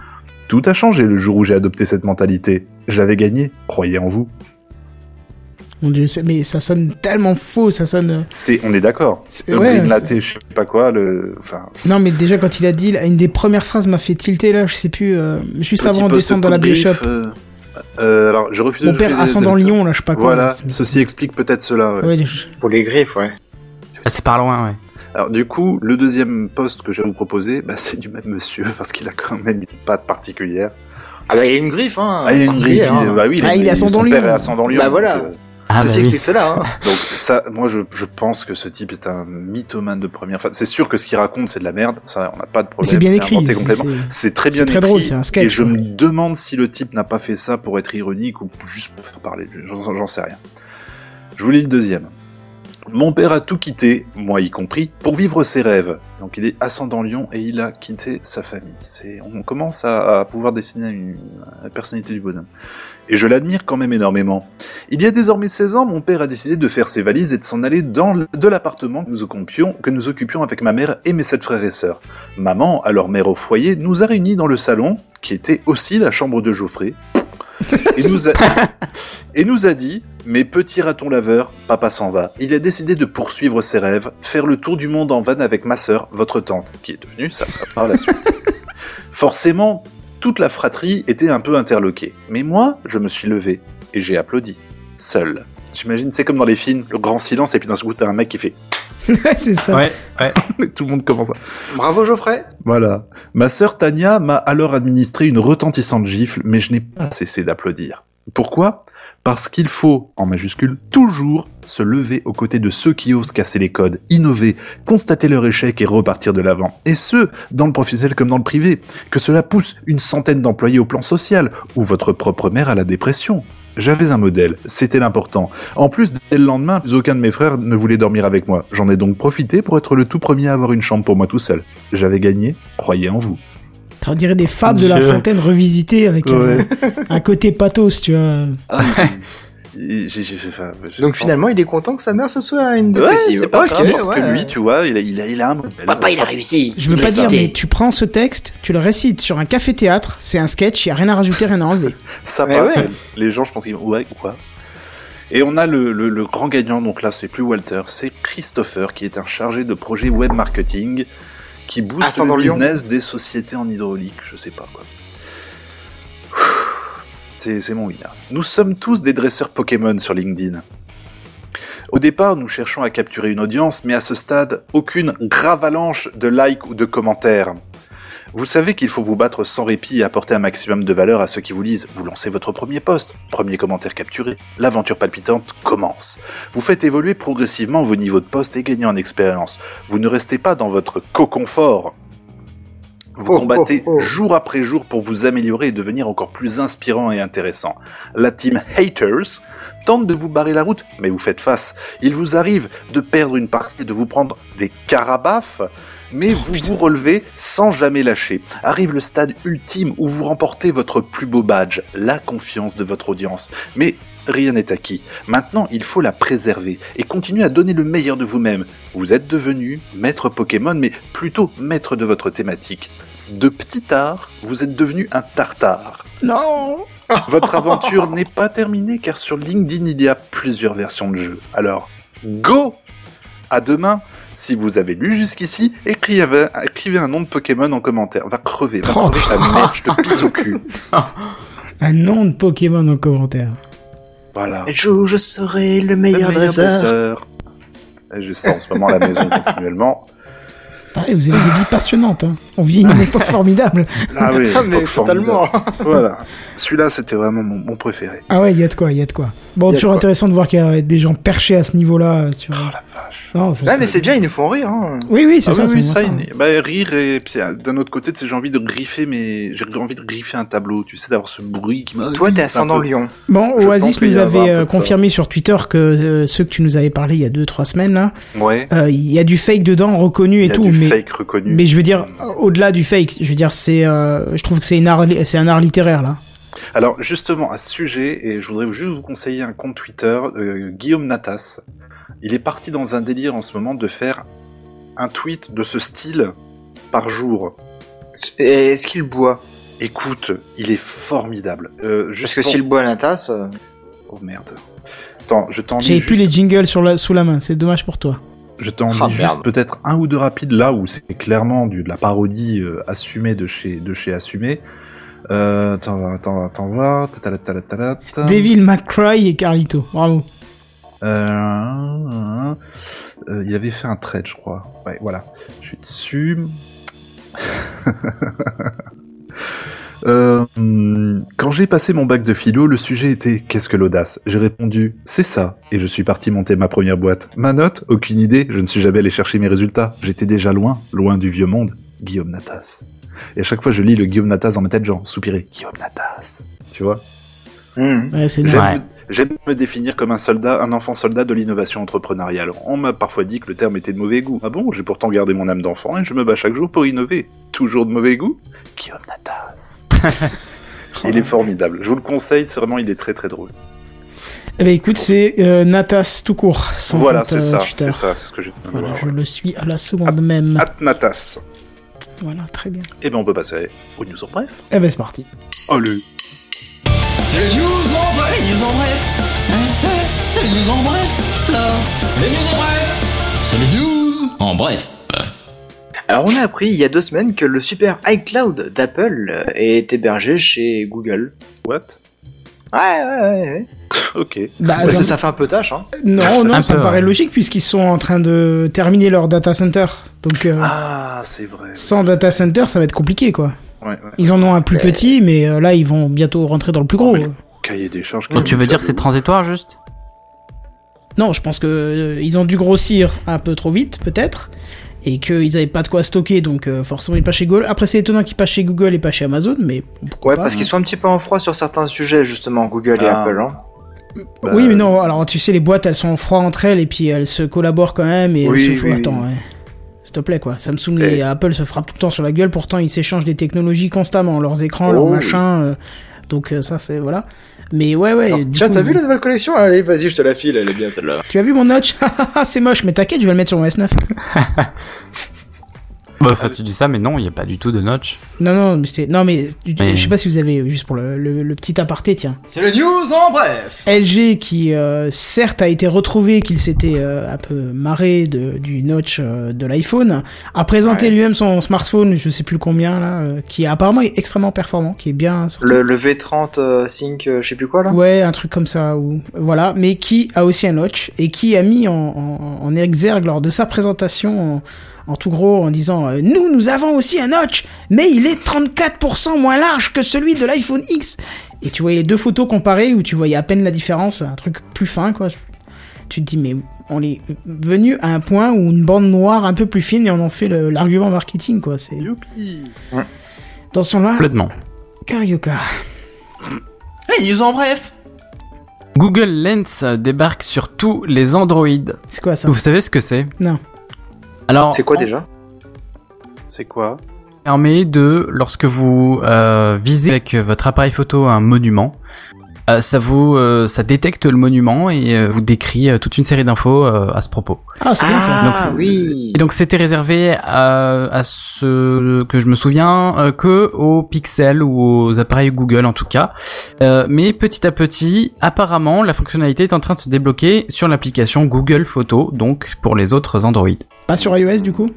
[SPEAKER 6] Tout a changé le jour où j'ai adopté cette mentalité. J'avais gagné, croyez en vous.
[SPEAKER 1] Mon dieu, c'est- mais ça sonne tellement faux, ça sonne. euh,
[SPEAKER 6] C'est, on est d'accord.
[SPEAKER 1] c'est-
[SPEAKER 6] Le
[SPEAKER 1] ouais,
[SPEAKER 6] green
[SPEAKER 1] ça-
[SPEAKER 6] latte, je sais pas quoi, le, enfin,
[SPEAKER 1] Non, mais déjà, quand il a dit, là, une des premières phrases m'a fait tilter, là, je sais plus, euh, juste
[SPEAKER 6] petit
[SPEAKER 1] avant de
[SPEAKER 6] poste
[SPEAKER 1] descendre dans la
[SPEAKER 6] coup de
[SPEAKER 1] bishop.
[SPEAKER 6] griffe, euh, euh, alors, je refuse
[SPEAKER 1] Mon
[SPEAKER 6] de
[SPEAKER 1] père
[SPEAKER 6] toucher les-
[SPEAKER 1] ascendant
[SPEAKER 6] de-
[SPEAKER 1] Lyon, là, je sais pas quoi.
[SPEAKER 6] Voilà,
[SPEAKER 1] là, c'est-
[SPEAKER 6] ceci explique peut-être cela. ouais.
[SPEAKER 1] Ouais, je-
[SPEAKER 2] Pour les griffes, ouais.
[SPEAKER 3] Ah, c'est par loin, ouais.
[SPEAKER 6] Alors du coup, le deuxième poste que je vais vous proposer, bah, c'est du même monsieur parce qu'il a quand même une patte particulière.
[SPEAKER 2] Ah bah, il y a une griffe, hein.
[SPEAKER 6] Ah, il a une griffe,
[SPEAKER 2] particulière,
[SPEAKER 6] il-
[SPEAKER 2] hein.
[SPEAKER 6] bah oui, il a
[SPEAKER 1] Ah, il est
[SPEAKER 6] son
[SPEAKER 1] ascendant
[SPEAKER 6] père
[SPEAKER 1] Lyon.
[SPEAKER 6] est ascendant Lyon.
[SPEAKER 2] Bah,
[SPEAKER 6] donc,
[SPEAKER 2] voilà.
[SPEAKER 6] euh,
[SPEAKER 3] Ah,
[SPEAKER 2] Ceci
[SPEAKER 3] bah oui.
[SPEAKER 2] explique cela, hein.
[SPEAKER 6] Donc ça, moi je, je pense que ce type est un mythomane de première. Enfin, c'est sûr que ce qu'il raconte c'est de la merde, ça on n'a pas de problème.
[SPEAKER 1] C'est bien écrit.
[SPEAKER 6] inventé
[SPEAKER 1] c'est-
[SPEAKER 6] complètement.
[SPEAKER 1] c'est-
[SPEAKER 6] C'est très bien
[SPEAKER 1] c'est très
[SPEAKER 6] écrit.
[SPEAKER 1] drôle, c'est un sketch,
[SPEAKER 6] Et je
[SPEAKER 1] quoi.
[SPEAKER 6] me demande si le type n'a pas fait ça pour être ironique ou juste pour faire parler. J'en j'en sais rien. Je vous lis le deuxième. Mon père a tout quitté, moi y compris, pour vivre ses rêves. Donc il est ascendant Lyon et il a quitté sa famille. C'est, on commence à, à pouvoir dessiner une, la personnalité du bonhomme. Et je l'admire quand même énormément. Il y a désormais 16 ans, mon père a décidé de faire ses valises et de s'en aller dans l- de l'appartement que nous occupions, que nous occupions avec ma mère et mes sept frères et sœurs. Maman, alors mère au foyer, nous a réunis dans le salon, qui était aussi la chambre de Geoffrey, et, nous a, et nous a dit Mes petits ratons laveurs, papa s'en va. Il a décidé de poursuivre ses rêves, faire le tour du monde en van avec ma sœur, votre tante, qui est devenue sa sœur par la suite. Forcément, toute la fratrie était un peu interloquée. Mais moi, je me suis levé et j'ai applaudi, seul. J'imagine, c'est comme dans les films, le grand silence, et puis d'un coup, t'as un mec qui fait
[SPEAKER 1] Ouais, c'est ça.
[SPEAKER 3] Ouais, ouais.
[SPEAKER 6] Tout le monde commence à.
[SPEAKER 2] Bravo, Geoffrey.
[SPEAKER 6] Voilà. Ma sœur Tania m'a alors administré une retentissante gifle, mais je n'ai pas cessé d'applaudir. Pourquoi Parce qu'il faut, en majuscule, toujours se lever aux côtés de ceux qui osent casser les codes, innover, constater leur échec et repartir de l'avant. Et ce, dans le professionnel comme dans le privé. Que cela pousse une centaine d'employés au plan social, ou votre propre mère à la dépression. J'avais un modèle, c'était l'important. En plus, dès le lendemain, plus aucun de mes frères ne voulait dormir avec moi. J'en ai donc profité pour être le tout premier à avoir une chambre pour moi tout seul. J'avais gagné, croyez en vous.
[SPEAKER 1] On dirait des fables de La
[SPEAKER 3] Dieu.
[SPEAKER 1] Fontaine revisitées avec un, un côté pathos, tu vois.
[SPEAKER 6] Ah,
[SPEAKER 2] Donc finalement, il est content que sa mère se soit une
[SPEAKER 6] ouais,
[SPEAKER 2] dépressive.
[SPEAKER 6] c'est pas
[SPEAKER 2] Ok,
[SPEAKER 6] grave, parce que
[SPEAKER 2] ouais.
[SPEAKER 6] lui, tu vois, il a, il a, il a un modèle.
[SPEAKER 7] Papa, il a réussi.
[SPEAKER 1] Je veux pas dire, mais tu prends ce texte, tu le récites sur un café-théâtre, c'est un sketch, y a rien à rajouter, rien à enlever.
[SPEAKER 6] Ça
[SPEAKER 2] Mais
[SPEAKER 6] passe.
[SPEAKER 2] ouais.
[SPEAKER 6] Les gens, je pense qu'ils vont, ouais, quoi. Et on a le, le- le grand gagnant, donc là c'est plus Walter, c'est Christopher qui est un chargé de projet web marketing qui
[SPEAKER 2] Ah,
[SPEAKER 6] booste
[SPEAKER 2] ça,
[SPEAKER 6] le
[SPEAKER 2] dans Lyon.
[SPEAKER 6] business des sociétés en hydraulique, je sais pas quoi. C'est c'est mon winner. Nous sommes tous des dresseurs Pokémon sur LinkedIn. Au départ, nous cherchons à capturer une audience, mais à ce stade, aucune gravalanche de likes ou de commentaires. Vous savez qu'il faut vous battre sans répit et apporter un maximum de valeur à ceux qui vous lisent. Vous lancez votre premier post, premier commentaire capturé, l'aventure palpitante commence. Vous faites évoluer progressivement vos niveaux de poste et gagnez en expérience. Vous ne restez pas dans votre cocon fort. Vous
[SPEAKER 2] Oh,
[SPEAKER 6] combattez
[SPEAKER 2] oh, oh.
[SPEAKER 6] jour après jour pour vous améliorer et devenir encore plus inspirant et intéressant. La team Haters tente de vous barrer la route, mais vous faites face. Il vous arrive de perdre une partie et de vous prendre des carabaffes, mais vous vous relevez sans jamais lâcher. Arrive le stade ultime où vous remportez votre plus beau badge, la confiance de votre audience. Mais rien n'est acquis. Maintenant, il faut la préserver et continuer à donner le meilleur de vous-même. Vous êtes devenu maître Pokémon, mais plutôt maître de votre thématique. De petit tard, vous êtes devenu un tartare.
[SPEAKER 1] Non
[SPEAKER 6] Votre aventure n'est pas terminée car sur LinkedIn il y a plusieurs versions de jeu. Alors, go À demain Si vous avez lu jusqu'ici, écrivez, écrivez un nom de Pokémon en commentaire. Va crever, va
[SPEAKER 3] Oh,
[SPEAKER 6] crever ta merde, je te pisse au cul.
[SPEAKER 1] Un nom de Pokémon en commentaire.
[SPEAKER 6] Voilà.
[SPEAKER 2] Un jour, je serai le
[SPEAKER 6] Le
[SPEAKER 2] meilleur
[SPEAKER 6] meilleur
[SPEAKER 2] dresseur.
[SPEAKER 6] dresseur. Et Je sais en ce moment à la maison continuellement.
[SPEAKER 1] Pareil, Ah vous avez des vies passionnantes. hein. On vit une époque formidable.
[SPEAKER 6] Ah oui,
[SPEAKER 2] Ah, mais
[SPEAKER 6] époque formidable.
[SPEAKER 2] totalement.
[SPEAKER 6] Voilà. Celui-là, c'était vraiment mon, mon préféré.
[SPEAKER 1] Ah ouais, il y a de quoi, il y a de quoi. Bon,
[SPEAKER 2] Y a de
[SPEAKER 1] toujours
[SPEAKER 2] quoi.
[SPEAKER 1] intéressant de voir qu'il y a des gens perchés à ce niveau-là. euh, Sur...
[SPEAKER 6] Oh la vache.
[SPEAKER 1] Non, ça-
[SPEAKER 2] Ah,
[SPEAKER 1] ça-
[SPEAKER 2] mais c'est bien, ils nous font rire. Hein.
[SPEAKER 1] Oui, oui, c'est
[SPEAKER 6] Ah
[SPEAKER 1] ça.
[SPEAKER 6] oui,
[SPEAKER 1] c'est
[SPEAKER 6] oui,
[SPEAKER 1] bon,
[SPEAKER 6] ça, il- bah, rire et puis ah, d'un autre côté, tu sais, j'ai envie de griffer, mais j'ai envie de griffer un tableau, tu sais, d'avoir ce bruit qui m'a.
[SPEAKER 2] Toi, t'es
[SPEAKER 6] un
[SPEAKER 2] ascendant
[SPEAKER 6] peu-
[SPEAKER 2] Lyon.
[SPEAKER 1] Bon,
[SPEAKER 6] Je
[SPEAKER 1] Oasis
[SPEAKER 6] pense qu'il
[SPEAKER 1] nous
[SPEAKER 6] y a un
[SPEAKER 1] avait
[SPEAKER 6] peu de
[SPEAKER 1] euh,
[SPEAKER 6] ça.
[SPEAKER 1] confirmé sur Twitter que euh, ceux que tu nous avais parlé il y a 2-3 semaines, là,
[SPEAKER 6] Ouais.
[SPEAKER 1] euh, il y a du fake dedans, reconnu et
[SPEAKER 6] Il y a
[SPEAKER 1] tout.
[SPEAKER 6] du
[SPEAKER 1] mais,
[SPEAKER 6] fake reconnu.
[SPEAKER 1] mais je veux dire, au-delà du fake, je veux dire, c'est, euh, je trouve que c'est, une art, c'est un art littéraire, là.
[SPEAKER 6] Alors justement, à ce sujet, et je voudrais juste vous conseiller un compte Twitter, euh, Guillaume Natas. Il est parti dans un délire en ce moment de faire un tweet de ce style par jour.
[SPEAKER 2] Et Est-ce qu'il boit
[SPEAKER 6] Écoute, il est formidable. Euh, juste
[SPEAKER 2] Parce que
[SPEAKER 6] pour-
[SPEAKER 2] s'il boit à la tasse. euh,
[SPEAKER 6] Oh merde. Attends, je t'en
[SPEAKER 1] J'avais
[SPEAKER 6] dis
[SPEAKER 1] plus
[SPEAKER 6] juste-
[SPEAKER 1] les jingles sur la, sous la main, c'est dommage pour toi.
[SPEAKER 6] Je t'en
[SPEAKER 2] Ah,
[SPEAKER 6] dis
[SPEAKER 2] merde.
[SPEAKER 6] juste peut-être un ou deux rapides là où c'est clairement du, de la parodie euh, assumée de chez, de chez assumée. Euh, attends, attends, attends voir. Tatalatatalatat.
[SPEAKER 1] Devil McCry et Carlito, bravo.
[SPEAKER 6] Euh, euh, il avait fait un trade, je crois. Ouais, voilà. Je suis dessus. Euh, hmm, quand j'ai passé mon bac de philo, le sujet était Qu'est-ce que l'audace J'ai répondu C'est ça, et je suis parti monter ma première boîte. Ma note Aucune idée, je ne suis jamais allé chercher mes résultats. J'étais déjà loin, loin du vieux monde. Guillaume Natas. Et à chaque fois, je lis le Guillaume Natas dans ma tête, genre soupirer Guillaume Natas. Tu vois
[SPEAKER 2] hmm.
[SPEAKER 1] Ouais, c'est
[SPEAKER 6] J'aime
[SPEAKER 1] dingue.
[SPEAKER 3] Ouais.
[SPEAKER 6] me- J'aime me définir comme un soldat, un enfant soldat de l'innovation entrepreneuriale. On m'a parfois dit que le terme était de mauvais goût. Ah bon, j'ai pourtant gardé mon âme d'enfant et je me bats chaque jour pour innover. Toujours de mauvais goût Guillaume Natas. il est formidable. Je vous le conseille, c'est vraiment, il est très très drôle.
[SPEAKER 1] Eh ben écoute, c'est euh, Natas tout court. son
[SPEAKER 6] voilà,
[SPEAKER 1] compte,
[SPEAKER 6] c'est
[SPEAKER 1] euh,
[SPEAKER 6] ça,
[SPEAKER 1] Twitter.
[SPEAKER 6] c'est ça, Ah, c'est ce que je
[SPEAKER 1] Voilà, je le suis à la seconde même.
[SPEAKER 6] At Natas.
[SPEAKER 1] Voilà, très bien.
[SPEAKER 6] Eh ben on peut passer aux news en bref.
[SPEAKER 1] Eh ben c'est parti.
[SPEAKER 3] Oh,
[SPEAKER 6] Allez.
[SPEAKER 7] C'est les news en bref. Les news en bref. Hein, hein, C'est les news en bref. Flore. Les news en bref. C'est les news en bref.
[SPEAKER 2] Alors, on a appris il y a deux semaines que le super iCloud d'Apple euh, est hébergé chez Google.
[SPEAKER 6] What
[SPEAKER 2] Ouais, ouais, ouais. ouais.
[SPEAKER 6] Ok.
[SPEAKER 3] Ah,
[SPEAKER 1] Bah,
[SPEAKER 2] ça,
[SPEAKER 1] genre-
[SPEAKER 2] ça fait un peu tâche, hein.
[SPEAKER 1] non, non,
[SPEAKER 3] Un
[SPEAKER 1] ça
[SPEAKER 3] peu,
[SPEAKER 1] me paraît
[SPEAKER 3] ouais.
[SPEAKER 1] logique puisqu'ils sont en train de terminer leur data center. Donc euh,
[SPEAKER 6] Ah, c'est vrai.
[SPEAKER 1] sans data center, ça va être compliqué quoi.
[SPEAKER 6] Ouais, ouais.
[SPEAKER 1] Ils en ont un plus petit, mais euh, là ils vont bientôt rentrer dans le plus gros.
[SPEAKER 6] Oui. Cahier des charges.
[SPEAKER 3] Donc tu veux dire que c'est
[SPEAKER 6] tranquille
[SPEAKER 3] transitoire juste
[SPEAKER 1] Non, je pense que euh, ils ont dû grossir un peu trop vite peut-être et qu'ils avaient pas de quoi stocker, donc euh, forcément ils passent chez Google. Après c'est étonnant qu'ils passent chez Google et pas chez Amazon, mais bon, pourquoi
[SPEAKER 2] Ouais,
[SPEAKER 1] pas. hein.
[SPEAKER 2] parce qu'ils sont un petit peu en froid sur certains sujets, justement, Google et
[SPEAKER 6] Ah.
[SPEAKER 2] Apple. Hein.
[SPEAKER 6] bah,
[SPEAKER 1] oui, mais non, alors tu sais, les boîtes elles sont en froid entre elles et puis elles se collaborent quand même et elles
[SPEAKER 2] Oui,
[SPEAKER 1] se
[SPEAKER 2] oui, oui.
[SPEAKER 1] Attends, ouais. S'il te plaît, quoi. Samsung et...
[SPEAKER 6] Et-
[SPEAKER 1] Apple se frappent tout le temps sur la gueule, pourtant ils s'échangent des technologies constamment, leurs écrans, leurs
[SPEAKER 2] Oh.
[SPEAKER 1] machins. euh, Donc euh, ça, c'est. Voilà. Mais ouais, ouais.
[SPEAKER 2] Alors,
[SPEAKER 1] du
[SPEAKER 2] tiens,
[SPEAKER 1] coup, euh,
[SPEAKER 2] t'as vu la nouvelle collection Allez, vas-y, je te la file, elle est bien celle-là.
[SPEAKER 1] Ah, Tu as vu mon notch C'est moche, mais t'inquiète, je vais le mettre sur mon S9.
[SPEAKER 3] Bah, enfin, tu dis ça, mais non, il n'y a pas du tout de notch.
[SPEAKER 1] Non, non, mais c'était. Non, mais,
[SPEAKER 3] Mais-
[SPEAKER 1] je sais pas si vous avez, juste pour le- le- le petit aparté, tiens.
[SPEAKER 7] C'est le news en bref.
[SPEAKER 1] LG qui euh, certes a été retrouvé qu'il s'était euh, un peu marré de- du notch euh, de l'iPhone, a présenté
[SPEAKER 2] Ouais.
[SPEAKER 1] lui-même son smartphone, je sais plus combien là, euh, qui apparemment est extrêmement performant, qui est bien sorti.
[SPEAKER 2] Le, le V30 euh, Sync, euh, je sais plus quoi là.
[SPEAKER 1] Ouais, un truc comme ça ou voilà, mais qui a aussi un notch et qui a mis en, en, en exergue lors de sa présentation en, en tout gros en disant euh, nous nous avons aussi un notch, mais il est 34% moins large que celui de l'iPhone X. Et tu voyais deux photos comparées où tu voyais à peine la différence, un truc plus fin quoi. Tu te dis mais on est venu à un point où une bande noire un peu plus fine et on en fait le- l'argument marketing quoi. C'est
[SPEAKER 2] Ouais.
[SPEAKER 1] dans son là
[SPEAKER 3] Complètement.
[SPEAKER 1] Carioca.
[SPEAKER 7] Les Eh, news en bref.
[SPEAKER 3] Google Lens débarque sur tous les Android.
[SPEAKER 1] C'est quoi ça
[SPEAKER 3] Vous savez ce que c'est
[SPEAKER 1] Non.
[SPEAKER 3] Alors,
[SPEAKER 2] C'est quoi déjà
[SPEAKER 6] C'est quoi
[SPEAKER 3] permet de, lorsque vous euh, visez avec votre appareil photo un monument, euh, ça vous, euh, ça détecte le monument et euh, vous décrit euh, toute une série d'infos euh, à ce propos.
[SPEAKER 1] Ah c'est bien ça.
[SPEAKER 2] Ah
[SPEAKER 3] Donc, c'est-
[SPEAKER 2] oui.
[SPEAKER 3] Et donc c'était réservé à, à ce que je me souviens euh, que aux Pixel ou aux appareils Google en tout cas. Euh, mais petit à petit, apparemment, la fonctionnalité est en train de se débloquer sur l'application Google Photos, donc pour les autres Android.
[SPEAKER 1] Pas sur iOS du coup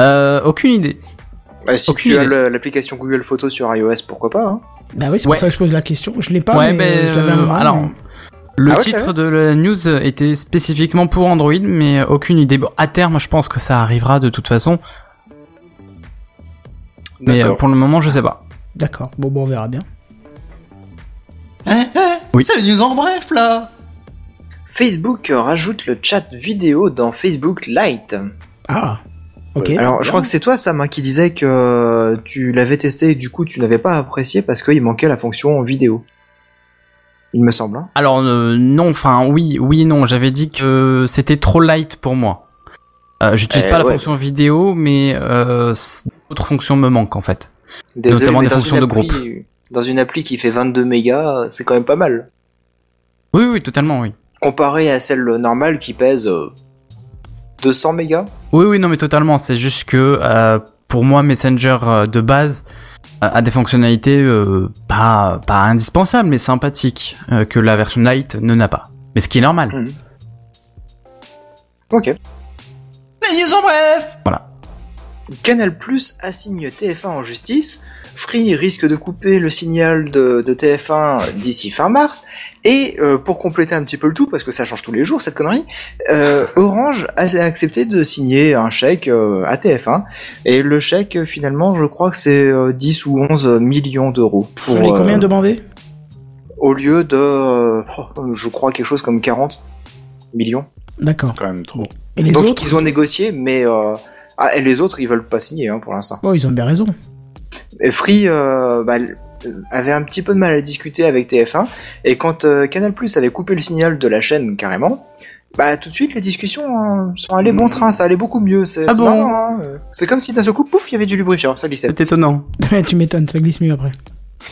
[SPEAKER 3] Euh, aucune idée.
[SPEAKER 2] Bah, si
[SPEAKER 3] aucune
[SPEAKER 2] tu as
[SPEAKER 3] idée.
[SPEAKER 2] le- l'application Google Photos sur iOS, pourquoi pas hein
[SPEAKER 1] Bah oui, c'est
[SPEAKER 3] Ouais.
[SPEAKER 1] pour ça que je pose la question. Je l'ai pas,
[SPEAKER 3] Ouais,
[SPEAKER 1] mais
[SPEAKER 3] ben,
[SPEAKER 1] euh, je l'avais un
[SPEAKER 3] euh,
[SPEAKER 1] moment,
[SPEAKER 3] alors,
[SPEAKER 1] mais-
[SPEAKER 3] Le
[SPEAKER 2] Ah ouais,
[SPEAKER 3] titre de la news était spécifiquement pour Android, mais aucune idée. Bon, à terme, je pense que ça arrivera de toute façon, mais euh,
[SPEAKER 6] D'accord.
[SPEAKER 3] pour le moment, je sais pas.
[SPEAKER 1] D'accord, bon, bon, on verra bien.
[SPEAKER 7] Hein, hein,
[SPEAKER 3] Oui.
[SPEAKER 7] C'est les news en bref là.
[SPEAKER 2] Facebook euh, rajoute le chat vidéo dans Facebook Lite.
[SPEAKER 1] Ah, ok.
[SPEAKER 2] Alors, je crois que c'est toi, Sam, hein, qui disais que euh, tu l'avais testé et du coup, tu n'avais pas apprécié parce qu'il manquait la fonction vidéo. Il me semble. hein.
[SPEAKER 3] Alors euh, non, enfin oui, oui et non. J'avais dit que c'était trop light pour moi. Euh, J'utilise
[SPEAKER 2] Eh,
[SPEAKER 3] pas la
[SPEAKER 2] ouais.
[SPEAKER 3] fonction vidéo, mais euh, c- d'autres fonctions me manquent en fait.
[SPEAKER 2] Désolé,
[SPEAKER 3] Notamment
[SPEAKER 2] mais
[SPEAKER 3] des
[SPEAKER 2] dans
[SPEAKER 3] fonctions
[SPEAKER 2] une
[SPEAKER 3] de
[SPEAKER 2] appli- Dans une appli qui fait 22 mégas, euh, c'est quand même pas mal.
[SPEAKER 3] Oui, oui, totalement, oui.
[SPEAKER 2] Comparé à celle normale qui pèse euh, 200 mégas.
[SPEAKER 3] Oui, oui, non, mais totalement. C'est juste que euh, pour moi, Messenger euh, de base euh, a des fonctionnalités euh, pas pas indispensables, mais sympathiques euh, que la version light ne n'a pas. Mais ce qui est normal.
[SPEAKER 2] Ok.
[SPEAKER 7] Les news en bref.
[SPEAKER 2] Canal Plus assigne TF1 en justice, Free risque de couper le signal de, de TF1 d'ici fin mars, et euh, pour compléter un petit peu le tout, parce que ça change tous les jours cette connerie, euh, Orange a a accepté de signer un chèque euh, à TF1, et le chèque euh, finalement je crois que c'est euh, 10 ou 11 millions d'euros.
[SPEAKER 1] Sur les
[SPEAKER 2] pour,
[SPEAKER 1] combien
[SPEAKER 2] euh,
[SPEAKER 1] demandés
[SPEAKER 2] Au lieu de, euh, oh, je crois quelque chose comme 40 millions.
[SPEAKER 1] D'accord.
[SPEAKER 6] Quand même trop.
[SPEAKER 1] Et les
[SPEAKER 2] Donc
[SPEAKER 1] autres
[SPEAKER 2] ils ont négocié, mais... euh, ah, et les autres ils veulent pas signer hein, pour l'instant.
[SPEAKER 1] Oh, ils ont bien raison.
[SPEAKER 2] Et Free euh, bah, l- euh, avait un petit peu de mal à discuter avec TF1, et quand euh, Canal avait coupé le signal de la chaîne carrément, bah tout de suite les discussions hein, sont allées bon train, ça allait beaucoup mieux. C'est
[SPEAKER 3] Ah
[SPEAKER 2] c'est
[SPEAKER 3] bon
[SPEAKER 2] marrant, hein. C'est comme si d'un seul coup, pouf, il y avait du lubrifiant, ça glissait.
[SPEAKER 3] C'est étonnant.
[SPEAKER 1] tu m'étonnes, ça glisse mieux après.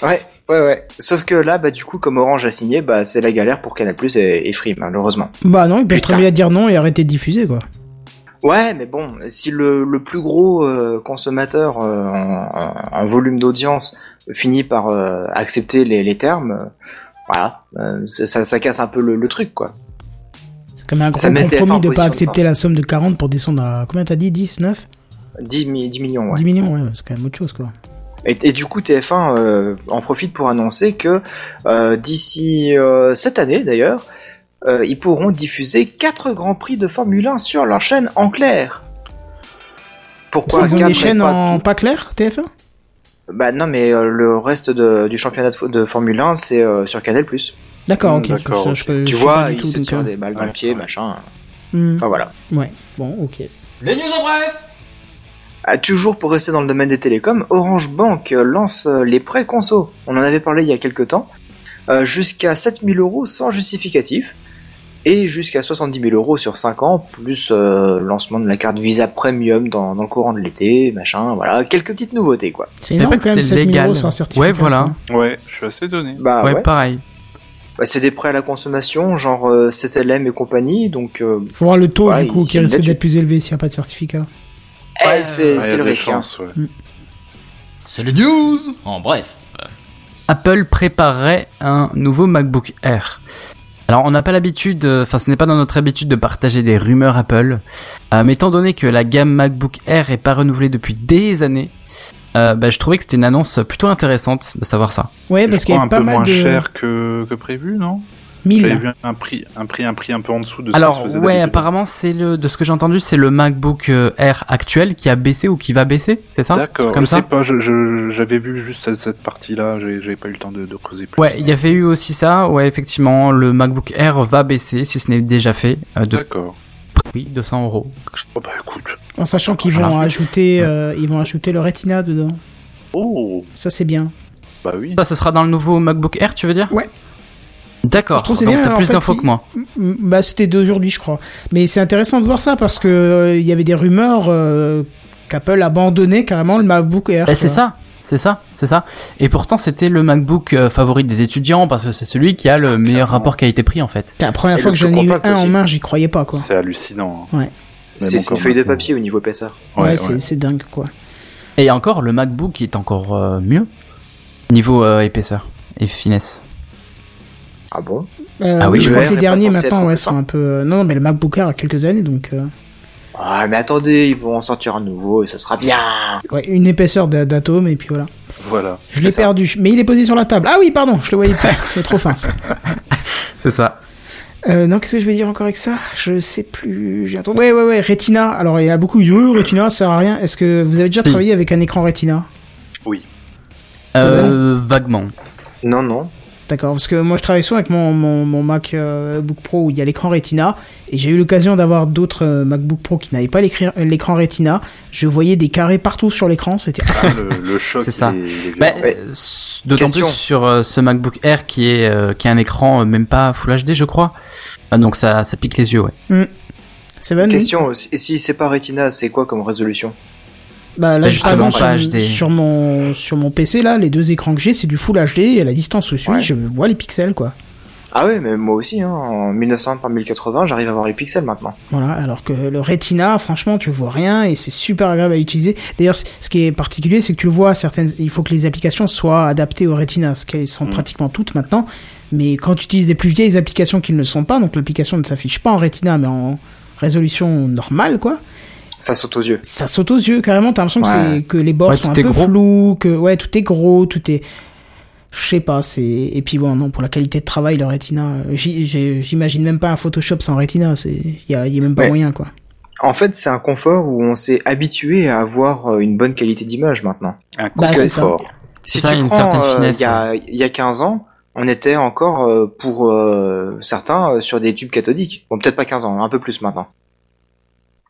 [SPEAKER 2] Ouais, ouais, ouais. Sauf que là, bah du coup, comme Orange a signé, bah c'est la galère pour Canal et, et Free, malheureusement.
[SPEAKER 1] Bah non, ils peuvent très
[SPEAKER 2] Putain.
[SPEAKER 1] bien dire non et arrêter de diffuser, quoi.
[SPEAKER 2] Ouais, mais bon, si le, le plus gros euh, consommateur euh, en, en- en volume d'audience finit par euh, accepter les, les termes, euh, voilà, euh, c'est- ça, ça casse un peu le, le truc, quoi.
[SPEAKER 1] C'est quand même un gros
[SPEAKER 2] Ça met TF1 en
[SPEAKER 1] compromis de pas
[SPEAKER 2] position de
[SPEAKER 1] accepter
[SPEAKER 2] force.
[SPEAKER 1] la somme de 40 pour descendre à. Combien t'as dit 10, 9
[SPEAKER 2] 10, mi- 10 millions, ouais.
[SPEAKER 1] 10 millions, ouais, c'est quand même autre chose, quoi.
[SPEAKER 2] Et, et du coup, TF1 euh, en profite pour annoncer que euh, d'ici euh, cette année, d'ailleurs, euh, ils pourront diffuser 4 grands prix de Formule 1 sur leur chaîne en clair. Pourquoi
[SPEAKER 1] ils ont
[SPEAKER 2] 4
[SPEAKER 1] des
[SPEAKER 2] et
[SPEAKER 1] chaînes
[SPEAKER 2] pas
[SPEAKER 1] en
[SPEAKER 2] tout
[SPEAKER 1] pas clair, TF1
[SPEAKER 2] Bah non, mais euh, le reste de- du championnat de, fo- de Formule 1, c'est euh, sur Canal+.
[SPEAKER 1] D'accord,
[SPEAKER 6] Hmm,
[SPEAKER 1] ok. je-
[SPEAKER 6] d'accord,
[SPEAKER 1] je- je- je
[SPEAKER 2] Tu
[SPEAKER 1] suis pas
[SPEAKER 2] vois,
[SPEAKER 1] du
[SPEAKER 2] ils
[SPEAKER 1] tout,
[SPEAKER 2] se
[SPEAKER 1] donc,
[SPEAKER 2] tirent
[SPEAKER 1] euh,
[SPEAKER 2] des balles dans le
[SPEAKER 6] ouais,
[SPEAKER 2] pied,
[SPEAKER 6] ouais.
[SPEAKER 2] machin.
[SPEAKER 1] hmm,
[SPEAKER 2] Enfin voilà.
[SPEAKER 1] Ouais, bon, ok.
[SPEAKER 7] Les news en bref.
[SPEAKER 2] Ah, toujours pour rester dans le domaine des télécoms, Orange Bank euh, lance euh, les prêts conso. On en avait parlé il y a quelques temps. Euh, jusqu'à 7000 euros sans justificatif. Et jusqu'à 70 000 euros sur 5 ans, plus euh, lancement de la carte Visa Premium dans, dans le courant de l'été, machin, voilà. Quelques petites nouveautés, quoi.
[SPEAKER 1] C'est
[SPEAKER 3] Je savais
[SPEAKER 1] énorme
[SPEAKER 3] pas que
[SPEAKER 1] quand même,
[SPEAKER 3] c'était
[SPEAKER 1] 7000 euros
[SPEAKER 3] légal.
[SPEAKER 1] sans certificat.
[SPEAKER 3] Ouais, voilà.
[SPEAKER 1] quoi.
[SPEAKER 6] Ouais, je suis assez donné.
[SPEAKER 2] Bah
[SPEAKER 3] ouais,
[SPEAKER 2] ouais.
[SPEAKER 3] pareil.
[SPEAKER 2] Bah, c'est des prêts à la consommation, genre euh, CTLM et compagnie, donc... euh,
[SPEAKER 1] Faut voir le taux,
[SPEAKER 2] Ouais,
[SPEAKER 1] du coup,
[SPEAKER 2] ils
[SPEAKER 1] qui
[SPEAKER 2] signent
[SPEAKER 1] risque
[SPEAKER 2] là-dessus.
[SPEAKER 1] d'être plus élevé s'il n'y a pas de certificat.
[SPEAKER 2] Ouais, c'est
[SPEAKER 6] Ouais, Ah, y a
[SPEAKER 2] c'est
[SPEAKER 6] de
[SPEAKER 2] le
[SPEAKER 6] la
[SPEAKER 2] risque. hein.
[SPEAKER 6] chance, ouais.
[SPEAKER 7] C'est le news En bref.
[SPEAKER 3] Apple préparerait un nouveau MacBook Air. Alors on n'a pas l'habitude, euh, enfin ce n'est pas dans notre habitude de partager des rumeurs Apple, Euh, mais étant donné que la gamme MacBook Air est pas renouvelée depuis des années, euh, bah, je trouvais que c'était une annonce plutôt intéressante de savoir ça.
[SPEAKER 1] Ouais,
[SPEAKER 6] Je
[SPEAKER 1] parce qu'il y
[SPEAKER 6] crois
[SPEAKER 1] a
[SPEAKER 6] un
[SPEAKER 1] pas
[SPEAKER 6] peu
[SPEAKER 1] mal
[SPEAKER 6] moins
[SPEAKER 1] de
[SPEAKER 6] cher que, que prévu, non J'avais
[SPEAKER 1] 1000.
[SPEAKER 6] vu un prix, un prix, un prix un peu en dessous de ce qui
[SPEAKER 3] Alors
[SPEAKER 6] se faisait
[SPEAKER 3] ouais,
[SPEAKER 6] d'habitude.
[SPEAKER 3] apparemment c'est le, de ce que j'ai entendu, c'est le MacBook euh, Air actuel qui a baissé ou qui va baisser, c'est ça
[SPEAKER 6] D'accord,
[SPEAKER 3] Comme
[SPEAKER 6] je
[SPEAKER 3] ça
[SPEAKER 6] sais pas, je- je- j'avais vu juste cette, cette partie-là, j'ai- j'avais pas eu le temps de, de creuser plus.
[SPEAKER 3] Ouais, il y avait eu aussi ça. Ouais, effectivement, le MacBook Air va baisser, si ce n'est déjà fait, euh, de
[SPEAKER 6] D'accord.
[SPEAKER 3] prix 200 euros.
[SPEAKER 6] Oh bah écoute.
[SPEAKER 1] En sachant qu'ils
[SPEAKER 3] Voilà.
[SPEAKER 1] vont ajouter, euh, ils vont ajouter le Retina dedans.
[SPEAKER 6] Oh,
[SPEAKER 1] Ça c'est bien.
[SPEAKER 6] bah oui.
[SPEAKER 3] Ça, ce sera dans le nouveau MacBook Air, tu veux dire
[SPEAKER 1] Ouais.
[SPEAKER 3] D'accord.
[SPEAKER 1] Je trouve
[SPEAKER 3] Donc
[SPEAKER 1] c'est bien,
[SPEAKER 3] t'as
[SPEAKER 1] en
[SPEAKER 3] plus
[SPEAKER 1] fait,
[SPEAKER 3] d'infos
[SPEAKER 1] il-
[SPEAKER 3] que moi.
[SPEAKER 1] Mm, Bah, c'était d'aujourd'hui, je crois. Mais c'est intéressant de voir ça parce que euh, il y avait des rumeurs euh, qu'Apple abandonnait carrément le MacBook Air.
[SPEAKER 3] Eh,
[SPEAKER 1] tu
[SPEAKER 3] c'est
[SPEAKER 1] vois.
[SPEAKER 3] ça, c'est ça, c'est ça. Et pourtant, c'était le MacBook euh, favori des étudiants parce que c'est celui qui a le meilleur rapport qualité-prix en fait.
[SPEAKER 1] Putain, La première
[SPEAKER 2] Et
[SPEAKER 1] fois
[SPEAKER 2] le
[SPEAKER 1] que j'en
[SPEAKER 2] plus
[SPEAKER 1] ai eu
[SPEAKER 2] compact
[SPEAKER 1] un en
[SPEAKER 2] aussi.
[SPEAKER 1] main, j'y croyais pas quoi.
[SPEAKER 6] C'est hallucinant. hein.
[SPEAKER 1] Ouais.
[SPEAKER 6] Mais
[SPEAKER 2] C'est
[SPEAKER 6] bon,
[SPEAKER 2] c'est
[SPEAKER 6] comme-
[SPEAKER 2] une feuille de papier au niveau épaisseur.
[SPEAKER 1] Ouais,
[SPEAKER 6] Ouais,
[SPEAKER 1] c'est
[SPEAKER 6] ouais.
[SPEAKER 1] c'est dingue quoi.
[SPEAKER 3] Et encore, le MacBook est encore euh, mieux niveau euh, épaisseur et finesse.
[SPEAKER 2] Ah bon
[SPEAKER 1] Euh,
[SPEAKER 3] Ah oui,
[SPEAKER 1] je
[SPEAKER 2] le
[SPEAKER 1] crois
[SPEAKER 2] Air
[SPEAKER 1] que les
[SPEAKER 2] est pas
[SPEAKER 1] derniers
[SPEAKER 2] censé être
[SPEAKER 1] maintenant
[SPEAKER 2] en
[SPEAKER 1] ouais,
[SPEAKER 2] plus
[SPEAKER 1] sont
[SPEAKER 2] fin.
[SPEAKER 1] un peu. euh, Non, non, mais le MacBook Air a quelques années donc. euh,
[SPEAKER 2] Ah mais attendez, ils vont en sortir un nouveau et ce sera bien.
[SPEAKER 1] Ouais, une épaisseur d'a- d'atome et puis voilà.
[SPEAKER 6] Voilà.
[SPEAKER 1] Je
[SPEAKER 2] C'est
[SPEAKER 1] l'ai
[SPEAKER 2] ça.
[SPEAKER 1] perdu, mais il est posé sur la table. Ah oui, pardon, je le voyais plus. C'est trop fin ça.
[SPEAKER 3] C'est ça.
[SPEAKER 1] Euh, non, qu'est-ce que je vais dire encore avec ça Je sais plus. J'ai un truc- Ouais, ouais, ouais, Retina. Alors, il y a beaucoup qui disent, Oui, Retina, ça sert à rien. Est-ce que vous avez déjà
[SPEAKER 3] Si.
[SPEAKER 1] travaillé avec un écran Retina
[SPEAKER 6] Oui.
[SPEAKER 3] Euh, vaguement.
[SPEAKER 2] Non non.
[SPEAKER 1] D'accord, parce que moi je travaille souvent avec mon, mon, mon Mac euh, Book Pro où il y a l'écran Retina, et j'ai eu l'occasion d'avoir d'autres euh, MacBook Pro qui n'avaient pas l'écran l'écran Retina. Je voyais des carrés partout sur l'écran, c'était...
[SPEAKER 6] Ah, le, le choc,
[SPEAKER 3] C'est ça.
[SPEAKER 6] il est- il est
[SPEAKER 3] Bah,
[SPEAKER 6] violent.
[SPEAKER 2] Ouais.
[SPEAKER 3] euh, s- D'autant
[SPEAKER 2] Question.
[SPEAKER 3] plus sur euh, ce MacBook Air qui est euh, qui a un écran euh, même pas Full HD, je crois. Ah, donc ça ça pique les yeux, ouais.
[SPEAKER 1] Seven, oui
[SPEAKER 2] Question, si si c'est pas Retina, c'est quoi comme résolution
[SPEAKER 1] Bah là,
[SPEAKER 3] Bah,
[SPEAKER 1] juste
[SPEAKER 3] justement,
[SPEAKER 1] avant,
[SPEAKER 3] pas
[SPEAKER 1] sur,
[SPEAKER 3] HD.
[SPEAKER 1] sur mon, sur mon PC, là, les deux écrans que j'ai, c'est du Full HD, et à la distance où je suis,
[SPEAKER 2] Ouais.
[SPEAKER 1] je vois les pixels, quoi.
[SPEAKER 2] Ah ouais, mais moi aussi, hein, en 1900 par 1080, j'arrive à voir les pixels maintenant.
[SPEAKER 1] Voilà, alors que le Retina, franchement, tu vois rien et c'est super agréable à utiliser. D'ailleurs, c- ce qui est particulier, c'est que tu le vois, certaines, il faut que les applications soient adaptées au Retina, ce qu'elles
[SPEAKER 3] Mm.
[SPEAKER 1] sont pratiquement toutes maintenant. Mais quand tu utilises des plus vieilles applications qui ne le sont pas, donc l'application ne s'affiche pas en Retina, mais en résolution normale, quoi,
[SPEAKER 2] Ça saute aux yeux.
[SPEAKER 1] ça saute aux yeux carrément. T'as l'impression que,
[SPEAKER 2] Ouais.
[SPEAKER 1] c'est- que les bords
[SPEAKER 3] Ouais,
[SPEAKER 1] sont un
[SPEAKER 3] tout est
[SPEAKER 1] peu
[SPEAKER 3] gros.
[SPEAKER 1] flous, que ouais, tout est gros, tout est. Je sais pas, c'est. Et puis bon, non, pour la qualité de travail, le Retina, euh, j'y- j'ai- j'imagine même pas un Photoshop sans Retina, c'est. Y a, y a même pas
[SPEAKER 2] Ouais.
[SPEAKER 1] moyen, quoi.
[SPEAKER 2] En fait, c'est un confort où on s'est habitué à avoir euh, une bonne qualité d'image maintenant.
[SPEAKER 6] Un
[SPEAKER 1] Bah,
[SPEAKER 6] coup de
[SPEAKER 1] c'est ça.
[SPEAKER 6] fort.
[SPEAKER 2] Si
[SPEAKER 3] Ça,
[SPEAKER 2] tu
[SPEAKER 3] il y a une
[SPEAKER 2] prends,
[SPEAKER 3] certaine
[SPEAKER 2] euh,
[SPEAKER 3] finesse,
[SPEAKER 2] il y, a, il y a 15 ans, on était encore, euh, pour euh, certains, euh, sur des tubes cathodiques. Bon, peut-être pas 15 ans, un peu plus maintenant.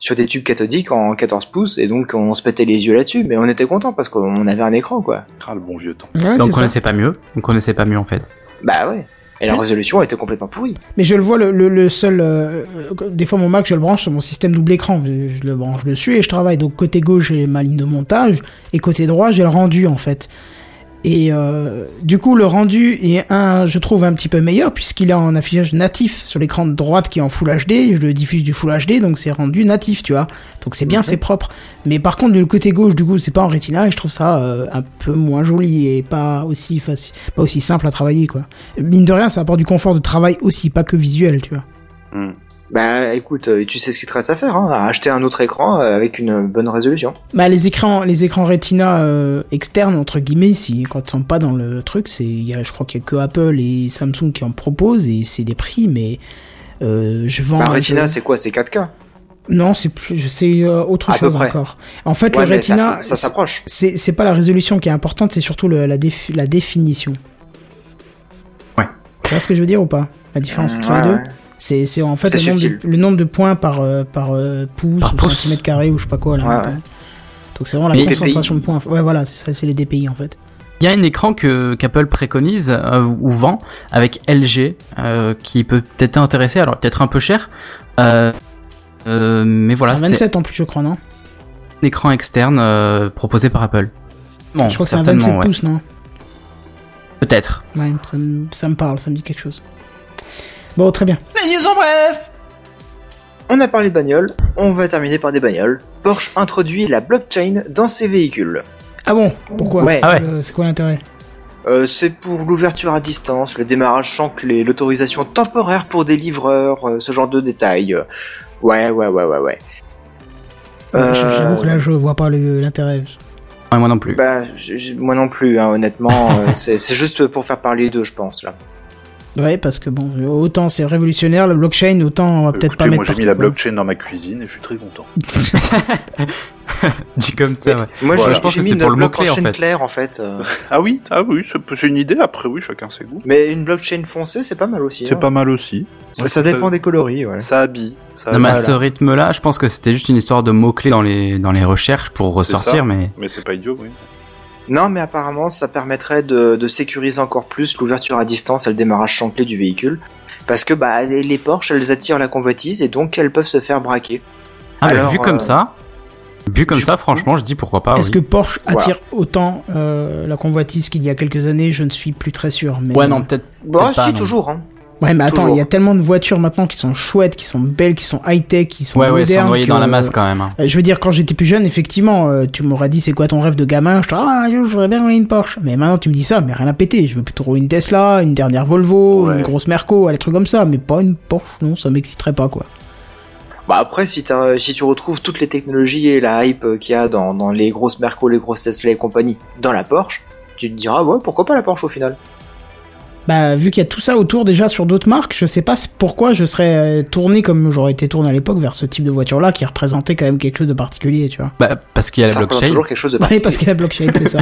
[SPEAKER 2] Sur des tubes cathodiques en 14 pouces, et donc on se pétait les yeux là-dessus, mais on était content parce qu'on avait un écran, quoi.
[SPEAKER 6] Ah, le bon vieux temps.
[SPEAKER 1] Ouais,
[SPEAKER 3] donc on
[SPEAKER 1] c'est ça.
[SPEAKER 3] connaissait pas mieux, on connaissait pas mieux en fait.
[SPEAKER 2] Bah ouais. Et la résolution était complètement pourrie.
[SPEAKER 1] Mais je le vois, le, le, le seul. euh, euh, des fois, mon Mac, je le branche sur mon système double écran. Je, je le branche dessus et je travaille. Donc, côté gauche, j'ai ma ligne de montage et côté droit, j'ai le rendu, en fait. Et euh, du coup, le rendu est un, je trouve, un petit peu meilleur puisqu'il est en affichage natif sur l'écran de droite qui est en Full HD. Je le diffuse du Full HD, donc c'est rendu natif, tu vois. Donc c'est bien, c'est propre. Mais par contre, le côté gauche, du coup, c'est pas en Retina et je trouve ça euh, un peu moins joli et pas aussi facile, pas aussi simple à travailler, quoi. Mine de rien, ça apporte du confort de travail aussi, pas que visuel, tu vois.
[SPEAKER 2] Bah écoute, euh, tu sais ce qu'il te reste à faire, hein, à acheter un autre écran euh, avec une bonne résolution.
[SPEAKER 1] Bah les écrans, les écrans Retina euh, externes entre guillemets, si quand ils sont pas dans le truc, c'est, il y a- je crois qu'il y a que Apple et Samsung qui en proposent et c'est des prix, mais euh, je vends.
[SPEAKER 2] Un Ah, Bah, Retina,
[SPEAKER 1] je-
[SPEAKER 2] c'est quoi C'est 4K
[SPEAKER 1] Non, c'est plus, je sais euh, autre
[SPEAKER 2] À peu
[SPEAKER 1] chose
[SPEAKER 2] près.
[SPEAKER 1] encore. En fait,
[SPEAKER 2] Ouais,
[SPEAKER 1] le
[SPEAKER 2] mais
[SPEAKER 1] Retina,
[SPEAKER 2] ça- ça s'approche.
[SPEAKER 1] c'est c'est pas la résolution qui est importante, c'est surtout le- la, défi- la définition.
[SPEAKER 3] Ouais.
[SPEAKER 1] Tu vois ce que je veux dire ou pas La différence entre
[SPEAKER 2] Ouais,
[SPEAKER 1] les deux.
[SPEAKER 2] Mmh, ouais.
[SPEAKER 1] C'est c'est en fait
[SPEAKER 2] C'est
[SPEAKER 1] le nombre, de,
[SPEAKER 2] subtil.
[SPEAKER 1] le nombre de points par, euh, par euh, pouce
[SPEAKER 3] Par
[SPEAKER 1] ou
[SPEAKER 3] pouce.
[SPEAKER 1] centimètre carré ou je sais pas quoi. Là,
[SPEAKER 2] Ouais,
[SPEAKER 1] maintenant.
[SPEAKER 2] ouais.
[SPEAKER 1] Donc c'est vraiment la
[SPEAKER 3] Mais-
[SPEAKER 1] concentration de points. Ouais, voilà, c'est ça, c'est les DPI en fait.
[SPEAKER 3] Il y a un écran que qu'Apple préconise euh, ou vend avec LG euh, qui peut peut-être intéresser, alors peut-être un peu cher, euh, euh, mais voilà,
[SPEAKER 1] c'est un
[SPEAKER 3] c'est
[SPEAKER 1] 27 en plus, je crois, non
[SPEAKER 3] un écran externe euh, proposé par Apple. Bon,
[SPEAKER 1] Je crois que c'est un
[SPEAKER 3] Oh, certainement,
[SPEAKER 1] 27
[SPEAKER 3] ouais.
[SPEAKER 1] pouces, non
[SPEAKER 3] Peut-être.
[SPEAKER 1] Ouais, ça me, ça me parle, ça me dit quelque chose. Bon, très bien.
[SPEAKER 2] Les news en bref On a parlé de bagnoles, on va terminer par des bagnoles. Porsche introduit la blockchain dans ses véhicules.
[SPEAKER 1] Ah bon Pourquoi
[SPEAKER 2] Ouais.
[SPEAKER 1] C'est
[SPEAKER 3] Ah ouais.
[SPEAKER 1] quoi le- C'est quoi l'intérêt
[SPEAKER 2] Euh, c'est pour l'ouverture à distance, le démarrage sans clé, l'autorisation temporaire pour des livreurs, euh, ce genre de détails. Euh, Ouais, ouais, ouais, ouais, ouais.
[SPEAKER 1] Ouais, J'avoue que là, je vois pas le- l'intérêt.
[SPEAKER 3] Ouais, moi non plus.
[SPEAKER 2] Bah, j- j- moi non plus, hein, honnêtement. euh, c'est c'est juste pour faire parler d'eux, je pense, là.
[SPEAKER 1] Ouais, parce que bon, autant c'est révolutionnaire la blockchain, autant on va peut-être pas
[SPEAKER 6] Écoutez,
[SPEAKER 1] mettre.
[SPEAKER 6] moi j'ai mis
[SPEAKER 1] partout, hein.
[SPEAKER 6] la
[SPEAKER 1] quoi.
[SPEAKER 6] blockchain dans ma cuisine et je suis très content.
[SPEAKER 3] Dit comme ça, ouais.
[SPEAKER 2] Moi,
[SPEAKER 3] Voilà.
[SPEAKER 2] j'ai-
[SPEAKER 3] Je pense
[SPEAKER 2] j'ai
[SPEAKER 3] que
[SPEAKER 2] mis
[SPEAKER 3] c'est
[SPEAKER 2] une
[SPEAKER 3] pour le
[SPEAKER 2] blockchain
[SPEAKER 3] mot-clé, en fait.
[SPEAKER 2] claire, en fait. euh,
[SPEAKER 6] Ah oui, ah oui, c'est c'est une idée. Après oui, chacun ses goûts.
[SPEAKER 2] mais une blockchain foncée, c'est pas mal aussi.
[SPEAKER 6] C'est
[SPEAKER 2] hein.
[SPEAKER 6] pas mal aussi.
[SPEAKER 2] Ça,
[SPEAKER 6] Ouais,
[SPEAKER 2] ça
[SPEAKER 6] c'est-
[SPEAKER 2] dépend des coloris, ouais.
[SPEAKER 6] Ça habille. Ça
[SPEAKER 2] Euh,
[SPEAKER 3] Non, mais à
[SPEAKER 6] habille.
[SPEAKER 3] ce rythme-là, je pense que c'était juste une histoire de mots-clés dans les, dans les recherches pour
[SPEAKER 6] C'est
[SPEAKER 3] ressortir,
[SPEAKER 6] ça.
[SPEAKER 3] mais
[SPEAKER 6] Mais c'est pas idiot, oui.
[SPEAKER 2] Non, mais apparemment, ça permettrait de, de sécuriser encore plus l'ouverture à distance et le démarrage sans clé du véhicule. Parce que bah, les, les Porsche, elles attirent la convoitise et donc elles peuvent se faire braquer.
[SPEAKER 3] Ah, bah,
[SPEAKER 2] Alors,
[SPEAKER 3] vu
[SPEAKER 2] euh,
[SPEAKER 3] comme ça, vu comme
[SPEAKER 2] du
[SPEAKER 3] ça,
[SPEAKER 2] coup-
[SPEAKER 3] franchement, je dis pourquoi pas.
[SPEAKER 1] Est-ce
[SPEAKER 3] Ah oui.
[SPEAKER 1] que Porsche
[SPEAKER 2] Voilà.
[SPEAKER 1] attire autant euh, la convoitise qu'il y a quelques années Je ne suis plus très sûr. Mais...
[SPEAKER 3] Ouais, non, peut-être.
[SPEAKER 2] Bah,
[SPEAKER 3] peut-être
[SPEAKER 2] si,
[SPEAKER 3] pas, non.
[SPEAKER 2] toujours. Hein.
[SPEAKER 1] Ouais, mais attends,
[SPEAKER 2] Toujours.
[SPEAKER 1] il y a tellement de voitures maintenant qui sont chouettes, qui sont belles, qui sont high-tech, qui sont
[SPEAKER 3] Ouais, ouais,
[SPEAKER 1] modernes.
[SPEAKER 3] ils sont noyés
[SPEAKER 1] que-
[SPEAKER 3] dans la masse quand même. hein.
[SPEAKER 1] Euh, Je veux dire, quand j'étais plus jeune, effectivement, euh, tu m'aurais dit c'est quoi ton rêve de gamin Je te ah, un jour, je voudrais bien rouler une Porsche. Mais maintenant, tu me dis ça, mais rien à péter. Je veux plutôt rouler une Tesla, une dernière Volvo,
[SPEAKER 6] Ouais.
[SPEAKER 1] une grosse Merco, des trucs comme ça. Mais pas une Porsche, non, ça m'exciterait pas, quoi.
[SPEAKER 2] Bah après, si, t'as- si tu retrouves toutes les technologies et la hype euh, qu'il y a dans, dans les grosses Merco, les grosses Tesla et compagnie, dans la Porsche, tu te diras, ouais, pourquoi pas la Porsche au final
[SPEAKER 1] Bah, vu qu'il y a tout ça autour déjà sur d'autres marques, je sais pas c- pourquoi je serais euh, tourné comme j'aurais été tourné à l'époque vers ce type de voiture-là qui représentait quand même quelque chose de particulier, tu vois.
[SPEAKER 3] Bah, parce qu'il y a la
[SPEAKER 2] Ça représente
[SPEAKER 3] blockchain.
[SPEAKER 2] toujours quelque chose de
[SPEAKER 1] Ouais,
[SPEAKER 2] particulier.
[SPEAKER 1] parce que la blockchain, c'est ça.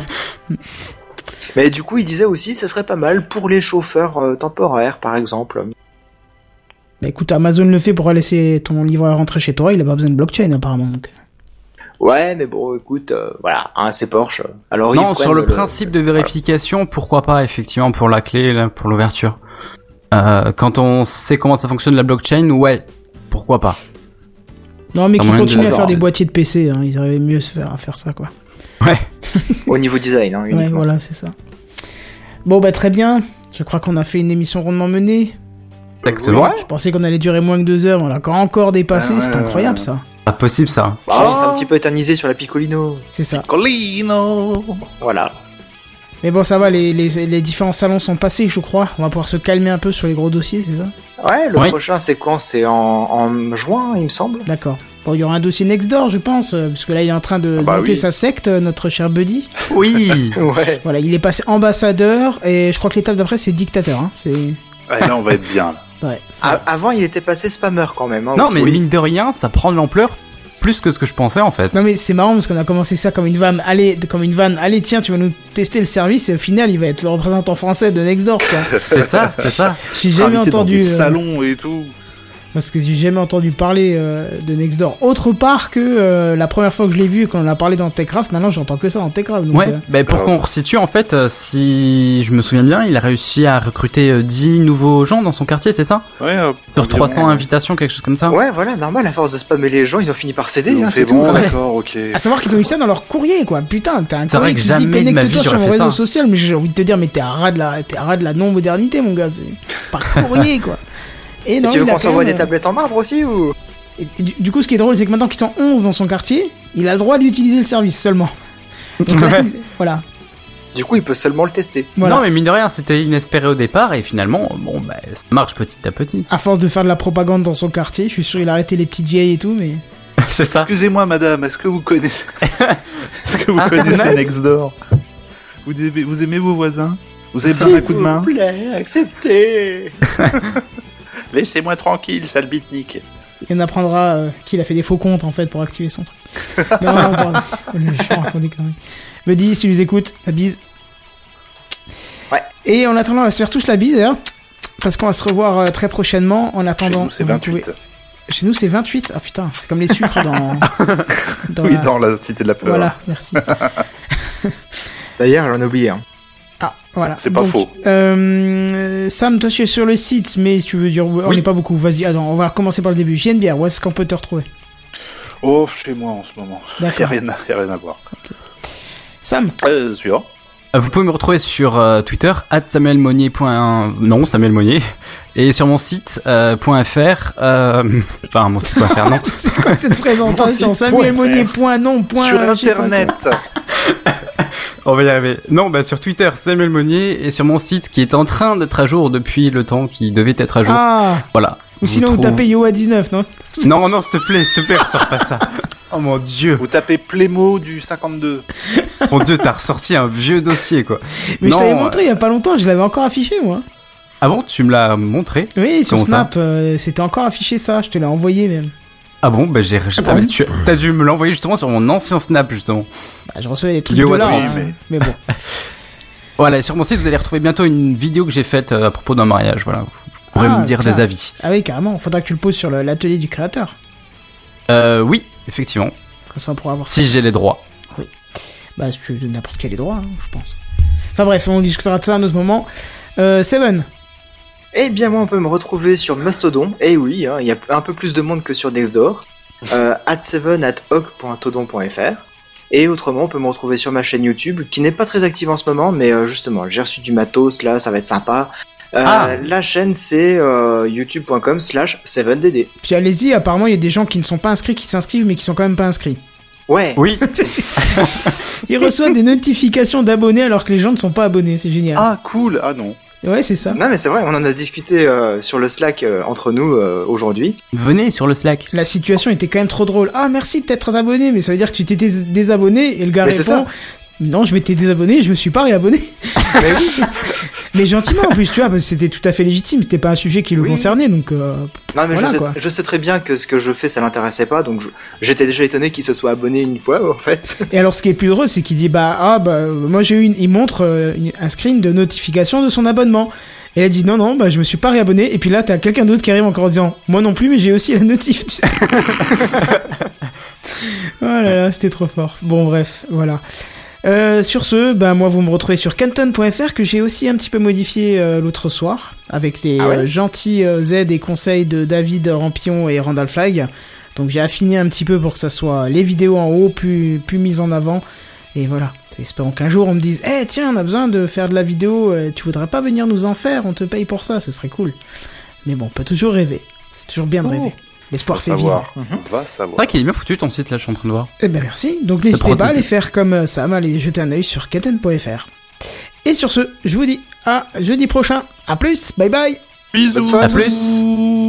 [SPEAKER 2] Mais du coup, il disait aussi, ce serait pas mal pour les chauffeurs euh, temporaires, par exemple.
[SPEAKER 1] Bah écoute, Amazon le fait pour laisser ton livreur rentrer chez toi, il a pas besoin de blockchain apparemment. Donc.
[SPEAKER 2] Ouais, mais bon, écoute, euh, voilà, hein, c'est Porsche. Alors, ils
[SPEAKER 3] Non, sur
[SPEAKER 2] prennent
[SPEAKER 3] le principe de vérification, pourquoi pas, effectivement, pour la clé, là, pour l'ouverture. Euh, quand on sait comment ça fonctionne la blockchain, ouais, pourquoi pas.
[SPEAKER 1] Non, mais
[SPEAKER 3] T'as
[SPEAKER 1] qui
[SPEAKER 3] moyen de
[SPEAKER 1] continuent à
[SPEAKER 3] l'avoir,
[SPEAKER 1] faire des
[SPEAKER 3] mais-
[SPEAKER 1] boîtiers de PC, hein, ils arrivaient mieux à se faire- à faire ça quoi.
[SPEAKER 3] Ouais.
[SPEAKER 2] Au niveau design, hein,
[SPEAKER 1] Ouais,
[SPEAKER 2] uniquement.
[SPEAKER 1] voilà, c'est ça. Bon, bah très bien, je crois qu'on a fait une émission rondement menée.
[SPEAKER 3] Exactement.
[SPEAKER 1] Je pensais qu'on allait durer moins que deux heures, on l'a encore- encore dépassé, c'est incroyable ça.
[SPEAKER 3] Pas possible ça.
[SPEAKER 2] Bah, on s'est un petit peu éternisé sur la Piccolino.
[SPEAKER 1] C'est ça.
[SPEAKER 6] Colino.
[SPEAKER 2] Voilà.
[SPEAKER 1] Mais bon, ça va, les, les, les différents salons sont passés, je crois. On va pouvoir se calmer un peu sur les gros dossiers, c'est ça
[SPEAKER 2] Ouais, le
[SPEAKER 3] Oui.
[SPEAKER 2] prochain, c'est quand C'est en, en juin, il me semble.
[SPEAKER 1] D'accord. Bon, il y aura un dossier next door, je pense, euh, parce que là, il est en train de
[SPEAKER 6] Ah bah
[SPEAKER 1] monter
[SPEAKER 6] oui.
[SPEAKER 1] sa secte, euh, notre cher Buddy.
[SPEAKER 3] Oui.
[SPEAKER 2] Ouais.
[SPEAKER 1] Voilà, il est passé ambassadeur, et je crois que l'étape d'après, c'est dictateur. Hein. C'est... Ah.
[SPEAKER 6] Allez, Ah, là on va être bien. là.
[SPEAKER 1] Ouais, c'est-
[SPEAKER 2] avant, il était passé spammer quand même. hein,
[SPEAKER 3] non,
[SPEAKER 2] aussi.
[SPEAKER 3] mais
[SPEAKER 2] Oui.
[SPEAKER 3] mine de rien, ça prend de l'ampleur plus que ce que je pensais en fait.
[SPEAKER 1] Non mais c'est marrant parce qu'on a commencé ça comme une vanne. Allez, comme une vanne. Allez, tiens, tu vas nous tester le service et au final, il va être le représentant français de Nextdoor. Quoi.
[SPEAKER 3] C'est ça, c'est ça.
[SPEAKER 1] J'ai
[SPEAKER 6] Sera
[SPEAKER 1] jamais
[SPEAKER 6] invité dans
[SPEAKER 1] entendu.
[SPEAKER 6] des
[SPEAKER 1] euh,
[SPEAKER 6] salons et tout.
[SPEAKER 1] Parce que j'ai jamais entendu parler euh, de Nextdoor. Autre part que euh, la première fois que je l'ai vu, quand on en a parlé dans Techcraft, maintenant j'entends que ça dans Techcraft. donc,
[SPEAKER 3] Ouais,
[SPEAKER 1] euh,
[SPEAKER 3] bah, pour
[SPEAKER 6] Ah.
[SPEAKER 3] qu'on resitue, en fait, euh, si je me souviens bien, il a réussi à recruter euh, 10 nouveaux gens dans son quartier, c'est ça
[SPEAKER 6] Ouais. euh,
[SPEAKER 3] Sur 300
[SPEAKER 6] environ.
[SPEAKER 3] invitations, quelque chose comme ça
[SPEAKER 2] Ouais, voilà, normal, à force de spammer les gens, ils ont fini par céder.
[SPEAKER 6] Donc,
[SPEAKER 2] hein,
[SPEAKER 6] C'est
[SPEAKER 2] c'est
[SPEAKER 6] bon,
[SPEAKER 2] tout.
[SPEAKER 6] d'accord, ok.
[SPEAKER 1] À savoir qu'ils ont eu ça dans leur courrier, quoi. Putain, t'as un
[SPEAKER 3] C'est
[SPEAKER 1] courrier
[SPEAKER 3] vrai que
[SPEAKER 1] qui te
[SPEAKER 3] jamais
[SPEAKER 1] dit
[SPEAKER 3] de ma vie,
[SPEAKER 1] connecte-toi sur
[SPEAKER 3] j'aurais
[SPEAKER 1] mon
[SPEAKER 3] fait
[SPEAKER 1] réseau
[SPEAKER 3] ça.
[SPEAKER 1] social, mais j'ai envie de te dire, mais t'es à ras de la, t'es à ras de la non-modernité, mon gars. c'est Par courrier, quoi.
[SPEAKER 2] Et
[SPEAKER 1] non,
[SPEAKER 2] tu veux
[SPEAKER 1] il a
[SPEAKER 2] qu'on
[SPEAKER 1] quand
[SPEAKER 2] s'envoie
[SPEAKER 1] même,
[SPEAKER 2] des
[SPEAKER 1] euh,
[SPEAKER 2] tablettes en marbre aussi ou
[SPEAKER 1] Et du, du coup, ce qui est drôle, c'est que maintenant qu'ils sont 11 dans son quartier, il a le droit d'utiliser le service seulement. Donc là,
[SPEAKER 3] Ouais.
[SPEAKER 1] il- voilà.
[SPEAKER 2] Du coup, il peut seulement le tester.
[SPEAKER 1] voilà.
[SPEAKER 3] Non, mais mine de rien, c'était inespéré au départ et finalement, bon, bah, ça marche petit à petit.
[SPEAKER 1] À force de faire de la propagande dans son quartier, je suis sûr il a arrêté les petites vieilles et tout, mais.
[SPEAKER 3] c'est ça.
[SPEAKER 6] Excusez-moi, madame, est-ce que vous connaissez. est-ce que vous
[SPEAKER 1] Ah,
[SPEAKER 6] connaissez Nextdoor vous aimez, vous aimez vos voisins Vous avez besoin d'un coup de main
[SPEAKER 2] plaît, acceptez.
[SPEAKER 6] Laissez-moi tranquille, sale bitnik.
[SPEAKER 1] Et on apprendra euh, qu'il a fait des faux comptes en fait pour activer son truc. non, non, pardon. Je suis en raconte des conneries. Me dis si tu nous écoutes, la bise.
[SPEAKER 2] Ouais.
[SPEAKER 1] Et en attendant, on va se faire tous la bise d'ailleurs. Parce qu'on va se revoir euh, très prochainement. En
[SPEAKER 6] Chez
[SPEAKER 1] attendant,
[SPEAKER 6] nous, c'est
[SPEAKER 1] vous pouvez-
[SPEAKER 6] 28.
[SPEAKER 1] Chez nous, c'est 28. Ah putain, c'est comme les sucres dans. dans
[SPEAKER 6] Oui,
[SPEAKER 1] la-
[SPEAKER 6] dans la cité de la peur.
[SPEAKER 1] Voilà, merci.
[SPEAKER 2] D'ailleurs, j'en ai oublié. hein.
[SPEAKER 1] Ah, voilà.
[SPEAKER 6] C'est pas
[SPEAKER 1] Donc,
[SPEAKER 6] faux.
[SPEAKER 1] euh, Sam, toi, tu es sur le site, mais tu veux dire. On
[SPEAKER 3] Oui.
[SPEAKER 1] n'est pas beaucoup. Vas-y, attends, on va commencer par le début. JNBR, où est-ce qu'on peut te retrouver
[SPEAKER 6] Oh, chez moi en ce moment. Y a
[SPEAKER 1] D'accord.
[SPEAKER 6] rien, à- y a rien à voir.
[SPEAKER 1] Sam,
[SPEAKER 6] Euh, suivant.
[SPEAKER 3] Euh, Vous pouvez me retrouver sur euh, Twitter, at samuelmonnier. Non, Samuel Monnier. Et sur mon site, euh, point .fr. euh, Enfin, mon site point .fr, non.
[SPEAKER 1] C'est quoi cette présentation samuelmonnier.nom.
[SPEAKER 6] Sur Internet.
[SPEAKER 3] On va y arriver. Non, bah sur Twitter, Samuel Monnier. Et sur mon site, qui est en train d'être à jour depuis le temps qui devait être à jour.
[SPEAKER 1] Ah,
[SPEAKER 3] Voilà.
[SPEAKER 1] ou
[SPEAKER 3] Vous
[SPEAKER 1] sinon vous
[SPEAKER 3] trouvez-
[SPEAKER 1] tapez Yoa19, non
[SPEAKER 3] Non, non, s'il te plaît, s'il te plaît, ressors pas ça. Oh mon dieu.
[SPEAKER 6] Vous tapez Plémo du 52.
[SPEAKER 3] Mon dieu, t'as ressorti un vieux dossier, quoi.
[SPEAKER 1] Mais
[SPEAKER 3] Non,
[SPEAKER 1] je t'avais
[SPEAKER 3] euh,
[SPEAKER 1] montré il y a pas longtemps, je l'avais encore affiché moi.
[SPEAKER 3] Ah bon, tu me l'as montré
[SPEAKER 1] Oui, sur
[SPEAKER 3] Comment ça
[SPEAKER 1] Snap, euh, c'était encore affiché ça, je te l'ai envoyé même.
[SPEAKER 3] Ah bon, bah j'ai. j'ai-
[SPEAKER 1] bah
[SPEAKER 3] ah, mais
[SPEAKER 1] oui.
[SPEAKER 3] tu as dû me l'envoyer justement sur mon ancien Snap, justement.
[SPEAKER 1] Bah, je recevais des trucs
[SPEAKER 3] Yo,
[SPEAKER 1] de là,
[SPEAKER 3] attends,
[SPEAKER 1] hein. mais bon.
[SPEAKER 3] Voilà, et sur mon site, vous allez retrouver bientôt une vidéo que j'ai faite euh, à propos d'un mariage. Voilà, vous vous pourrez
[SPEAKER 1] Ah,
[SPEAKER 3] me dire
[SPEAKER 1] classe.
[SPEAKER 3] des avis.
[SPEAKER 1] Ah oui, carrément, faudra que tu le poses sur le- l'atelier du créateur.
[SPEAKER 3] Euh, oui, effectivement,
[SPEAKER 1] Comme ça, on pourra avoir
[SPEAKER 3] si j'ai les droits.
[SPEAKER 1] Bah, si tu veux n'importe quel est droit, hein, je pense. Enfin bref, on discutera de ça à un autre moment. Euh, Seven,
[SPEAKER 2] Eh bien, moi, on peut me retrouver sur Mastodon. Eh oui, hein, il y a un peu plus de monde que sur Dexdoor. Euh, at 7 at hoc.todon.fr. Et autrement, on peut me retrouver sur ma chaîne YouTube, qui n'est pas très active en ce moment, mais euh, justement, j'ai reçu du matos, là, ça va être sympa. Euh,
[SPEAKER 3] Ah.
[SPEAKER 2] La chaîne, c'est euh, youtube.com slash 7dd.
[SPEAKER 1] puis allez-y, apparemment il y a des gens qui ne sont pas inscrits, qui s'inscrivent, mais qui sont quand même pas inscrits.
[SPEAKER 2] Ouais,
[SPEAKER 3] Oui,
[SPEAKER 1] Ils reçoivent des notifications d'abonnés alors que les gens ne sont pas abonnés, c'est génial.
[SPEAKER 6] Ah, cool. Ah non.
[SPEAKER 1] Ouais, c'est ça.
[SPEAKER 2] non mais c'est vrai, on en a discuté euh, sur le Slack euh, entre nous euh, aujourd'hui.
[SPEAKER 3] venez sur le Slack.
[SPEAKER 1] La situation était quand même trop drôle. Ah, merci de t'être abonné, mais ça veut dire que tu t'étais désabonné et le gars
[SPEAKER 2] Mais c'est
[SPEAKER 1] répond. Non, je m'étais désabonné, et je me suis pas réabonné.
[SPEAKER 2] Mais oui.
[SPEAKER 1] Mais gentiment en plus, tu vois, parce que c'était tout à fait légitime, c'était pas un sujet qui le
[SPEAKER 2] Oui.
[SPEAKER 1] concernait, donc euh,
[SPEAKER 2] Non mais
[SPEAKER 1] Voilà,
[SPEAKER 2] je, sais,
[SPEAKER 1] quoi.
[SPEAKER 2] je sais très bien que ce que je fais ça l'intéressait pas, donc je- j'étais déjà étonné qu'il se soit abonné une fois en fait.
[SPEAKER 1] Et alors, ce qui est plus heureux, c'est qu'il dit bah ah bah euh, moi j'ai eu une, il montre euh, une- un screen de notification de son abonnement. Et elle dit non non bah je me suis pas réabonné. Et puis là t'as quelqu'un d'autre qui arrive encore en disant moi non plus mais j'ai aussi la notif. Tu sais. oh là là c'était trop fort. Bon bref voilà. Euh, sur ce, bah moi vous me retrouvez sur canton.fr que j'ai aussi un petit peu modifié euh, l'autre soir avec les
[SPEAKER 2] Ah ouais
[SPEAKER 1] euh, gentils euh, aides et conseils de David Rampion et Randall Flagg. Donc j'ai affiné un petit peu pour que ça soit les vidéos en haut plus, plus mises en avant. Et voilà. Espérons qu'un jour on me dise Eh tiens, on a besoin de faire de la vidéo, euh, tu voudrais pas venir nous en faire, on te paye pour ça, ce serait cool. Mais bon, on peut toujours rêver. C'est toujours bien de rêver. L'espoir
[SPEAKER 6] Faut
[SPEAKER 1] fait
[SPEAKER 6] savoir.
[SPEAKER 1] vivre.
[SPEAKER 6] Va
[SPEAKER 3] C'est
[SPEAKER 6] savoir.
[SPEAKER 3] vrai qu'il est bien foutu ton site là, je suis en train de voir.
[SPEAKER 1] Eh ben merci. Donc n'hésitez
[SPEAKER 3] prend
[SPEAKER 1] pas à
[SPEAKER 3] tout.
[SPEAKER 1] aller faire comme euh, Sam, à aller jeter un œil sur katen.fr. Et sur ce, je vous dis à jeudi prochain. À plus, bye bye
[SPEAKER 6] Bisous.
[SPEAKER 2] Bonne soirée à
[SPEAKER 6] à
[SPEAKER 2] tous.
[SPEAKER 6] plus.